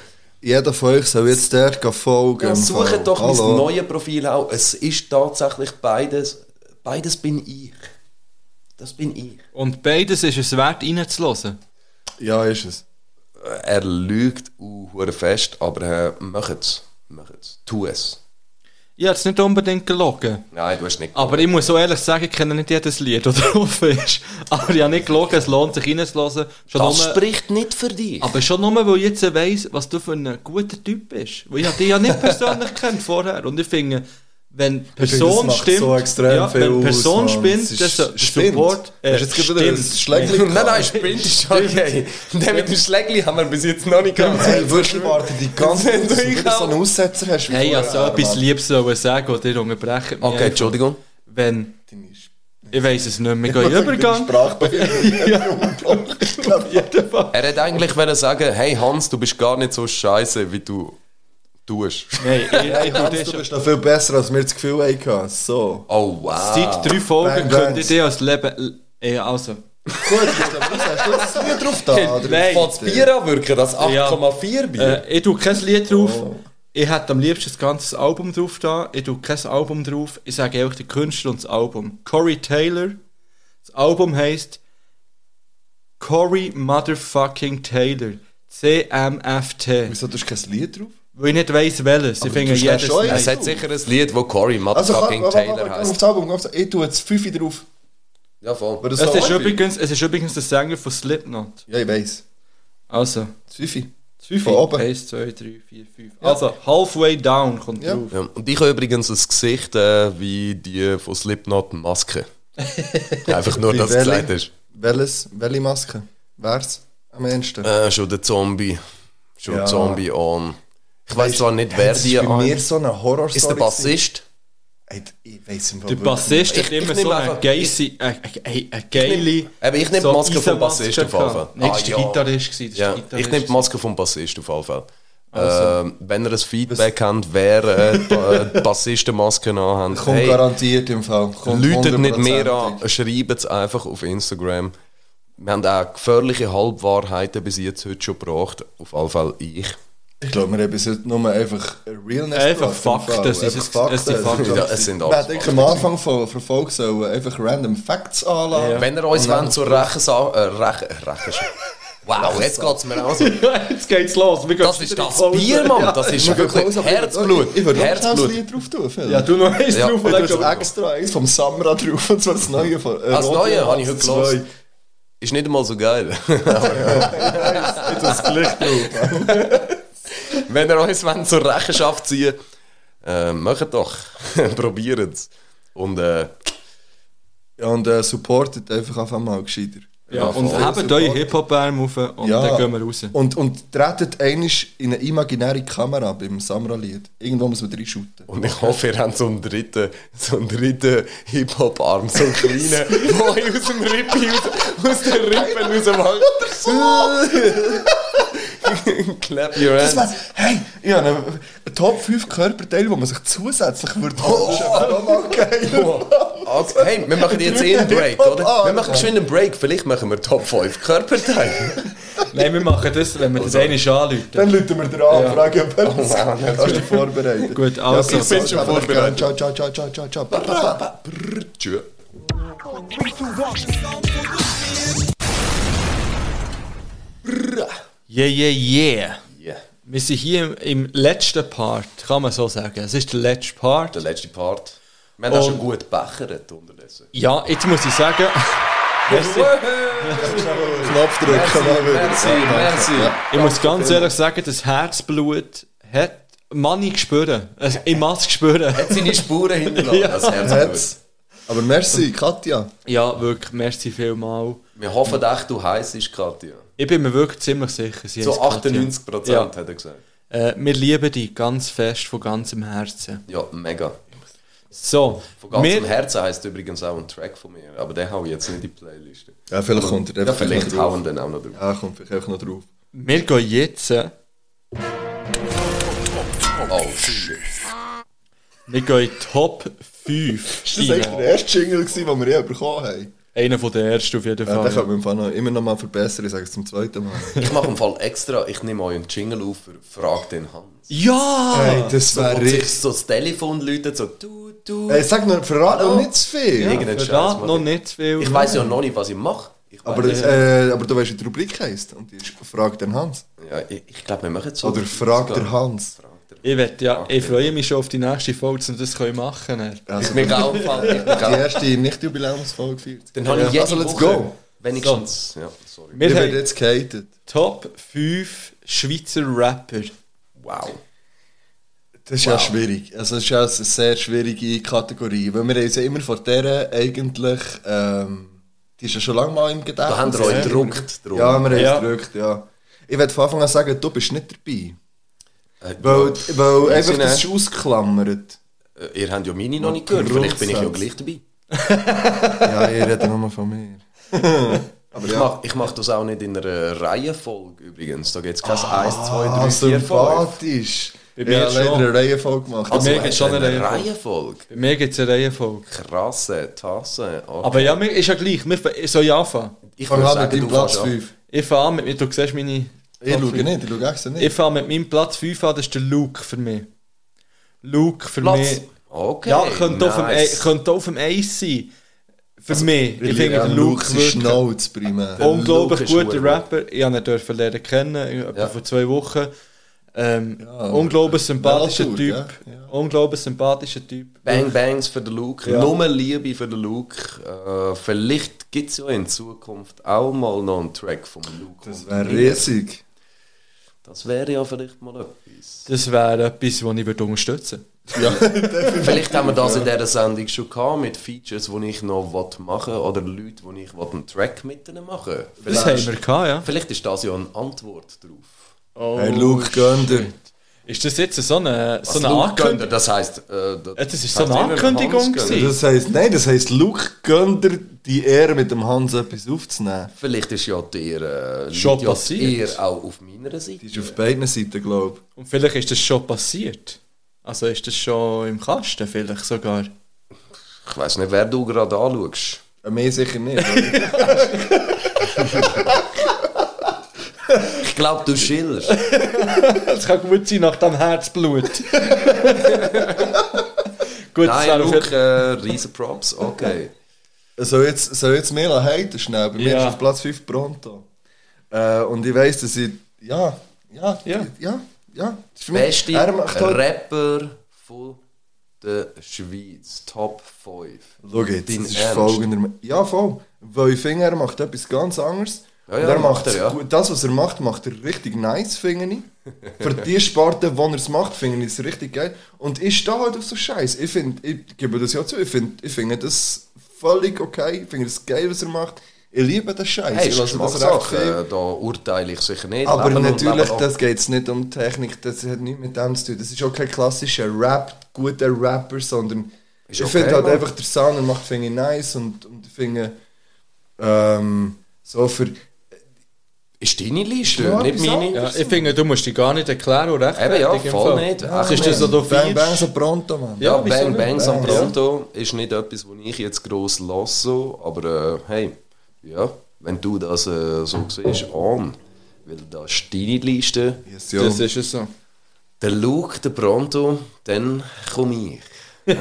[SPEAKER 4] Jeder von euch soll jetzt der gehen folgen.
[SPEAKER 5] Ja,
[SPEAKER 4] im
[SPEAKER 5] suche
[SPEAKER 4] Fall.
[SPEAKER 5] doch mein
[SPEAKER 4] Hallo.
[SPEAKER 5] neues Profil auch. Es ist tatsächlich beides. Beides bin ich. Das bin ich.
[SPEAKER 3] Und beides ist es wert, reinzulassen.
[SPEAKER 4] Ja, ist es.
[SPEAKER 5] Er lügt auch hure fest, aber äh, macht es. Macht es. Tu es.
[SPEAKER 3] Ich habe es nicht unbedingt gelogen.
[SPEAKER 5] Nein, du hast nicht.
[SPEAKER 3] Aber ich muss so ehrlich sagen, ich kenne nicht jedes Lied, das drauf ist. Aber ich habe nicht gelogen, es lohnt sich reinzuhören. Schon
[SPEAKER 5] das
[SPEAKER 3] nur,
[SPEAKER 5] spricht nicht für dich.
[SPEAKER 3] aber schon nur, weil ich jetzt weiss, was du für ein guter Typ bist. Weil ich habe dich ja nicht persönlich kennt vorher. Und ich finde, wenn Person
[SPEAKER 4] macht
[SPEAKER 3] stimmt,
[SPEAKER 4] so extrem
[SPEAKER 3] ja,
[SPEAKER 4] viel
[SPEAKER 3] wenn
[SPEAKER 4] aus,
[SPEAKER 3] Person
[SPEAKER 4] Mann.
[SPEAKER 3] spinnt,
[SPEAKER 4] Es ist-
[SPEAKER 3] dann so- der
[SPEAKER 4] spinnt.
[SPEAKER 3] Support äh,
[SPEAKER 4] Hast du jetzt gerade wieder ein
[SPEAKER 3] stimmt.
[SPEAKER 4] Schlägli
[SPEAKER 5] nein, nein, Sprint ist okay. Den mit dem Schlägli haben wir bis jetzt noch nicht
[SPEAKER 4] Hey,
[SPEAKER 5] gehabt.
[SPEAKER 4] wirklich, warte, die ganze
[SPEAKER 5] Wenn
[SPEAKER 4] Zeit,
[SPEAKER 5] du
[SPEAKER 4] dass du wieder so einen
[SPEAKER 5] einkaufen-
[SPEAKER 4] Aussetzer hast wie
[SPEAKER 3] Hey, ich
[SPEAKER 4] vorher,
[SPEAKER 3] habe so etwas
[SPEAKER 4] Mann.
[SPEAKER 3] Liebes sollen sagen und ihr unterbrechen mich
[SPEAKER 5] Okay,
[SPEAKER 3] einfach.
[SPEAKER 5] Entschuldigung.
[SPEAKER 3] Wenn,
[SPEAKER 4] Deine Sp-
[SPEAKER 3] ich weiss es nicht, wir gehen in den Übergang.
[SPEAKER 4] Sprachbehinderung. Ich glaub,
[SPEAKER 5] Er hätte eigentlich wollen sagen, hey Hans, du bist gar nicht so scheiße, wie du tust.
[SPEAKER 3] Nein, ich, ich, ich,
[SPEAKER 4] Hans, du bist noch viel besser, als wir das Gefühl hatten. So.
[SPEAKER 5] Oh wow.
[SPEAKER 3] Seit drei
[SPEAKER 4] Bang,
[SPEAKER 3] Folgen
[SPEAKER 4] bang.
[SPEAKER 3] könnte ich dir als Leben. Äh, also.
[SPEAKER 4] Gut, gut, aber das hast du jetzt das Lied drauf da. oder?
[SPEAKER 3] Nein.
[SPEAKER 5] Von das Bier anwirken, das 8,4 Bier.
[SPEAKER 3] Äh, ich tue kein Lied drauf.
[SPEAKER 4] Oh.
[SPEAKER 3] Ich hätte am liebsten das ganze Album drauf da. Ich tue kein Album drauf. Ich sage einfach den Künstler und das Album. Corey Taylor. Das Album heisst Corey Motherfucking Taylor. CMFT.
[SPEAKER 4] Wieso tust du kein Lied drauf?
[SPEAKER 3] Weil ich nicht weiss, welches. Ich
[SPEAKER 4] Aber
[SPEAKER 3] finde
[SPEAKER 4] du stehst
[SPEAKER 3] jedes.
[SPEAKER 4] schon
[SPEAKER 5] es
[SPEAKER 3] nice.
[SPEAKER 4] ein-
[SPEAKER 5] hat sicher ein Lied, wo Corey
[SPEAKER 4] Also, komm,
[SPEAKER 5] Motherfucking
[SPEAKER 4] komm, komm,
[SPEAKER 5] Taylor
[SPEAKER 4] komm, komm,
[SPEAKER 5] heißt.
[SPEAKER 4] aufs Album. komm aufs- Ich tue jetzt 5 drauf.
[SPEAKER 5] Ja, voll.
[SPEAKER 4] Weil das
[SPEAKER 3] Es
[SPEAKER 4] so-
[SPEAKER 3] ist, übrigens, es ist übrigens der Sänger von Slipknot.
[SPEAKER 4] Ja, ich weiss.
[SPEAKER 3] Also,
[SPEAKER 4] 5.
[SPEAKER 3] fünf,
[SPEAKER 4] Von oben.
[SPEAKER 3] 1, 2, 3, 4, 5. Also, Halfway Down kommt
[SPEAKER 4] Ja.
[SPEAKER 3] drauf.
[SPEAKER 5] Ja, und ich habe übrigens ein Gesicht äh, wie die von Slipknot eine Maske. Einfach nur,
[SPEAKER 4] Wie
[SPEAKER 5] dass du
[SPEAKER 4] welche?
[SPEAKER 5] gesagt hast.
[SPEAKER 4] Welches, welche Maske? Wär's am ehesten?
[SPEAKER 5] Äh, schon der Zombie. Schon
[SPEAKER 4] Ja.
[SPEAKER 5] Zombie on. Ich weiß zwar nicht, wer
[SPEAKER 4] Das
[SPEAKER 5] die
[SPEAKER 4] ist bei
[SPEAKER 5] an.
[SPEAKER 4] mir
[SPEAKER 5] Ist
[SPEAKER 4] so eine Horrorstory.
[SPEAKER 5] der
[SPEAKER 4] gewesen.
[SPEAKER 5] Bassist?
[SPEAKER 4] Ey, Ich weiss im Fall
[SPEAKER 3] Der
[SPEAKER 4] wirklich
[SPEAKER 3] Bassist
[SPEAKER 5] Ich- ich
[SPEAKER 3] hat immer
[SPEAKER 5] nehme
[SPEAKER 3] so eine
[SPEAKER 5] einfach-
[SPEAKER 3] geisse, äh, äh, äh, geile.
[SPEAKER 5] Eben, ich nehme
[SPEAKER 3] so
[SPEAKER 5] die Maske vom
[SPEAKER 3] Eisenmaske
[SPEAKER 5] Bassisten auf jeden Fall.
[SPEAKER 3] gehabt. Nein,
[SPEAKER 5] Ah,
[SPEAKER 3] das war
[SPEAKER 5] ja.
[SPEAKER 3] der Gitarrist. gewesen, das
[SPEAKER 5] Ja,
[SPEAKER 3] war der
[SPEAKER 5] ich nehme die
[SPEAKER 3] Gitarrist. Also.
[SPEAKER 5] Maske vom Bassist auf jeden Fall. Ähm, wenn ihr ein Feedback habt, wer äh, die Ba- äh, die Bassistenmasken anhat,
[SPEAKER 4] Kommt
[SPEAKER 5] hey,
[SPEAKER 4] garantiert im Fall. Kommt
[SPEAKER 5] läutet nicht mehr
[SPEAKER 4] 100%.
[SPEAKER 5] an, schreibt es einfach auf Instagram. Wir haben auch gefährliche Halbwahrheiten bis jetzt heute schon gebracht. Auf jeden Fall ich.
[SPEAKER 4] Ich glaube, wir haben bis heute nur einfach Realness
[SPEAKER 3] Einfach
[SPEAKER 4] gebracht, im
[SPEAKER 3] Fakten,
[SPEAKER 4] Fall.
[SPEAKER 3] es ist-
[SPEAKER 4] Einfach
[SPEAKER 3] es
[SPEAKER 4] dus.
[SPEAKER 3] sind Fakten.
[SPEAKER 5] Ja, es sind
[SPEAKER 4] Wir
[SPEAKER 5] alles
[SPEAKER 4] hätten eigentlich am Anfang von der Folge sollen einfach eh, random Facts anladen.
[SPEAKER 5] Wenn ihr uns wollt, zur Rechensa... Äh, Rechen... Rechensa... Wow, jetzt geht es mir auch so.
[SPEAKER 3] Jetzt geht's los. Wir gehen
[SPEAKER 5] Das ist das Bier, Mann. Das ist wirklich Herzblut.
[SPEAKER 4] Ich, ich würde auch noch ein
[SPEAKER 5] Herzblut.
[SPEAKER 4] Lied drauf tun. Phil.
[SPEAKER 3] Ja, du noch eins
[SPEAKER 5] Ja.
[SPEAKER 3] drauf.
[SPEAKER 4] Ich
[SPEAKER 3] leg
[SPEAKER 4] tue
[SPEAKER 3] schon-
[SPEAKER 4] jetzt extra eins vom Samra drauf, und zwar das neue von äh,
[SPEAKER 5] Das
[SPEAKER 4] Rodio
[SPEAKER 5] Neue habe ich heute
[SPEAKER 4] 2.
[SPEAKER 5] gelesen. Ist nicht einmal so geil.
[SPEAKER 4] Ich tue das gleich drauf.
[SPEAKER 5] Wenn ihr uns wollt, zur Rechenschaft ziehen äh, macht doch. Probieren es. Und äh,
[SPEAKER 4] Ja, und äh, supportet einfach einfach mal gescheiter.
[SPEAKER 3] Ja, und
[SPEAKER 4] voll.
[SPEAKER 3] hebt eure Hip-Hop-Arm auf und
[SPEAKER 4] Ja.
[SPEAKER 3] dann gehen wir raus.
[SPEAKER 4] Und, und tretet einisch in eine imaginäre Kamera beim Samra-Lied. Irgendwo muss man reinschuten.
[SPEAKER 5] Und ich hoffe, ihr habt so einen dritten, so einen dritten Hip-Hop-Arm, so einen kleinen, der euch aus dem Rippen raus, aus den Rippen rausmacht. Clap your
[SPEAKER 4] Das wär,
[SPEAKER 5] hands.
[SPEAKER 4] hey, ich habe einen Top 5 Körperteil, wo man sich zusätzlich würde
[SPEAKER 5] Oh.
[SPEAKER 4] wünschen. Wäre auch mal geil.
[SPEAKER 5] Okay, hey, wir machen jetzt eh einen Break, oder? Wir machen geschwind einen Break, vielleicht machen wir Top 5 Körperteile.
[SPEAKER 3] Nein, wir machen das, wenn wir das eine anrufen.
[SPEAKER 4] Dann läuten wir dir an und fragen, ob er das
[SPEAKER 5] Mann,
[SPEAKER 4] Hast du dich vorbereitet?
[SPEAKER 3] Gut, also.
[SPEAKER 4] bis
[SPEAKER 5] Oh, Ich bin
[SPEAKER 4] sonst,
[SPEAKER 5] schon
[SPEAKER 4] aber ich
[SPEAKER 5] vorbereitet.
[SPEAKER 4] kann- Ciao, ciao, ciao, ciao, ciao, ciao.
[SPEAKER 5] Brrr, Tschö.
[SPEAKER 3] Yeah, yeah, yeah.
[SPEAKER 5] Yeah.
[SPEAKER 3] Wir sind hier im, im letzten Part, kann man so sagen. Es ist der letzte Part.
[SPEAKER 5] Der letzte Part. Wir haben auch schon
[SPEAKER 3] Und-
[SPEAKER 5] gut gebechert unterdessen.
[SPEAKER 3] Ja, jetzt muss ich sagen. Merci.
[SPEAKER 4] Knopf drücken, mal wieder.
[SPEAKER 5] Merci, merci.
[SPEAKER 3] Ich muss ganz ehrlich sagen, das Herzblut hat Manni gespürt. Also, ich muss es spüren.
[SPEAKER 5] Seine Spuren hinterlassen, das Herzblut.
[SPEAKER 4] Hat's. Aber merci, Katja.
[SPEAKER 3] Ja, wirklich, merci vielmal.
[SPEAKER 5] Wir hoffen echt, du heiß ist, Katja.
[SPEAKER 3] Ich bin mir wirklich ziemlich sicher. Sie
[SPEAKER 5] So
[SPEAKER 3] haben es
[SPEAKER 5] 98 Prozent,
[SPEAKER 3] Ja.
[SPEAKER 5] hat er gesagt.
[SPEAKER 3] gehört. Äh, wir lieben dich ganz fest von ganzem Herzen.
[SPEAKER 5] Ja, mega.
[SPEAKER 3] So,
[SPEAKER 5] Von ganzem
[SPEAKER 3] wir,
[SPEAKER 5] Herzen heisst übrigens auch ein Track von mir, aber den hau ich jetzt nicht in die Playliste.
[SPEAKER 4] Ja, vielleicht kommt er
[SPEAKER 5] Ja,
[SPEAKER 4] einfach
[SPEAKER 5] vielleicht
[SPEAKER 4] noch drauf.
[SPEAKER 5] hauen den auch noch drauf.
[SPEAKER 4] Ja, kommt vielleicht einfach noch drauf.
[SPEAKER 3] wir gehen jetzt. äh,
[SPEAKER 5] Oh, shit.
[SPEAKER 3] Wir gehen in die Top 5.
[SPEAKER 4] Das war der erste Jingle, gewesen, den wir je bekommen haben.
[SPEAKER 3] Einer von den ersten auf jeden
[SPEAKER 4] Ja,
[SPEAKER 3] Fall.
[SPEAKER 4] den können wir im Fall noch, immer noch mal verbessern, ich sage es zum zweiten Mal.
[SPEAKER 5] Ich mache im Fall extra, ich nehme euren Jingle auf für Frag den Hans.
[SPEAKER 3] ja!
[SPEAKER 4] Hey, das
[SPEAKER 5] So,
[SPEAKER 4] war
[SPEAKER 5] und sich
[SPEAKER 4] richtig...
[SPEAKER 5] so das Telefon läutet, so du, du.
[SPEAKER 4] Ey, sag nur, verrat noch nicht zu viel.
[SPEAKER 5] irgendeinen
[SPEAKER 3] Für
[SPEAKER 5] Scheiß
[SPEAKER 3] das
[SPEAKER 5] mache
[SPEAKER 3] noch
[SPEAKER 5] ich.
[SPEAKER 3] nicht zu viel.
[SPEAKER 5] Ich weiß ja noch nicht, was ich mache. Ich
[SPEAKER 4] Aber,
[SPEAKER 5] weiss-
[SPEAKER 4] äh, aber du weißt, wie die Rubrik heisst. Und die ist Frag den Hans.
[SPEAKER 5] ja, ich, ich glaube, wir machen es so.
[SPEAKER 4] Oder Frag den Hans.
[SPEAKER 5] Frag den
[SPEAKER 3] Ich, wett, ja, ich freue mich schon auf die nächste Folge, dass wir das können machen können.
[SPEAKER 4] Also,
[SPEAKER 8] Mir auch gefallen.
[SPEAKER 4] die erste Nicht-Jubiläumsfolge 40.
[SPEAKER 8] Dann habe ich jede
[SPEAKER 4] also, let's
[SPEAKER 8] Woche-
[SPEAKER 4] go.
[SPEAKER 8] Wenigstens.
[SPEAKER 5] Ja, sorry.
[SPEAKER 3] Wir
[SPEAKER 4] Wir werden
[SPEAKER 3] haben
[SPEAKER 4] jetzt gehatet.
[SPEAKER 3] Top 5 Schweizer Rapper.
[SPEAKER 8] Wow.
[SPEAKER 4] Das ist ja schwierig. Also das ist ja eine sehr schwierige Kategorie, weil wir haben uns ja immer von der eigentlich, ähm, die ist ja schon lange mal im Gedächtnis.
[SPEAKER 8] Da haben wir euch
[SPEAKER 4] Ja.
[SPEAKER 8] gedruckt. drum.
[SPEAKER 4] Ja, wir haben
[SPEAKER 3] Ja.
[SPEAKER 4] es gedrückt, ja. Ich werde von Anfang an sagen, du bist nicht dabei.
[SPEAKER 5] Äh,
[SPEAKER 4] Weil, weil einfach
[SPEAKER 5] sie
[SPEAKER 4] das ist ausgeklammert.
[SPEAKER 5] äh, ihr habt ja meine noch nicht gehört, vielleicht bin ich ja gleich dabei.
[SPEAKER 4] Ja, ihr redet nochmal von mir.
[SPEAKER 5] Aber ich mache ich mach das auch nicht in einer Reihenfolge übrigens. Da geht es kein 1, 2,
[SPEAKER 4] Ah,
[SPEAKER 5] 3, 4, 5.
[SPEAKER 4] sympathisch.
[SPEAKER 3] Bei
[SPEAKER 4] Ich
[SPEAKER 3] mir
[SPEAKER 4] habe leider
[SPEAKER 3] schon.
[SPEAKER 4] eine Reihenfolge gemacht.
[SPEAKER 3] Also, mir gibt's
[SPEAKER 5] Hast
[SPEAKER 3] schon
[SPEAKER 5] du
[SPEAKER 3] eine
[SPEAKER 5] eine
[SPEAKER 3] Reihenfolge.
[SPEAKER 5] Reihenfolge?
[SPEAKER 3] Bei mir gibt es eine Reihenfolge.
[SPEAKER 5] Krasse Tasse. Okay.
[SPEAKER 3] Aber ja, mir ist ja gleich. Wir, ich soll ja anfangen.
[SPEAKER 5] ich
[SPEAKER 4] fang
[SPEAKER 5] würd
[SPEAKER 4] an mit deinem
[SPEAKER 5] du fängst
[SPEAKER 4] Platz
[SPEAKER 5] an.
[SPEAKER 4] 5.
[SPEAKER 3] Ich fange an mit mir, du siehst meine.
[SPEAKER 4] Ich
[SPEAKER 3] Top
[SPEAKER 4] schaue
[SPEAKER 3] fünf.
[SPEAKER 4] nicht, ich schaue extra
[SPEAKER 3] Ich
[SPEAKER 4] nicht.
[SPEAKER 3] fange mit meinem Platz 5 an, das ist der Luke für mich. Luke für
[SPEAKER 8] Platz.
[SPEAKER 3] mich.
[SPEAKER 5] Okay.
[SPEAKER 3] Ja, könnte auf, dem Ei-
[SPEAKER 5] nice.
[SPEAKER 3] könnte auf dem Eis sein. Für mich. Ich finde
[SPEAKER 4] Ja,
[SPEAKER 3] den Luke
[SPEAKER 4] ist
[SPEAKER 3] wirklich
[SPEAKER 4] Schnauz primär.
[SPEAKER 3] unglaublich
[SPEAKER 5] Luke ist
[SPEAKER 3] guter
[SPEAKER 5] verdammt
[SPEAKER 3] Rapper. Ich habe ihn dürfen lernen kennen, in etwa
[SPEAKER 5] Ja.
[SPEAKER 3] vor zwei Wochen. Ähm,
[SPEAKER 4] Ja,
[SPEAKER 3] unglaublich sympathischer
[SPEAKER 4] Welttour,
[SPEAKER 3] Typ.
[SPEAKER 4] ja, ja.
[SPEAKER 3] Unglaublich sympathischer Typ.
[SPEAKER 5] Bang Bangs für den Luke.
[SPEAKER 3] Ja.
[SPEAKER 5] Nur Liebe für den Luke. Äh, vielleicht gibt es ja in Zukunft auch mal noch einen Track vom Luke.
[SPEAKER 4] Das wäre riesig.
[SPEAKER 5] Das wäre ja vielleicht mal etwas.
[SPEAKER 3] Das wäre etwas, das ich würde unterstützen würde.
[SPEAKER 5] Vielleicht haben wir das in dieser Sendung schon gehabt, mit Features, die ich noch will machen will oder Leute, die ich will einen Track mit ihnen machen will.
[SPEAKER 3] Das haben wir gehabt, ja.
[SPEAKER 5] Vielleicht ist das ja eine Antwort drauf.
[SPEAKER 4] Hey, Luke, gönn dir.
[SPEAKER 3] Ist das jetzt so eine, so
[SPEAKER 5] Also Luke
[SPEAKER 3] eine
[SPEAKER 5] Gönder,
[SPEAKER 3] Ankündigung?
[SPEAKER 5] Das heisst, äh,
[SPEAKER 3] Ja, das ist
[SPEAKER 5] heisst
[SPEAKER 3] so eine
[SPEAKER 5] immer
[SPEAKER 3] Ankündigung
[SPEAKER 5] Hans Gönder.
[SPEAKER 3] gewesen.
[SPEAKER 4] Das heisst, nein, das heisst, Luke gönnt dir die Ehre, mit dem Hans etwas aufzunehmen.
[SPEAKER 5] Vielleicht ist ja dir äh,
[SPEAKER 3] Schon
[SPEAKER 5] liegt ja
[SPEAKER 3] passiert.
[SPEAKER 5] dir auch auf meiner Seite.
[SPEAKER 4] Die ist auf beiden Seiten, glaube ich.
[SPEAKER 3] Und vielleicht ist das schon passiert. Also ist das schon im Kasten, vielleicht sogar.
[SPEAKER 5] Ich weiss nicht, wer du gerade anschaust.
[SPEAKER 4] Äh, Mehr sicher nicht. oder?
[SPEAKER 5] Ich glaube, du schillerst.
[SPEAKER 3] Das kann gut sein nach dem Herzblut. gut, das
[SPEAKER 5] Nein,
[SPEAKER 3] wäre auf
[SPEAKER 5] Luke,
[SPEAKER 3] jeden-
[SPEAKER 5] äh, riesen Props, okay.
[SPEAKER 4] soll jetzt, soll jetzt mehr heute schnell? Bei mir
[SPEAKER 3] Ja.
[SPEAKER 4] ist auf Platz 5 Pronto. Äh, und ich weiss, dass ich. Ja, ja,
[SPEAKER 3] Ja.
[SPEAKER 4] ja, ja. ja. Das ist für mich-
[SPEAKER 5] Beste
[SPEAKER 4] Er macht halt.
[SPEAKER 5] Rapper von der Schweiz, Top 5.
[SPEAKER 4] Schau jetzt,
[SPEAKER 5] Dein
[SPEAKER 4] das ist
[SPEAKER 5] Ernst?
[SPEAKER 4] folgender. Ja, voll. Weil ich finde, er macht etwas ganz anderes.
[SPEAKER 5] Ja, ja,
[SPEAKER 4] Und er
[SPEAKER 5] macht er,
[SPEAKER 4] macht
[SPEAKER 5] ja.
[SPEAKER 4] gut. Das, was er macht, macht er richtig nice, finde ich. Für die Sparte, wo er es macht, finde ich es richtig geil. Und ich stehe halt auf so Scheiß. Ich finde, ich gebe das ja zu, ich finde ich finde das völlig okay. Ich finde es geil, was er macht. Ich liebe den Scheiß.
[SPEAKER 5] Hey, ist
[SPEAKER 4] ich lasse das
[SPEAKER 5] Geschmackssache, äh, da urteile ich sicher nicht.
[SPEAKER 4] Aber
[SPEAKER 5] Leben und
[SPEAKER 4] natürlich,
[SPEAKER 5] Leben ab.
[SPEAKER 4] das geht es nicht um Technik, das hat nichts mit dem zu tun. Das ist auch kein klassischer Rap, guter Rapper, sondern
[SPEAKER 5] Ist
[SPEAKER 4] ich
[SPEAKER 5] okay,
[SPEAKER 4] finde halt
[SPEAKER 5] Mann.
[SPEAKER 4] einfach, der Sound er macht Finger nice und, und ich finde, ähm, so für...
[SPEAKER 5] ist deine Liste,
[SPEAKER 4] Ja,
[SPEAKER 5] nicht
[SPEAKER 4] wieso?
[SPEAKER 5] meine.
[SPEAKER 3] ja, ich finde, du musst dich gar nicht erklären und
[SPEAKER 5] Eben,
[SPEAKER 3] rechtfertigen.
[SPEAKER 5] ja,
[SPEAKER 3] im
[SPEAKER 5] voll
[SPEAKER 3] Fall.
[SPEAKER 5] nicht.
[SPEAKER 3] Ach,
[SPEAKER 5] Ach,
[SPEAKER 3] ist das so doof?
[SPEAKER 4] Bang Bang so pronto, Mann.
[SPEAKER 5] Ja,
[SPEAKER 3] wieso
[SPEAKER 5] Bang
[SPEAKER 3] nicht?
[SPEAKER 5] Bangs am
[SPEAKER 4] Bang, ja.
[SPEAKER 5] Pronto ist nicht etwas, was ich jetzt gross lasse, aber äh, hey, ja, wenn du das äh, so siehst, on. Weil das ist deine Liste.
[SPEAKER 4] Yes, yo.
[SPEAKER 3] Das ist es so.
[SPEAKER 5] Der Luke, der Pronto, dann komme ich.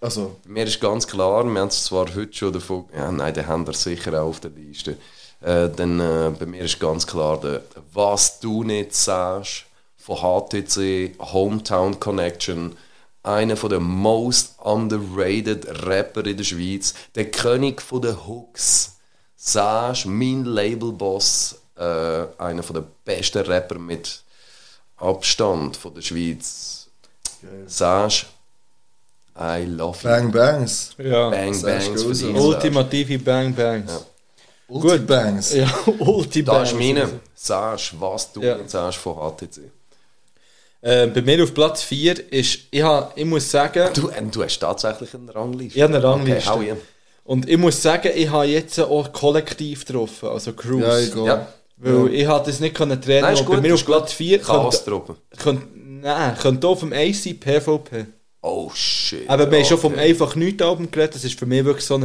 [SPEAKER 4] also,
[SPEAKER 5] Mir ist ganz klar, wir haben es zwar heute schon davon, ja, nein, den haben wir sicher auch auf der Liste. Äh, dann, äh, bei mir ist ganz klar, der, was du nicht sagst, von HTC, Hometown Connection, einer von den most underrated Rapper in der Schweiz, der König von den Hooks, sagst, mein Labelboss, äh, einer von den besten Rapper mit Abstand von der Schweiz, sagst, I love you.
[SPEAKER 4] Bang Bangs.
[SPEAKER 3] Ja.
[SPEAKER 5] Bang
[SPEAKER 4] Sagst
[SPEAKER 5] Bangs
[SPEAKER 4] du
[SPEAKER 5] für
[SPEAKER 4] so.
[SPEAKER 5] dich.
[SPEAKER 3] Ultimative Bang Bangs.
[SPEAKER 4] Ulti Bangs.
[SPEAKER 3] Ja, Ulti
[SPEAKER 5] Da ist
[SPEAKER 3] Bangs.
[SPEAKER 5] meine. Sagst, was du
[SPEAKER 3] Ja.
[SPEAKER 5] jetzt sagst von HTC.
[SPEAKER 3] Äh, bei mir auf Platz 4 ist, ich, hab, ich muss sagen,
[SPEAKER 5] Du, äh, du hast tatsächlich eine Rangliste.
[SPEAKER 3] Ich hab eine
[SPEAKER 5] Okay,
[SPEAKER 3] Rangliste.
[SPEAKER 5] hau rein.
[SPEAKER 3] und ich muss sagen, ich habe jetzt auch kollektiv getroffen, also Cruise.
[SPEAKER 4] Ja, ich glaube.
[SPEAKER 5] Ja.
[SPEAKER 3] Weil ich hat das nicht können trainen
[SPEAKER 5] Nein, ist
[SPEAKER 3] und bei
[SPEAKER 5] gut,
[SPEAKER 3] mir
[SPEAKER 5] ist
[SPEAKER 3] auf Platz 4
[SPEAKER 5] Chaos
[SPEAKER 3] könnte,
[SPEAKER 5] droppen.
[SPEAKER 3] könnte, nein, könnte auch vom AC PvP.
[SPEAKER 5] Oh shit.
[SPEAKER 3] Aber wir haben schon vom
[SPEAKER 5] Okay.
[SPEAKER 3] einfach nichts Album geredet, das ist für mich wirklich so ein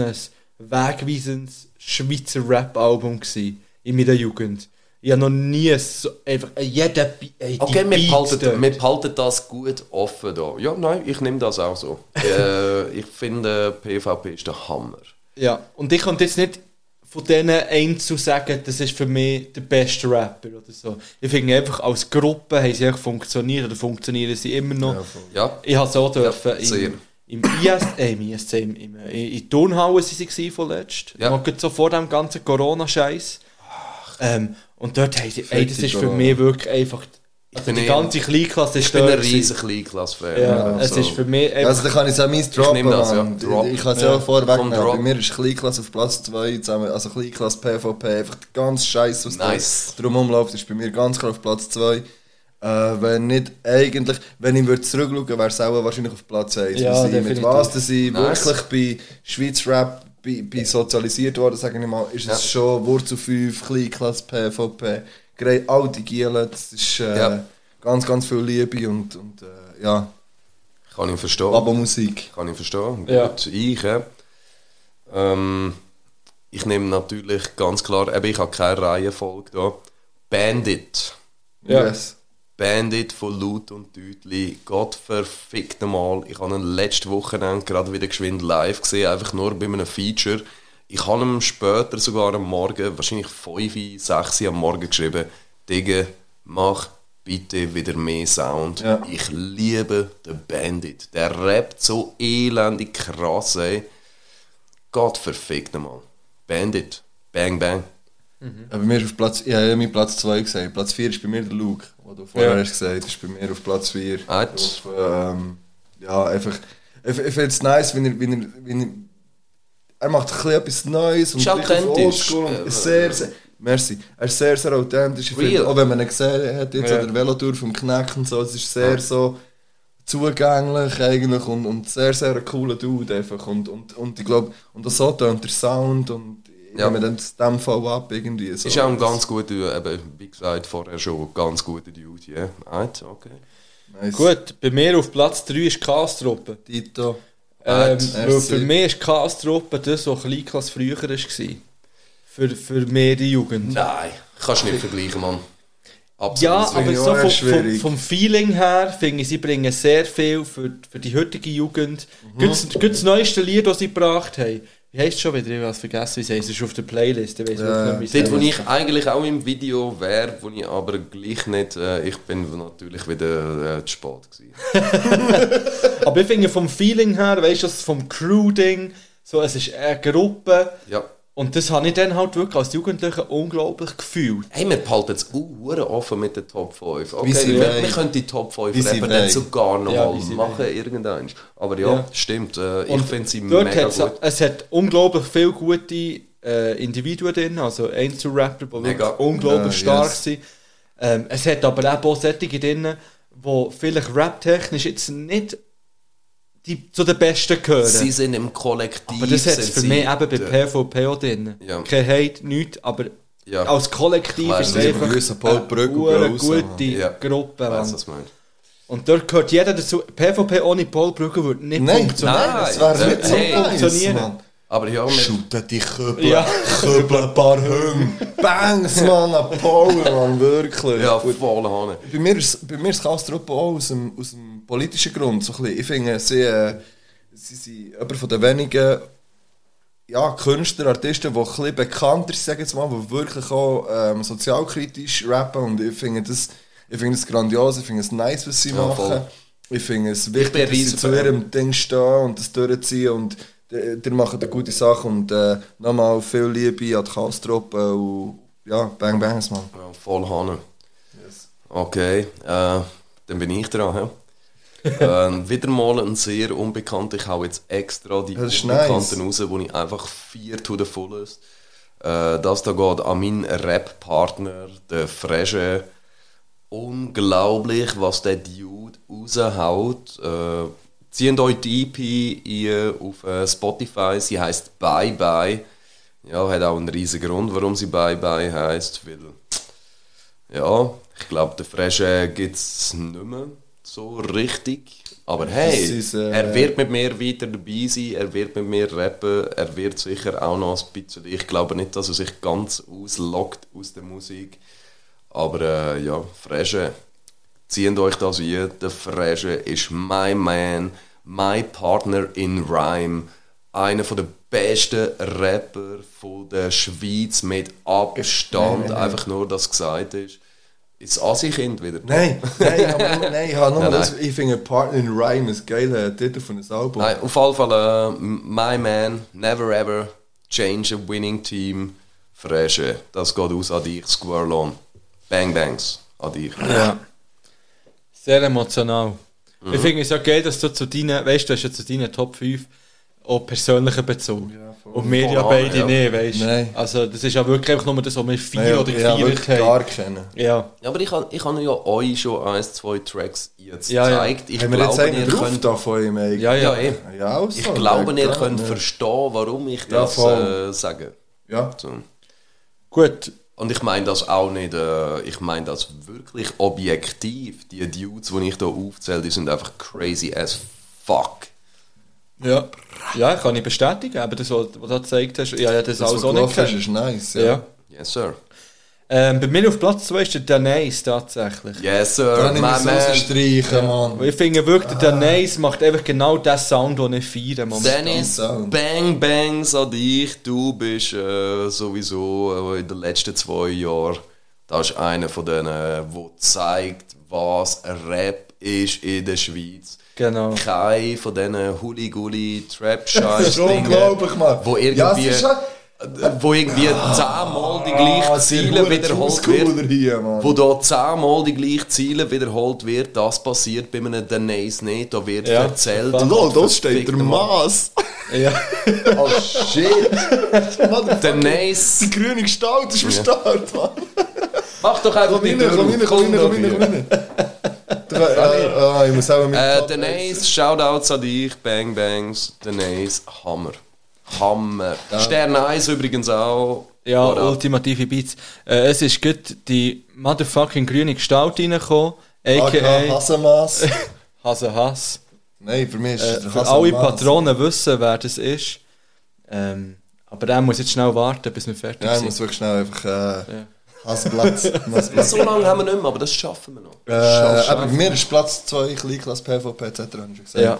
[SPEAKER 3] wegweisendes Schweizer Rap Album gewesen, in meiner Jugend. Ich habe noch nie so einfach äh, jeder Bi- ey, die
[SPEAKER 5] Okay, wir
[SPEAKER 3] Beats
[SPEAKER 5] behalten,
[SPEAKER 3] dort.
[SPEAKER 5] wir behalten das gut offen da. eh, Ja, nein, ich nehme das auch Eh, so. äh, ich finde, PvP ist der Hammer.
[SPEAKER 3] Ja, und ich konnte jetzt nicht von denen ein zu sagen, das ist für mich der beste Rapper oder so. Ich finde einfach, als Gruppe haben sie echt funktioniert oder funktionieren sie immer noch.
[SPEAKER 5] Ja,
[SPEAKER 3] Ich habe so dürfen
[SPEAKER 5] sehr.
[SPEAKER 3] im, im IS, äh, im ISC, im, im, in in Turnhalle sind sie vorletzt.
[SPEAKER 5] Ja.
[SPEAKER 3] Ja. Noch gerade so vor dem ganzen Corona-Scheiß. Ähm, und dort haben sie, ey, das
[SPEAKER 4] Fette
[SPEAKER 3] ist für
[SPEAKER 4] Corona.
[SPEAKER 3] mich wirklich einfach. Also
[SPEAKER 5] bin
[SPEAKER 3] die
[SPEAKER 5] eh-
[SPEAKER 3] ganze Kleinklasse ist
[SPEAKER 5] Ich bin ein
[SPEAKER 3] dort gewesen.
[SPEAKER 5] riesiger Kleinklasse-Fan.
[SPEAKER 3] Ja,
[SPEAKER 5] Also,
[SPEAKER 3] es ist für mich
[SPEAKER 4] Ja,
[SPEAKER 3] einfach.
[SPEAKER 4] Also, da kann ich es auch meins droppen.
[SPEAKER 5] nehm das, ja.
[SPEAKER 4] Mann.
[SPEAKER 5] Drop.
[SPEAKER 4] Ich, ich kann es ja,
[SPEAKER 5] Komm,
[SPEAKER 4] vorweg nehmen.
[SPEAKER 5] drop.
[SPEAKER 4] Bei mir ist Kleinklasse auf Platz 2 zusammen. Also, Kleinklasse PvP, einfach ganz scheiße, was
[SPEAKER 5] Nice.
[SPEAKER 4] da drum rumläuft, ist bei mir ganz klar auf Platz 2. Äh, wenn nicht eigentlich, wenn ich würde zurückschauen wäre es auch wahrscheinlich auf Platz 1.
[SPEAKER 3] Ja,
[SPEAKER 4] mit
[SPEAKER 3] definitiv.
[SPEAKER 4] was dass ich
[SPEAKER 5] Nice.
[SPEAKER 4] wirklich bei Schweiz Rap bei, bei sozialisiert worden, sage ich mal, ist
[SPEAKER 5] Ja.
[SPEAKER 4] es schon Wurzel 5, Kleinklasse PvP, Grey, all die Gielen, das ist äh,
[SPEAKER 5] Ja.
[SPEAKER 4] ganz, ganz viel Liebe und, und äh, ja,
[SPEAKER 5] Kann ich verstehen.
[SPEAKER 4] Abo-Musik.
[SPEAKER 5] Kann ich verstehen.
[SPEAKER 3] Ja.
[SPEAKER 5] Gut, ich, äh, ähm, ich nehme natürlich ganz klar, eben, ich habe keine Reihenfolge da. Bandit.
[SPEAKER 3] Ja.
[SPEAKER 4] Yes.
[SPEAKER 5] Bandit von Laut und Deutli. Gott verfickt mal. Ich habe ihn letzte Wochenende gerade wieder geschwind live gesehen, einfach nur bei einem Feature. Ich habe ihm später sogar am Morgen, wahrscheinlich 5, 6 Uhr am Morgen geschrieben, Digga, mach bitte wieder mehr Sound.
[SPEAKER 4] Ja.
[SPEAKER 5] Ich liebe den Bandit. Der rappt so elendig krass, ey. Gott verfickt mal. Bandit. Bang, bang.
[SPEAKER 4] Ja, bei mir ist auf Platz, ich habe ja meinen Platz 2 gesagt. Platz 4 ist bei mir der Luke, den du vorher hast gesagt hast, ist bei mir auf Platz 4.
[SPEAKER 5] Ah,
[SPEAKER 4] Auf, ähm, ja, einfach. Ich, ich finde es nice, wenn er, wenn er, wenn er, er macht ein bisschen etwas Neues und
[SPEAKER 5] Ist
[SPEAKER 4] gleich auf
[SPEAKER 5] authentisch.
[SPEAKER 4] Oldschool und ist sehr, sehr, merci. Er ist sehr, sehr authentisch. Ich
[SPEAKER 5] Real.
[SPEAKER 4] finde, auch wenn man ihn gesehen hat, jetzt
[SPEAKER 3] Ja.
[SPEAKER 4] an der Velotour vom Knack und so, es ist sehr so zugänglich eigentlich und, und sehr, sehr ein cooler Dude einfach. Und, und, und ich glaube, und so tönt der Sound und ich
[SPEAKER 5] Ja.
[SPEAKER 4] nehme dann das Dämpfer ab irgendwie. So.
[SPEAKER 5] Ist auch ein ganz guter, eben, wie gesagt vorher schon, ganz guter Dude, ja. Right, okay.
[SPEAKER 4] Nice.
[SPEAKER 3] Gut, bei mir auf Platz 3 ist Kastruppe.
[SPEAKER 4] Tito. Äh,
[SPEAKER 3] Ähm,
[SPEAKER 5] Right.
[SPEAKER 3] weil für
[SPEAKER 4] Merci.
[SPEAKER 3] mich ist Kastruppe das, was Kleinklasse früher war. Für, für meine Jugend.
[SPEAKER 5] Nein, kannst du nicht vergleichen, Mann. Absolut.
[SPEAKER 3] Ja,
[SPEAKER 5] nicht.
[SPEAKER 3] aber
[SPEAKER 4] ich
[SPEAKER 3] so
[SPEAKER 4] auch
[SPEAKER 3] vom, vom,
[SPEAKER 4] schwierig.
[SPEAKER 3] vom Feeling her finde ich, sie bringen sehr viel für, für die heutige Jugend. Mhm. Gerade das neueste Lied, das sie gebracht haben. Wie heisst es schon wieder? Ich habe es vergessen, wie es heisst. Es ist auf der Playlist. Ich weiß
[SPEAKER 4] Ja.
[SPEAKER 3] wirklich nicht, wie es
[SPEAKER 5] Dort, wo
[SPEAKER 3] heisst.
[SPEAKER 5] ich eigentlich auch im Video wäre, wo ich aber gleich nicht, äh, ich bin natürlich wieder äh, zu spät gewesen.
[SPEAKER 3] Aber ich finde vom Feeling her, weißt du, das vom Crew-Ding, so, es ist eine Gruppe.
[SPEAKER 5] Ja.
[SPEAKER 3] Und das habe ich dann halt wirklich als Jugendlicher unglaublich gefühlt.
[SPEAKER 5] Hey, wir behalten es auch offen mit den Top 5. Okay,
[SPEAKER 4] Wie sie
[SPEAKER 5] wir,
[SPEAKER 4] wollen.
[SPEAKER 5] wir können die Top 5
[SPEAKER 4] Wie sie
[SPEAKER 5] Rapper dann
[SPEAKER 4] wollen.
[SPEAKER 5] sogar noch
[SPEAKER 3] Ja,
[SPEAKER 5] mal
[SPEAKER 3] wie sie
[SPEAKER 5] machen, irgendwann. Aber ja,
[SPEAKER 3] Ja.
[SPEAKER 5] stimmt. Äh, ich
[SPEAKER 3] Und
[SPEAKER 5] finde sie
[SPEAKER 3] Dort
[SPEAKER 5] mega
[SPEAKER 3] hat's-
[SPEAKER 5] gut.
[SPEAKER 3] Es hat unglaublich viele gute äh, Individuen drin, also Einzelrapper, die
[SPEAKER 5] Mega.
[SPEAKER 3] wirklich unglaublich
[SPEAKER 4] Ja,
[SPEAKER 3] stark
[SPEAKER 4] yes.
[SPEAKER 3] sind. Ähm, es hat aber eben auch solche drin, die vielleicht raptechnisch jetzt nicht die, zu den Besten gehören.
[SPEAKER 5] Sie sind im Kollektiv. äh,
[SPEAKER 3] aber das hat es
[SPEAKER 5] sind
[SPEAKER 3] für
[SPEAKER 5] sie
[SPEAKER 3] mich eben bei
[SPEAKER 5] der-
[SPEAKER 3] PvP auch drin.
[SPEAKER 5] Ja.
[SPEAKER 3] Kein Hate, nichts, aber
[SPEAKER 5] Ja.
[SPEAKER 3] als Kollektiv
[SPEAKER 5] Klar,
[SPEAKER 3] ist es
[SPEAKER 5] wir
[SPEAKER 3] einfach
[SPEAKER 4] grüßen Paul Brügg und
[SPEAKER 3] eine
[SPEAKER 4] Bros,
[SPEAKER 3] gute
[SPEAKER 5] Ja. Also, Weißt
[SPEAKER 3] Gruppe. Mann.
[SPEAKER 5] du, was ich meine?
[SPEAKER 3] Und dort gehört jeder dazu. PvP ohne Paul Brügge würde nicht
[SPEAKER 4] Nein,
[SPEAKER 3] funktionieren.
[SPEAKER 5] nein,
[SPEAKER 4] das wäre
[SPEAKER 5] Nein,
[SPEAKER 4] nicht so
[SPEAKER 5] nein.
[SPEAKER 4] nice,
[SPEAKER 3] Funktionieren.
[SPEAKER 4] Mann.
[SPEAKER 5] Aber ja, wir,
[SPEAKER 4] Shootet die Köppel,
[SPEAKER 3] Ja.
[SPEAKER 4] Köppel ein paar Hüng. Bangs, Mann, an Power, Mann, wirklich.
[SPEAKER 5] ja,
[SPEAKER 4] Gut.
[SPEAKER 5] voll Hanne.
[SPEAKER 4] Bei mir ist, bei mir ist Kastrup auch aus dem, aus dem politischen Grund. So ein bisschen. Ich finde, sie, äh, sie sind jemand von den wenigen ja, Künstler, Artisten, die ein bisschen bekannter sind, sag ich jetzt mal, die wirklich auch ähm, sozialkritisch rappen. Und ich finde das, ich finde das grandios, ich finde es nice, was sie
[SPEAKER 5] Ja,
[SPEAKER 4] machen.
[SPEAKER 5] voll.
[SPEAKER 4] Ich finde es
[SPEAKER 5] bin
[SPEAKER 4] wichtig, dass sie
[SPEAKER 5] riesen
[SPEAKER 4] zu
[SPEAKER 5] Fan.
[SPEAKER 4] ihrem Ding stehen und das durchziehen. Und äh, die, die machen eine gute Sache. Und äh, nochmal viel Liebe an die Kastrup. Äh, und ja, Bang Bangs, Mann.
[SPEAKER 5] Ja, voll Hanne. Okay, äh, dann bin ich dran. Ja? ähm, wieder mal ein sehr unbekannter. Ich hau jetzt extra die
[SPEAKER 4] Das ist
[SPEAKER 5] Unbekannten raus, wo ich einfach vier to the fullest. Äh, das da geht an meinen Rap-Partner, der Fresche. Unglaublich, was der Dude raushaut. Äh, zieht euch die EP ein auf äh, Spotify. Sie heißt Bye Bye. Ja, hat auch einen riesigen Grund, warum sie Bye Bye heißt. Weil ja, ich glaube, der Fresche gibt es nicht mehr so richtig. Aber hey,
[SPEAKER 4] Das ist, äh,
[SPEAKER 5] er wird mit mir weiter dabei sein, er wird mit mir rappen, er wird sicher auch noch ein bisschen. Ich glaube nicht, dass er sich ganz auslockt aus der Musik. Aber äh, ja, Fresche, zieht euch das ein. Der Fresche ist my man, my partner in Rhyme. einer der besten Rapper von der Schweiz mit Abstand, einfach nur, dass gesagt ist. Ist Asi-Kind wieder.
[SPEAKER 4] Nein, nein, aber, nein, ich habe nur
[SPEAKER 5] Nein, nein.
[SPEAKER 4] das. Ich finde Partner in Rhyme ist geiler Titel von einem Album.
[SPEAKER 5] Nein, auf jeden Fall, äh, my man, never ever change a winning team. Fresche, das geht aus an dich, Square Lawn. Bang Bangs, an dich.
[SPEAKER 4] Ja.
[SPEAKER 3] Sehr emotional.
[SPEAKER 4] Mhm.
[SPEAKER 3] Ich finde es ja geil, dass du zu deinen, weißt du, du hast ja zu deinen Top 5 auch persönlichen Bezug. und wir ja
[SPEAKER 5] Voll
[SPEAKER 3] beide
[SPEAKER 5] an,
[SPEAKER 3] nicht, weißt du.
[SPEAKER 4] Nein.
[SPEAKER 3] Also das ist ja wirklich einfach nur das, was wir vier
[SPEAKER 4] Nein,
[SPEAKER 3] oder
[SPEAKER 4] ich habe
[SPEAKER 3] gefeiert
[SPEAKER 4] wirklich
[SPEAKER 3] haben.
[SPEAKER 4] gar keinen.
[SPEAKER 3] Ja.
[SPEAKER 5] Ja, aber ich habe ich hab ja euch schon ein, zwei Tracks jetzt
[SPEAKER 3] Ja, ja.
[SPEAKER 5] gezeigt. Ich
[SPEAKER 4] Haben wir jetzt
[SPEAKER 5] glaube,
[SPEAKER 4] einen
[SPEAKER 5] ihr
[SPEAKER 4] drauf
[SPEAKER 5] könnt,
[SPEAKER 4] da von ihm eigentlich?
[SPEAKER 3] Ja,
[SPEAKER 5] ja,
[SPEAKER 3] ja.
[SPEAKER 5] eh.
[SPEAKER 4] ja also,
[SPEAKER 5] ich glaube, ihr
[SPEAKER 4] ja,
[SPEAKER 5] könnt
[SPEAKER 4] ja.
[SPEAKER 5] verstehen, warum ich
[SPEAKER 4] Ja,
[SPEAKER 5] das
[SPEAKER 4] voll.
[SPEAKER 5] äh, sage.
[SPEAKER 4] Ja,
[SPEAKER 5] So.
[SPEAKER 3] Gut.
[SPEAKER 5] Und ich meine das auch nicht, äh, ich meine das wirklich objektiv. Die Dudes, die ich hier aufzähle, die sind einfach crazy as fuck.
[SPEAKER 3] Ja. Ja, kann ich bestätigen. Aber das, was was du gezeigt hast, ja, ja, das,
[SPEAKER 4] das,
[SPEAKER 3] alles
[SPEAKER 4] was
[SPEAKER 3] auch nicht
[SPEAKER 4] gelaufen
[SPEAKER 3] kennt.
[SPEAKER 4] ist, ist nice. Ja.
[SPEAKER 3] Ja.
[SPEAKER 5] Yes, sir.
[SPEAKER 3] Ähm, bei mir auf Platz 2 ist der Danais tatsächlich.
[SPEAKER 5] Yes,
[SPEAKER 4] Da
[SPEAKER 5] sir, my
[SPEAKER 4] habe ich mich so
[SPEAKER 5] man.
[SPEAKER 4] rausstreichen, Mann.
[SPEAKER 3] Weil ich finde wirklich, der Danais macht einfach genau den Sound, den ich feiere. momentan.
[SPEAKER 5] Dennis,
[SPEAKER 4] Sound.
[SPEAKER 5] Bang Bangs an dich. Du bist äh, sowieso äh, in den letzten zwei Jahren, da ist einer von denen, der zeigt, was Rap ist in der Schweiz.
[SPEAKER 3] Genau.
[SPEAKER 5] Kein von diesen
[SPEAKER 4] Das ist
[SPEAKER 5] Huli-Guli-Trap-Scheiß-Dingen,
[SPEAKER 4] unglaublich, Mann.
[SPEAKER 5] wo irgendwie...
[SPEAKER 4] Ja, es ist halt-
[SPEAKER 5] wo irgendwie zehnmal die gleichen
[SPEAKER 4] Ah, es sind
[SPEAKER 5] Ziele
[SPEAKER 4] verdammt
[SPEAKER 5] wiederholt
[SPEAKER 4] Schulschooler
[SPEAKER 5] wird.
[SPEAKER 4] Hier, Mann.
[SPEAKER 5] Wo da zehnmal die gleichen Ziele wiederholt wird, das passiert bei einem Denise nicht. Da wird
[SPEAKER 3] Ja.
[SPEAKER 5] erzählt.
[SPEAKER 4] Lol, da steht
[SPEAKER 5] verfickt
[SPEAKER 4] der
[SPEAKER 5] nochmal.
[SPEAKER 4] Mass.
[SPEAKER 3] Ja.
[SPEAKER 4] Oh shit!
[SPEAKER 5] Denise,
[SPEAKER 4] Die grüne Gestalt ist am Start, Mann!
[SPEAKER 5] mach doch einfach
[SPEAKER 4] Komm rein, komm rein, komm rein, komm rein, komm rein! Du, äh, äh, Ich muss auch mit.
[SPEAKER 5] Äh, Denise, Shoutouts an dich, Bang Bangs, Denise, Hammer. Hammer. Stern 1 übrigens auch.
[SPEAKER 3] Ja,
[SPEAKER 5] What up?
[SPEAKER 3] ultimative Beats. Äh, es ist gut die motherfucking grüne Gestalt reingekommen,
[SPEAKER 4] AK
[SPEAKER 3] a.k.a.
[SPEAKER 4] Hassemass.
[SPEAKER 3] Hase Hass.
[SPEAKER 4] Nein, für mich ist
[SPEAKER 3] Äh,
[SPEAKER 4] es
[SPEAKER 3] für
[SPEAKER 4] Hassemass.
[SPEAKER 3] alle Patronen wissen, wer das ist. Ähm, aber der muss jetzt schnell warten, bis wir fertig
[SPEAKER 4] Ja, ich muss
[SPEAKER 3] sind.
[SPEAKER 4] wirklich schnell einfach. Äh, Hassplatz. Hassplatz.
[SPEAKER 5] So lange haben wir nicht mehr, aber das schaffen wir noch.
[SPEAKER 4] Äh, aber bei mir ist Platz 2, Kleinklasse, PvP etc. hab ich schon gesagt.
[SPEAKER 3] Ja,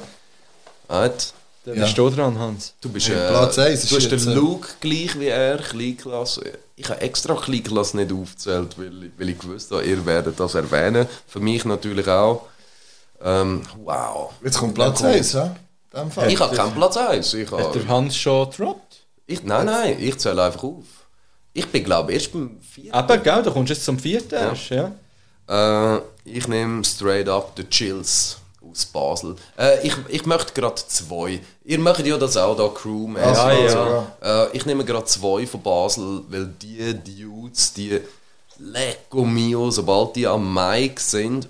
[SPEAKER 5] Right?
[SPEAKER 3] dann
[SPEAKER 4] Ja.
[SPEAKER 3] bist du dran, Hans.
[SPEAKER 5] Du bist
[SPEAKER 4] Hey,
[SPEAKER 5] äh,
[SPEAKER 4] Platz eins ist
[SPEAKER 5] Du hast den
[SPEAKER 4] jetzt, äh,
[SPEAKER 5] Look gleich wie er, Kleinklasse. Ich habe extra Kleinklasse nicht aufgezählt, weil, weil ich gewusst habe, ihr werdet das erwähnen. Für mich natürlich auch. Ähm, wow.
[SPEAKER 4] Jetzt kommt Platz 1, ja? In dem Fall.
[SPEAKER 5] Ich habe keinen Platz 1. Ich
[SPEAKER 3] Hat der
[SPEAKER 5] habe,
[SPEAKER 3] Hans schon gedroppt?
[SPEAKER 5] ich, nein, nein, ich zähle einfach auf. Ich bin, glaube ich, erst beim vierten.
[SPEAKER 3] Eben, gell, du kommst jetzt zum vierten erst, ja.
[SPEAKER 5] Äh, ich nehme straight up The Chills aus Basel. Äh, ich, ich möchte gerade zwei. Ihr macht ja das auch da, crew
[SPEAKER 4] Also,
[SPEAKER 3] ja,
[SPEAKER 4] also,
[SPEAKER 3] ja.
[SPEAKER 5] Äh, ich nehme gerade zwei von Basel, weil die Dudes, die Lecco Mio, sobald die am Mic sind,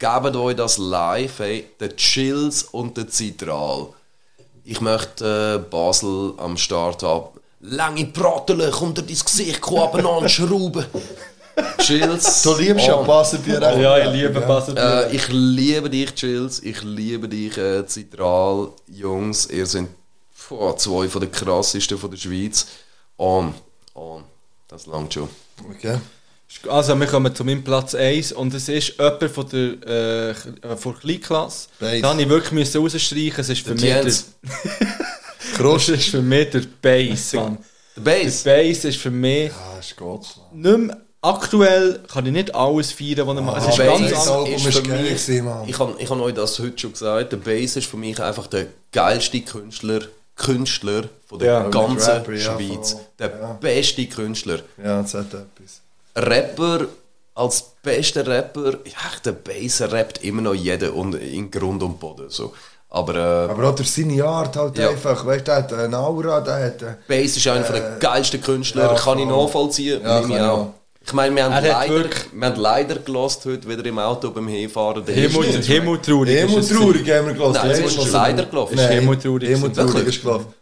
[SPEAKER 5] geben euch das live, hey, den Chills und den Zitral. Ich möchte äh, Basel am Start haben. Lange Bratel, kommt dir dein Gesicht, komm ab schrauben. Chills.
[SPEAKER 4] Du liebst Oh. ja
[SPEAKER 5] on.
[SPEAKER 4] Basel
[SPEAKER 3] Oh,
[SPEAKER 4] Bier
[SPEAKER 3] liebe Basel.
[SPEAKER 5] Äh, ich liebe dich, Chills. Ich liebe dich, äh, Zitral. Jungs, ihr seid boah, zwei von den krassesten von der Schweiz. On, on. Das langt schon.
[SPEAKER 4] Okay.
[SPEAKER 3] Also, wir kommen zu meinem Platz 1 und es ist jemand von der, äh, äh, von der Kleinklasse.
[SPEAKER 4] Base.
[SPEAKER 3] Da habe ich wirklich müssen rausstreichen, es ist für mich der,
[SPEAKER 5] Jens,
[SPEAKER 3] das ist für mich der Bass, Mann.
[SPEAKER 5] der
[SPEAKER 3] Der
[SPEAKER 5] Bass.
[SPEAKER 3] Bass ist für mich
[SPEAKER 4] Ah, ist Gott. Mann.
[SPEAKER 3] nicht mehr, aktuell kann ich nicht alles feiern, was er macht. Es ist
[SPEAKER 5] der
[SPEAKER 3] ganz
[SPEAKER 5] Bass
[SPEAKER 3] anders.
[SPEAKER 4] Album
[SPEAKER 5] ist
[SPEAKER 4] ist
[SPEAKER 5] für
[SPEAKER 4] geil
[SPEAKER 5] mich-
[SPEAKER 4] gewesen, Mann.
[SPEAKER 5] Ich habe ich hab euch das heute schon gesagt. Der Bass ist für mich einfach der geilste Künstler, Künstler von der
[SPEAKER 3] Ja.
[SPEAKER 5] ganzen
[SPEAKER 4] Rapper, ja,
[SPEAKER 5] Schweiz.
[SPEAKER 4] voll.
[SPEAKER 5] der
[SPEAKER 4] Ja.
[SPEAKER 5] beste Künstler.
[SPEAKER 4] Ja, jetzt hat etwas.
[SPEAKER 5] Rapper, als bester Rapper, ja, der Bass rappt immer noch jeder und in Grund und Boden. So. Aber, äh,
[SPEAKER 4] Aber auch durch seine Art halt
[SPEAKER 5] Ja.
[SPEAKER 4] einfach, weißt du, der hat eine Aura, der hat... Äh,
[SPEAKER 5] Bass ist einer der geilsten Künstler,
[SPEAKER 4] ja,
[SPEAKER 5] kann ich
[SPEAKER 4] voll.
[SPEAKER 5] nachvollziehen. nehme
[SPEAKER 4] Ja,
[SPEAKER 5] ich
[SPEAKER 4] kann ich
[SPEAKER 5] auch.
[SPEAKER 4] auch.
[SPEAKER 5] Ich meine, wir haben,
[SPEAKER 3] Er hat
[SPEAKER 5] leider,
[SPEAKER 3] wirklich-
[SPEAKER 5] wir haben leider gelost heute wieder im Auto beim Hinfahren. Der
[SPEAKER 3] Himmel,
[SPEAKER 5] ist-
[SPEAKER 3] Himmel traurig.
[SPEAKER 4] Emo
[SPEAKER 3] ist es
[SPEAKER 4] traurig haben wir gelesen.
[SPEAKER 5] Nein, es ist leider gelaufen.
[SPEAKER 4] Nein,
[SPEAKER 3] Emo traurig.
[SPEAKER 4] Emo traurig
[SPEAKER 5] Wirklich?
[SPEAKER 4] ist gelaufen.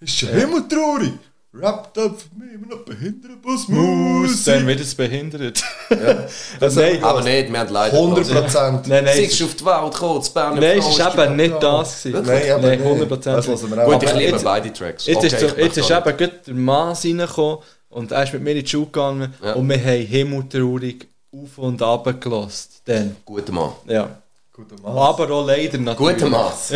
[SPEAKER 4] Ist ja Emo traurig. Wrapped up für mich immer noch Behindertenbus Musik.
[SPEAKER 3] Dann wird es behindert.
[SPEAKER 4] Das
[SPEAKER 3] Nein,
[SPEAKER 4] hat
[SPEAKER 5] Aber nicht, wir haben leider gelost.
[SPEAKER 4] 100%.
[SPEAKER 3] nein, nein,
[SPEAKER 5] Sie
[SPEAKER 3] es
[SPEAKER 5] ist
[SPEAKER 3] ist,
[SPEAKER 5] auf die Welt gekommen, zu Bern.
[SPEAKER 3] nein, es ist eben nicht das. gewesen.
[SPEAKER 4] Nein, aber
[SPEAKER 3] Nein,
[SPEAKER 4] nicht.
[SPEAKER 3] 100%.
[SPEAKER 4] Das lassen wir auch.
[SPEAKER 5] Gut, ich
[SPEAKER 4] Aber
[SPEAKER 5] liebe
[SPEAKER 3] jetzt-
[SPEAKER 5] beide Tracks.
[SPEAKER 3] Jetzt ist,
[SPEAKER 5] Okay,
[SPEAKER 3] so,
[SPEAKER 5] ich
[SPEAKER 3] jetzt ist
[SPEAKER 5] möchte
[SPEAKER 3] eben gerade der Mann reingekommen und er ist mit mir in die Schule gegangen
[SPEAKER 5] Ja.
[SPEAKER 3] und wir haben himmeltraurig auf und ab gelost. Dann,
[SPEAKER 5] Guter Mann.
[SPEAKER 3] ja.
[SPEAKER 4] Guter Mann.
[SPEAKER 3] Aber auch leider natürlich.
[SPEAKER 5] Guter Mass.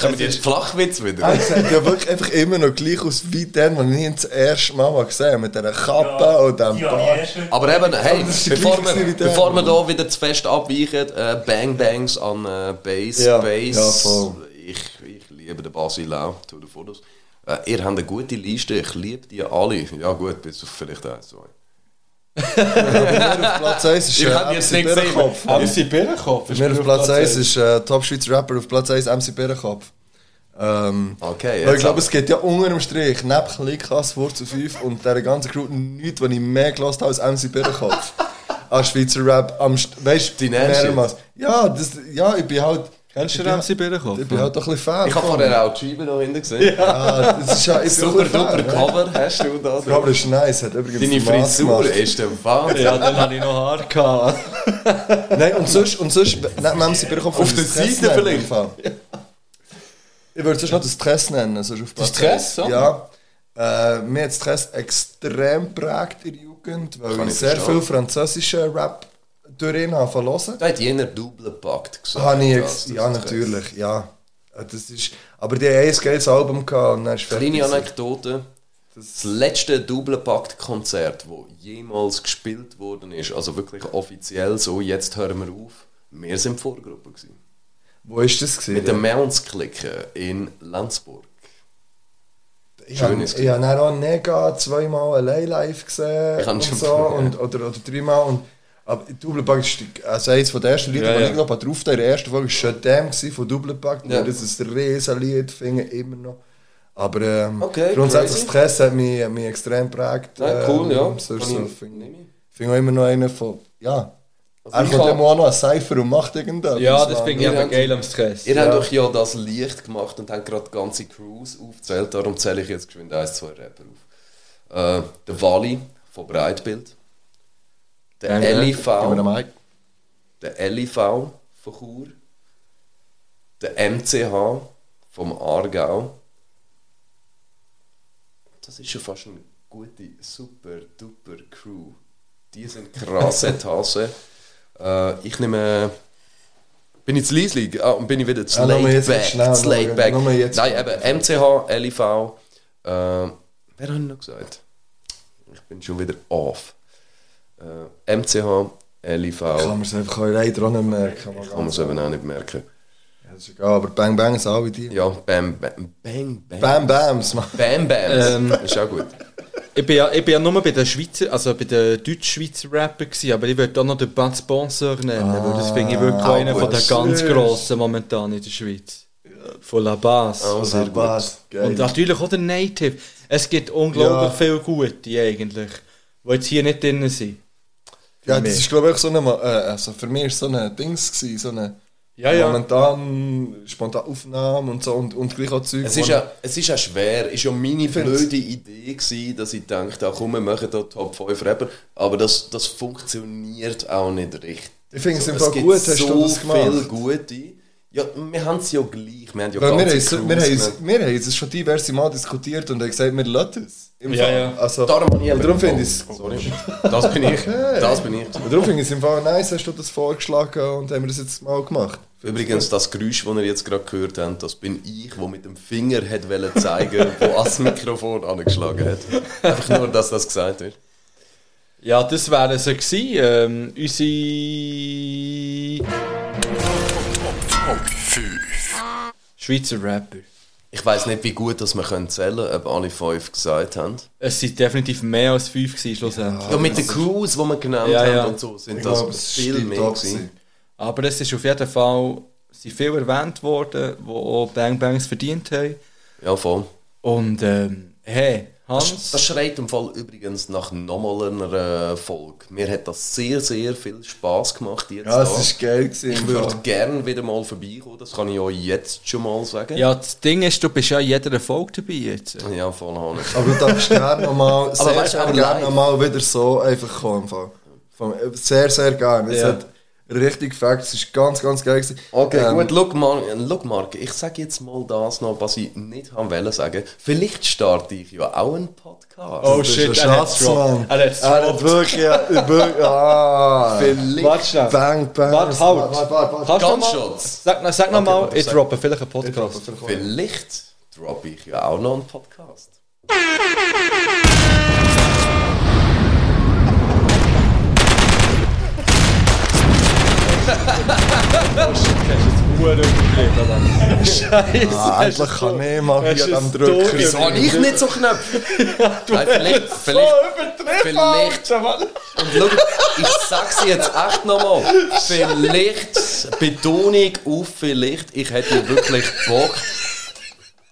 [SPEAKER 5] Kommen die jetzt Flachwitz wieder?
[SPEAKER 4] Er sieht ja wirklich einfach immer noch gleich aus wie der, den ich ihn das erste Mal mal gesehen habe, mit dieser Kappe und dem Bart.
[SPEAKER 5] Aber eben, hey,
[SPEAKER 4] das ist der
[SPEAKER 5] bevor
[SPEAKER 4] gleiche
[SPEAKER 5] wir,
[SPEAKER 4] wie der.
[SPEAKER 5] bevor wir da wieder zu fest abweichen, äh, Bang Bangs an äh, Bass,
[SPEAKER 4] Ja,
[SPEAKER 5] Bass.
[SPEAKER 4] ja, voll.
[SPEAKER 5] ich, ich liebe den Basil auch, zu den Fotos. Äh, ihr habt eine gute Liste, ich liebe die alle. Ja gut, bis auf vielleicht eins, zwei.
[SPEAKER 4] Auf Platz 1 ist
[SPEAKER 5] Ich
[SPEAKER 4] äh,
[SPEAKER 5] hab jetzt
[SPEAKER 4] MC
[SPEAKER 5] nicht gesehen.
[SPEAKER 4] Birrenkopf.
[SPEAKER 3] MC Birrenkopf
[SPEAKER 4] Bei mir auf Platz 1 ist äh, Top Schweizer Rapper, auf Platz 1 MC Birrenkopf. Ähm,
[SPEAKER 5] Okay,
[SPEAKER 4] weil ich
[SPEAKER 5] jetzt
[SPEAKER 4] glaube,
[SPEAKER 5] aber.
[SPEAKER 4] es geht ja unter dem Strich, neben Klickass, Wurzel 5 und dieser ganzen Crew nichts, was ich mehr gelassen habe als MC Birrenkopf. An Schweizer Rap, am St- weißt du,
[SPEAKER 5] Dein Ernst
[SPEAKER 4] mehrmals. Ja, das, ja, ich bin halt,
[SPEAKER 3] Kennst du
[SPEAKER 4] Ich bin-
[SPEAKER 3] MC Birrenkopf?
[SPEAKER 4] ich bin halt doch ein bisschen Fan.
[SPEAKER 5] Ich habe
[SPEAKER 4] von-
[SPEAKER 5] vorher auch die Scheibe noch hinten gesehen.
[SPEAKER 4] Ah, das ist ja, ich
[SPEAKER 5] Super
[SPEAKER 4] bin auch ein bisschen
[SPEAKER 5] duper
[SPEAKER 4] Fan, ja.
[SPEAKER 5] Cover hast du da.
[SPEAKER 4] Ja, aber das ist nice, hat übrigens
[SPEAKER 5] Deine
[SPEAKER 4] Spass
[SPEAKER 5] Frisur
[SPEAKER 4] gemacht.
[SPEAKER 5] ist der Wahnsinn.
[SPEAKER 3] Ja, dann habe ich noch Haar gehabt.
[SPEAKER 4] Ah. Nein, und sonst, und sonst nein, man sie Birkhoff
[SPEAKER 5] Auf der Seite vielleicht.
[SPEAKER 4] Ich würde sonst noch das Stress nennen. Sonst auf Platz
[SPEAKER 6] Stress,
[SPEAKER 4] eins. Ja. Äh, mir hat Stress extrem geprägt in der Jugend, weil
[SPEAKER 5] Kann
[SPEAKER 4] ich
[SPEAKER 5] ich
[SPEAKER 4] sehr
[SPEAKER 5] verstehen.
[SPEAKER 4] viel französischen Rap durch ihn habe verlassen.
[SPEAKER 5] Da hat jener Double Pakt gesagt.
[SPEAKER 4] Habe ich
[SPEAKER 5] dass
[SPEAKER 4] jetzt,
[SPEAKER 5] das
[SPEAKER 4] ja,
[SPEAKER 5] ist.
[SPEAKER 4] natürlich, ja. Äh, Das ist, aber die haben ein geiles Album gehabt und dann ist
[SPEAKER 5] Kleine
[SPEAKER 4] fertig.
[SPEAKER 5] Anekdote. Das letzte Double Pakt Konzert, wo jemals gespielt worden ist, also wirklich offiziell so, jetzt hören wir auf. Wir sind die Vorgruppe gewesen.
[SPEAKER 4] Wo ist das
[SPEAKER 5] Mit
[SPEAKER 4] gesehen?
[SPEAKER 5] dem Mounts klicken in Lenzburg.
[SPEAKER 4] Ich habe
[SPEAKER 5] Schönes
[SPEAKER 4] ich habe dann auch Nega zweimal allein live gesehen
[SPEAKER 5] Ich hab
[SPEAKER 4] und
[SPEAKER 5] schon-
[SPEAKER 4] so und, oder, oder dreimal und aber Doublepack ist die- also eines von der ersten Lieder,
[SPEAKER 5] Ja,
[SPEAKER 4] die
[SPEAKER 5] ja.
[SPEAKER 4] ich glaube drauf der ersten Folge ist schon dem gewesen von Doublepack,
[SPEAKER 5] Ja.
[SPEAKER 4] ja. das ist ein riesen Lied, finde ich immer noch. Aber ähm,
[SPEAKER 5] Okay,
[SPEAKER 4] grundsätzlich
[SPEAKER 5] crazy.
[SPEAKER 4] Stress hat mich, hat mich extrem geprägt.
[SPEAKER 5] Ja, Ah, cool, ja.
[SPEAKER 4] ähm, So,
[SPEAKER 5] Kann
[SPEAKER 4] so,
[SPEAKER 5] ich-
[SPEAKER 4] finde ich
[SPEAKER 5] nehme ich.
[SPEAKER 4] finde auch immer noch einer von ja. er
[SPEAKER 5] Also ich
[SPEAKER 4] kommt
[SPEAKER 5] hab-
[SPEAKER 4] immer auch noch an Cypher und macht irgendetwas.
[SPEAKER 3] dus Ja, das finde ich
[SPEAKER 5] wir
[SPEAKER 3] eben
[SPEAKER 5] haben-
[SPEAKER 3] geil am Stress.
[SPEAKER 5] Ihr habt euch ja das Licht gemacht und habt gerade die ganze Crews aufgezählt, darum zähle ich jetzt geschwind eins, zwei Rapper auf. Äh, der Wally von Breitbild. Der
[SPEAKER 3] Danke.
[SPEAKER 5] LIV.
[SPEAKER 4] Gib mir den Mic.
[SPEAKER 5] der LIV von Chur, der MCH vom Aargau. Das ist schon fast eine gute, super, duper Crew. Die sind krasse Tasse. äh, ich nehme. Bin ich zu leislig? Ah, und bin ich wieder zu
[SPEAKER 4] Ah, nur
[SPEAKER 5] laid
[SPEAKER 4] jetzt
[SPEAKER 5] back?
[SPEAKER 4] schnell,
[SPEAKER 5] zu
[SPEAKER 4] nur-
[SPEAKER 5] laid back.
[SPEAKER 4] nur jetzt.
[SPEAKER 5] Nein, eben MCH, LIV. Äh, wer hat noch gesagt? Ich bin schon wieder off. Äh, MCH, LIV.
[SPEAKER 4] Kann man es einfach auch in Reider auch nicht merken. man
[SPEAKER 5] Kann man es eben auch nicht merken.
[SPEAKER 4] Ja, das ist egal, aber Bang Bang ist auch wie die.
[SPEAKER 5] Ja, Bam Bam. Bam Bam. Bam
[SPEAKER 4] Bam Bams, Mann.
[SPEAKER 5] Bam.
[SPEAKER 3] Ähm.
[SPEAKER 5] Ist auch gut.
[SPEAKER 3] Ich bin, ja, ich bin ja nur bei den Schweizer, also bei den deutsch-schweizer Rappern gewesen, aber ich würde auch noch den Bud Sponsor nennen, weil das finde ich wirklich einer von den ganz grossen momentan in der Schweiz. Von La Base.
[SPEAKER 5] sehr gut.
[SPEAKER 3] Und natürlich auch der Native. Es gibt unglaublich
[SPEAKER 4] Ja.
[SPEAKER 3] viele gute eigentlich, die jetzt hier nicht drin sind.
[SPEAKER 4] ja, das ist glaube ich so eine, Ma- äh, also für mich ist so eine Dings gewesen, so eine
[SPEAKER 3] Ja, ja.
[SPEAKER 4] momentan spontane Aufnahme und so und, und gleich auch Zeug.
[SPEAKER 5] Es
[SPEAKER 4] wo
[SPEAKER 5] ist,
[SPEAKER 4] man-
[SPEAKER 5] ja, es ist ja schwer. Es war ja meine
[SPEAKER 4] find's-
[SPEAKER 5] blöde Idee, gewesen, dass ich dachte, ah, komm, wir machen hier Top 5 Rapper. Aber das, das funktioniert auch nicht richtig.
[SPEAKER 4] Ich finde es im
[SPEAKER 5] Es
[SPEAKER 4] Fall
[SPEAKER 5] gibt
[SPEAKER 4] gut, hast
[SPEAKER 5] so
[SPEAKER 4] du das
[SPEAKER 5] viele
[SPEAKER 4] gemacht.
[SPEAKER 5] gute. Ja, wir haben es ja gleich. Wir haben ja
[SPEAKER 4] Weil wir,
[SPEAKER 5] ganze
[SPEAKER 4] haben, so- wir,
[SPEAKER 5] Crews,
[SPEAKER 4] haben,
[SPEAKER 5] wir-
[SPEAKER 4] es- wir haben es schon diverse Mal diskutiert und haben gesagt, wir lassen es. Im
[SPEAKER 3] Ja,
[SPEAKER 4] Fall.
[SPEAKER 3] ja.
[SPEAKER 4] Also,
[SPEAKER 5] Darum habe ich
[SPEAKER 4] und
[SPEAKER 5] eben-
[SPEAKER 4] darum finde ich es
[SPEAKER 5] Oh, Sorry. Das bin ich. Das bin ich.
[SPEAKER 4] und darum finde ich es im Fall nice, hast du das vorgeschlagen und haben wir das jetzt mal gemacht.
[SPEAKER 5] Übrigens, das Geräusch, das ihr jetzt gerade gehört habt, das bin ich, der mit dem Finger hat wollen zeigen wo ans Mikrofon angeschlagen hat. Einfach nur, dass das gesagt wird.
[SPEAKER 3] Ja, das wären sie gewesen. Ähm, unsere... Schweizer Rapper.
[SPEAKER 5] Ich weiß nicht, wie gut das wir können zählen ob alle fünf gesagt haben.
[SPEAKER 3] Es sind definitiv mehr als fünf gewesen, schlussendlich.
[SPEAKER 5] Ja, mit den Crews, die wir genannt
[SPEAKER 3] Ja,
[SPEAKER 5] haben
[SPEAKER 3] ja.
[SPEAKER 5] und so, sind
[SPEAKER 4] Ich
[SPEAKER 5] das
[SPEAKER 4] glaube, es
[SPEAKER 5] viel
[SPEAKER 4] stimmt
[SPEAKER 5] mehr
[SPEAKER 4] auch
[SPEAKER 5] gewesen.
[SPEAKER 3] Aber es ist auf jeden Fall sind viel erwähnt worden, die auch Bang Bangs verdient haben.
[SPEAKER 5] Ja, voll.
[SPEAKER 3] Und ähm, hey, Hans,
[SPEAKER 5] Das, das schreit im Fall übrigens nach nochmal einer äh, Folge. Mir hat das sehr, sehr viel Spaß gemacht jetzt
[SPEAKER 4] Ja,
[SPEAKER 5] da.
[SPEAKER 4] es war geil. Gewesen,
[SPEAKER 5] Ich
[SPEAKER 4] im
[SPEAKER 5] würde
[SPEAKER 4] Fall.
[SPEAKER 5] gerne wieder mal vorbeikommen, das kann ich euch jetzt schon mal sagen.
[SPEAKER 3] ja, das Ding ist, du bist ja in jeder Folge dabei jetzt.
[SPEAKER 5] ja voll Hannes.
[SPEAKER 4] Aber du darfst gerne nochmal, sehr,
[SPEAKER 5] weißt du,
[SPEAKER 4] sehr
[SPEAKER 5] aber
[SPEAKER 4] gerne
[SPEAKER 5] live.
[SPEAKER 4] nochmal wieder so einfach kommen. im Fall. Vom- Sehr, sehr gerne. Es
[SPEAKER 3] Ja.
[SPEAKER 4] hat Dus Richtig Facts, dus es war ganz, ganz geil. gewesen.
[SPEAKER 5] Okay,
[SPEAKER 4] Ähm,
[SPEAKER 5] gut, look, Mar look, Marc, ich sage jetzt mal das noch, was ich nicht haben wollen sagen. Vielleicht starte ich ja auch einen Podcast.
[SPEAKER 3] Oh
[SPEAKER 4] Das ist ein
[SPEAKER 3] shit, er hat's
[SPEAKER 4] Schatz,
[SPEAKER 3] dropped.
[SPEAKER 4] Mann.
[SPEAKER 3] Er hat's
[SPEAKER 4] Er hat
[SPEAKER 3] dropped.
[SPEAKER 4] wirklich, ja, wirklich, ah.
[SPEAKER 5] Vielleicht.
[SPEAKER 3] Warte schnell.
[SPEAKER 4] Bang, bang.
[SPEAKER 3] Warte, halt.
[SPEAKER 4] Warte, warte, warte.
[SPEAKER 3] Kannst du noch mal-
[SPEAKER 5] Gunshots.
[SPEAKER 3] Sag, noch- sag noch mal,
[SPEAKER 4] warte,
[SPEAKER 3] ich
[SPEAKER 4] sag-
[SPEAKER 3] droppe vielleicht einen Podcast.
[SPEAKER 5] Vielleicht droppe ich ja auch noch einen Podcast.
[SPEAKER 4] Ah, endlich kann ich mal hier
[SPEAKER 3] ist
[SPEAKER 4] am
[SPEAKER 3] es
[SPEAKER 4] Drücker.
[SPEAKER 3] durch.
[SPEAKER 5] Habe Ah, ich nicht so knapp. Nein, vielleicht, vielleicht, vielleicht. Und schau, ich sag's jetzt echt nochmal. Vielleicht, Betonung auf vielleicht, ich hätte wirklich Bock.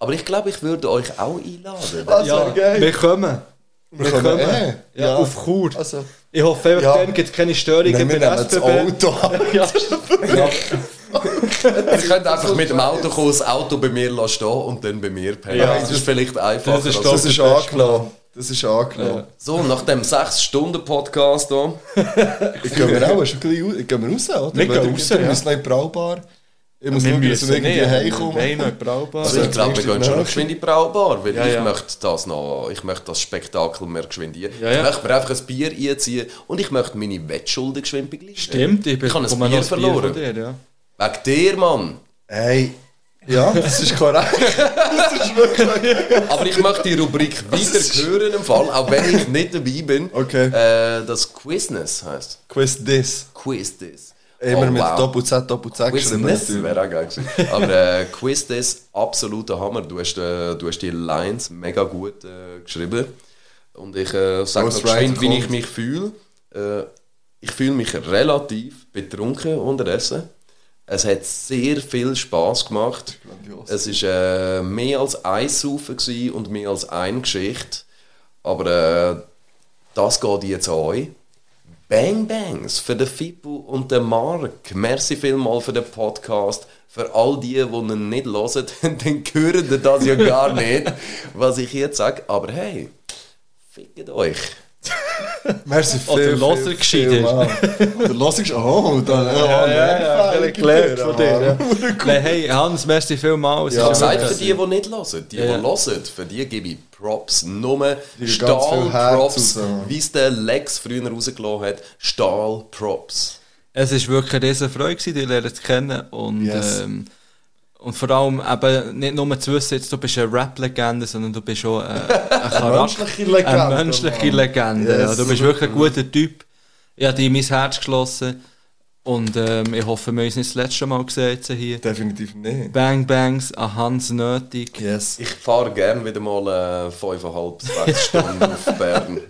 [SPEAKER 5] Aber ich glaube, ich würde euch auch einladen.
[SPEAKER 4] Also,
[SPEAKER 3] Ja,
[SPEAKER 4] geil.
[SPEAKER 3] wir kommen.
[SPEAKER 4] Wir kommen, eh.
[SPEAKER 3] Ja, auf Chur.
[SPEAKER 4] Also,
[SPEAKER 3] Ich hoffe,
[SPEAKER 4] Ja.
[SPEAKER 3] dann gibt es keine Störungen
[SPEAKER 4] nein, wir
[SPEAKER 3] bei
[SPEAKER 4] nehmen
[SPEAKER 3] der
[SPEAKER 4] das
[SPEAKER 3] SBB.
[SPEAKER 4] Auto an.
[SPEAKER 5] Ihr könnt einfach mit dem Auto kommen, das Auto bei mir lassen stehen und dann bei mir pennen.
[SPEAKER 3] Ja.
[SPEAKER 5] das ist vielleicht einfacher.
[SPEAKER 3] Das ist
[SPEAKER 5] als-
[SPEAKER 3] doch-
[SPEAKER 4] Das ist angenommen. Das ist angenommen.
[SPEAKER 5] so, nach dem 6-Stunden-Podcast hier.
[SPEAKER 4] Gehen wir auch schon gleich raus? Gehen wir raus, oder?
[SPEAKER 3] Wir
[SPEAKER 4] Weil
[SPEAKER 3] gehen
[SPEAKER 4] ihr-
[SPEAKER 3] raus,
[SPEAKER 4] ihr
[SPEAKER 3] ja.
[SPEAKER 4] müsst noch in die Braubar. Ich muss schauen, dass wir irgendwie heimkommen.
[SPEAKER 6] Nein, nicht brauchbar.
[SPEAKER 5] Also ich glaube, wir
[SPEAKER 4] zumindest
[SPEAKER 5] gehen
[SPEAKER 4] in
[SPEAKER 5] schon
[SPEAKER 4] der
[SPEAKER 5] noch geschwind in die Braubar, weil
[SPEAKER 6] Ja,
[SPEAKER 5] ich
[SPEAKER 6] ja.
[SPEAKER 5] möchte das noch, ich möchte das Spektakel mehr geschwind ein.
[SPEAKER 6] Ja, ja.
[SPEAKER 5] Ich möchte mir einfach ein Bier einziehen und ich möchte meine Wettschulden geschwind begleichen.
[SPEAKER 3] Stimmt, ich bin
[SPEAKER 5] Ich habe ein Bier verloren.
[SPEAKER 3] Bier von dir, ja.
[SPEAKER 5] Wegen dir, Mann.
[SPEAKER 4] Hey. Ja, das ist korrekt.
[SPEAKER 5] Aber ich möchte die Rubrik weiter hören im Fall, auch wenn ich nicht dabei bin.
[SPEAKER 4] Okay.
[SPEAKER 5] Äh, das Quizness heisst.
[SPEAKER 4] Quiz this.
[SPEAKER 5] Quiz this.
[SPEAKER 4] Immer
[SPEAKER 5] Oh,
[SPEAKER 4] mit
[SPEAKER 5] wow.
[SPEAKER 4] Doppel-Z, Doppel-Z geschrieben.
[SPEAKER 5] Quizness
[SPEAKER 4] natürlich.
[SPEAKER 5] wäre auch geil gewesen. Aber äh, Quiz das absoluter Hammer. Du hast, äh, du hast die Lines mega gut äh, geschrieben. Und ich äh, sage
[SPEAKER 4] Ghost
[SPEAKER 5] noch geschwind,
[SPEAKER 4] Rider
[SPEAKER 5] wie
[SPEAKER 4] kommt.
[SPEAKER 5] ich mich fühle. Äh, ich fühle mich relativ betrunken unterdessen. Es hat sehr viel Spaß gemacht. Es ist äh, mehr als ein Saufen gewesen und mehr als eine Geschichte. Aber äh, das geht jetzt an euch. Bang Bangs für den Fippo und den Mark. Merci vielmal für den Podcast. Für all die, die ihn nicht hören, dann hören die das ja gar nicht, was ich jetzt sage. Aber hey, fickt euch.
[SPEAKER 4] Merci viel,
[SPEAKER 3] Oder
[SPEAKER 4] viel,
[SPEAKER 3] Loser
[SPEAKER 4] viel,
[SPEAKER 3] gescheiter.
[SPEAKER 4] Mann. Oder Loser gescheiter. Oh, dann. Oh,
[SPEAKER 3] ja, ja,
[SPEAKER 4] nein,
[SPEAKER 3] ich gelernt von dir, ja.
[SPEAKER 4] Mann.
[SPEAKER 3] Nein, hey, Hans, merci vielmals.
[SPEAKER 4] Ja.
[SPEAKER 5] Ich
[SPEAKER 3] Es ist
[SPEAKER 5] sage
[SPEAKER 3] wirklich-
[SPEAKER 5] für die, die nicht hören. Die, die
[SPEAKER 3] Ja.
[SPEAKER 5] hören, für die gebe ich Props. Nur
[SPEAKER 4] geben ganz viel Herz
[SPEAKER 5] Stahl-Props,
[SPEAKER 4] raus.
[SPEAKER 5] wie es der Lex früher rausgelassen hat. Stahl-Props.
[SPEAKER 3] Es ist wirklich eine riesen Freude, gewesen, dich lernen zu kennen. Und,
[SPEAKER 4] Yes.
[SPEAKER 3] ähm, und vor allem eben nicht nur zu wissen, jetzt, du bist eine Rap-Legende, sondern du bist schon eine, eine Charakter.
[SPEAKER 4] Menschliche Legende.
[SPEAKER 3] Eine menschliche
[SPEAKER 4] Mann.
[SPEAKER 3] Legende.
[SPEAKER 4] Yes.
[SPEAKER 3] Ja, du bist wirklich ein guter Typ. Ich habe dich in mein Herz geschlossen. Und ähm, ich hoffe, wir haben uns nicht das letzte Mal gesehen jetzt hier.
[SPEAKER 4] Definitiv nicht.
[SPEAKER 3] Bang Bangs an Hans nötig.
[SPEAKER 4] Yes.
[SPEAKER 5] Ich fahre gerne wieder mal äh, 5,5 bis 6 Stunden auf Bern.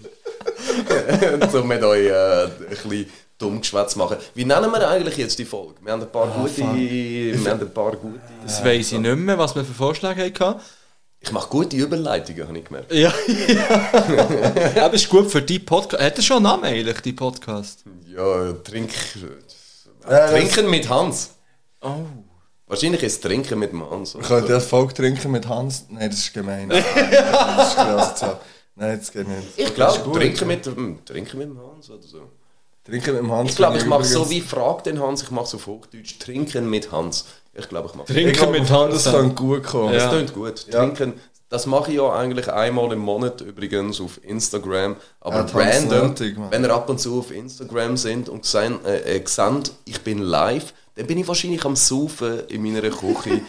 [SPEAKER 5] um mit euch äh, ein bisschen dumm Geschwätz zu machen. Wie nennen wir eigentlich jetzt die Folge? Wir haben ein paar gute. Wir haben ein paar gute.
[SPEAKER 3] Das weiss ich nicht mehr, was wir für Vorschläge hatten.
[SPEAKER 5] Ich mache gute Überleitungen, habe ich gemerkt.
[SPEAKER 3] Ja, ja. Aber ist gut für die Podcast. Hat er schon einen Namen eigentlich, die Podcast?
[SPEAKER 5] Ja, trink. äh,
[SPEAKER 4] das-
[SPEAKER 5] Trinken mit Hans.
[SPEAKER 3] Oh.
[SPEAKER 5] Wahrscheinlich ist Trinken mit dem Hans. oder?
[SPEAKER 4] Wir könnten das Volk trinken mit Hans. Nein, das ist gemein. Nein, das ist krass. So. Nein, das geht nicht.
[SPEAKER 5] Ich glaube, trinken mit, hm, trinken mit dem Hans oder so.
[SPEAKER 4] Trinken mit dem Hans.
[SPEAKER 5] Ich glaube, ich mache
[SPEAKER 4] mag
[SPEAKER 5] so wie Frag den Hans, ich mache es auf Hochdeutsch. Trinken mit Hans. Ich glaube, ich mache
[SPEAKER 4] Ich
[SPEAKER 3] Trinken
[SPEAKER 4] glaube,
[SPEAKER 3] mit Hans.
[SPEAKER 4] Das könnte gut kommen.
[SPEAKER 5] Das klingt gut. Trinken, das mache ich ja eigentlich einmal im Monat übrigens auf Instagram. Aber
[SPEAKER 4] Ja, das ist
[SPEAKER 5] random,
[SPEAKER 4] nötig, Mann.
[SPEAKER 5] wenn ihr ab und zu auf Instagram sind und gesehen, äh, äh, seht, ich bin live, dann bin ich wahrscheinlich am Saufen in meiner Küche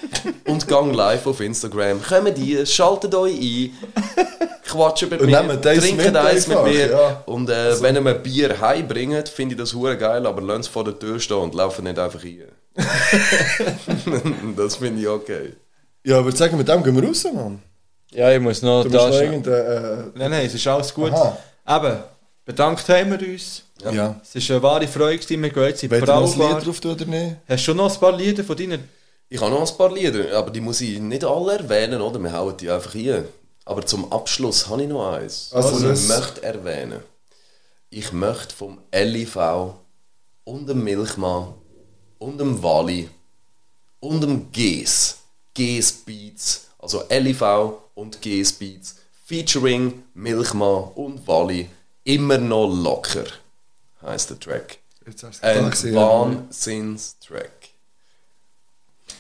[SPEAKER 5] und gang live auf Instagram. Kommt ihr, schaltet euch ein, quatschen mit
[SPEAKER 4] Und
[SPEAKER 5] mir,
[SPEAKER 4] nehmt eins
[SPEAKER 5] trinkt
[SPEAKER 4] mit
[SPEAKER 5] eins mit
[SPEAKER 4] einfach,
[SPEAKER 5] mir.
[SPEAKER 4] ja. Also-
[SPEAKER 5] Und äh, wenn ihr mir Bier heimbringt, finde ich das hure geil, aber lasst es vor der Tür stehen und laufen nicht einfach rein. das finde ich okay.
[SPEAKER 4] Ja, aber sagen mit dem gehen wir raus, Mann.
[SPEAKER 3] Ja, ich muss noch
[SPEAKER 4] Du musst
[SPEAKER 3] da
[SPEAKER 4] noch
[SPEAKER 3] schauen.
[SPEAKER 4] irgendein...
[SPEAKER 3] Nein, nein, es ist alles gut.
[SPEAKER 4] Aha.
[SPEAKER 3] Eben, bedankt haben wir uns.
[SPEAKER 4] Äh, ja.
[SPEAKER 3] Es war eine wahre Freude, gewesen. wir gehen jetzt in die
[SPEAKER 4] Wollt ihr noch ein
[SPEAKER 3] Braubar.
[SPEAKER 4] Lied drauf tun oder nicht?
[SPEAKER 3] Hast du noch ein paar Lieder von deinen...
[SPEAKER 5] Ich habe noch ein paar Lieder, aber die muss ich nicht alle erwähnen, oder? Wir hauen die einfach hier. Aber zum Abschluss habe ich noch eins,
[SPEAKER 4] Also
[SPEAKER 5] was
[SPEAKER 4] das-
[SPEAKER 5] ich möchte erwähnen. Ich möchte vom LIV und dem Milchmann und dem Wali und dem E GES, GES Beats, also LIV und GES Beats, featuring Milchmann und Wali, immer noch locker, heißt der Track.
[SPEAKER 4] Jetzt hast du es
[SPEAKER 5] Ein
[SPEAKER 4] gerade gesehen.
[SPEAKER 5] Wahnsinnstrack.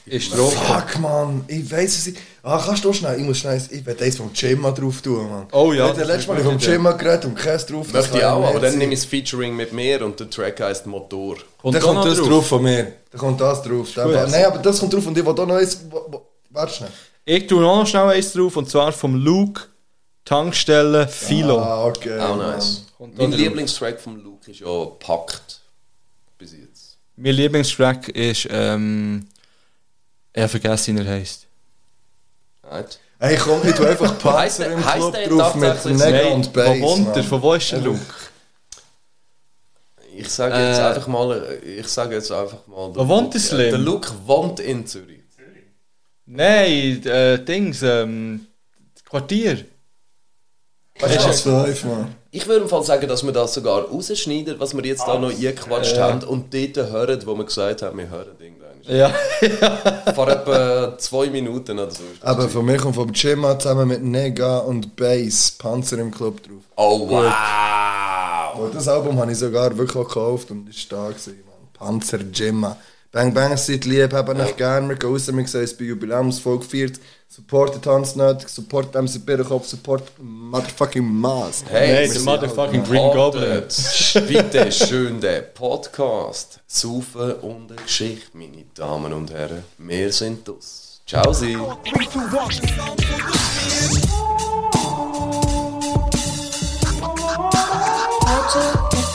[SPEAKER 3] Ist drauf.
[SPEAKER 4] Fuck, Mann, ich weiß es nicht. Ah, kannst du schnell? Ich muss schnell. Ich werde eins vom Gemma drauf tun, Mann.
[SPEAKER 3] Oh ja,
[SPEAKER 4] Ich habe
[SPEAKER 3] das
[SPEAKER 4] letztes
[SPEAKER 3] ist
[SPEAKER 4] Mal
[SPEAKER 3] eine
[SPEAKER 4] vom
[SPEAKER 3] gute Idee.
[SPEAKER 4] Gemma geredet und keins drauf.
[SPEAKER 5] Möchte
[SPEAKER 4] Das
[SPEAKER 5] ich
[SPEAKER 4] kann
[SPEAKER 5] auch,
[SPEAKER 4] nicht
[SPEAKER 5] aber dann
[SPEAKER 4] sein.
[SPEAKER 5] nehme ich das Featuring mit mir und der Track heisst Motor.
[SPEAKER 6] Kommt
[SPEAKER 4] Dann
[SPEAKER 6] da noch
[SPEAKER 4] kommt das
[SPEAKER 6] drauf?
[SPEAKER 4] drauf von mir. Da kommt das drauf. Dann- Nein, aber das kommt drauf und ich will auch noch eins. wo- wo- Warte schnell.
[SPEAKER 3] Ich tue noch schnell eins drauf und zwar vom Luke Tankstelle Philo.
[SPEAKER 4] Ah, okay.
[SPEAKER 5] Auch
[SPEAKER 4] Mann.
[SPEAKER 5] Oh, nice.
[SPEAKER 3] Kommt da
[SPEAKER 5] Mein
[SPEAKER 3] drauf.
[SPEAKER 5] Lieblingstrack von Luke ist ja Packt. Bis jetzt.
[SPEAKER 3] Mein Lieblingstrack ist, ähm, er vergisst, wie er heisst.
[SPEAKER 5] Right?
[SPEAKER 4] Hey, komm, ich tu einfach
[SPEAKER 5] Heisst
[SPEAKER 4] Panzer
[SPEAKER 5] der-
[SPEAKER 4] im
[SPEAKER 5] heisst
[SPEAKER 4] Club
[SPEAKER 5] der
[SPEAKER 4] drauf mit
[SPEAKER 5] tatsächlich
[SPEAKER 4] Neck
[SPEAKER 3] Nein,
[SPEAKER 4] und Bass.
[SPEAKER 3] Von Wunter,
[SPEAKER 4] Mann.
[SPEAKER 3] von wo ist der Luke?
[SPEAKER 5] Ich sage jetzt
[SPEAKER 6] Äh.
[SPEAKER 5] einfach mal, ich sage jetzt einfach mal, der,
[SPEAKER 3] Wo wohnt
[SPEAKER 5] Luke,
[SPEAKER 3] der Slim?
[SPEAKER 5] der Luke wohnt in Zürich.
[SPEAKER 3] Nein, äh, Dings, ähm, das Quartier.
[SPEAKER 4] Weißt du, was für Life, Mann?
[SPEAKER 5] Ich würde im Fall sagen, dass wir das sogar rausschneiden, was wir jetzt da
[SPEAKER 3] Ah,
[SPEAKER 5] noch eingequatscht
[SPEAKER 3] äh.
[SPEAKER 5] haben und dort hören, wo wir gesagt haben, wir hören irgendwann.
[SPEAKER 3] Ja.
[SPEAKER 5] Vor etwa zwei Minuten oder so. ist das.
[SPEAKER 4] Aber von mir kommt vom Gemma zusammen mit Nega und Bass Panzer im Club drauf.
[SPEAKER 5] Oh wow!
[SPEAKER 4] Und das Album habe ich sogar wirklich auch gekauft und ist da gewesen, Mann. Panzer Gemma. Bang Bang seid lieb, habt euch gern, wir gehen raus, wir sehen uns bei Jubiläumsfolge 40. Supportet Hans Nötig, support MC Birrenkopf, support motherfucking Maas.
[SPEAKER 5] Hey,
[SPEAKER 3] Nein,
[SPEAKER 5] wir
[SPEAKER 3] der
[SPEAKER 5] sind
[SPEAKER 3] motherfucking Green Goblin.
[SPEAKER 5] Ortet. Bitte schön den Podcast. Saufen und eine Geschichte, meine Damen und Herren. Wir sind das. Ciao, Sie.
[SPEAKER 2] Heute ist